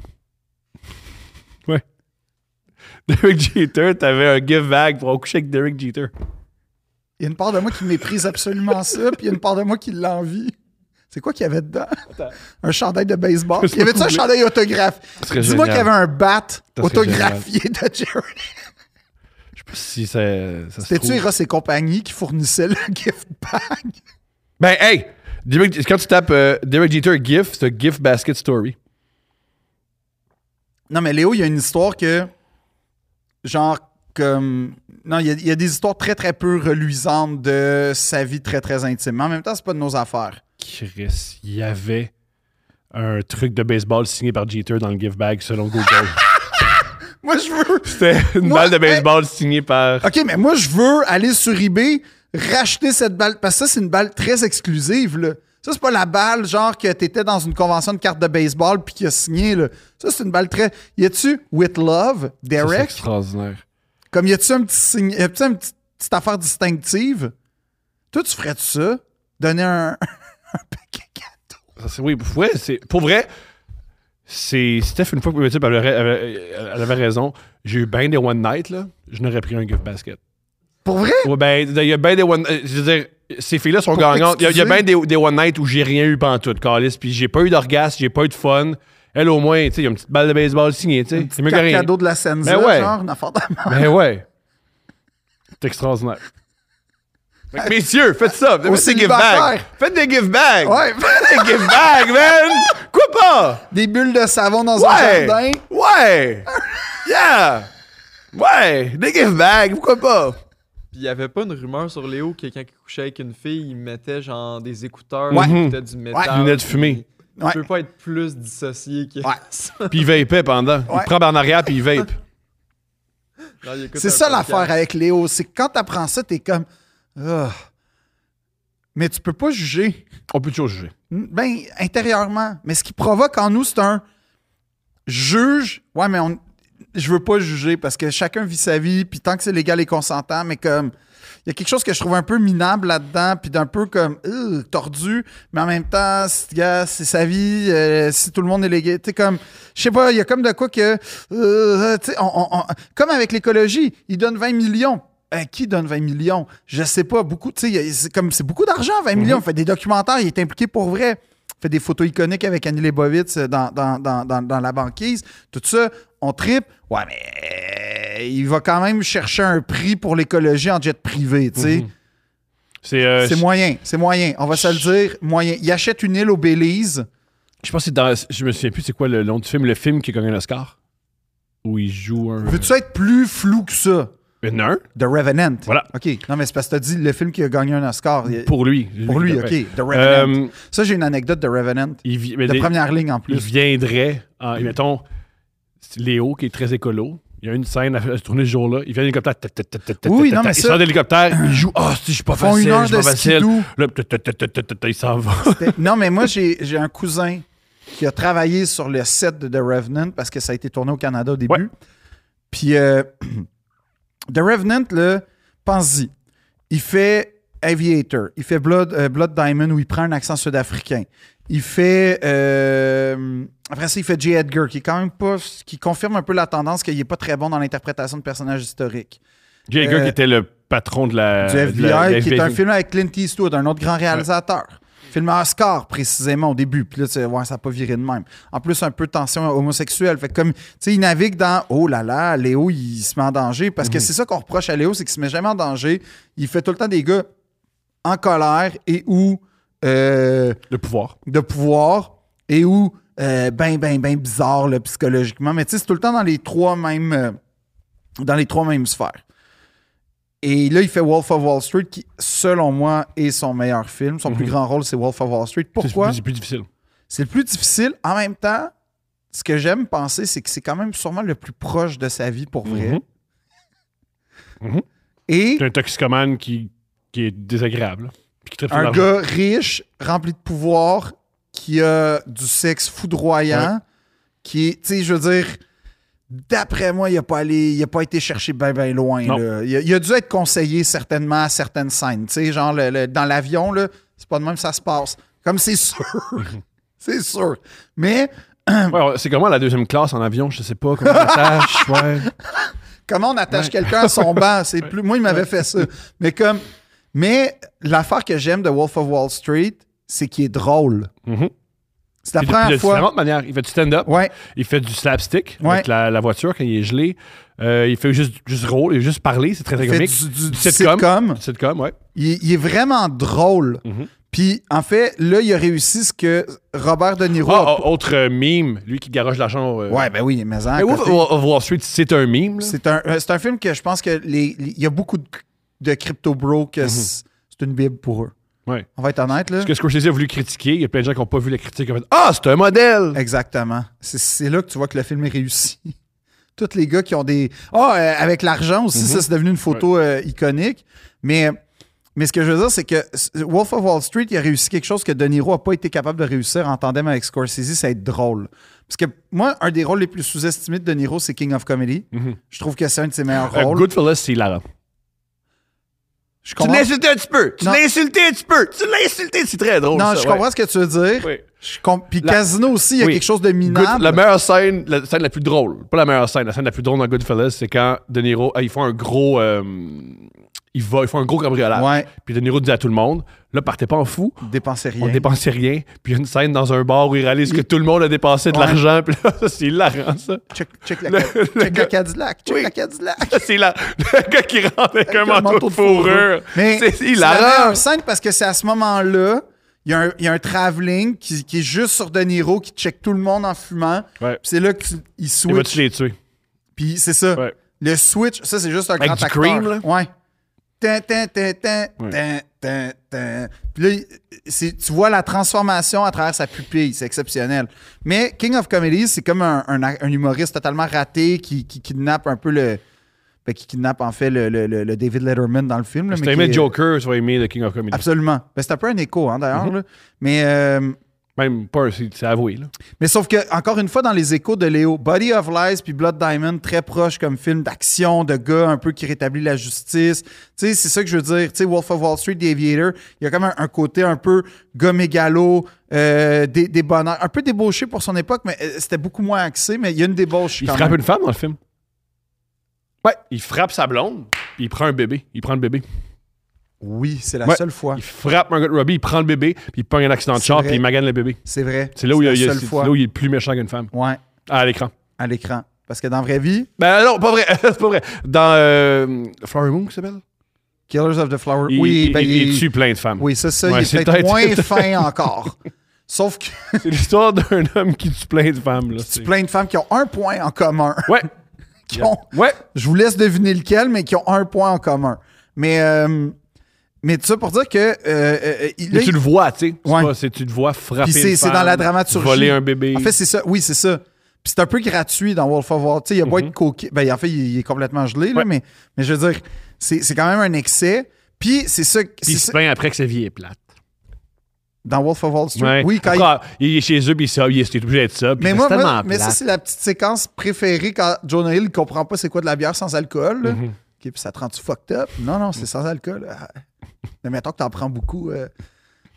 [SPEAKER 1] Ouais. <laughs> Derek Jeter, t'avais un give bag pour coucher avec Derek Jeter.
[SPEAKER 2] Il y a une part de moi qui méprise absolument ça, puis il y a une part de moi qui l'envie. C'est quoi qu'il y avait dedans? Un chandail de baseball. Il y avait-tu un chandail autographe?
[SPEAKER 1] serait
[SPEAKER 2] Dis-moi
[SPEAKER 1] génial.
[SPEAKER 2] qu'il y avait un bat
[SPEAKER 1] serait
[SPEAKER 2] autographié de Jerry.
[SPEAKER 1] Je sais pas si ça, ça se
[SPEAKER 2] C'était-tu
[SPEAKER 1] trouve.
[SPEAKER 2] Eros et compagnie qui fournissaient le gift bag?
[SPEAKER 1] Ben, hey! Derek- quand tu tapes euh, Derek Jeter GIF, c'est GIF Basket Story.
[SPEAKER 2] Non, mais Léo, il y a une histoire que. Genre, comme. Non, il y, a, il y a des histoires très, très peu reluisantes de sa vie très, très intime. Mais en même temps, c'est pas de nos affaires.
[SPEAKER 1] Chris, il y avait un truc de baseball signé par Jeter dans le give bag selon Google.
[SPEAKER 2] Moi, je veux.
[SPEAKER 1] <laughs> C'était une
[SPEAKER 2] Moi,
[SPEAKER 1] balle de baseball signée par.
[SPEAKER 2] OK, mais moi, je veux aller sur eBay, racheter cette balle. Parce que ça, c'est une balle très exclusive, là. Ça, c'est pas la balle, genre, que t'étais dans une convention de cartes de baseball puis qu'il a signé, là. Ça, c'est une balle très. Y a-tu With Love,
[SPEAKER 1] Ça, C'est
[SPEAKER 2] Derek?
[SPEAKER 1] extraordinaire.
[SPEAKER 2] Comme y a-tu un petit signe. Y a-tu une petite, petite affaire distinctive? Toi, tu ferais-tu ça? Donner un, <laughs> un paquet gâteau?
[SPEAKER 1] Ça, c'est- oui, ouais, c'est, pour vrai, c'est Steph, une fois que elle avait, elle- elle avait raison, j'ai eu ben des One Night, là, je n'aurais pris un gift basket.
[SPEAKER 2] Pour vrai?
[SPEAKER 1] Ouais, ben, il y a ben des One euh, Je veux dire, ces filles-là sont
[SPEAKER 2] Pour
[SPEAKER 1] gagnantes. Il y a- il y a, ben
[SPEAKER 2] t'excuser.
[SPEAKER 1] des, des One Night où j'ai rien eu pantoute, Carlis, puis j'ai pas eu d'orgasme, j'ai pas eu de fun. Elle, au moins, tu sais, il y a une petite balle de baseball signée, tu sais. C'est mieux que
[SPEAKER 2] Carte
[SPEAKER 1] rien.
[SPEAKER 2] cadeau de la Senza,
[SPEAKER 1] Ben ouais.
[SPEAKER 2] genre, une affaire de-
[SPEAKER 1] Ben ouais. C'est
[SPEAKER 2] <laughs>
[SPEAKER 1] extraordinaire. Fait que, messieurs, faites ça. Faites des give bags.
[SPEAKER 2] célibataires.
[SPEAKER 1] Faites des give bags.
[SPEAKER 2] Ouais,
[SPEAKER 1] Faites des give bags, man. Quoi pas?
[SPEAKER 2] <laughs> des bulles de savon dans un
[SPEAKER 1] Ouais.
[SPEAKER 2] jardin.
[SPEAKER 1] Ouais. Yeah. Ouais. Des give bags. Pourquoi
[SPEAKER 2] <laughs>
[SPEAKER 1] pas?
[SPEAKER 5] Puis il y avait pas une rumeur sur Léo que quand il couchait avec une fille, il mettait genre des écouteurs,
[SPEAKER 1] Ouais.
[SPEAKER 5] il mettait du métal.
[SPEAKER 1] Il venait de fumer.
[SPEAKER 5] Tu peux pas être plus dissocié que
[SPEAKER 2] Ouais.
[SPEAKER 5] ça. <laughs>
[SPEAKER 1] Puis il vapait pendant.
[SPEAKER 2] Ouais.
[SPEAKER 1] Il prend par en arrière puis il vape.
[SPEAKER 5] Genre, il écoute
[SPEAKER 2] C'est
[SPEAKER 5] un
[SPEAKER 2] ça
[SPEAKER 5] podcast.
[SPEAKER 2] l'affaire avec Léo. C'est que quand t'apprends ça, t'es comme. Ah. Mais tu peux pas juger.
[SPEAKER 1] On peut toujours juger.
[SPEAKER 2] Ben, intérieurement. Mais ce qui provoque en nous, c'est un. Juge. Ouais, mais on. Je veux pas juger parce que chacun vit sa vie, puis tant que c'est légal et consentant, mais comme. Il y a quelque chose que je trouve un peu minable là-dedans, puis d'un peu comme euh, tordu, mais en même temps, c'est- gars, c'est sa vie, euh, si tout le monde est légal, tu sais, comme, je sais pas, il y a comme de quoi que, euh, tu sais, on- on- on- comme avec l'écologie, ils donnent 20 millions. Euh, qui donne 20 millions? Je sais pas, beaucoup, tu sais, il y a- c'est comme, c'est beaucoup d'argent, 20
[SPEAKER 1] Mhm.
[SPEAKER 2] millions. Il fait des documentaires, il est impliqué pour vrai. Il fait des photos iconiques avec Annie Leibovitz euh, dans, dans, dans, dans, dans La Banquise. Tout ça, on tripe. Ouais, mais euh, il va quand même chercher un prix pour l'écologie en jet privé, tu sais.
[SPEAKER 1] C'est, Mhm. euh,
[SPEAKER 2] C'est
[SPEAKER 1] je-
[SPEAKER 2] moyen, c'est moyen. On va se le dire, moyen. Il achète une île aux Belize.
[SPEAKER 1] Je pense que c'est dans. Je me souviens plus c'est quoi le nom du film. Le film qui a gagné l'Oscar. Où il joue un.
[SPEAKER 2] Veux-tu être plus flou que ça?
[SPEAKER 1] Une un.
[SPEAKER 2] The Revenant.
[SPEAKER 1] Voilà.
[SPEAKER 2] OK. Non, mais c'est parce que t'as dit le film qui a gagné un Oscar. Il-
[SPEAKER 1] Pour lui.
[SPEAKER 2] Pour lui, OK. The Revenant.
[SPEAKER 1] Euh,
[SPEAKER 2] ça, j'ai une anecdote de Revenant.
[SPEAKER 1] il vit- mais
[SPEAKER 2] De
[SPEAKER 1] des-
[SPEAKER 2] première ligne en
[SPEAKER 1] il
[SPEAKER 2] plus.
[SPEAKER 1] viendrait, en- mettons, Léo, qui est très écolo, il y a une scène à à se tourner ce jour-là, il vient d'hélicoptère, ta, ta, ta, ta, ta,
[SPEAKER 2] Oui,
[SPEAKER 1] ta,
[SPEAKER 2] non,
[SPEAKER 1] ta,
[SPEAKER 2] mais
[SPEAKER 1] il
[SPEAKER 2] ça-
[SPEAKER 1] sort d'hélicoptère,
[SPEAKER 2] <clears throat>
[SPEAKER 1] il joue, ah, si, je suis pas
[SPEAKER 2] Font
[SPEAKER 1] facile,
[SPEAKER 2] une heure
[SPEAKER 1] je suis pas
[SPEAKER 2] de skidoo.
[SPEAKER 1] facile, là, ta, ta, ta, ta, ta, ta, ta, il s'en
[SPEAKER 2] <laughs>
[SPEAKER 1] va.
[SPEAKER 2] C'était- non, mais moi, j'ai j'ai un cousin qui a travaillé sur le set de The Revenant parce que ça a été tourné au Canada au début.
[SPEAKER 1] Ouais.
[SPEAKER 2] Puis euh, <clears throat> The Revenant, là, pense-y. Il fait Aviator, il fait Blood, euh, Blood Diamond où il prend un accent sud-africain. Il fait. euh, après ça, il fait J. Edgar, qui est quand même pas. qui confirme un peu la tendance qu'il est pas très bon dans l'interprétation de personnages historiques.
[SPEAKER 1] J'ai un
[SPEAKER 2] Euh,
[SPEAKER 1] gars qui était le patron de la...
[SPEAKER 2] Du
[SPEAKER 1] Euh, de la- de
[SPEAKER 2] FBI,
[SPEAKER 1] la
[SPEAKER 2] qui est un
[SPEAKER 1] FBI.
[SPEAKER 2] film avec Clint Eastwood, un autre grand réalisateur. Film à Oscar, précisément, au début. Puis là, tu sais, ouais, ça n'a pas viré de même. En plus, un peu de tension homosexuelle. Fait que comme, tu sais, il navigue dans « Oh là là, Léo, il se met en danger. » Parce
[SPEAKER 1] Mhm.
[SPEAKER 2] que c'est ça qu'on reproche à Léo, c'est qu'il se met jamais en danger. Il fait tout le temps des gars en colère et ou... euh,
[SPEAKER 1] Le pouvoir.
[SPEAKER 2] de pouvoir et où euh, ben, ben, ben bizarre là, psychologiquement. Mais tu sais, c'est tout le temps dans les trois mêmes, euh, dans les trois mêmes sphères. Et là, il fait Wolf of Wall Street, qui, selon moi, est son meilleur film. Son plus
[SPEAKER 1] Mhm.
[SPEAKER 2] grand rôle, c'est Wolf of Wall Street.
[SPEAKER 1] C'est
[SPEAKER 2] Pourquoi?
[SPEAKER 1] plus, c'est plus difficile.
[SPEAKER 2] C'est le plus difficile. En même temps, ce que j'aime penser, c'est que c'est quand même sûrement le plus proche de sa vie pour vrai.
[SPEAKER 1] Mhm. Mhm.
[SPEAKER 2] Et
[SPEAKER 1] C'est un toxicomane qui, qui est désagréable. Puis qui traite
[SPEAKER 2] un gars riche, rempli de pouvoir, qui a du sexe foudroyant, qui est, tu sais, je veux dire, d'après moi, il a pas allé, il a pas été cherché bien, bien loin.
[SPEAKER 1] Non.
[SPEAKER 2] là. Il, a, il a dû être conseillé certainement à certaines scènes. Tu sais, genre, le- le- dans l'avion, là, c'est pas de même que ça se passe. Comme c'est sûr.
[SPEAKER 1] <laughs>
[SPEAKER 2] c'est sûr. Mais
[SPEAKER 1] c'est comment la deuxième classe en avion? Je sais pas. Comment on
[SPEAKER 5] <laughs>
[SPEAKER 1] attache? Ouais.
[SPEAKER 2] comment on attache quelqu'un à son banc,
[SPEAKER 1] <laughs>
[SPEAKER 2] c'est plus. Moi, il m'avait fait ça. Mais comme, mais l'affaire que j'aime de Wolf of Wall Street, c'est qu'il est drôle.
[SPEAKER 1] Mhm.
[SPEAKER 2] C'est la
[SPEAKER 1] Puis de-
[SPEAKER 2] première
[SPEAKER 1] de
[SPEAKER 2] fois.
[SPEAKER 1] différentes manières. Il fait du stand-up.
[SPEAKER 2] Ouais,
[SPEAKER 1] Il fait du slapstick
[SPEAKER 2] Ouais.
[SPEAKER 1] avec la, la voiture quand il est gelé. Euh, il fait juste, juste rôle, il juste parler. C'est très, très
[SPEAKER 2] il fait
[SPEAKER 1] comique.
[SPEAKER 2] du, du- du
[SPEAKER 1] sitcom.
[SPEAKER 2] sitcom.
[SPEAKER 1] Du sitcom, ouais.
[SPEAKER 2] Il, il est vraiment drôle.
[SPEAKER 1] Mhm.
[SPEAKER 2] Puis, en fait, là, il a réussi ce que Robert De Niro.
[SPEAKER 1] Ah,
[SPEAKER 2] a-
[SPEAKER 1] oh, autre euh, meme, lui qui garoche l'argent. euh,
[SPEAKER 2] Ouais, ben oui, mais en
[SPEAKER 1] Mais oh. Wolf
[SPEAKER 2] côté-
[SPEAKER 1] of Wall Street, c'est un meme. là.
[SPEAKER 2] c'est un, euh, c'est un film que je pense que les, les- il y a beaucoup de, de crypto bros que c'est c'est une bible pour eux.
[SPEAKER 1] Mhm. Ouais.
[SPEAKER 2] On va être honnête, là.
[SPEAKER 1] Ce que Scorsese a voulu critiquer, il y a plein de gens qui n'ont pas vu la critique. qui ont fait, ah, c'est un modèle!
[SPEAKER 2] Exactement. C'est- C'est là que tu vois que le film est réussi. <laughs> Tous les gars qui ont des. Ah, euh, avec l'argent aussi,
[SPEAKER 1] Mhm.
[SPEAKER 2] ça, c'est devenu une photo euh, iconique. Mais, mais ce que je veux dire, c'est que s- Wolf of Wall Street, il a réussi quelque chose que De Niro n'a pas été capable de réussir en tandem avec Scorsese, c'est être drôle. Parce que moi, un des rôles les plus sous-estimés de De Niro, c'est King of Comedy.
[SPEAKER 1] Mhm.
[SPEAKER 2] Je trouve que c'est un de ses meilleurs
[SPEAKER 1] Euh,
[SPEAKER 2] rôles.
[SPEAKER 1] Goodfellas, c'est hilarant.
[SPEAKER 2] Je
[SPEAKER 1] Tu
[SPEAKER 2] comprends,
[SPEAKER 1] l'insultais un petit peu. Tu
[SPEAKER 2] Non.
[SPEAKER 1] l'insultais un petit peu. Tu l'insultais. C'est très drôle.
[SPEAKER 2] non,
[SPEAKER 1] ça,
[SPEAKER 2] je
[SPEAKER 1] ouais.
[SPEAKER 2] comprends ce que tu veux dire.
[SPEAKER 1] Oui.
[SPEAKER 2] Je comp- Puis
[SPEAKER 1] La-
[SPEAKER 2] Casino aussi, il y a
[SPEAKER 1] Oui.
[SPEAKER 2] quelque chose de
[SPEAKER 1] Good-
[SPEAKER 2] minable.
[SPEAKER 1] la meilleure scène, la scène la plus drôle, pas la meilleure scène, la scène la plus drôle dans Goodfellas, c'est quand De Niro, ah, ils font un gros, euh, ils, va, ils font un gros cambriolage.
[SPEAKER 2] Ouais.
[SPEAKER 1] Puis De Niro dit à tout le monde, là, partez pas en fou,
[SPEAKER 2] Dépenser
[SPEAKER 1] on
[SPEAKER 2] rien.
[SPEAKER 1] dépensait rien. Puis il y a une scène dans un bar où il réalise que
[SPEAKER 2] Il-
[SPEAKER 1] tout le monde a dépensé de
[SPEAKER 2] Ouais.
[SPEAKER 1] l'argent. Puis là, <laughs> ça, c'est hilarant, ça.
[SPEAKER 2] Check, check la,
[SPEAKER 1] Le-
[SPEAKER 2] check
[SPEAKER 1] le
[SPEAKER 2] la
[SPEAKER 1] gars-
[SPEAKER 2] Cadillac. Check la Cadillac.
[SPEAKER 1] Ça, c'est hilarant. Le gars qui rentre avec, <laughs> un
[SPEAKER 2] Avec un
[SPEAKER 1] manteau,
[SPEAKER 2] manteau
[SPEAKER 1] de
[SPEAKER 2] de fourrure.
[SPEAKER 1] fourrure.
[SPEAKER 2] Mais
[SPEAKER 1] C'est
[SPEAKER 2] c'est la
[SPEAKER 1] hilarant.
[SPEAKER 2] meilleure scène parce que c'est à ce moment-là, il y, a un- il y a un travelling qui, qui est juste sur De Niro, qui check tout le monde en fumant.
[SPEAKER 1] Ouais.
[SPEAKER 2] Puis C'est là qu'il
[SPEAKER 1] Il va-tu
[SPEAKER 2] switch.
[SPEAKER 1] les tuer?
[SPEAKER 2] Puis c'est ça.
[SPEAKER 1] Ouais.
[SPEAKER 2] Le switch, ça, c'est juste un
[SPEAKER 1] Avec
[SPEAKER 2] grand
[SPEAKER 1] du
[SPEAKER 2] acteur.
[SPEAKER 1] cream, là.
[SPEAKER 2] Ouais. Tin, tin, tin, tin,
[SPEAKER 1] Ouais.
[SPEAKER 2] tin, tin, tin. Puis là, il- c'est- tu vois la transformation à travers sa pupille. C'est exceptionnel. Mais King of Comedy, c'est comme un, un a- un humoriste totalement raté qui, qui kidnappe un peu le... ben, qui kidnappe en fait le, le- le- le David Letterman dans le film. là,
[SPEAKER 1] Si
[SPEAKER 2] mais
[SPEAKER 1] t'as aimé
[SPEAKER 2] qui est-
[SPEAKER 1] Joker, tu vas aimer The King of Comedy.
[SPEAKER 2] Absolument. Ben, c'est un peu un écho, hein, d'ailleurs.
[SPEAKER 1] Mm-hmm.
[SPEAKER 2] là. mais, euh,
[SPEAKER 1] Même pas, un, c'est c'est avoué. Là.
[SPEAKER 2] mais sauf que, encore une fois, dans les échos de Léo, Body of Lies puis Blood Diamond, très proche comme film d'action, de gars un peu qui rétablit la justice. Tu sais, c'est ça que je veux dire. Tu sais, Wolf of Wall Street, The Aviator, il y a comme un, un côté un peu gars mégalo, euh, des, des bonheurs, un peu débauché pour son époque, mais euh, c'était beaucoup moins axé, mais il y a une débauche
[SPEAKER 1] Il
[SPEAKER 2] quand
[SPEAKER 1] frappe
[SPEAKER 2] même.
[SPEAKER 1] une femme dans le film. Ouais. Il frappe sa blonde, puis il prend un bébé. Il prend le bébé.
[SPEAKER 2] Oui, c'est la
[SPEAKER 1] Ouais.
[SPEAKER 2] seule fois.
[SPEAKER 1] Il frappe Margaret Robbie, il prend le bébé, puis il pogne un accident de
[SPEAKER 2] C'est
[SPEAKER 1] char,
[SPEAKER 2] vrai.
[SPEAKER 1] puis il magane le bébé.
[SPEAKER 2] C'est vrai.
[SPEAKER 1] C'est là, où il y
[SPEAKER 2] la
[SPEAKER 1] a- il y a-
[SPEAKER 2] seule
[SPEAKER 1] c'est
[SPEAKER 2] fois.
[SPEAKER 1] là où il est plus méchant qu'une femme.
[SPEAKER 2] Ouais,
[SPEAKER 1] À l'écran.
[SPEAKER 2] à l'écran. Parce que dans la vraie vie,
[SPEAKER 1] Ben non, pas vrai. <laughs> c'est pas vrai. Dans euh, Flower Moon, qui s'appelle
[SPEAKER 2] Killers of the Flower.
[SPEAKER 1] il,
[SPEAKER 2] oui,
[SPEAKER 1] il-
[SPEAKER 2] ben,
[SPEAKER 1] il- il tue plein de femmes.
[SPEAKER 2] Oui, ça, ça,
[SPEAKER 1] Ouais,
[SPEAKER 2] il
[SPEAKER 1] c'est
[SPEAKER 2] est peut-être
[SPEAKER 1] peut-être-
[SPEAKER 2] moins fin encore. Sauf que
[SPEAKER 1] <laughs> C'est l'histoire d'un homme qui tue plein de femmes. Là,
[SPEAKER 2] c'est
[SPEAKER 1] c'est-
[SPEAKER 2] plein de femmes qui ont un point
[SPEAKER 1] <laughs>
[SPEAKER 2] en commun.
[SPEAKER 1] Ouais.
[SPEAKER 2] Qui ont-
[SPEAKER 1] Ouais.
[SPEAKER 2] je vous laisse deviner lequel, mais qui ont un point en commun. Mais, euh, mais tout ça pour dire que. euh, euh, il-
[SPEAKER 1] Mais
[SPEAKER 2] là,
[SPEAKER 1] tu le vois, tu sais. C'est
[SPEAKER 2] Ouais.
[SPEAKER 1] pas- C'est tu le vois frapper.
[SPEAKER 2] Puis c'est-
[SPEAKER 1] une
[SPEAKER 2] c'est dans
[SPEAKER 1] femme,
[SPEAKER 2] la dramaturgie.
[SPEAKER 1] Voler un bébé.
[SPEAKER 2] En fait, c'est ça. Oui, c'est ça. Puis c'est un peu gratuit dans Wolf of Wall. Tu sais, il y a pas de coquille. Ben, en fait, il, il est complètement gelé, là,
[SPEAKER 1] Mhm. Ouais.
[SPEAKER 2] mais, mais je veux dire, c'est c'est quand même un excès. Puis c'est ça.
[SPEAKER 1] puis il
[SPEAKER 2] c'est
[SPEAKER 1] se
[SPEAKER 2] ça-
[SPEAKER 1] plaint après que sa vie est plate.
[SPEAKER 2] Dans Wolf of Wall Street.
[SPEAKER 1] Ouais.
[SPEAKER 2] Oui, quand il-
[SPEAKER 1] Pourquoi? il... est chez eux, puis ça, il est il est obligé d'être ça. puis
[SPEAKER 2] Mais
[SPEAKER 1] c'est
[SPEAKER 2] moi, moi-
[SPEAKER 1] tellement
[SPEAKER 2] mais ça,
[SPEAKER 1] plate.
[SPEAKER 2] c'est la petite séquence préférée quand Jonah Hill comprend pas c'est quoi de la bière sans alcool. là.
[SPEAKER 1] Mhm.
[SPEAKER 2] Ok, puis ça te rend-tu fucked up? Non, non, c'est sans alcool. Ah. Mais mettons que t'en prends beaucoup. euh. Puis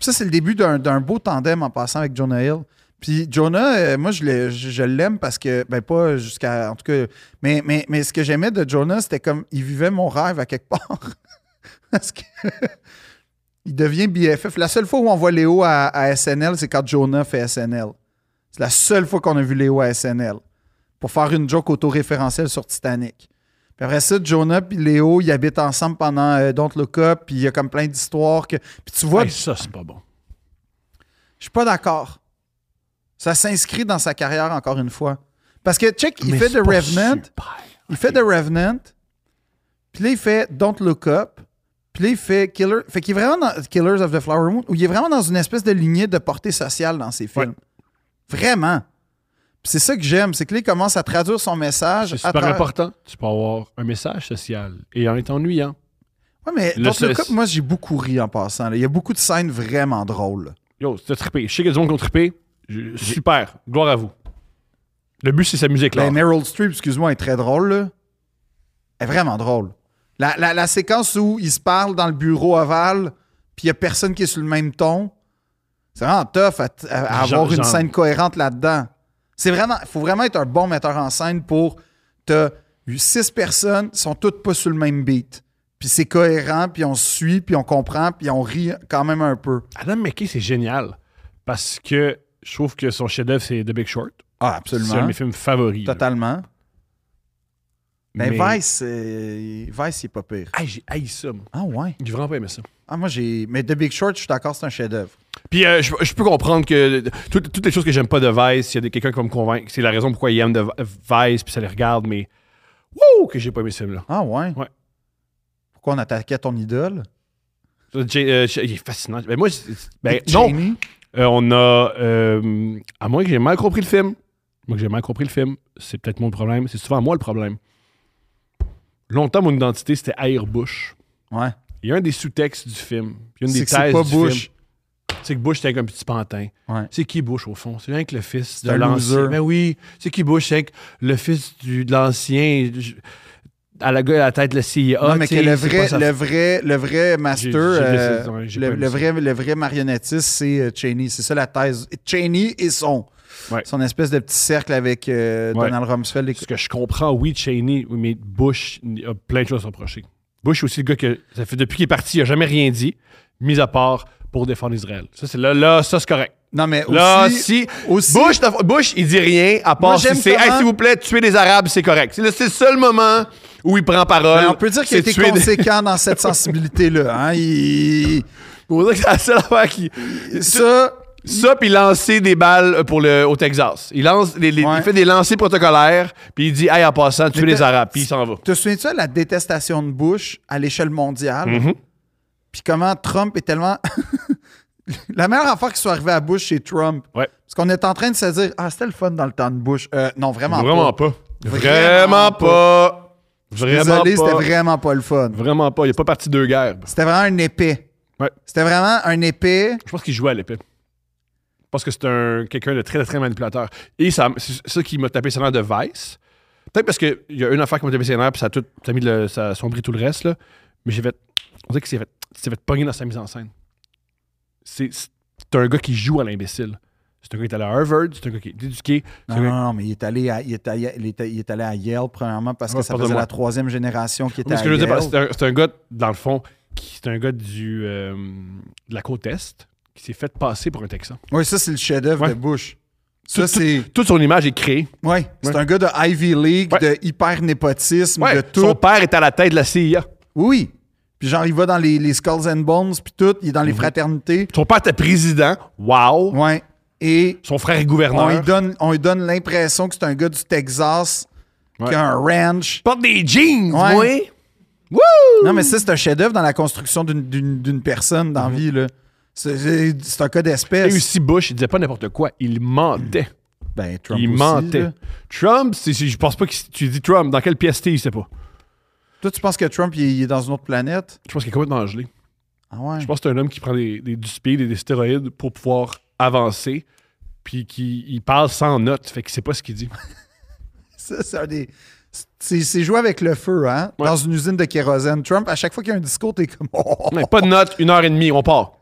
[SPEAKER 2] ça, c'est le début d'un d'un beau tandem en passant avec Jonah Hill. Puis Jonah, euh, moi, je l'ai- je je l'aime parce que, ben pas jusqu'à, en tout cas, mais, mais, mais ce que j'aimais de Jonah, c'était comme, il vivait mon rêve à quelque part. <laughs> parce que <laughs> il devient BFF. La seule fois où on voit Léo à, à SNL, c'est quand Jonah fait SNL. C'est la seule fois qu'on a vu Léo à SNL pour faire une joke autoréférentielle sur Titanic. Puis après ça, Jonah puis Léo, ils habitent ensemble pendant euh, Don't Look Up, puis il y a comme plein d'histoires que... Puis tu vois,
[SPEAKER 1] Hey, ça, c'est pas bon.
[SPEAKER 2] je suis pas d'accord. Ça s'inscrit dans sa carrière encore une fois. Parce que, check, il
[SPEAKER 1] Mais
[SPEAKER 2] fait
[SPEAKER 1] c'est
[SPEAKER 2] The
[SPEAKER 1] pas
[SPEAKER 2] Revenant.
[SPEAKER 1] super.
[SPEAKER 2] Il fait The Revenant. Puis là, il fait Don't Look Up. Puis là, il fait Killer. Fait qu'il est vraiment dans Killers of the Flower Moon, où il est vraiment dans une espèce de lignée de portée sociale dans ses films. Vraiment. Puis c'est ça que j'aime, c'est que là, il commence à traduire son message.
[SPEAKER 1] C'est
[SPEAKER 2] à
[SPEAKER 1] super
[SPEAKER 2] travers-
[SPEAKER 1] important. Tu peux avoir un message social et en étant ennuyant.
[SPEAKER 2] Ouais, mais
[SPEAKER 1] Le
[SPEAKER 2] Don't Look
[SPEAKER 1] seul-
[SPEAKER 2] Up, moi, j'ai beaucoup ri en passant. là. Il y a beaucoup de scènes vraiment drôles. là.
[SPEAKER 1] Yo, c'était trippé. Je sais qu'il y a du monde qui ont trippé. Je- Super. Gloire à vous. Le but, c'est s'amuser,
[SPEAKER 2] Ben,
[SPEAKER 1] Claire.
[SPEAKER 2] Meryl Streep, excuse-moi, est très drôle. là. Elle est vraiment drôle. La, la- la séquence où ils se parlent dans le bureau ovale, puis il n'y a personne qui est sur le même ton, c'est vraiment tough à, à- à
[SPEAKER 1] Genre-
[SPEAKER 2] avoir une
[SPEAKER 1] genre.
[SPEAKER 2] scène cohérente là-dedans. C'est vraiment, faut vraiment être un bon metteur en scène pour t'as eu six personnes, sont toutes pas sur le même beat. Puis c'est cohérent, puis on se suit, puis on comprend, puis on rit quand même un peu.
[SPEAKER 1] Adam McKay, c'est génial. Parce que je trouve que son chef-d'œuvre, c'est The Big Short.
[SPEAKER 2] Ah,
[SPEAKER 1] C'est un de mes films favoris. là.
[SPEAKER 2] Totalement. Mais,
[SPEAKER 1] Mais-
[SPEAKER 2] Ben, Vice, euh, Vice, il est pas pire.
[SPEAKER 1] Ah, j'ai haï ça. moi.
[SPEAKER 2] Ah ouais.
[SPEAKER 1] J'ai vraiment pas aimé ça.
[SPEAKER 2] Ah, moi, j'ai. Mais The Big Short, je suis d'accord, c'est un chef-d'œuvre.
[SPEAKER 1] Puis euh, je, je peux comprendre que toutes, toutes les choses que j'aime pas de Vice, il y a des- quelqu'un qui va me convaincre. que C'est la raison pourquoi il aime de Vice, puis ça les regarde, mais wow, que j'ai pas aimé ce film-là.
[SPEAKER 2] Ah, ouais?
[SPEAKER 1] Ouais.
[SPEAKER 2] Pourquoi on attaquait ton idole?
[SPEAKER 1] Ça, Jay- euh, Jay- il est fascinant. Ben, moi, c'est- ben,
[SPEAKER 2] Dick
[SPEAKER 1] non,
[SPEAKER 2] Cheney?
[SPEAKER 1] Euh, on a. euh, à moins que j'ai mal compris le film. Moi, que j'ai mal compris le film, c'est peut-être mon problème. C'est souvent moi le problème. Longtemps, mon identité, c'était Air Bush.
[SPEAKER 2] Ouais.
[SPEAKER 1] Il y a un des sous-textes du film. puis une
[SPEAKER 2] C'est
[SPEAKER 1] des
[SPEAKER 2] que c'est
[SPEAKER 1] thèses
[SPEAKER 2] pas
[SPEAKER 1] du
[SPEAKER 2] Bush.
[SPEAKER 1] film. C'est que Bush, c'était avec un petit pantin.
[SPEAKER 2] Ouais.
[SPEAKER 1] C'est qui Bush, au fond? C'est rien que le fils de
[SPEAKER 2] un
[SPEAKER 1] l'ancien.
[SPEAKER 2] loser.
[SPEAKER 1] Ben oui. C'est qui Bush? C'est que le fils du, de l'ancien. je- À la gueule à la tête de la CIA.
[SPEAKER 2] Non, mais
[SPEAKER 1] tu
[SPEAKER 2] que
[SPEAKER 1] sais,
[SPEAKER 2] le
[SPEAKER 1] Ah, c'est
[SPEAKER 2] vrai,
[SPEAKER 1] pas sa-
[SPEAKER 2] le vrai, le vrai
[SPEAKER 1] J'ai-
[SPEAKER 2] master,
[SPEAKER 1] j'ai
[SPEAKER 2] euh,
[SPEAKER 1] laissé- ouais, j'ai
[SPEAKER 2] le,
[SPEAKER 1] pas aimé
[SPEAKER 2] le
[SPEAKER 1] ça.
[SPEAKER 2] vrai, le vrai marionnettiste, c'est euh, Cheney. C'est ça la thèse. Cheney et son.
[SPEAKER 1] Ouais.
[SPEAKER 2] Son espèce de petit cercle avec euh,
[SPEAKER 1] Ouais.
[SPEAKER 2] Donald Rumsfeld. et-
[SPEAKER 1] Ce que je comprends, oui, Cheney, oui, mais Bush il a plein de choses à se reprocher. Bush est aussi le gars que ça fait depuis qu'il est parti, il n'a jamais rien dit, mis à part pour défendre Israël. Ça, c'est là, là, ça c'est correct.
[SPEAKER 2] Non, mais
[SPEAKER 1] Là,
[SPEAKER 2] aussi.
[SPEAKER 1] si.
[SPEAKER 2] aussi-
[SPEAKER 1] Bush, t'as- Bush, il dit rien à part si
[SPEAKER 2] j'aime
[SPEAKER 1] c'est
[SPEAKER 2] comment-
[SPEAKER 1] Hey, s'il vous plaît, tuer les Arabes, c'est correct. C'est le, c'est le seul moment où il prend parole.
[SPEAKER 2] mais ben, on peut dire qu'il a
[SPEAKER 1] c'est
[SPEAKER 2] été
[SPEAKER 1] tuer des-
[SPEAKER 2] conséquent dans cette sensibilité-là. hein. Il-
[SPEAKER 1] On peut dire que c'est la seule affaire qui.
[SPEAKER 2] Ça,
[SPEAKER 1] Ça, puis lancer des balles euh, pour le, au Texas. Il, lance, les- les-
[SPEAKER 2] Ouais.
[SPEAKER 1] il fait des lancers protocolaires, puis il dit, hey, en passant, tuer
[SPEAKER 2] Mais
[SPEAKER 1] les
[SPEAKER 2] t'as-
[SPEAKER 1] Arabes, puis il s'en va.
[SPEAKER 2] Te souviens-tu de la détestation de Bush à l'échelle mondiale?
[SPEAKER 1] Mhm.
[SPEAKER 2] Puis comment Trump est tellement. <laughs> la meilleure affaire qui soit arrivée à Bush, c'est Trump.
[SPEAKER 1] Ouais.
[SPEAKER 2] Parce qu'on est en train de se dire Ah, c'était le fun dans le temps de Bush. Euh, non, vraiment,
[SPEAKER 1] Vraiment
[SPEAKER 2] pas.
[SPEAKER 1] pas.
[SPEAKER 2] Vraiment
[SPEAKER 1] Vraiment pas. Vraiment
[SPEAKER 2] Désolé,
[SPEAKER 1] pas.
[SPEAKER 2] c'était vraiment pas le fun.
[SPEAKER 1] Vraiment pas. Il n'est pas parti deux guerres.
[SPEAKER 2] C'était vraiment un épée.
[SPEAKER 1] Ouais.
[SPEAKER 2] C'était vraiment un épée.
[SPEAKER 1] Je pense qu'il jouait à l'épée. Parce que c'est un, quelqu'un de très, très manipulateur. Et ça- c'est ça qui m'a tapé ses nerfs de Vice. Peut-être parce qu'il y a une affaire qui m'a tapé ses nerfs, puis ça a, tout, ça a mis le, ça a sombri tout le reste. Là. Mais j'ai fait. On dirait qu'il s'est fait, il s'est fait pogner dans sa mise en scène. C'est, c'est un gars qui joue à l'imbécile. C'est un gars qui est allé à Harvard, c'est un gars qui est éduqué. c'est
[SPEAKER 2] Non,
[SPEAKER 1] un gars-
[SPEAKER 2] non, non, mais il est allé à, il est allé, il est- il est allé à Yale, premièrement, parce que
[SPEAKER 1] Ouais,
[SPEAKER 2] ça
[SPEAKER 1] pardonne-moi.
[SPEAKER 2] faisait la troisième génération qui était
[SPEAKER 1] Mais ce que je
[SPEAKER 2] à
[SPEAKER 1] veux dire,
[SPEAKER 2] Yale.
[SPEAKER 1] c'est un, c'est un gars, dans le fond, qui c'est un gars du, euh, de la côte Est qui s'est fait passer pour un Texan.
[SPEAKER 2] Oui, ça, c'est le chef-d'œuvre
[SPEAKER 1] Ouais.
[SPEAKER 2] de Bush. Ça,
[SPEAKER 1] Tout- tout-
[SPEAKER 2] c'est.
[SPEAKER 1] Toute son image est créée.
[SPEAKER 2] Oui, c'est un gars de Ivy League,
[SPEAKER 1] Ouais.
[SPEAKER 2] de hyper-népotisme, de
[SPEAKER 1] Ouais,
[SPEAKER 2] tout.
[SPEAKER 1] son père est à la tête de la CIA.
[SPEAKER 2] Oui, oui. Puis genre, il va dans les, les Skulls and Bones, puis tout. Il est dans les
[SPEAKER 1] Mhm.
[SPEAKER 2] fraternités.
[SPEAKER 1] Son père était président. Wow.
[SPEAKER 2] Ouais. Et
[SPEAKER 1] Son frère est
[SPEAKER 2] on lui
[SPEAKER 1] gouverneur.
[SPEAKER 2] donne, on lui donne l'impression que c'est un gars du Texas, qui a un ranch.
[SPEAKER 1] Il porte des jeans,
[SPEAKER 2] Ouais.
[SPEAKER 1] oui. Woo!
[SPEAKER 2] Non, mais ça, c'est un chef-d'œuvre dans la construction d'une- d'une d'une personne dans la vie, là. C'est- C'est c'est un cas
[SPEAKER 1] Mhm. Et
[SPEAKER 2] d'espèce.
[SPEAKER 1] aussi Bush, il disait pas n'importe quoi. Il mentait.
[SPEAKER 2] Ben, Trump
[SPEAKER 1] il
[SPEAKER 2] aussi,
[SPEAKER 1] mentait.
[SPEAKER 2] là.
[SPEAKER 1] Trump, c'est- c'est- je pense pas que si tu dis Trump, dans quelle pièce t'es, il sait pas.
[SPEAKER 2] Toi, tu penses que Trump, il est- il est dans une autre planète?
[SPEAKER 1] Je pense qu'il est complètement gelé.
[SPEAKER 2] Ah ouais.
[SPEAKER 1] Je pense que c'est un homme qui prend des, des- du speed et des stéroïdes pour pouvoir avancer, puis qui il parle sans notes, fait qu'il sait pas ce qu'il
[SPEAKER 2] <laughs>
[SPEAKER 1] dit.
[SPEAKER 2] Ça, c'est un des- c'est- C'est jouer avec le feu, hein?
[SPEAKER 1] Ouais.
[SPEAKER 2] Dans une usine de kérosène. Trump, à chaque fois qu'il y a un discours, t'es comme. oh,
[SPEAKER 1] Ouais, pas de notes, une heure et demie, on part.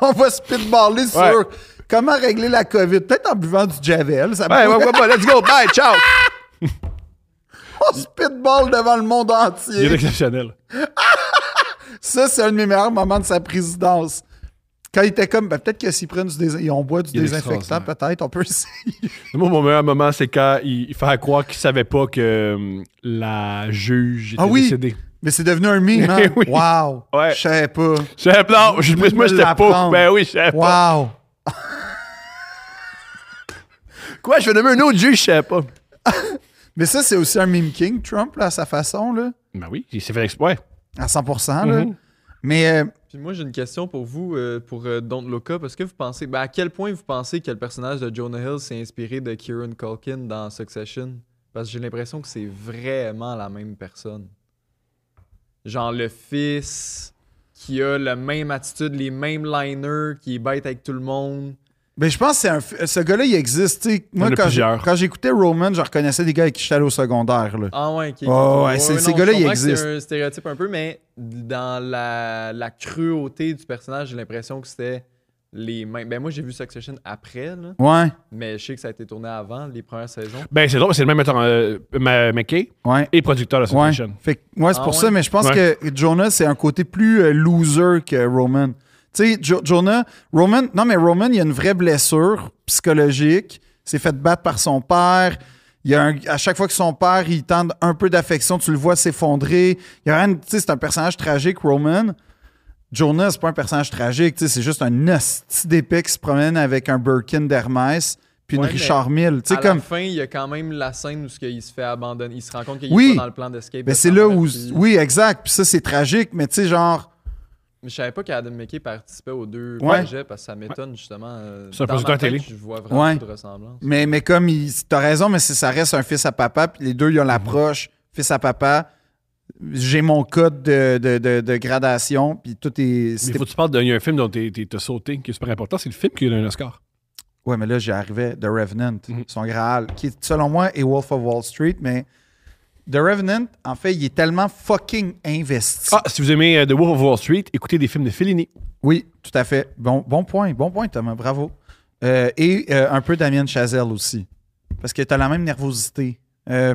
[SPEAKER 2] On va spitballer
[SPEAKER 1] Ouais.
[SPEAKER 2] sur comment régler la COVID. Peut-être en buvant du Javel. Ça
[SPEAKER 1] Ouais, ouais,
[SPEAKER 2] pourrait-
[SPEAKER 1] ouais, ouais, let's go, bye, ciao!
[SPEAKER 2] <laughs> On spitball devant le monde
[SPEAKER 1] Il est
[SPEAKER 2] entier.
[SPEAKER 1] exceptionnel.
[SPEAKER 2] Ça, c'est un de mes meilleurs moments de sa présidence. Quand il était comme, ben, peut-être que s'ils prennent du désin- on boit du
[SPEAKER 1] Il est
[SPEAKER 2] désinfectant,
[SPEAKER 1] extraordinaire.
[SPEAKER 2] peut-être, on peut essayer.
[SPEAKER 1] Moi, mon meilleur moment, c'est quand il, il fait à croire qu'il savait pas que euh, la juge était
[SPEAKER 2] Ah oui!
[SPEAKER 1] décédée.
[SPEAKER 2] Mais c'est devenu un
[SPEAKER 1] <laughs>
[SPEAKER 2] meme, hein?
[SPEAKER 1] Eh oui.
[SPEAKER 2] Wow!
[SPEAKER 1] Ouais.
[SPEAKER 2] Je savais pas.
[SPEAKER 1] Je savais pas, non, je- moi, j'étais
[SPEAKER 2] l'apprendre.
[SPEAKER 1] pauvre. Ben oui, je savais pas.
[SPEAKER 2] Wow!
[SPEAKER 3] Quoi, je vais nommer un autre juge, je sais pas.
[SPEAKER 2] Mais ça, c'est aussi un meme king, Trump, là, à sa façon, là,
[SPEAKER 1] Ben oui, il s'est fait exprès.
[SPEAKER 2] à 100%. là.
[SPEAKER 1] Mm-hmm.
[SPEAKER 2] Mais euh,
[SPEAKER 5] Puis moi, j'ai une question pour vous, euh, pour euh, Don't Look Up. Est-ce que vous pensez, ben, à quel point vous pensez que le personnage de Jonah Hill s'est inspiré de Kieran Culkin dans Succession? Parce que j'ai l'impression que c'est vraiment la même personne. Genre le fils qui a la même attitude, les mêmes liners, qui est bête avec tout le monde.
[SPEAKER 2] ben, je pense que c'est un. f- Ce gars-là, il existe. tu sais. Moi,
[SPEAKER 1] en a
[SPEAKER 2] quand j'ai-
[SPEAKER 1] plusieurs.
[SPEAKER 2] quand j'écoutais Roman, je reconnaissais des gars avec qui j'étais allé au secondaire. Là.
[SPEAKER 5] Ah ouais, ok.
[SPEAKER 2] Ouais, ouais, c'est- ces
[SPEAKER 5] non,
[SPEAKER 2] gars-là,
[SPEAKER 5] je
[SPEAKER 2] ils
[SPEAKER 5] comprends que
[SPEAKER 2] existent.
[SPEAKER 5] C'est un stéréotype un peu, mais dans la, la cruauté du personnage, j'ai l'impression que c'était les mêmes. Ben moi, j'ai vu Succession après, là,
[SPEAKER 2] Ouais,
[SPEAKER 5] mais je sais que ça a été tourné avant les premières saisons.
[SPEAKER 1] Ben c'est drôle, c'est le même metteur, euh, Ma- McKay
[SPEAKER 2] ouais.
[SPEAKER 1] et producteur de
[SPEAKER 2] Ouais.
[SPEAKER 1] Succession.
[SPEAKER 2] Fait que, ouais, c'est
[SPEAKER 5] Ah
[SPEAKER 2] pour
[SPEAKER 5] ouais?
[SPEAKER 2] ça, mais je pense que Jonah, c'est un côté plus euh, loser que Roman. Tu sais, Jo- Jonah, Roman, non, mais Roman, il a une vraie blessure psychologique. Il s'est fait battre par son père. Il y a un- à chaque fois que son père, il tente un peu d'affection, tu le vois s'effondrer. Il y a rien, de- tu sais, c'est un personnage tragique, Roman. Jonah, c'est pas un personnage tragique, tu sais, c'est juste un hostie d'épée qui se promène avec un Birkin d'Hermès puis une
[SPEAKER 5] Ouais, mais
[SPEAKER 2] Richard Mille. Tu sais,
[SPEAKER 5] à
[SPEAKER 2] comme.
[SPEAKER 5] la fin, il y a quand même la scène où ce qu'il se fait abandonner. Il se rend compte qu'il
[SPEAKER 2] Oui.
[SPEAKER 5] est pas dans le plan d'escape.
[SPEAKER 2] Ben,
[SPEAKER 5] de
[SPEAKER 2] c'est
[SPEAKER 5] sa
[SPEAKER 2] là
[SPEAKER 5] mère,
[SPEAKER 2] où.
[SPEAKER 5] puis-
[SPEAKER 2] Oui, exact. Puis ça, c'est tragique, mais tu sais, genre.
[SPEAKER 5] Mais Je savais pas qu'Adam McKay participait aux deux
[SPEAKER 2] Ouais.
[SPEAKER 5] projets parce que ça m'étonne justement. euh,
[SPEAKER 1] C'est un
[SPEAKER 5] dans ma
[SPEAKER 1] producteur
[SPEAKER 5] tête,
[SPEAKER 1] télé.
[SPEAKER 5] Je vois vraiment
[SPEAKER 2] Ouais.
[SPEAKER 5] beaucoup de ressemblance.
[SPEAKER 2] Mais, mais comme il, t'as raison, mais c'est- ça reste un fils à papa, puis les deux,
[SPEAKER 1] Mhm.
[SPEAKER 2] ils ont l'approche, fils à papa, j'ai mon code de, de- de- de gradation, puis tout est.
[SPEAKER 1] Mais
[SPEAKER 2] c'était-
[SPEAKER 1] faut que tu parles d'un il y a un film dont t'es- t'es- t'as sauté, qui est super important, c'est le film qui a eu un Oscar.
[SPEAKER 2] Ouais, mais là, j'y arrivais. The Revenant,
[SPEAKER 1] Mhm.
[SPEAKER 2] son Graal, qui, selon moi, est Wolf of Wall Street, mais The Revenant, en fait, il est tellement fucking investi.
[SPEAKER 1] Ah, si vous aimez euh, The Wolf of Wall Street, écoutez des films de Fellini.
[SPEAKER 2] Oui, tout à fait. Bon, bon point, bon point, Thomas, bravo. Euh, et euh, un peu Damien Chazelle aussi, parce que t'as la même nervosité. Euh,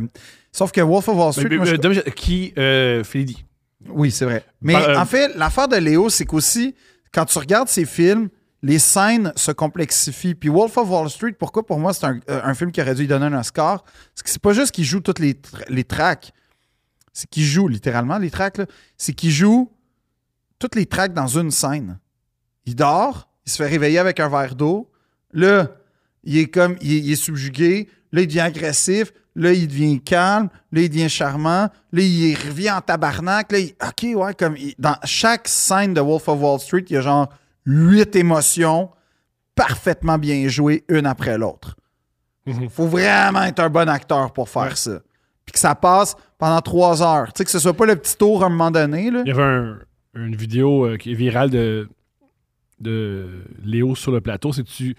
[SPEAKER 2] sauf que Wolf of Wall Street.
[SPEAKER 1] Mais-
[SPEAKER 2] moi, je-
[SPEAKER 1] mais- euh, qui euh, Fellini.
[SPEAKER 2] Oui, c'est vrai. Mais
[SPEAKER 1] Par- euh,
[SPEAKER 2] en fait, l'affaire de Léo, c'est qu'aussi, quand tu regardes ces films, les scènes se complexifient. Puis Wolf of Wall Street, pourquoi pour moi c'est un, euh, un film qui aurait dû lui donner un Oscar? C'est que c'est pas juste qu'il joue toutes les, tr- les tracks. C'est qu'il joue littéralement les tracks. là. C'est qu'il joue toutes les tracks dans une scène. Il dort, il se fait réveiller avec un verre d'eau. Là, il est comme il est, il est subjugué, là il devient agressif, là il devient calme, là il devient charmant, là il revient en tabarnak, là il- OK ouais comme il- dans chaque scène de Wolf of Wall Street, il y a genre huit émotions parfaitement bien jouées une après l'autre.
[SPEAKER 1] Mhm.
[SPEAKER 2] Faut vraiment être un bon acteur pour faire ça. Puis que ça passe pendant trois heures. Tu sais, que ce soit pas le petit tour à un moment donné. Là.
[SPEAKER 1] Il y avait un- une vidéo euh, qui est virale de, de Léo sur le plateau. C'est que tu.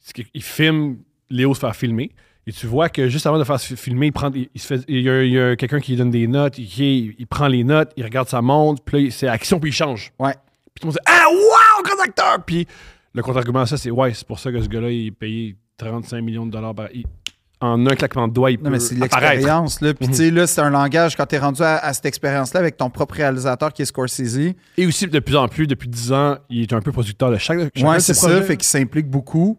[SPEAKER 1] c'est qu'il- Il filme Léo se faire filmer. Et tu vois que juste avant de faire se filmer, il, prend, il, il se fait, il y a, il y a quelqu'un qui lui donne des notes, il, il- il prend les notes, il regarde sa montre, puis là, il- c'est action, puis il change.
[SPEAKER 2] Ouais.
[SPEAKER 1] Puis tout le monde dit Ah, wow, grand acteur Puis le contre-argument à ça, c'est Ouais, c'est pour ça que ce gars-là, il est payé 35 millions de dollars par. il- en un claquement de doigts, il
[SPEAKER 2] Non,
[SPEAKER 1] peut
[SPEAKER 2] mais c'est de
[SPEAKER 1] apparaître.
[SPEAKER 2] l'expérience. là. Puis,
[SPEAKER 1] <laughs>
[SPEAKER 2] tu sais, là, c'est un langage, quand t'es rendu à, à cette expérience-là avec ton propre réalisateur qui est Scorsese,
[SPEAKER 1] Et aussi, de plus en plus, depuis 10 ans, il est un peu producteur de chaque. chacun
[SPEAKER 2] ouais,
[SPEAKER 1] de
[SPEAKER 2] c'est
[SPEAKER 1] ses
[SPEAKER 2] ça,
[SPEAKER 1] projets.
[SPEAKER 2] fait qu'il s'implique beaucoup.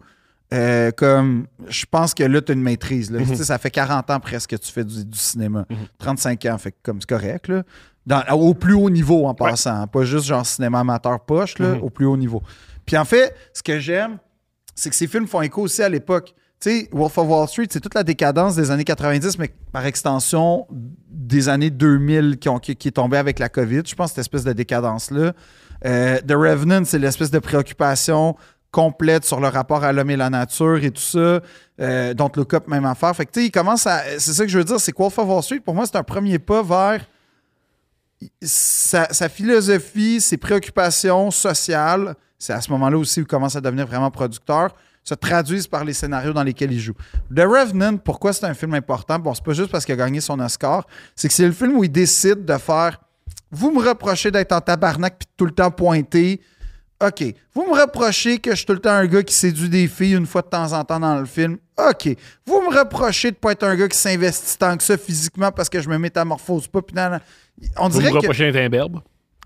[SPEAKER 2] Euh, comme, je pense que là, t'as une maîtrise. là. Tu sais, Ça fait 40 ans presque que tu fais du, du cinéma. 35 ans, fait que comme c'est correct. Là. Dans- au plus haut niveau en passant, hein. pas juste genre cinéma amateur poche, là, au plus haut niveau. Puis en fait, ce que j'aime, c'est que ces films font écho aussi à l'époque. Tu sais, Wolf of Wall Street, c'est toute la décadence des années 90, mais par extension des années 2000 qui, ont, qui, qui est tombée avec la COVID. Je pense cette espèce de décadence-là. Euh, The Revenant, c'est l'espèce de préoccupation complète sur le rapport à l'homme et la nature et tout ça. Euh, Don't Look Up, même affaire. Fait que tu sais, il commence à... C'est ça que je veux dire, c'est que Wolf of Wall Street, pour moi, c'est un premier pas vers sa, sa philosophie, ses préoccupations sociales, c'est à ce moment-là aussi où il commence à devenir vraiment producteur, se traduisent par les scénarios dans lesquels il joue. The Revenant, pourquoi c'est un film important? Bon, c'est pas juste parce qu'il a gagné son Oscar, c'est que c'est le film où il décide de faire Vous me reprochez d'être en tabarnak puis de tout le temps pointé. OK. Vous me reprochez que je suis tout le temps un gars qui séduit des filles une fois de temps en temps dans le film. OK. Vous me reprochez de pas être un gars qui s'investit tant que ça physiquement parce que je me métamorphose pas. Puis nan, nan. on
[SPEAKER 1] Vous
[SPEAKER 2] dirait
[SPEAKER 1] me
[SPEAKER 2] que...
[SPEAKER 1] reprochez un imberbe.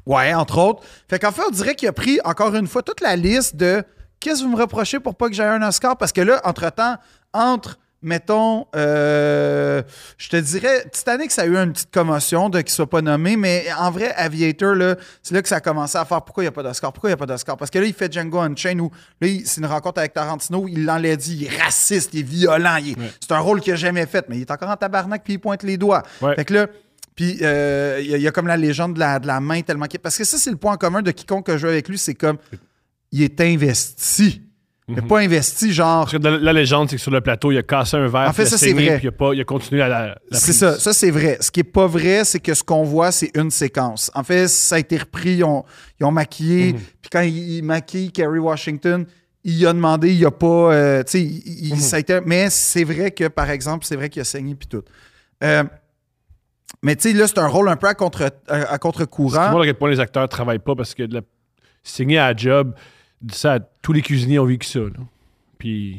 [SPEAKER 2] Ouais, entre autres. Fait qu'en fait, on dirait qu'il a pris encore une fois toute la liste de qu'est-ce que vous me reprochez pour pas que j'aie un Oscar parce que là, entre-temps, entre mettons, euh, je te dirais, Titanic, ça a eu une petite commotion de qu'il soit pas nommé, mais en vrai, Aviator, là, c'est là que ça a commencé à faire pourquoi il n'y a pas d'Oscar, pourquoi il n'y a pas d'Oscar. Parce que là, il fait Django Unchained où là, il- c'est une rencontre avec Tarantino, il l'enlève dit, il est raciste, il est violent, il est- c'est un rôle qu'il n'a jamais fait, mais il est encore en tabarnak puis il pointe les doigts.
[SPEAKER 1] Ouais.
[SPEAKER 2] Fait que là, puis euh, il y, a- il y a comme la légende de la, de la main tellement qu'il- Parce que ça, c'est le point en commun de quiconque que je joue avec lui, c'est comme il est investi. Mais
[SPEAKER 1] Mhm.
[SPEAKER 2] pas investi, genre.
[SPEAKER 1] Parce que la, la légende, c'est que sur le plateau, il a cassé un verre.
[SPEAKER 2] En fait,
[SPEAKER 1] puis il a
[SPEAKER 2] ça, c'est
[SPEAKER 1] saigné,
[SPEAKER 2] vrai.
[SPEAKER 1] Puis il a, pas, il a continué à la. la
[SPEAKER 2] C'est
[SPEAKER 1] prise.
[SPEAKER 2] ça, ça c'est vrai. Ce qui est pas vrai, c'est que ce qu'on voit, c'est une séquence. En fait, ça a été repris, ils ont, ils ont
[SPEAKER 1] Mhm.
[SPEAKER 2] maquillé, puis quand ils, ils maquillent Kerry Washington, il a demandé, il a pas, euh, tu sais, il-
[SPEAKER 1] Mhm.
[SPEAKER 2] il- ça a été- mais c'est vrai que, par exemple, c'est vrai qu'il a saigné puis tout. Euh, mais tu sais, là, c'est un rôle un peu à contre, à, à
[SPEAKER 1] C'est
[SPEAKER 2] contre-courant.
[SPEAKER 1] moi à quel point les acteurs travaillent pas parce que de la... signer à la job, ça, tous les cuisiniers ont vécu ça. là. Puis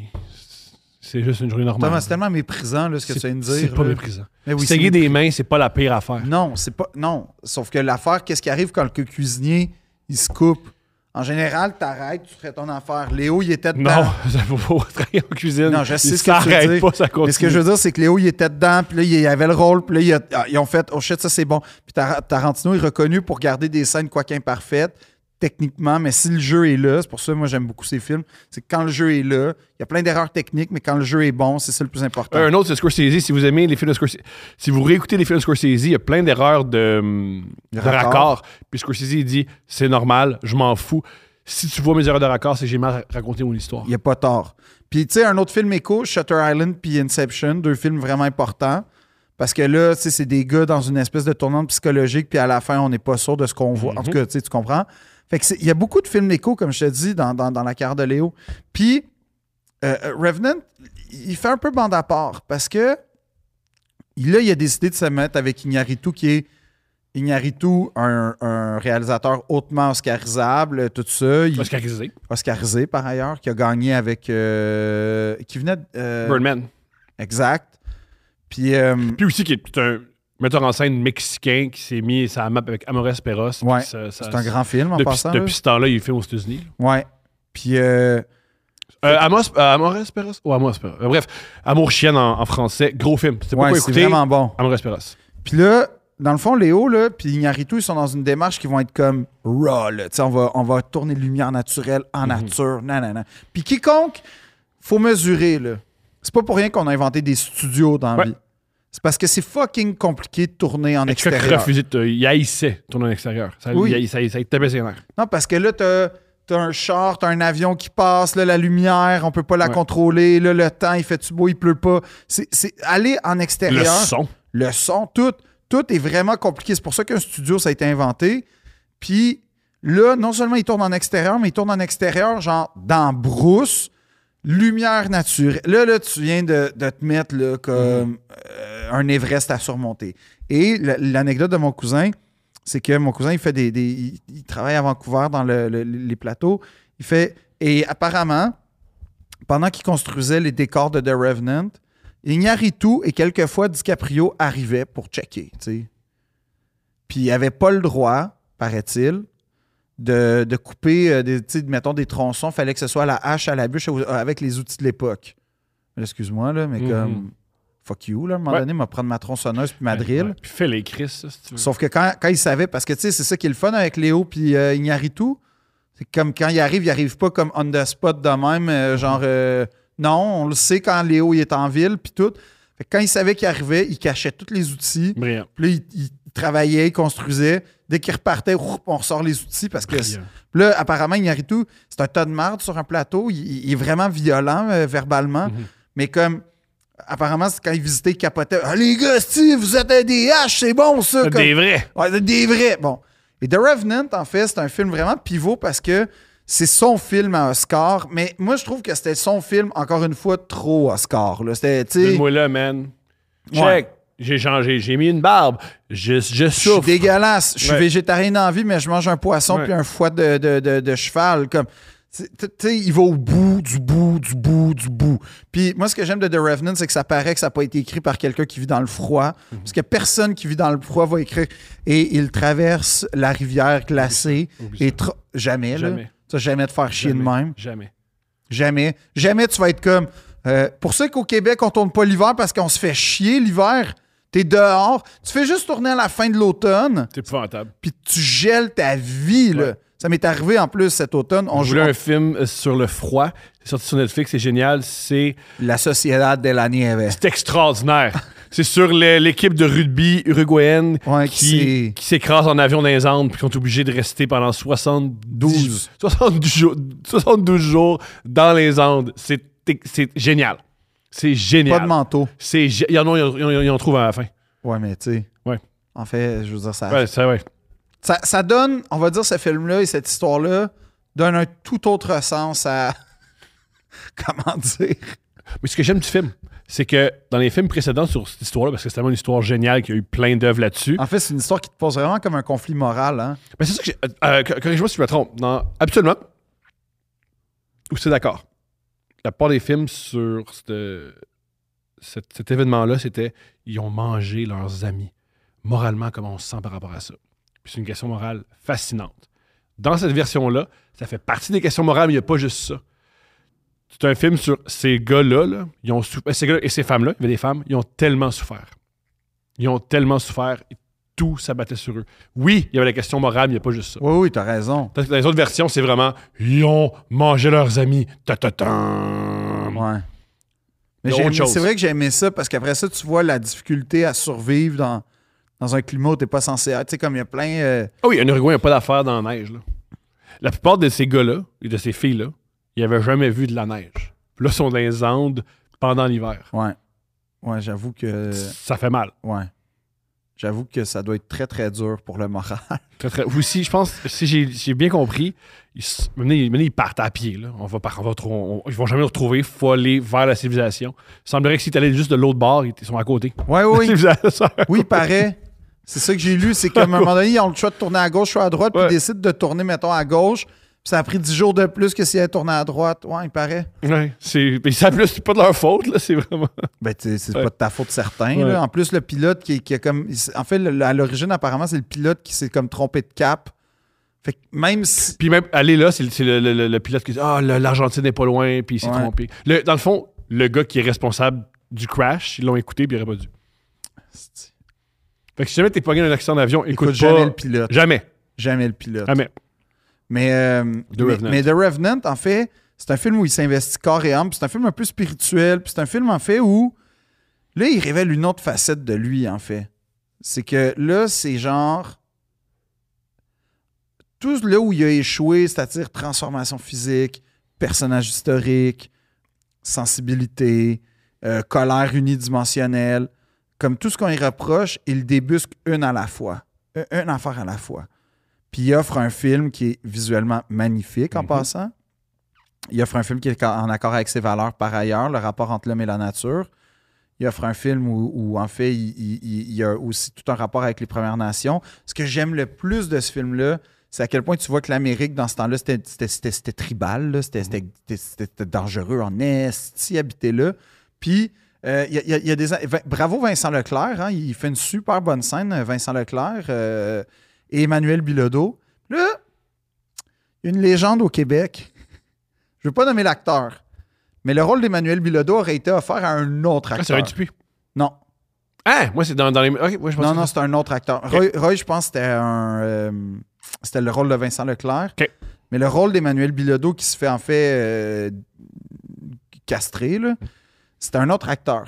[SPEAKER 1] c'est juste une journée normale.
[SPEAKER 2] Thomas, c'est tellement méprisant, là, ce que tu
[SPEAKER 1] C'est-
[SPEAKER 2] viens de dire.
[SPEAKER 1] C'est pas
[SPEAKER 2] là.
[SPEAKER 1] méprisant.
[SPEAKER 2] Mais oui, c'est
[SPEAKER 1] Saigner des mains, c'est pas la pire affaire.
[SPEAKER 2] Non, c'est pas. Non. Sauf que l'affaire, qu'est-ce qui arrive quand le cu- cuisinier, il se coupe? En général, t'arrêtes, tu ferais ton affaire. Léo, il était dedans.
[SPEAKER 1] Non, <laughs> ça faut pas travailler en cuisine.
[SPEAKER 2] Non, je sais ce
[SPEAKER 1] ça
[SPEAKER 2] que tu veux
[SPEAKER 1] arrête
[SPEAKER 2] dire.
[SPEAKER 1] pas, ça continue.
[SPEAKER 2] Mais ce que je veux dire, c'est que Léo, il était dedans, puis là, il avait le rôle, puis là, il a- ah, ils ont fait, oh shit, ça c'est bon. Puis Tar- Tarantino est reconnu pour garder des scènes quoique imparfaites, techniquement, mais si le jeu est là, c'est pour ça que moi j'aime beaucoup ces films, c'est que quand le jeu est là, il y a plein d'erreurs techniques, mais quand le jeu est bon, c'est ça le plus important.
[SPEAKER 1] Euh, Un autre, c'est Scorsese. Si vous aimez les films de Scorsese, si vous réécoutez les films de Scorsese, il y a plein d'erreurs de, hum, de
[SPEAKER 2] Raccord.
[SPEAKER 1] raccord. Puis Scorsese, il dit c'est normal, je m'en fous. Si tu vois mes erreurs de raccord, c'est que j'ai mal ra- raconté mon histoire.
[SPEAKER 2] Il n'y a pas tort. Puis, tu sais, un autre film écho, Shutter Island puis Inception, deux films vraiment importants. Parce que là, tu sais, c'est des gars dans une espèce de tournante psychologique, puis à la fin, on n'est pas sûr de ce qu'on voit. En tout cas, tu sais, tu comprends? Fait que c'est- il y a beaucoup de films écho, comme je te dis, dans, dans, dans la carrière de Léo. Puis, euh, euh, Revenant, il fait un peu bande à part parce que là, il a décidé de se mettre avec Ignaritu, qui est Ignaritu, un, un réalisateur hautement oscarisable, tout ça. Il-
[SPEAKER 1] Oscarisé.
[SPEAKER 2] Oscarisé par ailleurs, qui a gagné avec. euh, qui venait. de- euh,
[SPEAKER 1] Birdman.
[SPEAKER 2] Exact. Puis. euh,
[SPEAKER 1] Puis aussi, qui est un metteur en scène mexicain qui s'est mis sa map avec Amores Perros. puis
[SPEAKER 2] Ouais,
[SPEAKER 1] ça- ça-
[SPEAKER 2] c'est un grand film en
[SPEAKER 1] depuis,
[SPEAKER 2] passant.
[SPEAKER 1] depuis
[SPEAKER 2] là.
[SPEAKER 1] ce temps-là, il fait aux États-Unis. là.
[SPEAKER 2] Ouais. Puis. euh,
[SPEAKER 1] Euh, Amos, euh, Amores Perros Ou Amos Perros. Euh, bref, Amour Chienne en, en français. Gros film. C'est
[SPEAKER 2] ouais,
[SPEAKER 1] beaucoup
[SPEAKER 2] c'est
[SPEAKER 1] écouté.
[SPEAKER 2] vraiment bon.
[SPEAKER 1] Amores Perros.
[SPEAKER 2] Puis là, dans le fond, Léo, là, puis Ignaritu, ils sont dans une démarche qui vont être comme raw, là. Tu sais, on va, on va tourner de lumière naturelle
[SPEAKER 1] Mhm.
[SPEAKER 2] en nature, nanana. Puis quiconque, faut mesurer, là. C'est pas pour rien qu'on a inventé des studios dans la
[SPEAKER 1] Ouais.
[SPEAKER 2] vie. C'est parce que c'est fucking compliqué de tourner en
[SPEAKER 1] Hitchcock
[SPEAKER 2] extérieur.
[SPEAKER 1] refusait de. te- Il haïssait tourner en extérieur. Ça,
[SPEAKER 2] Oui.
[SPEAKER 1] il haï- ça, ça, il tapait ses nerfs.
[SPEAKER 2] Non, parce que là, t'as as un char, t'as un avion qui passe, là, la lumière, on peut pas la
[SPEAKER 1] Ouais.
[SPEAKER 2] contrôler, là, le temps, il fait-tu beau, il pleut pas. C'est c'est- aller en
[SPEAKER 1] Le
[SPEAKER 2] extérieur,
[SPEAKER 1] son.
[SPEAKER 2] le son, tout, tout est vraiment compliqué. C'est pour ça qu'un studio, ça a été inventé. Puis là, non seulement il tourne en extérieur, mais il tourne en extérieur, genre dans brousse, lumière naturelle. Là, là, tu viens de, de te mettre là, comme euh, un Everest à surmonter. Et la- l'anecdote de mon cousin, c'est que mon cousin, il fait des. des- il, il travaille à Vancouver dans le- le- les plateaux. Il fait. Et apparemment, pendant qu'il construisait les décors de The Revenant, Ignaritu et quelquefois DiCaprio arrivaient pour checker, tu sais. Puis il avait pas le droit, paraît-il, de, de couper, euh, des, tu sais, mettons, des tronçons. fallait que ce soit à la hache, à la bûche, ou- euh, avec les outils de l'époque. Excuse-moi, là, mais
[SPEAKER 1] Mhm.
[SPEAKER 2] comme... Fuck you, là, à un moment
[SPEAKER 1] Ouais.
[SPEAKER 2] donné, m'a prendre ma tronçonneuse puis ma drill.
[SPEAKER 1] Ouais, Puis fais les crises, ça, si tu veux.
[SPEAKER 2] Sauf que quand, quand il savait, parce que tu sais, c'est ça qui est le fun avec Léo puis euh, Ignaritu, c'est comme quand il arrive, il arrive pas comme on the spot de même, euh, genre euh, non, on le sait quand Léo il est en ville puis tout. Fait que quand il savait qu'il arrivait, il cachait tous les outils,
[SPEAKER 1] Brillant.
[SPEAKER 2] puis là, il, il travaillait, il construisait. Dès qu'il repartait, ouf, on ressort les outils parce que
[SPEAKER 1] Brillant.
[SPEAKER 2] puis Là, apparemment, Ignaritu, c'est un tas de marde sur un plateau. Il, il- il est vraiment violent euh, verbalement. Mais comme, apparemment, c'est quand il visitait, il capotait. Ah, les gars, si vous êtes des haches, c'est bon, ça.
[SPEAKER 1] C'est
[SPEAKER 2] comme-
[SPEAKER 1] Ah, Des vrais.
[SPEAKER 2] Ouais, c'est des vrais. Bon. Et The Revenant, en fait, c'est un film vraiment pivot parce que c'est son film à Oscar. Mais moi, je trouve que c'était son film, encore une fois, trop Oscar. là. C'était, tu sais,
[SPEAKER 1] Donne-moi là, man. Check.
[SPEAKER 2] Ouais.
[SPEAKER 1] J'ai changé. J'ai mis une barbe. Je, je
[SPEAKER 2] je suis
[SPEAKER 1] souffre.
[SPEAKER 2] dégueulasse. Je suis
[SPEAKER 1] Ouais.
[SPEAKER 2] végétarien dans la vie, mais je mange un poisson
[SPEAKER 1] Ouais.
[SPEAKER 2] puis un foie de, de- de- de cheval. Comme, tu tu sais, il va au bout, du bout, du bout, du bout. Puis moi, ce que j'aime de The Revenant, c'est que ça paraît que ça n'a pas été écrit par quelqu'un qui vit dans le froid.
[SPEAKER 1] Mhm.
[SPEAKER 2] Parce que personne qui vit dans le froid va écrire. Et il traverse la rivière glacée.
[SPEAKER 1] Oublie ça.
[SPEAKER 2] Et tra- jamais, là.
[SPEAKER 1] Jamais.
[SPEAKER 2] Tu vas jamais te faire chier
[SPEAKER 1] Jamais.
[SPEAKER 2] de même.
[SPEAKER 1] Jamais.
[SPEAKER 2] Jamais. Jamais tu vas être comme Euh, pour ça qu'au Québec, on tourne pas l'hiver parce qu'on se fait chier l'hiver. T'es dehors, tu fais juste tourner à la fin de l'automne,
[SPEAKER 1] C'est épouvantable.
[SPEAKER 2] puis tu gèles ta vie. là.
[SPEAKER 1] Ouais.
[SPEAKER 2] Ça m'est arrivé en plus cet automne. On
[SPEAKER 1] On
[SPEAKER 2] joue
[SPEAKER 1] voulait un film euh, sur le froid. C'est sorti sur Netflix, c'est génial. C'est
[SPEAKER 2] La Sociedad de la Nieve.
[SPEAKER 1] c'est extraordinaire. <laughs> c'est sur les- l'équipe de rugby uruguayenne
[SPEAKER 2] Ouais,
[SPEAKER 1] qui,
[SPEAKER 2] qui
[SPEAKER 1] qui s'écrase en avion dans les Andes puis qui sont obligés de rester pendant 72, 72, jours, 72 jours dans les Andes. C'est c'est génial. C'est
[SPEAKER 2] c'est pas de
[SPEAKER 1] génial.
[SPEAKER 2] manteau.
[SPEAKER 1] C'est gé- Il y en a, il y en a- il y en trouve à la fin.
[SPEAKER 2] Ouais, mais tu sais.
[SPEAKER 1] Ouais.
[SPEAKER 2] En fait, je veux dire, ça,
[SPEAKER 1] Ouais, c'est vrai.
[SPEAKER 2] ça, ça donne, on va dire, ce film-là et cette histoire-là donne un tout autre sens à. <laughs> Comment dire
[SPEAKER 1] Mais ce que j'aime du film, c'est que dans les films précédents sur cette histoire-là, parce que c'est tellement une histoire géniale qu'il y a eu plein d'œuvres là-dessus,
[SPEAKER 2] En fait, c'est une histoire qui te pose vraiment comme un conflit moral. Hein?
[SPEAKER 1] Ben, c'est ça que j'ai. euh, euh, cor- Corrige-moi si je me trompe. Dans- absolument. Ou c'est d'accord. La part des films sur cette- cet, cet événement-là, c'était ils ont mangé leurs amis. Moralement, comment on se sent par rapport à ça. Puis c'est une question morale fascinante. Dans cette version-là, ça fait partie des questions morales, mais il n'y a pas juste ça. C'est un film sur ces gars-là, là, ils ont sou- euh, ces gars-là et ces femmes-là, il y avait des femmes, ils ont tellement souffert. Ils ont tellement souffert, et tout s'abattait sur eux. Oui, il y avait la question morale, mais il n'y a pas juste ça.
[SPEAKER 2] Oui, oui, t'as raison.
[SPEAKER 1] Parce que Dans les autres versions, c'est vraiment ils ont mangé leurs amis. Ta ta ta.
[SPEAKER 2] Ouais. Mais
[SPEAKER 1] Il y a Hum.
[SPEAKER 2] j'ai
[SPEAKER 1] autre
[SPEAKER 2] aimé-
[SPEAKER 1] chose.
[SPEAKER 2] c'est vrai que j'ai aimé ça parce qu'après ça, tu vois la difficulté à survivre dans, dans un climat où t'es pas censé être. Tu sais, comme il y a plein. euh,
[SPEAKER 1] Ah oui, un Uruguay n'a pas d'affaires dans la neige. là. La plupart de ces gars-là et de ces filles-là, ils n'avaient jamais vu de la neige. Puis Là, ils sont dans les Andes pendant l'hiver.
[SPEAKER 2] Ouais. Ouais, j'avoue
[SPEAKER 1] Euh.
[SPEAKER 2] que.
[SPEAKER 1] Ça fait mal.
[SPEAKER 2] Ouais. J'avoue que ça doit être très, très dur pour le
[SPEAKER 1] <laughs>
[SPEAKER 2] moral.
[SPEAKER 1] Très, très- Aussi, je pense, si j'ai- j'ai bien compris, ils, s- maintenant, ils, maintenant, ils partent à pied. Là. On va, par- on va trou- on- ils vont jamais nous retrouver. Il faut aller vers la civilisation. Il semblerait que si tu allais juste de l'autre bord, ils t- ils sont à côté.
[SPEAKER 2] Ouais, oui.
[SPEAKER 1] La civilisation.
[SPEAKER 2] Oui, il paraît. C'est ça que j'ai lu, c'est qu'à un moment donné, ils ont le choix de tourner à gauche ou à droite, puis
[SPEAKER 1] Ouais.
[SPEAKER 2] ils décident de tourner, mettons, à gauche. Puis ça a pris 10 jours de plus que s'ils avaient tourné à droite. Ouais, il paraît.
[SPEAKER 1] Ouais, c'est mais ça, plus, c'est pas de leur faute, là, c'est vraiment.
[SPEAKER 2] Ben, tu sais, c'est
[SPEAKER 1] Ouais.
[SPEAKER 2] pas de ta faute certain.
[SPEAKER 1] Ouais.
[SPEAKER 2] là. En plus, le pilote qui, qui a comme. il s- En fait, le- à l'origine, apparemment, c'est le pilote qui s'est comme trompé de cap. Fait que même si.
[SPEAKER 1] Puis même aller là, c'est c'est le, le- le- le pilote qui dit Ah, le- l'Argentine n'est pas loin, puis il s'est
[SPEAKER 2] Ouais.
[SPEAKER 1] trompé. Le- dans le fond, le gars qui est responsable du crash, ils l'ont écouté, puis il aurait pas dû. Fait que si jamais t'es pogné dans un accident d'avion, écoute,
[SPEAKER 2] Écoute,
[SPEAKER 1] pas.
[SPEAKER 2] jamais le pilote.
[SPEAKER 1] Jamais.
[SPEAKER 2] Jamais le pilote.
[SPEAKER 1] Jamais.
[SPEAKER 2] Mais, euh,
[SPEAKER 1] The
[SPEAKER 2] mais,
[SPEAKER 1] Revenant.
[SPEAKER 2] mais The Revenant, en fait, c'est un film où il s'investit corps et âme. puis C'est un film un peu spirituel. Puis c'est un film, en fait, où là, il révèle une autre facette de lui, en fait. C'est que là, c'est genre. Tout là où il a échoué, c'est-à-dire transformation physique, personnage historique, sensibilité, euh, colère unidimensionnelle, comme tout ce qu'on y reproche, il débusque une à la fois, un- une affaire à la fois. Puis il offre un film qui est visuellement magnifique en
[SPEAKER 1] Mhm.
[SPEAKER 2] passant. Il offre un film qui est ca- en accord avec ses valeurs par ailleurs, le rapport entre l'homme et la nature. Il offre un film où, où, en fait, il, il- il- il y a aussi tout un rapport avec les Premières Nations. Ce que j'aime le plus de ce film-là, c'est à quel point tu vois que l'Amérique, dans ce temps-là, c'était- c'était c'était- c'était tribal, là. c'était c'était- c'était- c'était dangereux en Est, si habiter là. Puis, euh, il y a- il y a- il y a des- Vin- bravo Vincent Leclerc, hein, il fait une super bonne scène, Vincent Leclerc euh, et Emmanuel Bilodeau. Là, il y a une légende au Québec. Je ne veux pas nommer l'acteur, mais le rôle d'Emmanuel Bilodeau aurait été offert à un autre
[SPEAKER 1] Ah, c'est
[SPEAKER 2] acteur.
[SPEAKER 1] Ryan Dupuis.
[SPEAKER 2] non,
[SPEAKER 1] Ah, moi, c'est dans, dans les. Ok, moi, je pense
[SPEAKER 2] non,
[SPEAKER 1] que-
[SPEAKER 2] non, c'est un autre acteur. Roy, Roy, je pense que c'était un. euh, c'était le rôle de Vincent Leclerc.
[SPEAKER 1] Ok.
[SPEAKER 2] Mais le rôle d'Emmanuel Bilodeau qui se fait en fait euh, castrer, là, c'était un autre acteur.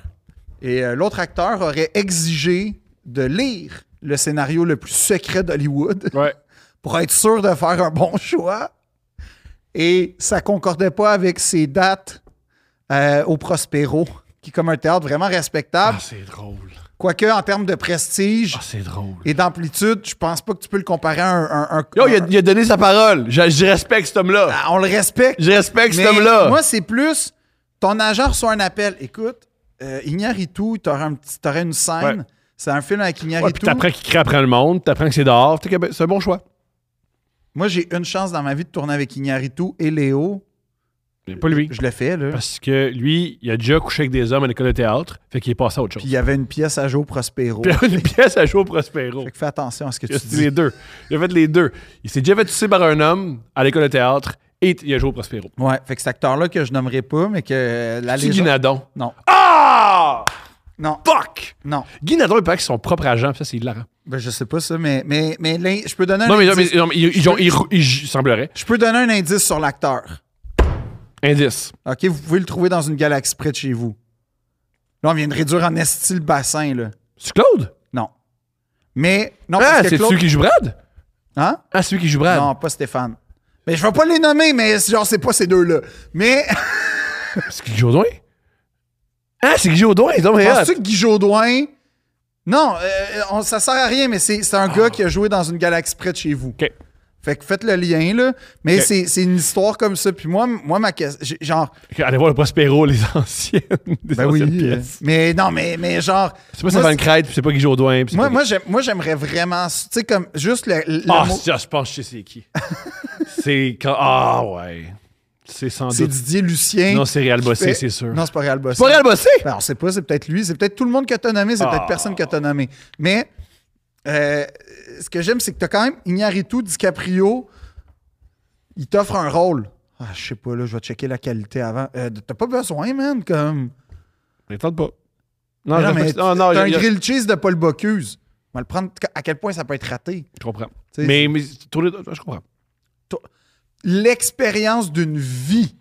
[SPEAKER 2] Et euh, l'autre acteur aurait exigé de lire le scénario le plus secret d'Hollywood
[SPEAKER 1] Ouais.
[SPEAKER 2] pour être sûr de faire un bon choix. Et ça concordait pas avec ses dates euh, au Prospero, qui est comme un théâtre vraiment respectable.
[SPEAKER 1] Ah, c'est drôle.
[SPEAKER 2] Quoique, en termes de prestige,
[SPEAKER 1] Ah, c'est drôle.
[SPEAKER 2] et d'amplitude, je pense pas que tu peux le comparer à un. un- un-
[SPEAKER 1] Yo, il a,
[SPEAKER 2] un-
[SPEAKER 1] il a donné sa parole. Je, je respecte cet homme-là.
[SPEAKER 2] Ah, on le respecte.
[SPEAKER 1] Je respecte cet
[SPEAKER 2] mais
[SPEAKER 1] homme-là.
[SPEAKER 2] Moi, c'est plus. Ton agent reçoit un appel. Écoute, euh, Ignaritu, t'aurais un petit- t'aurais une scène.
[SPEAKER 1] Ouais.
[SPEAKER 2] C'est un film avec
[SPEAKER 1] Ouais, puis
[SPEAKER 2] Ignaritu.
[SPEAKER 1] t'apprends qu'il crée après le monde, t'apprends que c'est dehors. T'es capable- C'est un bon choix.
[SPEAKER 2] moi, j'ai une chance dans ma vie de tourner avec Ignaritu et Léo.
[SPEAKER 1] Mais pas lui.
[SPEAKER 2] Je le fais, là.
[SPEAKER 1] Parce que lui, il a déjà couché avec des hommes à l'école de théâtre, fait qu'il est passé à autre chose.
[SPEAKER 2] Puis il y avait une pièce à jouer au Prospero.
[SPEAKER 1] Puis il y a une pièce à jouer au Prospero.
[SPEAKER 2] Fait que fais attention à ce que
[SPEAKER 1] Il a
[SPEAKER 2] tu
[SPEAKER 1] fait
[SPEAKER 2] dis.
[SPEAKER 1] les deux. Il a fait les deux. Il s'est déjà fait tuer par un homme à l'école de théâtre Et t- il a joué au Prospero.
[SPEAKER 2] Ouais, fait que cet acteur-là que je nommerai pas, mais que euh, la
[SPEAKER 1] C'est
[SPEAKER 2] légende.
[SPEAKER 1] Guinadon.
[SPEAKER 2] Non,
[SPEAKER 1] Ah!
[SPEAKER 2] non,
[SPEAKER 1] Fuck!
[SPEAKER 2] non.
[SPEAKER 1] Guinadon, il paraît que c'est son propre agent, puis ça, c'est hilarant.
[SPEAKER 2] Ben, je sais pas ça, mais, mais, mais l'in- je peux donner un
[SPEAKER 1] Non, mais, non, mais,
[SPEAKER 2] indice.
[SPEAKER 1] non, mais ils, ils ont- ils rou- ils- il semblerait.
[SPEAKER 2] Je peux donner un indice sur l'acteur.
[SPEAKER 1] Indice.
[SPEAKER 2] OK, vous pouvez le trouver dans une galaxie près de chez vous. Là, on vient de réduire en esti le bassin, là.
[SPEAKER 1] C'est Claude?
[SPEAKER 2] Non. Mais, non,
[SPEAKER 1] Ah,
[SPEAKER 2] parce que
[SPEAKER 1] c'est
[SPEAKER 2] Claude...
[SPEAKER 1] celui qui joue Brad?
[SPEAKER 2] Hein?
[SPEAKER 1] Ah, celui qui joue Brad.
[SPEAKER 2] Non, pas Stéphane. Mais je vais pas les nommer, mais genre, c'est pas ces deux-là. Mais,
[SPEAKER 1] <laughs> C'est Guy Jodoin? Ah, c'est Guy Jodoin, c'est homme réel.
[SPEAKER 2] penses-tu que Guy Jodoin... Non, euh, on- ça sert à rien, mais c'est c'est un gars qui a joué dans une galaxie près de chez vous.
[SPEAKER 1] Ah. OK.
[SPEAKER 2] Fait que faites le lien, là. Mais
[SPEAKER 1] Ok.
[SPEAKER 2] c'est- c'est une histoire comme ça. Puis moi, moi ma question... j'ai- Genre,
[SPEAKER 1] Allez voir le Prospero, les <laughs> anciennes. des
[SPEAKER 2] ben oui.
[SPEAKER 1] anciennes
[SPEAKER 2] euh,
[SPEAKER 1] pièces.
[SPEAKER 2] Mais non, mais, mais genre...
[SPEAKER 1] C'est pas
[SPEAKER 2] moi,
[SPEAKER 1] Stéphane Crête, puis c'est pas Guy Jodoin. puis c'est
[SPEAKER 2] Moi,
[SPEAKER 1] pas-
[SPEAKER 2] moi, j'aime- moi, j'aimerais vraiment, tu sais, comme juste le, le
[SPEAKER 1] Ah,
[SPEAKER 2] mot.
[SPEAKER 1] ça, je pense que je sais c'est qui. <laughs> c'est quand. Ah, ouais. C'est sans
[SPEAKER 2] C'est
[SPEAKER 1] doute.
[SPEAKER 2] Didier Lucien.
[SPEAKER 1] Non, c'est Réal Bossé,
[SPEAKER 2] Fait-
[SPEAKER 1] c'est sûr.
[SPEAKER 2] Non, c'est pas Réal Bossé.
[SPEAKER 1] C'est pas Réal Bossé?
[SPEAKER 2] Ben, on sait pas, c'est peut-être lui, c'est peut-être tout le monde que t'as nommé, c'est
[SPEAKER 1] Ah.
[SPEAKER 2] peut-être personne que t'as nommé. Mais euh, ce que j'aime, c'est que t'as quand même Ignaritu, DiCaprio, il t'offre un rôle. Ah, je sais pas, là, je vais checker la qualité avant. Euh, t'as pas besoin, man, comme.
[SPEAKER 1] Mais tente pas. Non,
[SPEAKER 2] Mais non,
[SPEAKER 1] je-
[SPEAKER 2] mais
[SPEAKER 1] non, non,
[SPEAKER 2] t'as un
[SPEAKER 1] je- je-
[SPEAKER 2] grilled cheese de Paul Bocuse. On va le prendre à quel point ça peut être raté.
[SPEAKER 1] je comprends.
[SPEAKER 2] Tu sais,
[SPEAKER 1] Mais, mais tournez- je comprends.
[SPEAKER 2] l'expérience d'une vie,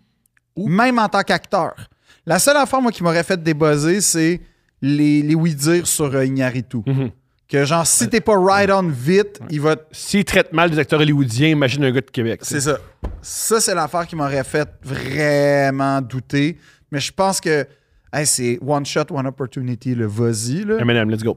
[SPEAKER 2] même en tant qu'acteur. La seule affaire, moi, qui m'aurait fait débuzzer, c'est les, les oui-dire sur euh, Iñárritu.
[SPEAKER 1] Mhm.
[SPEAKER 2] Que genre, si t'es pas right on vite, il va... t-
[SPEAKER 1] S'ils traitent mal des acteurs hollywoodiens, imagine un gars de Québec. tu sais.
[SPEAKER 2] C'est ça. Ça, c'est l'affaire qui m'aurait fait vraiment douter. Mais je pense que hey, c'est one shot, one opportunity, le vas-y. là.
[SPEAKER 1] Eminem, let's go.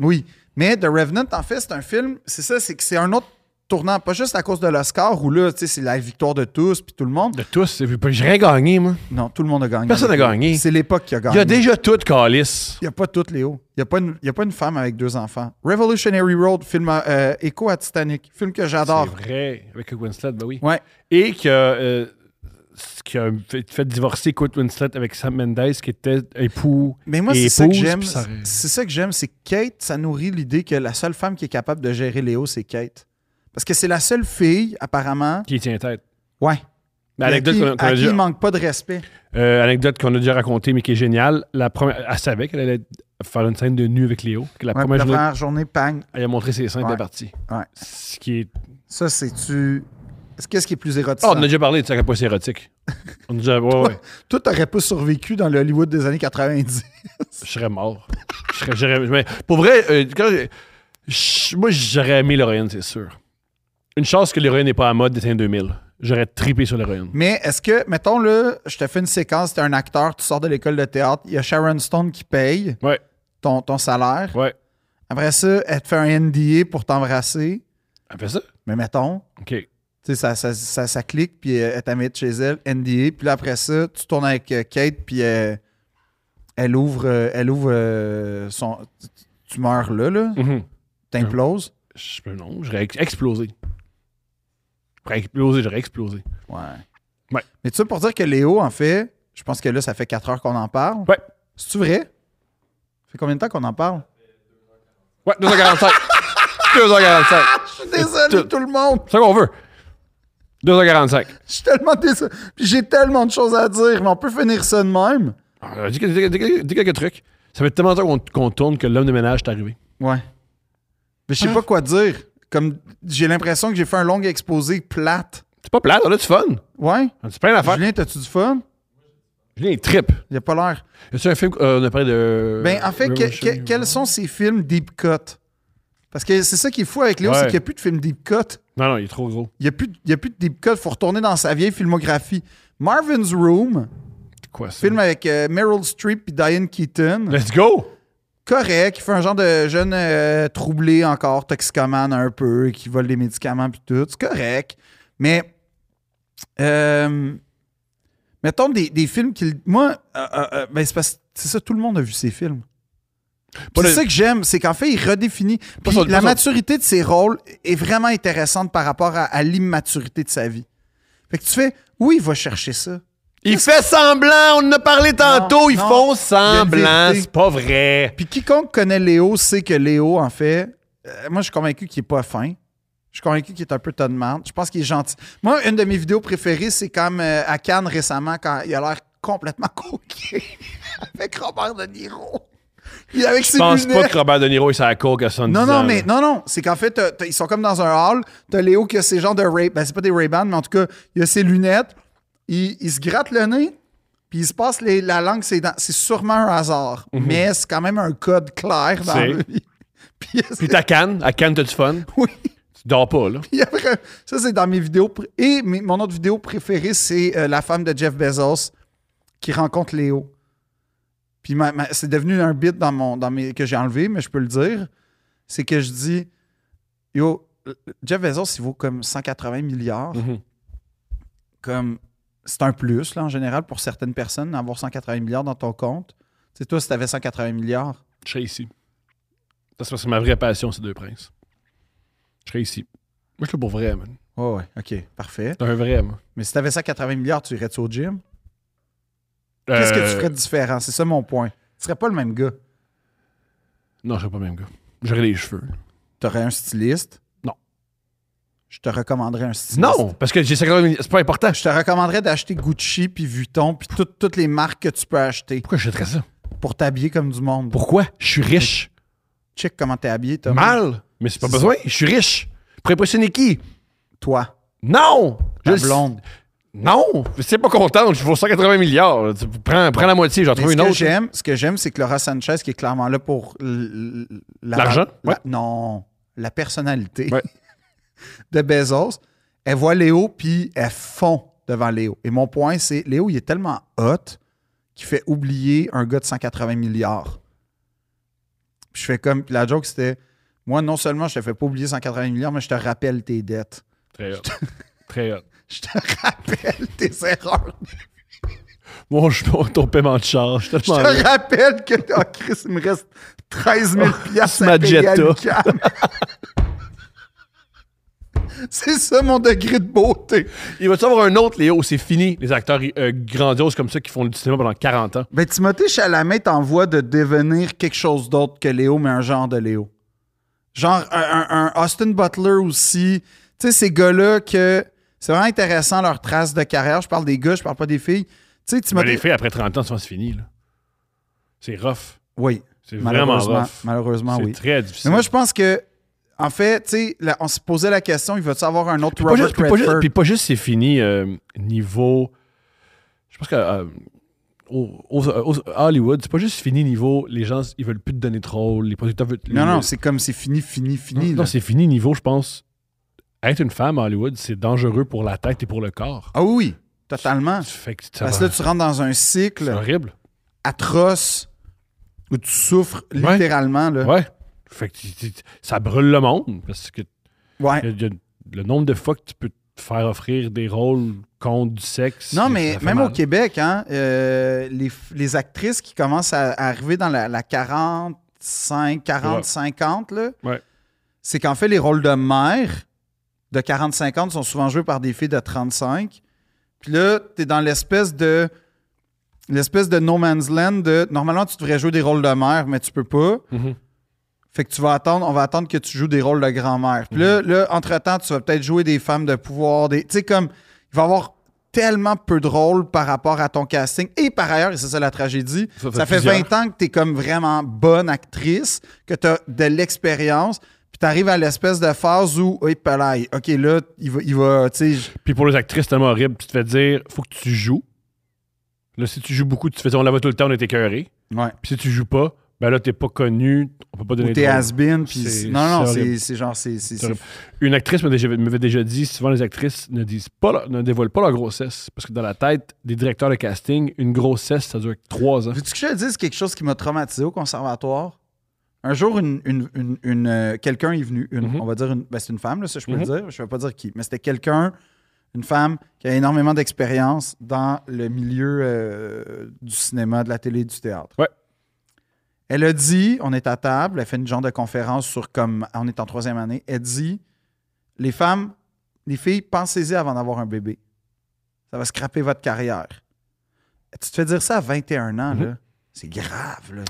[SPEAKER 2] Oui. Mais The Revenant, en fait, c'est un film, c'est ça, c'est que c'est un autre tournant, pas juste à cause de l'Oscar, où là, tu sais, c'est la victoire de tous, puis tout le monde.
[SPEAKER 1] De tous, c'est- j'ai rien gagné, moi.
[SPEAKER 2] Non, tout le monde a gagné.
[SPEAKER 1] Personne n'a gagné.
[SPEAKER 2] C'est l'époque qui a
[SPEAKER 1] Il y
[SPEAKER 2] gagné.
[SPEAKER 1] a déjà tout, Calis.
[SPEAKER 2] Il n'y a pas toutes, Léo. Il n'y a, pas une- il y a pas une femme avec deux enfants. Revolutionary Road, film à- euh, écho à Titanic, film que
[SPEAKER 1] C'est
[SPEAKER 2] j'adore.
[SPEAKER 1] vrai, avec Winslet, ben oui.
[SPEAKER 2] Ouais.
[SPEAKER 1] Et qui a, euh, qui a fait, fait divorcer Kurt Winslet avec Sam Mendes, qui était époux.
[SPEAKER 2] Mais moi,
[SPEAKER 1] et
[SPEAKER 2] c'est ça que
[SPEAKER 1] épouse,
[SPEAKER 2] j'aime.
[SPEAKER 1] puis ça-
[SPEAKER 2] C'est ça que j'aime, c'est que Kate, ça nourrit l'idée que la seule femme qui est capable de gérer Léo, c'est Kate. Parce que c'est la seule fille, apparemment.
[SPEAKER 1] Qui tient tête.
[SPEAKER 2] Ouais.
[SPEAKER 1] Mais anecdote
[SPEAKER 2] à qui,
[SPEAKER 1] qu'on a- qu'on
[SPEAKER 2] à
[SPEAKER 1] a
[SPEAKER 2] qui
[SPEAKER 1] déjà-
[SPEAKER 2] il manque pas de respect.
[SPEAKER 1] Euh, anecdote qu'on a déjà racontée, mais qui est géniale. La première, elle savait qu'elle allait faire une scène de nu avec Léo. Que la
[SPEAKER 2] Ouais,
[SPEAKER 1] première
[SPEAKER 2] la
[SPEAKER 1] journée,
[SPEAKER 2] première journée, pang.
[SPEAKER 1] elle a montré ses seins de
[SPEAKER 2] Ouais.
[SPEAKER 1] la partie.
[SPEAKER 2] Ouais.
[SPEAKER 1] Ce qui est.
[SPEAKER 2] Ça, c'est-tu. Est-ce- Qu'est-ce qui est plus
[SPEAKER 1] Ah,
[SPEAKER 2] érotique?
[SPEAKER 1] on a déjà parlé de ça, à quel point c'est érotique. On a déjà. Ouais, ouais.
[SPEAKER 2] <laughs> Toi, t'aurais pas survécu dans le Hollywood des années 90.
[SPEAKER 1] Je serais mort. Je serais, j'aurais- mais pour vrai, euh, quand j'ai- je- moi, j'aurais aimé l'héroïne, c'est sûr. Une chance que l'héroïne n'est pas à mode des années 2000. J'aurais tripé sur l'héroïne.
[SPEAKER 2] Mais est-ce que, mettons là, je te fais une séquence, t'es un acteur, tu sors de l'école de théâtre, il y a Sharon Stone qui paye
[SPEAKER 1] Ouais,
[SPEAKER 2] ton, ton salaire.
[SPEAKER 1] ouais.
[SPEAKER 2] Après ça, elle te fait un NDA pour t'embrasser.
[SPEAKER 1] Elle fait ça?
[SPEAKER 2] Mais mettons,
[SPEAKER 1] OK.
[SPEAKER 2] tu sais, ça, ça, ça, ça clique, puis euh, elle t'invite chez elle, NDA. Puis là, après ça, tu tournes avec euh, Kate, puis euh, elle ouvre, euh, elle ouvre euh, son... tu- Tu meurs là, là,
[SPEAKER 1] Mhm.
[SPEAKER 2] t'imploses.
[SPEAKER 1] Je peux- non, j'aurais ex- explosé. J'aurais explosé, j'aurais explosé.
[SPEAKER 2] Ouais.
[SPEAKER 1] Ouais.
[SPEAKER 2] Mais tu sais, pour dire que Léo, en fait, je pense que là, ça fait 4 heures qu'on en parle.
[SPEAKER 1] Ouais.
[SPEAKER 2] C'est-tu vrai? Ça fait combien de temps qu'on en parle?
[SPEAKER 1] Ouais, 2h45. 2h45.
[SPEAKER 2] Je suis désolé,
[SPEAKER 1] Tout-
[SPEAKER 2] tout le monde.
[SPEAKER 1] C'est ça qu'on veut. 2h45.
[SPEAKER 2] Je suis tellement désolé. Puis j'ai tellement de choses à dire, mais on peut finir ça de même.
[SPEAKER 1] Alors, Euh, Dis, dis- dis- dis quelques trucs. Ça fait tellement longtemps qu'on qu'on tourne que l'homme de ménage est arrivé.
[SPEAKER 2] Ouais. Mais je sais pas quoi dire. Comme j'ai l'impression que j'ai fait un long exposé plate.
[SPEAKER 1] C'est pas plate, on a du fun.
[SPEAKER 2] Ouais.
[SPEAKER 1] On a plein d'affaires.
[SPEAKER 2] Julien, t'as-tu du fun?
[SPEAKER 1] Julien, il trippe.
[SPEAKER 2] Il a pas l'air.
[SPEAKER 1] C'est un film euh, on a parlé de.
[SPEAKER 2] Ben, en fait, que- que-
[SPEAKER 1] Revolutionary
[SPEAKER 2] quels
[SPEAKER 1] War.
[SPEAKER 2] sont ces films deep cut? Parce que c'est ça qui est fou avec Léo,
[SPEAKER 1] Ouais.
[SPEAKER 2] c'est qu'il n'y a plus de films deep cut.
[SPEAKER 1] Non, non, il est trop gros.
[SPEAKER 2] Il n'y a, plus de- il y a plus de deep cut. faut retourner dans sa vieille filmographie. Marvin's Room,
[SPEAKER 1] C'est quoi ça?
[SPEAKER 2] film avec euh, Meryl Streep et Diane Keaton.
[SPEAKER 1] Let's go!
[SPEAKER 2] correct, qui fait un genre de jeune euh, troublé encore, toxicomane un peu, qui vole des médicaments puis tout. C'est correct. Mais euh, mettons des, des films qui. Moi, euh, euh, euh, ben, c'est parce c'est ça, tout le monde a vu ces films. Puis
[SPEAKER 1] Pas
[SPEAKER 2] C'est
[SPEAKER 1] le-
[SPEAKER 2] ça que j'aime, c'est qu'en fait, il redéfinit. Puis
[SPEAKER 1] son- pas
[SPEAKER 2] la
[SPEAKER 1] son-
[SPEAKER 2] maturité de ses rôles est vraiment intéressante par rapport à, à l'immaturité de sa vie. Fait que tu fais, oui, il va chercher ça.
[SPEAKER 1] Il fait semblant, on en a parlé tantôt, ils
[SPEAKER 2] non,
[SPEAKER 1] font
[SPEAKER 2] il y a une
[SPEAKER 1] semblant,
[SPEAKER 2] vérité.
[SPEAKER 1] c'est pas vrai.
[SPEAKER 2] Puis quiconque connaît Léo sait que Léo, en fait, euh, moi, je suis convaincu qu'il n'est pas fin. Je suis convaincu qu'il est un peu ton man. Je pense qu'il est gentil. Moi, une de mes vidéos préférées, c'est comme euh, à Cannes récemment, quand il a l'air complètement <laughs> coqué avec Robert De Niro. Il est avec
[SPEAKER 1] Je
[SPEAKER 2] ses
[SPEAKER 1] pense pas
[SPEAKER 2] lunettes.
[SPEAKER 1] que Robert De Niro est sa coke à 70
[SPEAKER 2] Non,
[SPEAKER 1] ans,
[SPEAKER 2] non,
[SPEAKER 1] là.
[SPEAKER 2] mais non, non. C'est qu'en fait, t'as- t'as- ils sont comme dans un hall. T'as Léo qui a ses genres de Ray. Ben, c'est pas des Ray-Ban, mais en tout cas, il a ses lunettes. Il, il se gratte le nez, puis il se passe les- la langue, c'est, dans, c'est sûrement un hasard. Mais c'est quand même un code clair dans
[SPEAKER 1] Mhm. C'est.
[SPEAKER 2] la vie. <laughs> Puis,
[SPEAKER 1] Puis t'as Cannes. À Cannes, t'as du fun.
[SPEAKER 2] Oui.
[SPEAKER 1] Tu dors pas, là.
[SPEAKER 2] <laughs> Il y a vra- Ça, c'est dans mes vidéos. pr- Et mes- mon autre vidéo préférée, c'est euh, la femme de Jeff Bezos qui rencontre Léo. Puis ma- ma- c'est devenu un bit dans mon, dans mes, que j'ai enlevé, mais je peux le dire. C'est que je dis Yo, euh, Jeff Bezos, il vaut comme 180 milliards.
[SPEAKER 1] Mhm.
[SPEAKER 2] Comme c'est un plus, là, en général, pour certaines personnes, d'avoir 180 milliards dans ton compte. Tu sais, toi, si t'avais 180 milliards,
[SPEAKER 1] Je serais ici. Ça, c'est parce que ma vraie passion, c'est Deux Princes. Je serais ici. Moi, je suis là pour vrai, man.
[SPEAKER 2] ouais, ouais, ok, parfait.
[SPEAKER 1] T'es un vrai, moi.
[SPEAKER 2] Mais si t'avais 180 milliards, tu irais-tu au gym? Qu'est-ce que tu
[SPEAKER 1] Euh,
[SPEAKER 2] ferais de différent? C'est ça mon point. Tu serais pas le même gars.
[SPEAKER 1] Non, je serais pas le même gars. J'aurais les cheveux.
[SPEAKER 2] Tu aurais un styliste.
[SPEAKER 1] Non.
[SPEAKER 2] Je te recommanderais un styliste.
[SPEAKER 1] Non, parce que j'ai 50 000 C'est pas important.
[SPEAKER 2] Je te recommanderais d'acheter Gucci puis Vuitton puis tout- toutes les marques que tu peux acheter
[SPEAKER 1] Pourquoi j'achèterais ça?
[SPEAKER 2] pour t'habiller comme du monde.
[SPEAKER 1] Pourquoi? Je suis riche.
[SPEAKER 2] Check comment t'es habillé, Thomas.
[SPEAKER 1] Mal. Mais c'est pas
[SPEAKER 2] C'est
[SPEAKER 1] besoin. Je suis riche. Pour impressionner qui?
[SPEAKER 2] Toi,
[SPEAKER 1] Non!
[SPEAKER 2] ta
[SPEAKER 1] Je le-
[SPEAKER 2] blonde.
[SPEAKER 1] Non! C'est pas content. Je vaux 180 milliards. là. Tu Prends, prends la moitié, j'en
[SPEAKER 2] Mais
[SPEAKER 1] trouve
[SPEAKER 2] ce
[SPEAKER 1] une
[SPEAKER 2] que
[SPEAKER 1] autre. hein.
[SPEAKER 2] j'aime, ce que j'aime, c'est que Laura Sanchez qui est clairement là pour l- l- la-
[SPEAKER 1] L'argent?
[SPEAKER 2] la-
[SPEAKER 1] Ouais.
[SPEAKER 2] Non, la personnalité
[SPEAKER 1] Ouais.
[SPEAKER 2] <laughs> de Bezos. Elle voit Léo puis elle fond devant Léo. Et mon point, c'est Léo, il est tellement hot qu'il fait oublier un gars de 180 milliards. Puis je fais comme puis la joke, c'était moi non seulement je te fais pas oublier 180 milliards, mais je te rappelle tes dettes. <laughs>
[SPEAKER 1] Très hot. Très hot.
[SPEAKER 2] Je te rappelle tes erreurs.
[SPEAKER 1] Mon <laughs> chemin, ton paiement de charge. Je
[SPEAKER 2] Je te rappelle que oh, Chris, il me reste 13 000 piastres
[SPEAKER 1] Oh, ma
[SPEAKER 2] à payer à
[SPEAKER 1] Jetta.
[SPEAKER 2] l'UQAM. <laughs> C'est ça mon degré de beauté.
[SPEAKER 1] Il va-tu avoir un autre, Léo? C'est fini, les acteurs euh, grandioses comme ça qui font du cinéma pendant 40 ans.
[SPEAKER 2] Ben, Timothée Chalamet t'envoie de devenir quelque chose d'autre que Léo, mais un genre de Léo. Genre un, un- un Austin Butler aussi. Tu sais, ces gars-là que c'est vraiment intéressant leur trace de carrière. Je parle des gars, je parle pas des filles. Tu sais,
[SPEAKER 1] Mais Ben, les
[SPEAKER 2] Timothée.
[SPEAKER 1] filles, après 30 ans, souvent, c'est fini. là. C'est rough.
[SPEAKER 2] Oui,
[SPEAKER 1] C'est vraiment
[SPEAKER 2] malheureusement.
[SPEAKER 1] rough.
[SPEAKER 2] Malheureusement,
[SPEAKER 1] c'est
[SPEAKER 2] oui.
[SPEAKER 1] très difficile.
[SPEAKER 2] Mais moi, je pense que, en fait, tu sais, la- on se posait la question, il va-tu avoir un autre
[SPEAKER 1] Puis pas
[SPEAKER 2] Robert
[SPEAKER 1] juste- puis pas juste-
[SPEAKER 2] Redford?
[SPEAKER 1] puis pas juste c'est fini euh, niveau. Je pense que euh, au- au- au- à Hollywood, c'est pas juste fini niveau. Les gens, ils veulent plus te donner trop Les producteurs veulent.
[SPEAKER 2] Non, non,
[SPEAKER 1] les-
[SPEAKER 2] c'est comme c'est fini, fini, fini.
[SPEAKER 1] Non,
[SPEAKER 2] là.
[SPEAKER 1] non, c'est fini niveau, je pense. Être une femme à Hollywood, c'est dangereux pour la tête et pour le corps.
[SPEAKER 2] ah oui, oui, totalement.
[SPEAKER 1] Tu fais que ça
[SPEAKER 2] Ah. Parce que
[SPEAKER 1] va-
[SPEAKER 2] là, tu rentres dans un
[SPEAKER 1] c'est
[SPEAKER 2] cycle
[SPEAKER 1] horrible.
[SPEAKER 2] atroce où tu souffres
[SPEAKER 1] Ouais.
[SPEAKER 2] littéralement. Là.
[SPEAKER 1] Ouais. Fait que tu- tu- ça brûle le monde. Parce que
[SPEAKER 2] Ouais.
[SPEAKER 1] y a- y a le nombre de fois que tu peux te faire offrir des rôles contre du sexe.
[SPEAKER 2] Non,
[SPEAKER 1] ça
[SPEAKER 2] mais
[SPEAKER 1] fait
[SPEAKER 2] même au
[SPEAKER 1] mal.
[SPEAKER 2] Québec, hein, euh, les, f- les actrices qui commencent à, à arriver dans la, la 45, 40,
[SPEAKER 1] Ouais.
[SPEAKER 2] 50, là,
[SPEAKER 1] Ouais.
[SPEAKER 2] c'est qu'en fait, les rôles de mère de 40, 50 sont souvent joués par des filles de 35. Puis là, t'es dans l'espèce de l'espèce de no man's land de normalement tu devrais jouer des rôles de mère, mais tu peux pas.
[SPEAKER 1] Mhm.
[SPEAKER 2] Fait que tu vas attendre, on va attendre que tu joues des rôles de grand-mère. Puis
[SPEAKER 1] Mhm.
[SPEAKER 2] là, là, entre-temps, tu vas peut-être jouer des femmes de pouvoir, des. Tu sais, comme il va y avoir tellement peu de rôles par rapport à ton casting. Et par ailleurs, et c'est ça la tragédie,
[SPEAKER 1] Ça
[SPEAKER 2] ça,
[SPEAKER 1] fait
[SPEAKER 2] fait
[SPEAKER 1] plusieurs.
[SPEAKER 2] 20 ans que tu es comme vraiment bonne actrice, que tu as de l'expérience, puis tu arrives à l'espèce de phase où, oui, palaille, OK, là, il va, il va tu sais, j-
[SPEAKER 1] Puis pour les actrices, c'est tellement horrible. Tu te fais dire, faut que tu joues. Là, si tu joues beaucoup, tu te fais dire, on la voit tout le temps, on est écœuré.
[SPEAKER 2] ouais.
[SPEAKER 1] Puis si tu joues pas, ben là, t'es pas connu, on peut pas
[SPEAKER 2] Ou
[SPEAKER 1] donner
[SPEAKER 2] t'es
[SPEAKER 1] de rôle.
[SPEAKER 2] has-been, puis
[SPEAKER 1] C'est-
[SPEAKER 2] c'est- non, non,
[SPEAKER 1] c'est
[SPEAKER 2] c'est
[SPEAKER 1] horrible.
[SPEAKER 2] c'est genre, c'est...
[SPEAKER 1] C'est
[SPEAKER 2] c'est- c'est-
[SPEAKER 1] horrible. Une actrice m'avait déjà, m'avait déjà dit, souvent les actrices ne disent pas, leur- ne dévoilent pas leur grossesse. Parce que dans la tête des directeurs de casting, une grossesse, ça dure trois ans.
[SPEAKER 2] Veux-tu que je te dise quelque chose qui m'a traumatisé au conservatoire? Un jour, une, une- une- une, euh, quelqu'un est venu, une-
[SPEAKER 1] Mhm.
[SPEAKER 2] on va dire, une, ben, c'est une femme, là, ça je peux
[SPEAKER 1] Mhm.
[SPEAKER 2] le dire, je ne vais pas dire qui, mais c'était quelqu'un, une femme qui a énormément d'expérience dans le milieu euh, du cinéma, de la télé, du théâtre.
[SPEAKER 1] Ouais.
[SPEAKER 2] Elle a dit, on est à table, elle fait une genre de conférence sur comme, on est en troisième année, elle dit, les femmes, les filles, pensez-y avant d'avoir un bébé. Ça va scraper votre carrière. Tu te fais dire ça à 21 ans,
[SPEAKER 1] Mhm.
[SPEAKER 2] là. C'est grave, là.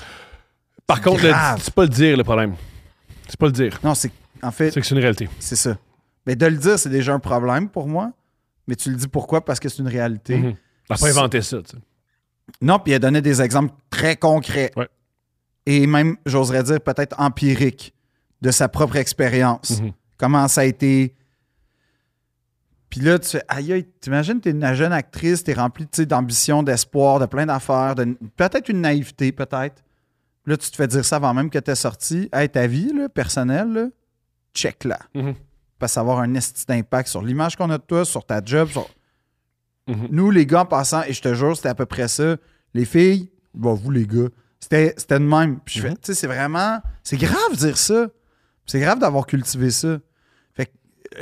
[SPEAKER 1] Par
[SPEAKER 2] c'est
[SPEAKER 1] contre, le-
[SPEAKER 2] grave.
[SPEAKER 1] c'est pas le dire, le problème. C'est pas le dire.
[SPEAKER 2] Non, c'est. En fait,
[SPEAKER 1] C'est que c'est une réalité.
[SPEAKER 2] c'est ça. Mais de le dire, c'est déjà un problème pour moi. Mais tu le dis pourquoi? Parce que c'est une réalité.
[SPEAKER 1] Mhm. Elle a pas
[SPEAKER 2] C'est-
[SPEAKER 1] inventé ça, tu sais.
[SPEAKER 2] Non, puis il a donné des exemples très concrets.
[SPEAKER 1] Ouais.
[SPEAKER 2] Et même, j'oserais dire, peut-être empiriques de sa propre expérience.
[SPEAKER 1] Mhm.
[SPEAKER 2] Comment ça a été. Puis là, tu fais, aïe, aïe, t'imagines, t'es une jeune actrice, t'es remplie tu sais, d'ambition, d'espoir, de plein d'affaires, de... peut-être une naïveté, peut-être. Là, tu te fais dire ça avant même que t'es sorti. Hey, ta vie là, personnelle, là, check là.
[SPEAKER 1] Mhm.
[SPEAKER 2] Parce que ça va avoir un esti d'impact sur l'image qu'on a de toi, sur ta job, sur
[SPEAKER 1] Mhm.
[SPEAKER 2] nous, les gars, en passant, et je te jure, c'était à peu près ça. Les filles, bon, vous, les gars, c'était c'était de même. Puis je fais, tu sais, c'est vraiment. C'est grave dire ça. C'est grave d'avoir cultivé ça. Fait que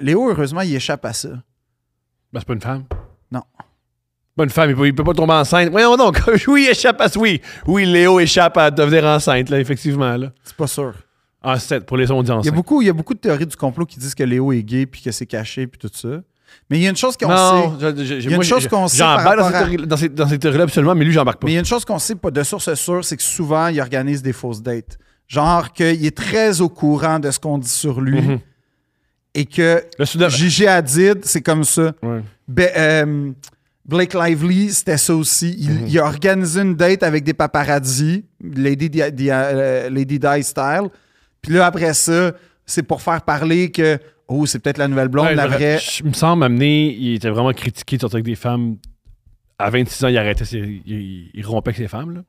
[SPEAKER 2] Léo, heureusement, il échappe à ça.
[SPEAKER 1] Ben, c'est pas une femme.
[SPEAKER 2] Non.
[SPEAKER 1] Pas une femme, il peut, il peut pas tomber enceinte. Voyons donc, <laughs> oui, il échappe à oui. Oui, Léo échappe à devenir enceinte, là, effectivement. Là.
[SPEAKER 2] C'est pas sûr.
[SPEAKER 1] Enceinte, pour les audiences.
[SPEAKER 2] Il y, a beaucoup, il y a beaucoup de théories du complot qui disent que Léo est gay puis que c'est caché puis tout ça. Mais il y a une chose qu'on sait.
[SPEAKER 1] Non, je- je-
[SPEAKER 2] y a une
[SPEAKER 1] moi,
[SPEAKER 2] chose
[SPEAKER 1] je-
[SPEAKER 2] qu'on sait
[SPEAKER 1] J'embarque
[SPEAKER 2] par
[SPEAKER 1] dans,
[SPEAKER 2] rapport
[SPEAKER 1] cette théorie- dans ces, dans ces théories-là absolument, mais lui, j'embarque pas.
[SPEAKER 2] Mais il y a une chose qu'on sait pas de source sûre, c'est que souvent, il organise des fausses dates. Genre qu'il est très au courant de ce qu'on dit sur lui
[SPEAKER 1] Mhm.
[SPEAKER 2] et que
[SPEAKER 1] Le Soudan-
[SPEAKER 2] Gigi Hadid, c'est comme ça.
[SPEAKER 1] Ouais.
[SPEAKER 2] Be- euh, Blake Lively, c'était ça aussi. Il,
[SPEAKER 1] Mhm.
[SPEAKER 2] il a organisé une date avec des paparazzi, Lady, Di, Di- euh, Lady Di style. Puis là, après ça, c'est pour faire parler que, oh, c'est peut-être la nouvelle blonde,
[SPEAKER 1] Ouais,
[SPEAKER 2] la
[SPEAKER 1] je-
[SPEAKER 2] vraie.
[SPEAKER 1] je- Il me semble amener, il était vraiment critiqué de sortir avec des femmes. À 26 ans, il arrêtait, ses- il, il rompait avec ses femmes. là.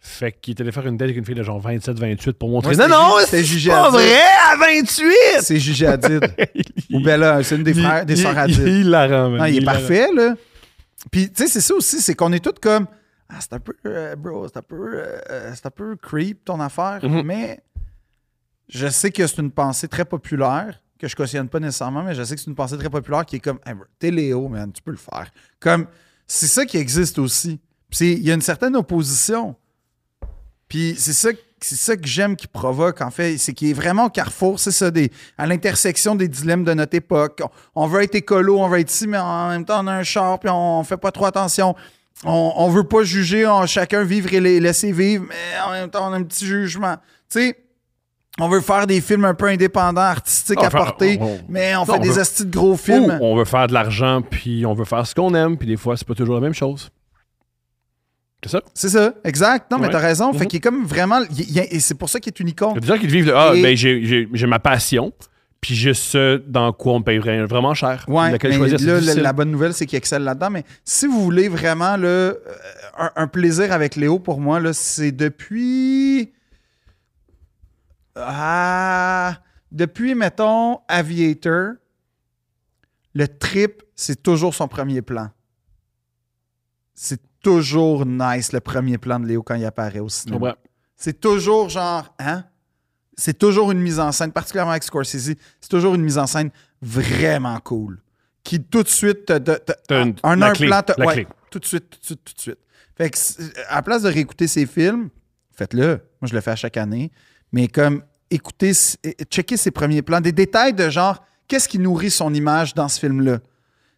[SPEAKER 1] Fait qu'il était allé faire une date avec une fille de genre 27, 28 pour montrer.
[SPEAKER 2] Ouais,
[SPEAKER 1] non, non,
[SPEAKER 2] c'était Gigi- c'était
[SPEAKER 1] c'est
[SPEAKER 2] Gigi
[SPEAKER 1] pas
[SPEAKER 2] Hadid.
[SPEAKER 1] vrai à 28!
[SPEAKER 2] C'est
[SPEAKER 1] <laughs>
[SPEAKER 2] Gigi Hadid. <laughs> Ou ben là, c'est une des frères, des sœurs
[SPEAKER 1] il,
[SPEAKER 2] Hadid.
[SPEAKER 1] il, il la rend, man.
[SPEAKER 2] Non, Ah, il, est
[SPEAKER 1] la rend.
[SPEAKER 2] parfait, là. Puis, tu sais, c'est ça aussi, c'est qu'on est tous comme, ah, c'est un peu, euh, bro, c'est un peu, euh, euh, c'est un peu creep ton affaire, mais je sais que c'est une pensée très populaire, que je cautionne pas nécessairement, mais je sais que c'est une pensée très populaire qui est comme, hey, bro, t'es Léo, man, tu peux le faire. Comme, c'est ça qui existe aussi. Puis c'est- il y a une certaine opposition. Puis c'est ça, c'est ça que j'aime qui provoque, en fait, c'est qu'il est vraiment au carrefour, c'est ça, des, à l'intersection des dilemmes de notre époque. On, on veut être écolo, on veut être ici, mais en même temps, on a un char, puis on, fait pas trop attention. On, on veut pas juger, on- chacun vivre et les- laisser vivre, mais en même temps, on a un petit jugement. Tu sais, on veut faire des films un peu indépendants, artistiques
[SPEAKER 1] On
[SPEAKER 2] à
[SPEAKER 1] veut faire-
[SPEAKER 2] portée,
[SPEAKER 1] on- on-
[SPEAKER 2] mais on
[SPEAKER 1] Non,
[SPEAKER 2] fait
[SPEAKER 1] on
[SPEAKER 2] des
[SPEAKER 1] veut-
[SPEAKER 2] astis de gros films.
[SPEAKER 1] Ou on veut faire de l'argent, puis on veut faire ce qu'on aime, puis des fois, c'est pas toujours la même chose. C'est ça?
[SPEAKER 2] C'est ça, exact. Non, mais
[SPEAKER 1] Ouais.
[SPEAKER 2] t'as raison. Fait
[SPEAKER 1] Mhm.
[SPEAKER 2] qu'il est comme vraiment. il- il- et c'est pour ça qu'il est une
[SPEAKER 1] Il y a
[SPEAKER 2] icône.
[SPEAKER 1] des gens qui te vivent de Ah,
[SPEAKER 2] Et-
[SPEAKER 1] ben, j'ai- j'ai j'ai ma passion, puis j'ai ce dans quoi on me paye vra- vraiment cher.
[SPEAKER 2] Ouais,
[SPEAKER 1] Laquelle
[SPEAKER 2] mais
[SPEAKER 1] choisir, c'est
[SPEAKER 2] là, la,
[SPEAKER 1] difficile.
[SPEAKER 2] la bonne nouvelle, c'est qu'il excelle là-dedans. Mais si vous voulez vraiment là, euh, un, un plaisir avec Léo, pour moi, là, c'est depuis. Ah, depuis, mettons, Aviator, le trip, c'est toujours son premier plan. C'est toujours nice, le premier plan de Léo quand il apparaît au
[SPEAKER 1] Je
[SPEAKER 2] cinéma.
[SPEAKER 1] comprends.
[SPEAKER 2] C'est toujours genre, hein? C'est toujours une mise en scène, particulièrement avec Scorsese, c'est toujours une mise en scène vraiment cool. Qui tout de suite te- te- te-
[SPEAKER 1] T'as une-
[SPEAKER 2] en
[SPEAKER 1] la
[SPEAKER 2] un
[SPEAKER 1] clé,
[SPEAKER 2] plan, te-
[SPEAKER 1] la
[SPEAKER 2] ouais,
[SPEAKER 1] clé.
[SPEAKER 2] tout de suite, tout de suite, tout de suite. Fait que c'est- à la place de réécouter ses films, faites-le. Moi, je le fais à chaque année. Mais comme écoutez, s- et- et checker ses premiers plans, des détails de genre, qu'est-ce qui nourrit son image dans ce film-là?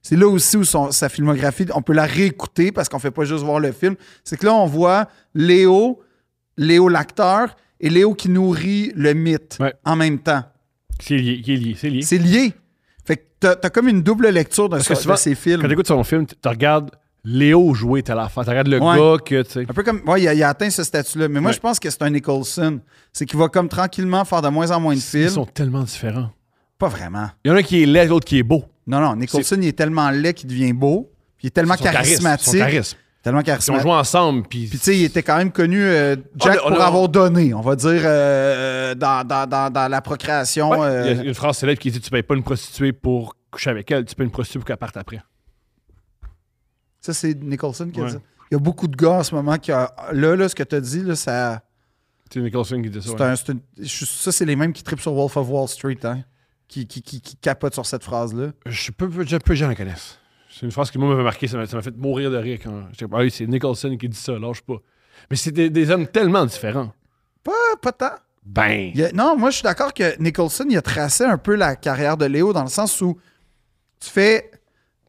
[SPEAKER 2] C'est là aussi où son- sa filmographie, on peut la réécouter parce qu'on fait pas juste voir le film. C'est que là, on voit Léo, Léo l'acteur et Léo qui nourrit le mythe
[SPEAKER 1] Ouais.
[SPEAKER 2] en même temps.
[SPEAKER 1] C'est lié, c'est lié, c'est lié.
[SPEAKER 2] C'est lié. Fait que t'as t'as comme une double lecture de, ça-
[SPEAKER 1] que souvent,
[SPEAKER 2] de ces films.
[SPEAKER 1] Quand t'écoutes son film, tu regardes Léo jouer telle affaire. Tu regardes le
[SPEAKER 2] Ouais.
[SPEAKER 1] gars que, tu sais.
[SPEAKER 2] Un peu comme. Ouais, il a, il a atteint ce statut-là. Mais moi,
[SPEAKER 1] Ouais.
[SPEAKER 2] je pense que c'est un Nicholson. C'est qu'il va comme tranquillement faire de moins en moins de
[SPEAKER 1] Ils
[SPEAKER 2] films.
[SPEAKER 1] sont tellement différents.
[SPEAKER 2] Pas vraiment.
[SPEAKER 1] Il y en a un qui est laid, l'autre qui est beau.
[SPEAKER 2] Non, non. Nicholson, il est tellement laid qu'il devient beau. Puis il est tellement
[SPEAKER 1] Son charisme, Son
[SPEAKER 2] charismatique.
[SPEAKER 1] charisme.
[SPEAKER 2] Tellement
[SPEAKER 1] Ils ont
[SPEAKER 2] charismatique.
[SPEAKER 1] joué ensemble, puis.
[SPEAKER 2] Puis, tu sais, il était quand même connu, euh, Jack,
[SPEAKER 1] Oh, le-
[SPEAKER 2] pour
[SPEAKER 1] le-
[SPEAKER 2] avoir donné, on va dire, euh, dans, dans- dans- dans la procréation.
[SPEAKER 1] Ouais,
[SPEAKER 2] euh,
[SPEAKER 1] Il y a une phrase célèbre qui dit Tu payes pas une prostituée pour coucher avec elle, tu payes une prostituée pour qu'elle parte après.
[SPEAKER 2] Ça, c'est Nicholson qui a
[SPEAKER 1] Ouais.
[SPEAKER 2] dit. Il y a beaucoup de gars en ce moment qui. a- Là, là, ce que tu as dit, là, ça.
[SPEAKER 1] C'est Nicholson qui dit ça.
[SPEAKER 2] c'est
[SPEAKER 1] ouais.
[SPEAKER 2] un- c'est une- je suis- ça, c'est les mêmes qui tripent sur Wolf of Wall Street, hein, qui, qui, qui, qui capotent sur cette phrase-là.
[SPEAKER 1] Je peux, peu, peu de gens la connaissent. C'est une phrase qui, moi, m'avait marqué. Ça m'a ça m'a fait mourir de rire quand. j'étais comme, Ah oui, c'est Nicholson qui dit ça, lâche pas. Mais c'est des, des hommes tellement différents.
[SPEAKER 2] Ah, pas tant.
[SPEAKER 1] Ben.
[SPEAKER 2] Il y a- non, moi, je suis d'accord que Nicholson, il a tracé un peu la carrière de Léo dans le sens où tu fais.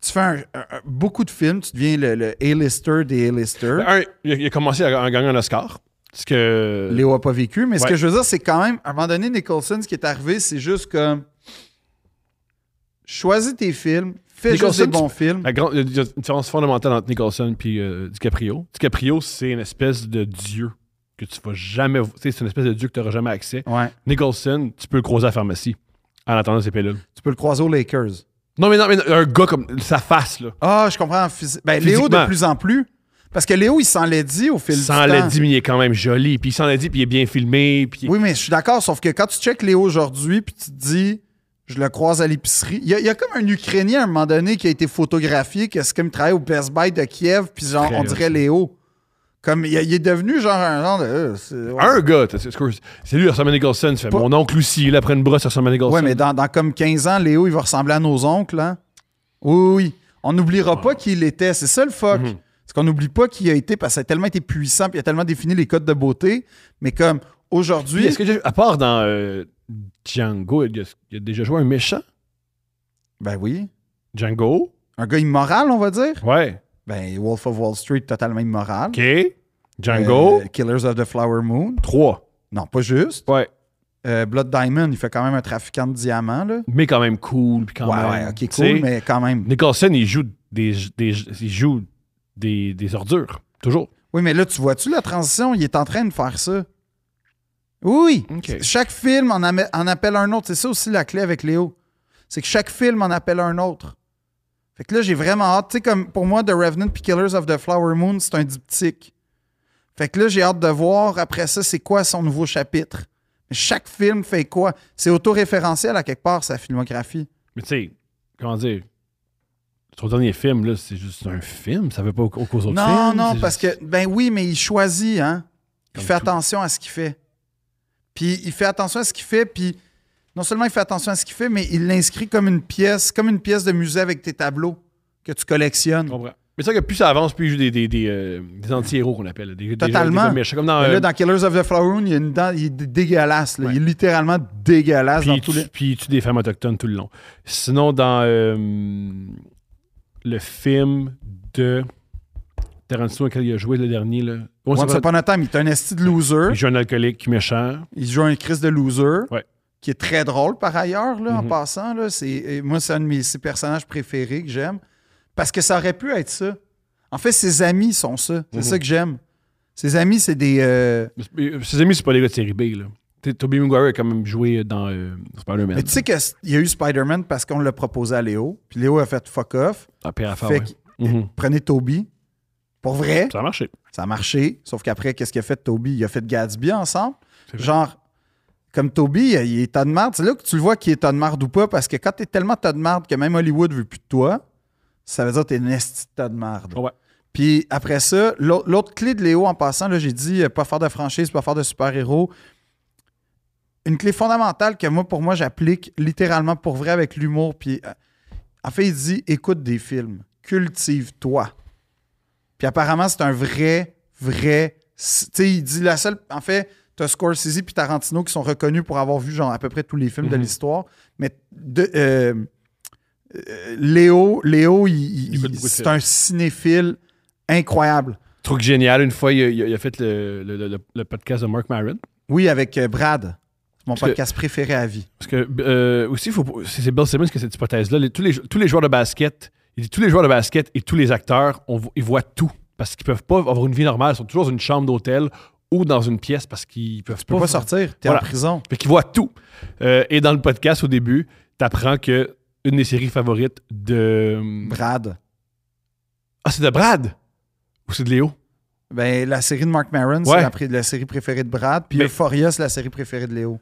[SPEAKER 2] Tu fais un- un- un- beaucoup de films, tu deviens le, le A-lister des A-listers.
[SPEAKER 1] Ben, Un, il a, il a commencé à- en gagnant un Oscar. Ce que.
[SPEAKER 2] Léo a pas vécu, mais ce
[SPEAKER 1] Ouais.
[SPEAKER 2] que je veux dire, c'est quand même, à un moment donné, Nicholson, ce qui est arrivé, c'est juste comme. Choisis tes films, fais juste
[SPEAKER 1] Nicholson,
[SPEAKER 2] des bons films.
[SPEAKER 1] La grande, il y a une différence fondamentale entre Nicholson et DiCaprio. DiCaprio, c'est une espèce de dieu que tu vas jamais. vo- tu sais, C'est une espèce de dieu que tu n'auras jamais accès.
[SPEAKER 2] Ouais.
[SPEAKER 1] Nicholson, tu peux le croiser à la pharmacie en attendant ses pilules.
[SPEAKER 2] Tu peux le croiser aux Lakers.
[SPEAKER 1] Non, mais non, mais non, un gars comme sa face, là.
[SPEAKER 2] Ah, je comprends. Physi- Ben, Léo, de
[SPEAKER 1] Physiquement.
[SPEAKER 2] plus en plus. Parce que Léo, il s'en l'est dit au fil
[SPEAKER 1] Sans
[SPEAKER 2] du temps.
[SPEAKER 1] l'a dit, mais il est quand même joli. Puis il s'en l'a dit, puis il est bien filmé. Puis
[SPEAKER 2] Oui, mais je suis d'accord, sauf que quand tu checkes Léo aujourd'hui, puis tu te dis, je le croise à l'épicerie. Il y, a- il y a comme un Ukrainien à un moment donné qui a été photographié, que c'est comme il travaille au Best Buy de Kiev, puis genre,
[SPEAKER 1] Très
[SPEAKER 2] on dirait Léo. Comme il, il est devenu genre un genre de. euh, c'est- ouais.
[SPEAKER 1] un gars, t'as- excuse, c'est lui, il ressemble à Nicholson. Tu fais,
[SPEAKER 2] Pas-
[SPEAKER 1] mon oncle aussi, il après une brosse, il ressemble à Nicholson.
[SPEAKER 2] Ouais, mais dans, dans comme 15 ans, Léo, il va ressembler à nos oncles, hein? Oui, oui, oui. On n'oubliera pas qui il était. C'est ça le fuck.
[SPEAKER 1] Mhm.
[SPEAKER 2] C'est qu'on n'oublie pas qui il a été parce que ça a tellement été puissant puis il a tellement défini les codes de beauté. Mais comme
[SPEAKER 1] Puis,
[SPEAKER 2] aujourd'hui,
[SPEAKER 1] est-ce que j'ai- à part dans euh, Django, il y a, il y a déjà joué un méchant?
[SPEAKER 2] ben oui,
[SPEAKER 1] Django?
[SPEAKER 2] un gars immoral, on va dire.
[SPEAKER 1] Ouais.
[SPEAKER 2] Ben, Wolf of Wall Street, totalement immoral.
[SPEAKER 1] OK. Django?
[SPEAKER 2] Euh, Killers of the Flower Moon.
[SPEAKER 1] 3.
[SPEAKER 2] Non, pas juste.
[SPEAKER 1] Ouais.
[SPEAKER 2] Euh, Blood Diamond, il fait quand même un trafiquant de diamants, là.
[SPEAKER 1] Mais quand même cool. Puis quand
[SPEAKER 2] ouais,
[SPEAKER 1] même,
[SPEAKER 2] ouais, ok,
[SPEAKER 1] tu
[SPEAKER 2] cool,
[SPEAKER 1] sais,
[SPEAKER 2] mais quand même.
[SPEAKER 1] Nicholson, il joue des, des, il joue des, des ordures. Toujours.
[SPEAKER 2] Oui, mais là, tu vois-tu la transition? Il est en train de faire ça. Oui.
[SPEAKER 1] OK.
[SPEAKER 2] Chaque film en, amè- en appelle un autre. C'est ça aussi la clé avec Léo. C'est que chaque film en appelle un autre. Fait que là, j'ai vraiment hâte. Tu sais, comme pour moi, The Revenant puis Killers of the Flower Moon, c'est un diptyque. Fait que là, j'ai hâte de voir après ça, c'est quoi son nouveau chapitre. Chaque film fait quoi? C'est autoréférentiel à quelque part, sa filmographie.
[SPEAKER 1] Mais tu sais, comment dire, son dernier film, là, c'est juste un film. Ça ne veut pas aux, aux autres
[SPEAKER 2] non,
[SPEAKER 1] films.
[SPEAKER 2] non,
[SPEAKER 1] c'est
[SPEAKER 2] parce
[SPEAKER 1] juste-
[SPEAKER 2] que, ben oui, mais il choisit, hein. Il
[SPEAKER 1] Comme
[SPEAKER 2] fait
[SPEAKER 1] tout.
[SPEAKER 2] attention à ce qu'il fait. Puis il fait attention à ce qu'il fait, puis non seulement il fait attention à ce qu'il fait, mais il l'inscrit comme une pièce, comme une pièce de musée avec tes tableaux que tu collectionnes.
[SPEAKER 1] Je comprends. Mais c'est vrai que plus ça avance, plus il joue des, des, des, euh, des anti-héros qu'on appelle. Des, des-
[SPEAKER 2] Totalement.
[SPEAKER 1] Des, des méchants, comme dans,
[SPEAKER 2] Mais
[SPEAKER 1] euh,
[SPEAKER 2] Ben là, dans Killers of the Flower Moon, il y a une dent, il est dégueulasse, là.
[SPEAKER 1] Ouais.
[SPEAKER 2] Il est littéralement dégueulasse dans
[SPEAKER 1] puis,
[SPEAKER 2] tous
[SPEAKER 1] tu,
[SPEAKER 2] les.
[SPEAKER 1] puis il tue des femmes autochtones tout le long. Sinon, dans euh, le film de Tarantino auquel il a joué le dernier, là, Once
[SPEAKER 2] Once
[SPEAKER 1] Upon a-
[SPEAKER 2] Upon a Time, il est un esti de loser.
[SPEAKER 1] il joue un alcoolique méchant.
[SPEAKER 2] Il joue un Chris de loser.
[SPEAKER 1] Ouais.
[SPEAKER 2] Qui est très drôle par ailleurs, là, en
[SPEAKER 1] Mhm.
[SPEAKER 2] passant. Là, c'est, et moi, c'est un de mes ses personnages préférés que j'aime. Parce que ça aurait pu être ça. En fait, ses amis sont ça. C'est
[SPEAKER 1] Mhm.
[SPEAKER 2] ça que j'aime. Ses amis, c'est des. euh,
[SPEAKER 1] Mais Ses amis, c'est pas des gars de série B. Là. T'sais, Tobey Maguire a quand même joué dans euh, Spider-Man.
[SPEAKER 2] Mais tu sais qu'il y a eu Spider-Man parce qu'on l'a proposé à Léo. Puis Léo a fait fuck off.
[SPEAKER 1] Ah, pire affaire,
[SPEAKER 2] fait
[SPEAKER 1] ouais.
[SPEAKER 2] qu'il
[SPEAKER 1] Mhm.
[SPEAKER 2] prenait Toby. Pour vrai,
[SPEAKER 1] Ça a marché.
[SPEAKER 2] ça a marché. Sauf qu'après, qu'est-ce qu'il a fait Toby? Il a fait Gatsby ensemble.
[SPEAKER 1] C'est vrai.
[SPEAKER 2] Genre, comme Toby, il est tas de marde. C'est là que tu le vois qu'il est tas de marde ou pas, parce que quand t'es tellement tas de marde que même Hollywood veut plus de toi, ça veut dire que t'es une esti de tas de marde.
[SPEAKER 1] Ouais.
[SPEAKER 2] Puis après ça, l'au- l'autre clé de Léo en passant, là, j'ai dit euh, pas faire de franchise, pas faire de super-héros. Une clé fondamentale que moi, pour moi, j'applique littéralement pour vrai avec l'humour. Puis euh, en fait, il dit écoute des films, cultive-toi. Puis apparemment, c'est un vrai, vrai. Tu sais, il dit la seule. En fait, t'as Scorsese puis Tarantino qui sont reconnus pour avoir vu genre à peu près tous les films de
[SPEAKER 1] Mhm.
[SPEAKER 2] l'histoire. Mais de, euh, euh, Léo, Léo, il- il-
[SPEAKER 1] Il écoute
[SPEAKER 2] il-
[SPEAKER 1] beaucoup de
[SPEAKER 2] c'est
[SPEAKER 1] films.
[SPEAKER 2] un cinéphile incroyable.
[SPEAKER 1] Truc génial. Une fois, il a, il a- il a fait le, le- le- le podcast de Mark Maron.
[SPEAKER 2] Oui, avec euh, Brad. C'est mon
[SPEAKER 1] Parce que-
[SPEAKER 2] podcast préféré à vie.
[SPEAKER 1] Parce que euh, aussi, faut pas- c'est c'est Bill Simmons qui a cette hypothèse-là. Les- tous, les, tous les joueurs de basket, il dit tous les joueurs de basket et tous les acteurs, on vo- ils voient tout parce qu'ils peuvent pas avoir une vie normale. Ils sont toujours dans une chambre d'hôtel ou dans une pièce parce qu'ils peuvent
[SPEAKER 2] Tu peux
[SPEAKER 1] pas
[SPEAKER 2] pas sortir, t'es
[SPEAKER 1] Voilà.
[SPEAKER 2] en prison.
[SPEAKER 1] Fait qu'ils voient tout. Euh, et dans le podcast, au début, t'apprends que une des séries favorites de.
[SPEAKER 2] Brad.
[SPEAKER 1] Ah, c'est de Brad ou c'est de Léo?
[SPEAKER 2] Ben, la série de Mark Maron, c'est
[SPEAKER 1] Ouais.
[SPEAKER 2] la, pré- la série préférée de Brad. Puis
[SPEAKER 1] Mais-
[SPEAKER 2] Euphoria, c'est la série préférée de Léo.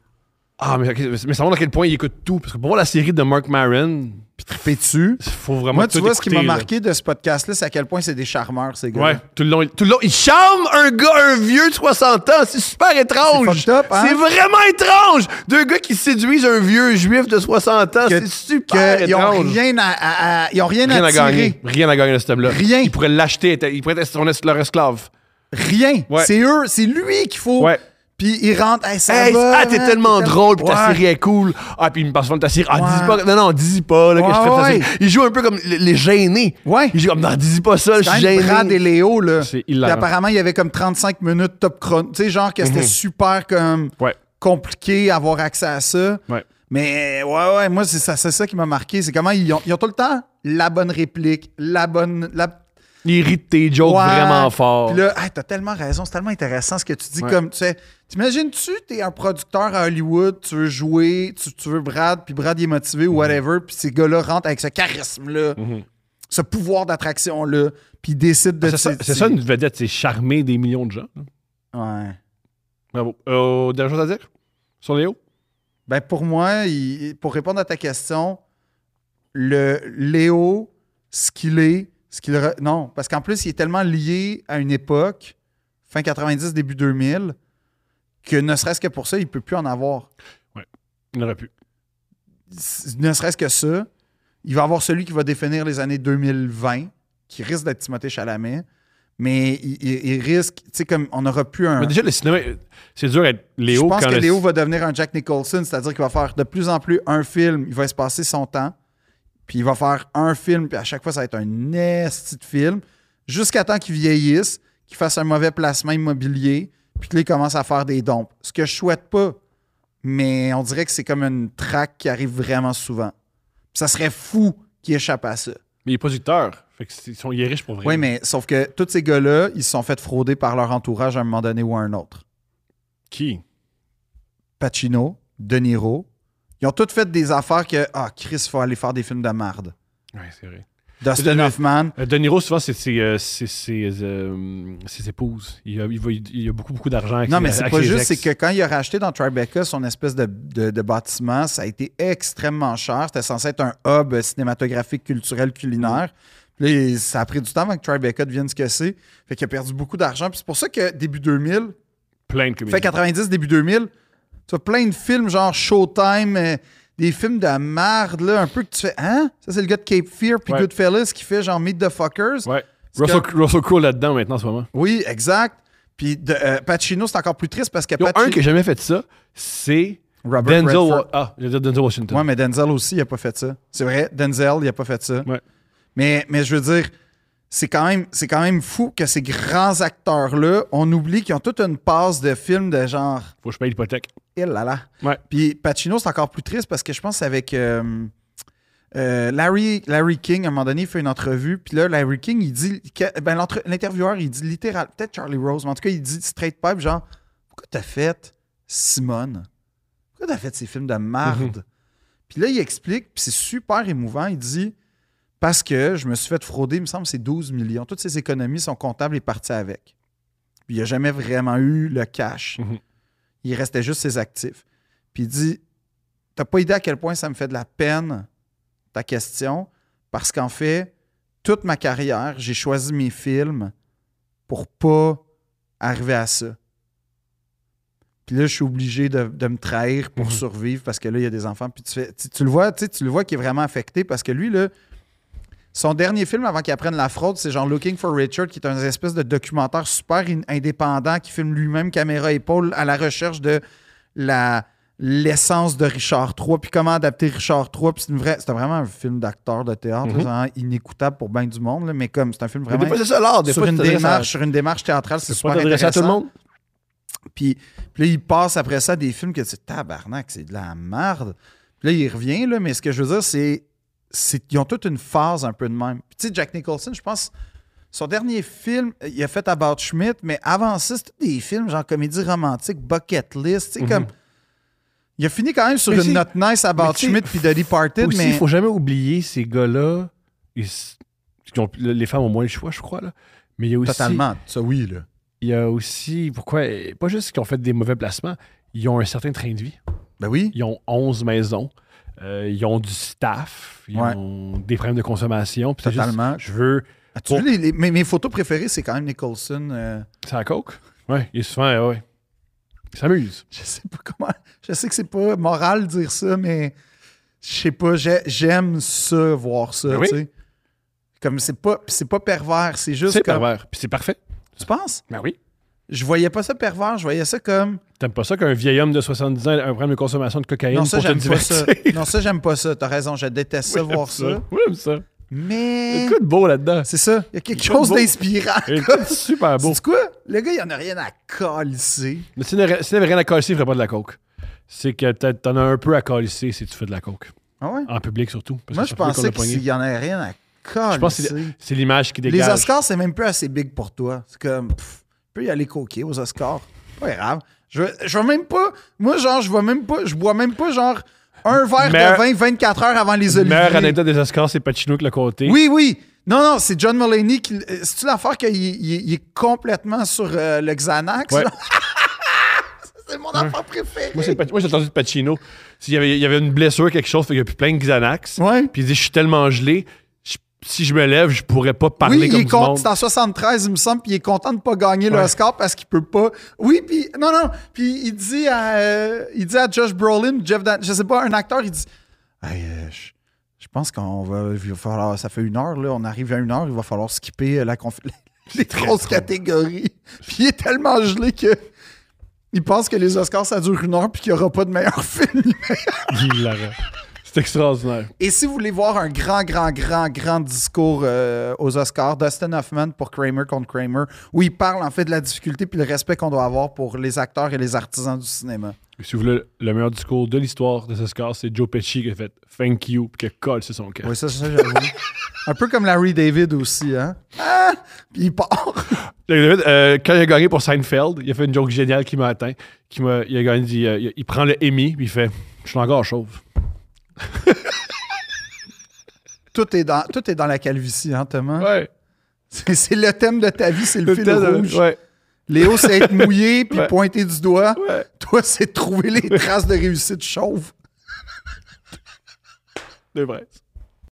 [SPEAKER 1] Ah, mais, ok, mais ça montre à quel point il écoute tout. Parce que pour voir la série de Mark Maron,
[SPEAKER 2] Puis triper dessus.
[SPEAKER 1] il faut vraiment
[SPEAKER 2] Moi,
[SPEAKER 1] tout
[SPEAKER 2] tu vois, ce qui m'a
[SPEAKER 1] écouter, là.
[SPEAKER 2] marqué de ce podcast-là, c'est à quel point c'est des charmeurs, ces gars.
[SPEAKER 1] Ouais, tout le long, il- tout le long, il charme un gars, un vieux de 60 ans, c'est super étrange.
[SPEAKER 2] fucked up, hein?
[SPEAKER 1] C'est vraiment étrange. Deux gars qui séduisent un vieux juif de 60 ans,
[SPEAKER 2] Que-
[SPEAKER 1] Ah, c'est super
[SPEAKER 2] Que ils ont
[SPEAKER 1] étrange.
[SPEAKER 2] rien à, à- à- ils ont rien,
[SPEAKER 1] Rien
[SPEAKER 2] à,
[SPEAKER 1] à
[SPEAKER 2] tirer.
[SPEAKER 1] gagner, rien à gagner de cet homme-là.
[SPEAKER 2] Rien.
[SPEAKER 1] Il pourrait l'acheter, il pourrait être son es- leur esclave.
[SPEAKER 2] Rien.
[SPEAKER 1] Ouais.
[SPEAKER 2] C'est eux, c'est lui qu'il faut.
[SPEAKER 1] Ouais.
[SPEAKER 2] Puis il rentre. Hey, ça
[SPEAKER 1] Hey,
[SPEAKER 2] va,
[SPEAKER 1] ah, t'es
[SPEAKER 2] man,
[SPEAKER 1] tellement
[SPEAKER 2] t'es
[SPEAKER 1] drôle, puis ta
[SPEAKER 2] Ouais.
[SPEAKER 1] série est cool. Ah, puis il me passe de ta série. Ah, dis pas,
[SPEAKER 2] Ouais.
[SPEAKER 1] non, non, dis pas, là, que
[SPEAKER 2] Ouais,
[SPEAKER 1] je traite ta
[SPEAKER 2] ouais.
[SPEAKER 1] série. Il joue un peu comme les, les gênés.
[SPEAKER 2] Ouais.
[SPEAKER 1] Il joue comme, non, dis pas ça, je
[SPEAKER 2] Quand
[SPEAKER 1] suis
[SPEAKER 2] même,
[SPEAKER 1] gêné.
[SPEAKER 2] Brad et Léo, là.
[SPEAKER 1] C'est
[SPEAKER 2] Puis
[SPEAKER 1] hilarant.
[SPEAKER 2] apparemment, il y avait comme 35 minutes
[SPEAKER 1] Mhm.
[SPEAKER 2] top chrono. Tu sais, genre que c'était super comme
[SPEAKER 1] Ouais.
[SPEAKER 2] compliqué d'avoir accès à ça.
[SPEAKER 1] Ouais.
[SPEAKER 2] Mais ouais, ouais, moi, c'est ça, c'est ça qui m'a marqué. C'est comment ils ont, ils ont tout le temps la bonne réplique, la bonne. La...
[SPEAKER 1] Il rit de tes jokes
[SPEAKER 2] Ouais.
[SPEAKER 1] vraiment fort.
[SPEAKER 2] Puis là, hey, t'as tellement raison, c'est tellement intéressant ce que tu dis.
[SPEAKER 1] Ouais.
[SPEAKER 2] Comme, tu sais, t'imagines-tu, t'es un producteur à Hollywood, tu veux jouer, tu, tu veux Brad, puis Brad il est motivé ou whatever, puis ces gars-là rentrent avec ce charisme-là,
[SPEAKER 1] Mhm.
[SPEAKER 2] ce pouvoir d'attraction-là, puis ils décident de.
[SPEAKER 1] c'est Ah, ça,
[SPEAKER 2] tu-
[SPEAKER 1] c'est ça une vedette, c'est charmer des millions de gens. hein.
[SPEAKER 2] Ouais.
[SPEAKER 1] Bravo. Euh, dernière chose à dire sur Léo?
[SPEAKER 2] Ben pour moi, il- pour répondre à ta question, le Léo, ce qu'il est, ce qu'il re- non, parce qu'en plus il est tellement lié à une époque, fin 90 début 2000, que ne serait-ce que pour ça, il peut plus en avoir.
[SPEAKER 1] Il n'aurait pu.
[SPEAKER 2] S- Ne serait-ce que ça, il va avoir celui qui va définir les années 2020, qui risque d'être Timothée Chalamet, mais il, il- il risque, tu sais comme on n'aura plus un
[SPEAKER 1] Mais déjà, le cinéma, euh, c'est dur d'être Léo
[SPEAKER 2] Ah. je pense
[SPEAKER 1] quand
[SPEAKER 2] que
[SPEAKER 1] le-
[SPEAKER 2] Léo va devenir un Jack Nicholson, c'est-à-dire qu'il va faire de plus en plus un film, il va se passer son temps, puis il va faire un film, puis à chaque fois, ça va être un esti de film, jusqu'à temps qu'il vieillisse, qu'il fasse un mauvais placement immobilier, puis qu'il commence à faire des dons. Ce que je souhaite pas, mais on dirait que c'est comme une traque qui arrive vraiment souvent. Puis ça serait fou qu'il échappe à ça.
[SPEAKER 1] Mais il est producteur. Fait que c'est- ils sont- il est riche pour vrai.
[SPEAKER 2] Oui, mais sauf que tous ces gars-là, ils se sont fait frauder par leur entourage à un moment donné ou à un autre.
[SPEAKER 1] Qui?
[SPEAKER 2] Pacino, De Niro. Ils ont tous fait des affaires que, ah, Chris, faut aller faire des films de marde.
[SPEAKER 1] Oui, c'est vrai.
[SPEAKER 2] Dustin
[SPEAKER 1] Mais-
[SPEAKER 2] Hoffman.
[SPEAKER 1] Euh, De Niro, souvent, c'est ses, euh, c'est ses, euh, ses épouses. Il a, il va- il a beaucoup, beaucoup d'argent. avec
[SPEAKER 2] Non,
[SPEAKER 1] ses-
[SPEAKER 2] mais c'est
[SPEAKER 1] avec
[SPEAKER 2] pas
[SPEAKER 1] ses
[SPEAKER 2] juste,
[SPEAKER 1] ex.
[SPEAKER 2] c'est que quand il a racheté dans Tribeca son espèce de, de- de bâtiment, ça a été extrêmement cher. C'était censé être un hub cinématographique, culturel, culinaire.
[SPEAKER 1] Mm.
[SPEAKER 2] Puis là, il- ça a pris du temps avant que Tribeca devienne ce que c'est. Fait qu'il a perdu beaucoup d'argent. Puis c'est pour ça que début 2000,
[SPEAKER 1] Plein de comédies.
[SPEAKER 2] fait 90, début 2000, tu as plein de films genre Showtime, euh, des films de merde, là, un peu que tu fais, hein? Ça, c'est le gars de Cape Fear, puis
[SPEAKER 1] Ouais.
[SPEAKER 2] Goodfellas qui fait genre Meet the Fuckers.
[SPEAKER 1] Ouais.
[SPEAKER 2] C'est
[SPEAKER 1] Russell, Russell Crowe là-dedans maintenant en ce moment.
[SPEAKER 2] Oui, exact. Puis de- euh, Pacino, c'est encore plus triste parce que
[SPEAKER 1] Il y a un
[SPEAKER 2] Pacino.
[SPEAKER 1] qui n'a jamais fait ça, c'est
[SPEAKER 2] Robert
[SPEAKER 1] Denzel,
[SPEAKER 2] Redford.
[SPEAKER 1] Wa- ah, j'allais dire Denzel Washington.
[SPEAKER 2] Ouais, mais Denzel aussi, il a pas fait ça. C'est vrai, Denzel, il a pas fait ça.
[SPEAKER 1] Ouais.
[SPEAKER 2] Mais, mais je veux dire, c'est quand, même- c'est quand même fou que ces grands acteurs-là, on oublie qu'ils ont toute une passe de films de genre
[SPEAKER 1] Faut que je paye l'hypothèque.
[SPEAKER 2] Et là là.
[SPEAKER 1] Ouais.
[SPEAKER 2] Puis Pacino, c'est encore plus triste parce que je pense avec euh, euh, Larry, Larry King, à un moment donné, il fait une entrevue. Puis là, Larry King, il dit. que- ben, l'entre- L'intervieweur, il dit littéralement. Peut-être Charlie Rose, mais en tout cas, il dit straight pipe genre, pourquoi t'as fait Simone Pourquoi t'as fait ces films de marde Puis là, il explique, puis c'est super émouvant. Il dit parce que je me suis fait frauder, il me semble, c'est 12 millions. Toutes ces économies, sont comptables est parti avec. Puis il n'a jamais vraiment eu le cash.
[SPEAKER 1] Mhm.
[SPEAKER 2] Il restait juste ses actifs. Puis il dit T'as pas idée à quel point ça me fait de la peine, ta question, parce qu'en fait, toute ma carrière, j'ai choisi mes films pour pas arriver à ça. Puis là, je suis obligé de, de me trahir
[SPEAKER 3] Mhm.
[SPEAKER 2] pour survivre parce que là, il y a des enfants. Puis tu, fais- tu, tu le vois, tu sais, tu le vois qui est vraiment affecté parce que lui, là, son dernier film avant qu'il apprenne la fraude, c'est genre Looking for Richard, qui est un espèce de documentaire super in- indépendant qui filme lui-même caméra épaule à la recherche de la l'essence de Richard III, puis comment adapter Richard III. Puis c'est une vraie- c'était vraiment un film d'acteur de théâtre, là, c'est vraiment inécoutable pour bien du monde, là, mais comme c'est un film
[SPEAKER 3] Mhm. Mais
[SPEAKER 2] vraiment
[SPEAKER 3] Des fois, c'est ça l'art. Des
[SPEAKER 2] sur
[SPEAKER 3] fois,
[SPEAKER 2] une
[SPEAKER 3] tu t'adresses à-
[SPEAKER 2] démarche, sur une démarche théâtrale, c'est
[SPEAKER 1] C'est pas
[SPEAKER 2] super
[SPEAKER 1] t'adresser à tout
[SPEAKER 2] intéressant.
[SPEAKER 1] le monde.
[SPEAKER 2] Puis, puis là, il passe après ça à des films que tu dis, tabarnak, c'est de la merde. Puis là, il revient, là, mais ce que je veux dire, c'est c'est qu'ils ont toute une phase un peu de même. Puis tu sais, Jack Nicholson, je pense, son dernier film, il a fait About Schmidt, mais avant ça, c'est tous des films genre comédie romantique, bucket list, tu sais, comme... Il a fini quand même sur
[SPEAKER 1] Mais
[SPEAKER 2] une
[SPEAKER 1] si-
[SPEAKER 2] note nice
[SPEAKER 1] mais
[SPEAKER 2] About
[SPEAKER 1] tu sais,
[SPEAKER 2] Schmidt puis The Departed,
[SPEAKER 1] Aussi, il
[SPEAKER 2] mais...
[SPEAKER 1] faut jamais oublier ces gars-là. ils s- qui ont- les femmes ont moins le choix, je crois. Là. Mais il y a aussi.
[SPEAKER 2] Totalement, ça oui, là.
[SPEAKER 1] Il y a aussi. Pourquoi Pas juste qu'ils ont fait des mauvais placements. Ils ont un certain train de vie.
[SPEAKER 2] Ben oui.
[SPEAKER 1] Ils ont 11 maisons. Euh, ils ont du staff. Ils
[SPEAKER 2] Ouais.
[SPEAKER 1] ont des problèmes de consommation. Puis c'est juste,
[SPEAKER 2] Totalement.
[SPEAKER 1] je veux.
[SPEAKER 2] As-tu vu les- les- mes, mes photos préférées, c'est quand même Nicholson... euh,
[SPEAKER 1] C'est la coke Ouais, il est souvent. Ouais. Il s'amuse.
[SPEAKER 2] je sais pas comment. Je sais que c'est pas moral de dire ça, mais je sais pas. j'ai- J'aime ça, voir ça.
[SPEAKER 1] Ben oui.
[SPEAKER 2] tu sais. Comme c'est pas, pis c'est pas pervers, c'est juste.
[SPEAKER 1] C'est
[SPEAKER 2] comme-
[SPEAKER 1] pervers. Puis c'est parfait.
[SPEAKER 2] Tu penses
[SPEAKER 1] Ben oui.
[SPEAKER 2] Je voyais pas ça pervers, je voyais ça comme.
[SPEAKER 1] T'aimes pas ça qu'un vieil homme de 70 ans ait un problème de consommation de cocaïne
[SPEAKER 2] Non, ça
[SPEAKER 1] pour te
[SPEAKER 2] j'aime pas ça.
[SPEAKER 1] divertir?
[SPEAKER 2] Non, ça j'aime pas ça. T'as raison, je déteste ça, voir ça.
[SPEAKER 1] <laughs> Oui, j'aime ça. Il y
[SPEAKER 2] Mais
[SPEAKER 1] a de beau là-dedans.
[SPEAKER 2] c'est ça. Il y a quelque
[SPEAKER 1] Écoute,
[SPEAKER 2] chose
[SPEAKER 1] beau.
[SPEAKER 2] d'inspirant.
[SPEAKER 1] Il y a de super beau.
[SPEAKER 2] C'est quoi Le gars, il en a rien à colisser.
[SPEAKER 1] Mais s'il n'avait s'il n'avait rien à casser, il ferait pas de la coke. c'est que t'as- t'en as un peu à calisser si tu fais de la coke.
[SPEAKER 2] Ah ouais?
[SPEAKER 1] En public surtout. parce
[SPEAKER 2] Moi,
[SPEAKER 1] que ça se
[SPEAKER 2] je
[SPEAKER 1] peut qu'on
[SPEAKER 2] pensais
[SPEAKER 1] l'a pogné.
[SPEAKER 2] qu'il y en avait rien à coller.
[SPEAKER 1] Je pense que C'est l'image qui dégage.
[SPEAKER 2] Les Oscars, c'est même plus assez big pour toi. C'est comme, pff, tu peux y aller coquer aux Oscars. Pas grave. Je, je vais même pas. Moi, genre, je vois même pas. Je bois même pas, genre, un verre
[SPEAKER 1] Meilleur-
[SPEAKER 2] de vin 24 heures avant les Oliviers.
[SPEAKER 1] meilleure anecdote des Oscars, c'est Pacino qui l'a compté.
[SPEAKER 2] Oui, oui. Non, non, c'est John Mulaney qui. euh, C'est-tu l'affaire qu'il il- il est complètement sur euh, le Xanax?
[SPEAKER 1] Ouais.
[SPEAKER 2] là? <laughs> c'est mon affaire préférée.
[SPEAKER 1] Moi, c'est Pac- moi, j'ai entendu de Pacino. S'il y avait, il y avait une blessure, quelque chose, fait qu'il y a plus plein de Xanax.
[SPEAKER 2] Ouais.
[SPEAKER 1] Puis il dit Je suis tellement gelé, je- si je me lève, je pourrais pas parler
[SPEAKER 2] Oui, il
[SPEAKER 1] comme
[SPEAKER 2] est
[SPEAKER 1] du monde.
[SPEAKER 2] content. C'est en 73, il me semble, puis il est content de ne pas gagner le score parce qu'il peut pas. Oui, puis non, non. Puis il dit à, euh, il dit à Josh Brolin, Jeff, Dan- je sais pas, un acteur, il dit, Hey, euh, je, je pense qu'on va, il va falloir, ça fait une heure là, on arrive à une heure, il va falloir skipper euh, la conf- <laughs> les grosses catégories. Puis il est tellement gelé que il pense que les Oscars ça dure une heure puis qu'il n'y aura pas de meilleur <laughs> film.
[SPEAKER 1] <laughs> Il l'arrête. C'est extraordinaire.
[SPEAKER 2] Et si vous voulez voir un grand, grand, grand, grand discours euh, aux Oscars, Dustin Hoffman pour Kramer contre Kramer, où il parle en fait de la difficulté puis le respect qu'on doit avoir pour les acteurs et les artisans du cinéma.
[SPEAKER 1] Si vous voulez le meilleur discours de l'histoire des Oscars, c'est Joe Pesci qui a fait Thank you, puis qui a collé sur son cœur.
[SPEAKER 2] Oui, ça, ça, j'avoue. un peu comme Larry David aussi, hein? Ah! Puis il part. <laughs>
[SPEAKER 1] Le- le- euh, quand il a gagné pour Seinfeld, il a fait une joke géniale qui m'a atteint. Qui m'a, il a gagné, il, euh, il- il prend le Emmy, puis il fait Je suis encore chauve.
[SPEAKER 2] Tout est dans, tout est dans la calvitie, hein, Thomas?
[SPEAKER 1] Ouais.
[SPEAKER 2] C'est c'est le thème de ta vie, c'est le, fil
[SPEAKER 1] temps de-
[SPEAKER 2] rouge.
[SPEAKER 1] ouais.
[SPEAKER 2] Léo, c'est être mouillé puis
[SPEAKER 1] Ouais.
[SPEAKER 2] pointer du doigt.
[SPEAKER 1] Ouais.
[SPEAKER 2] Toi, c'est de trouver les traces de réussite chauve.
[SPEAKER 1] De vrai.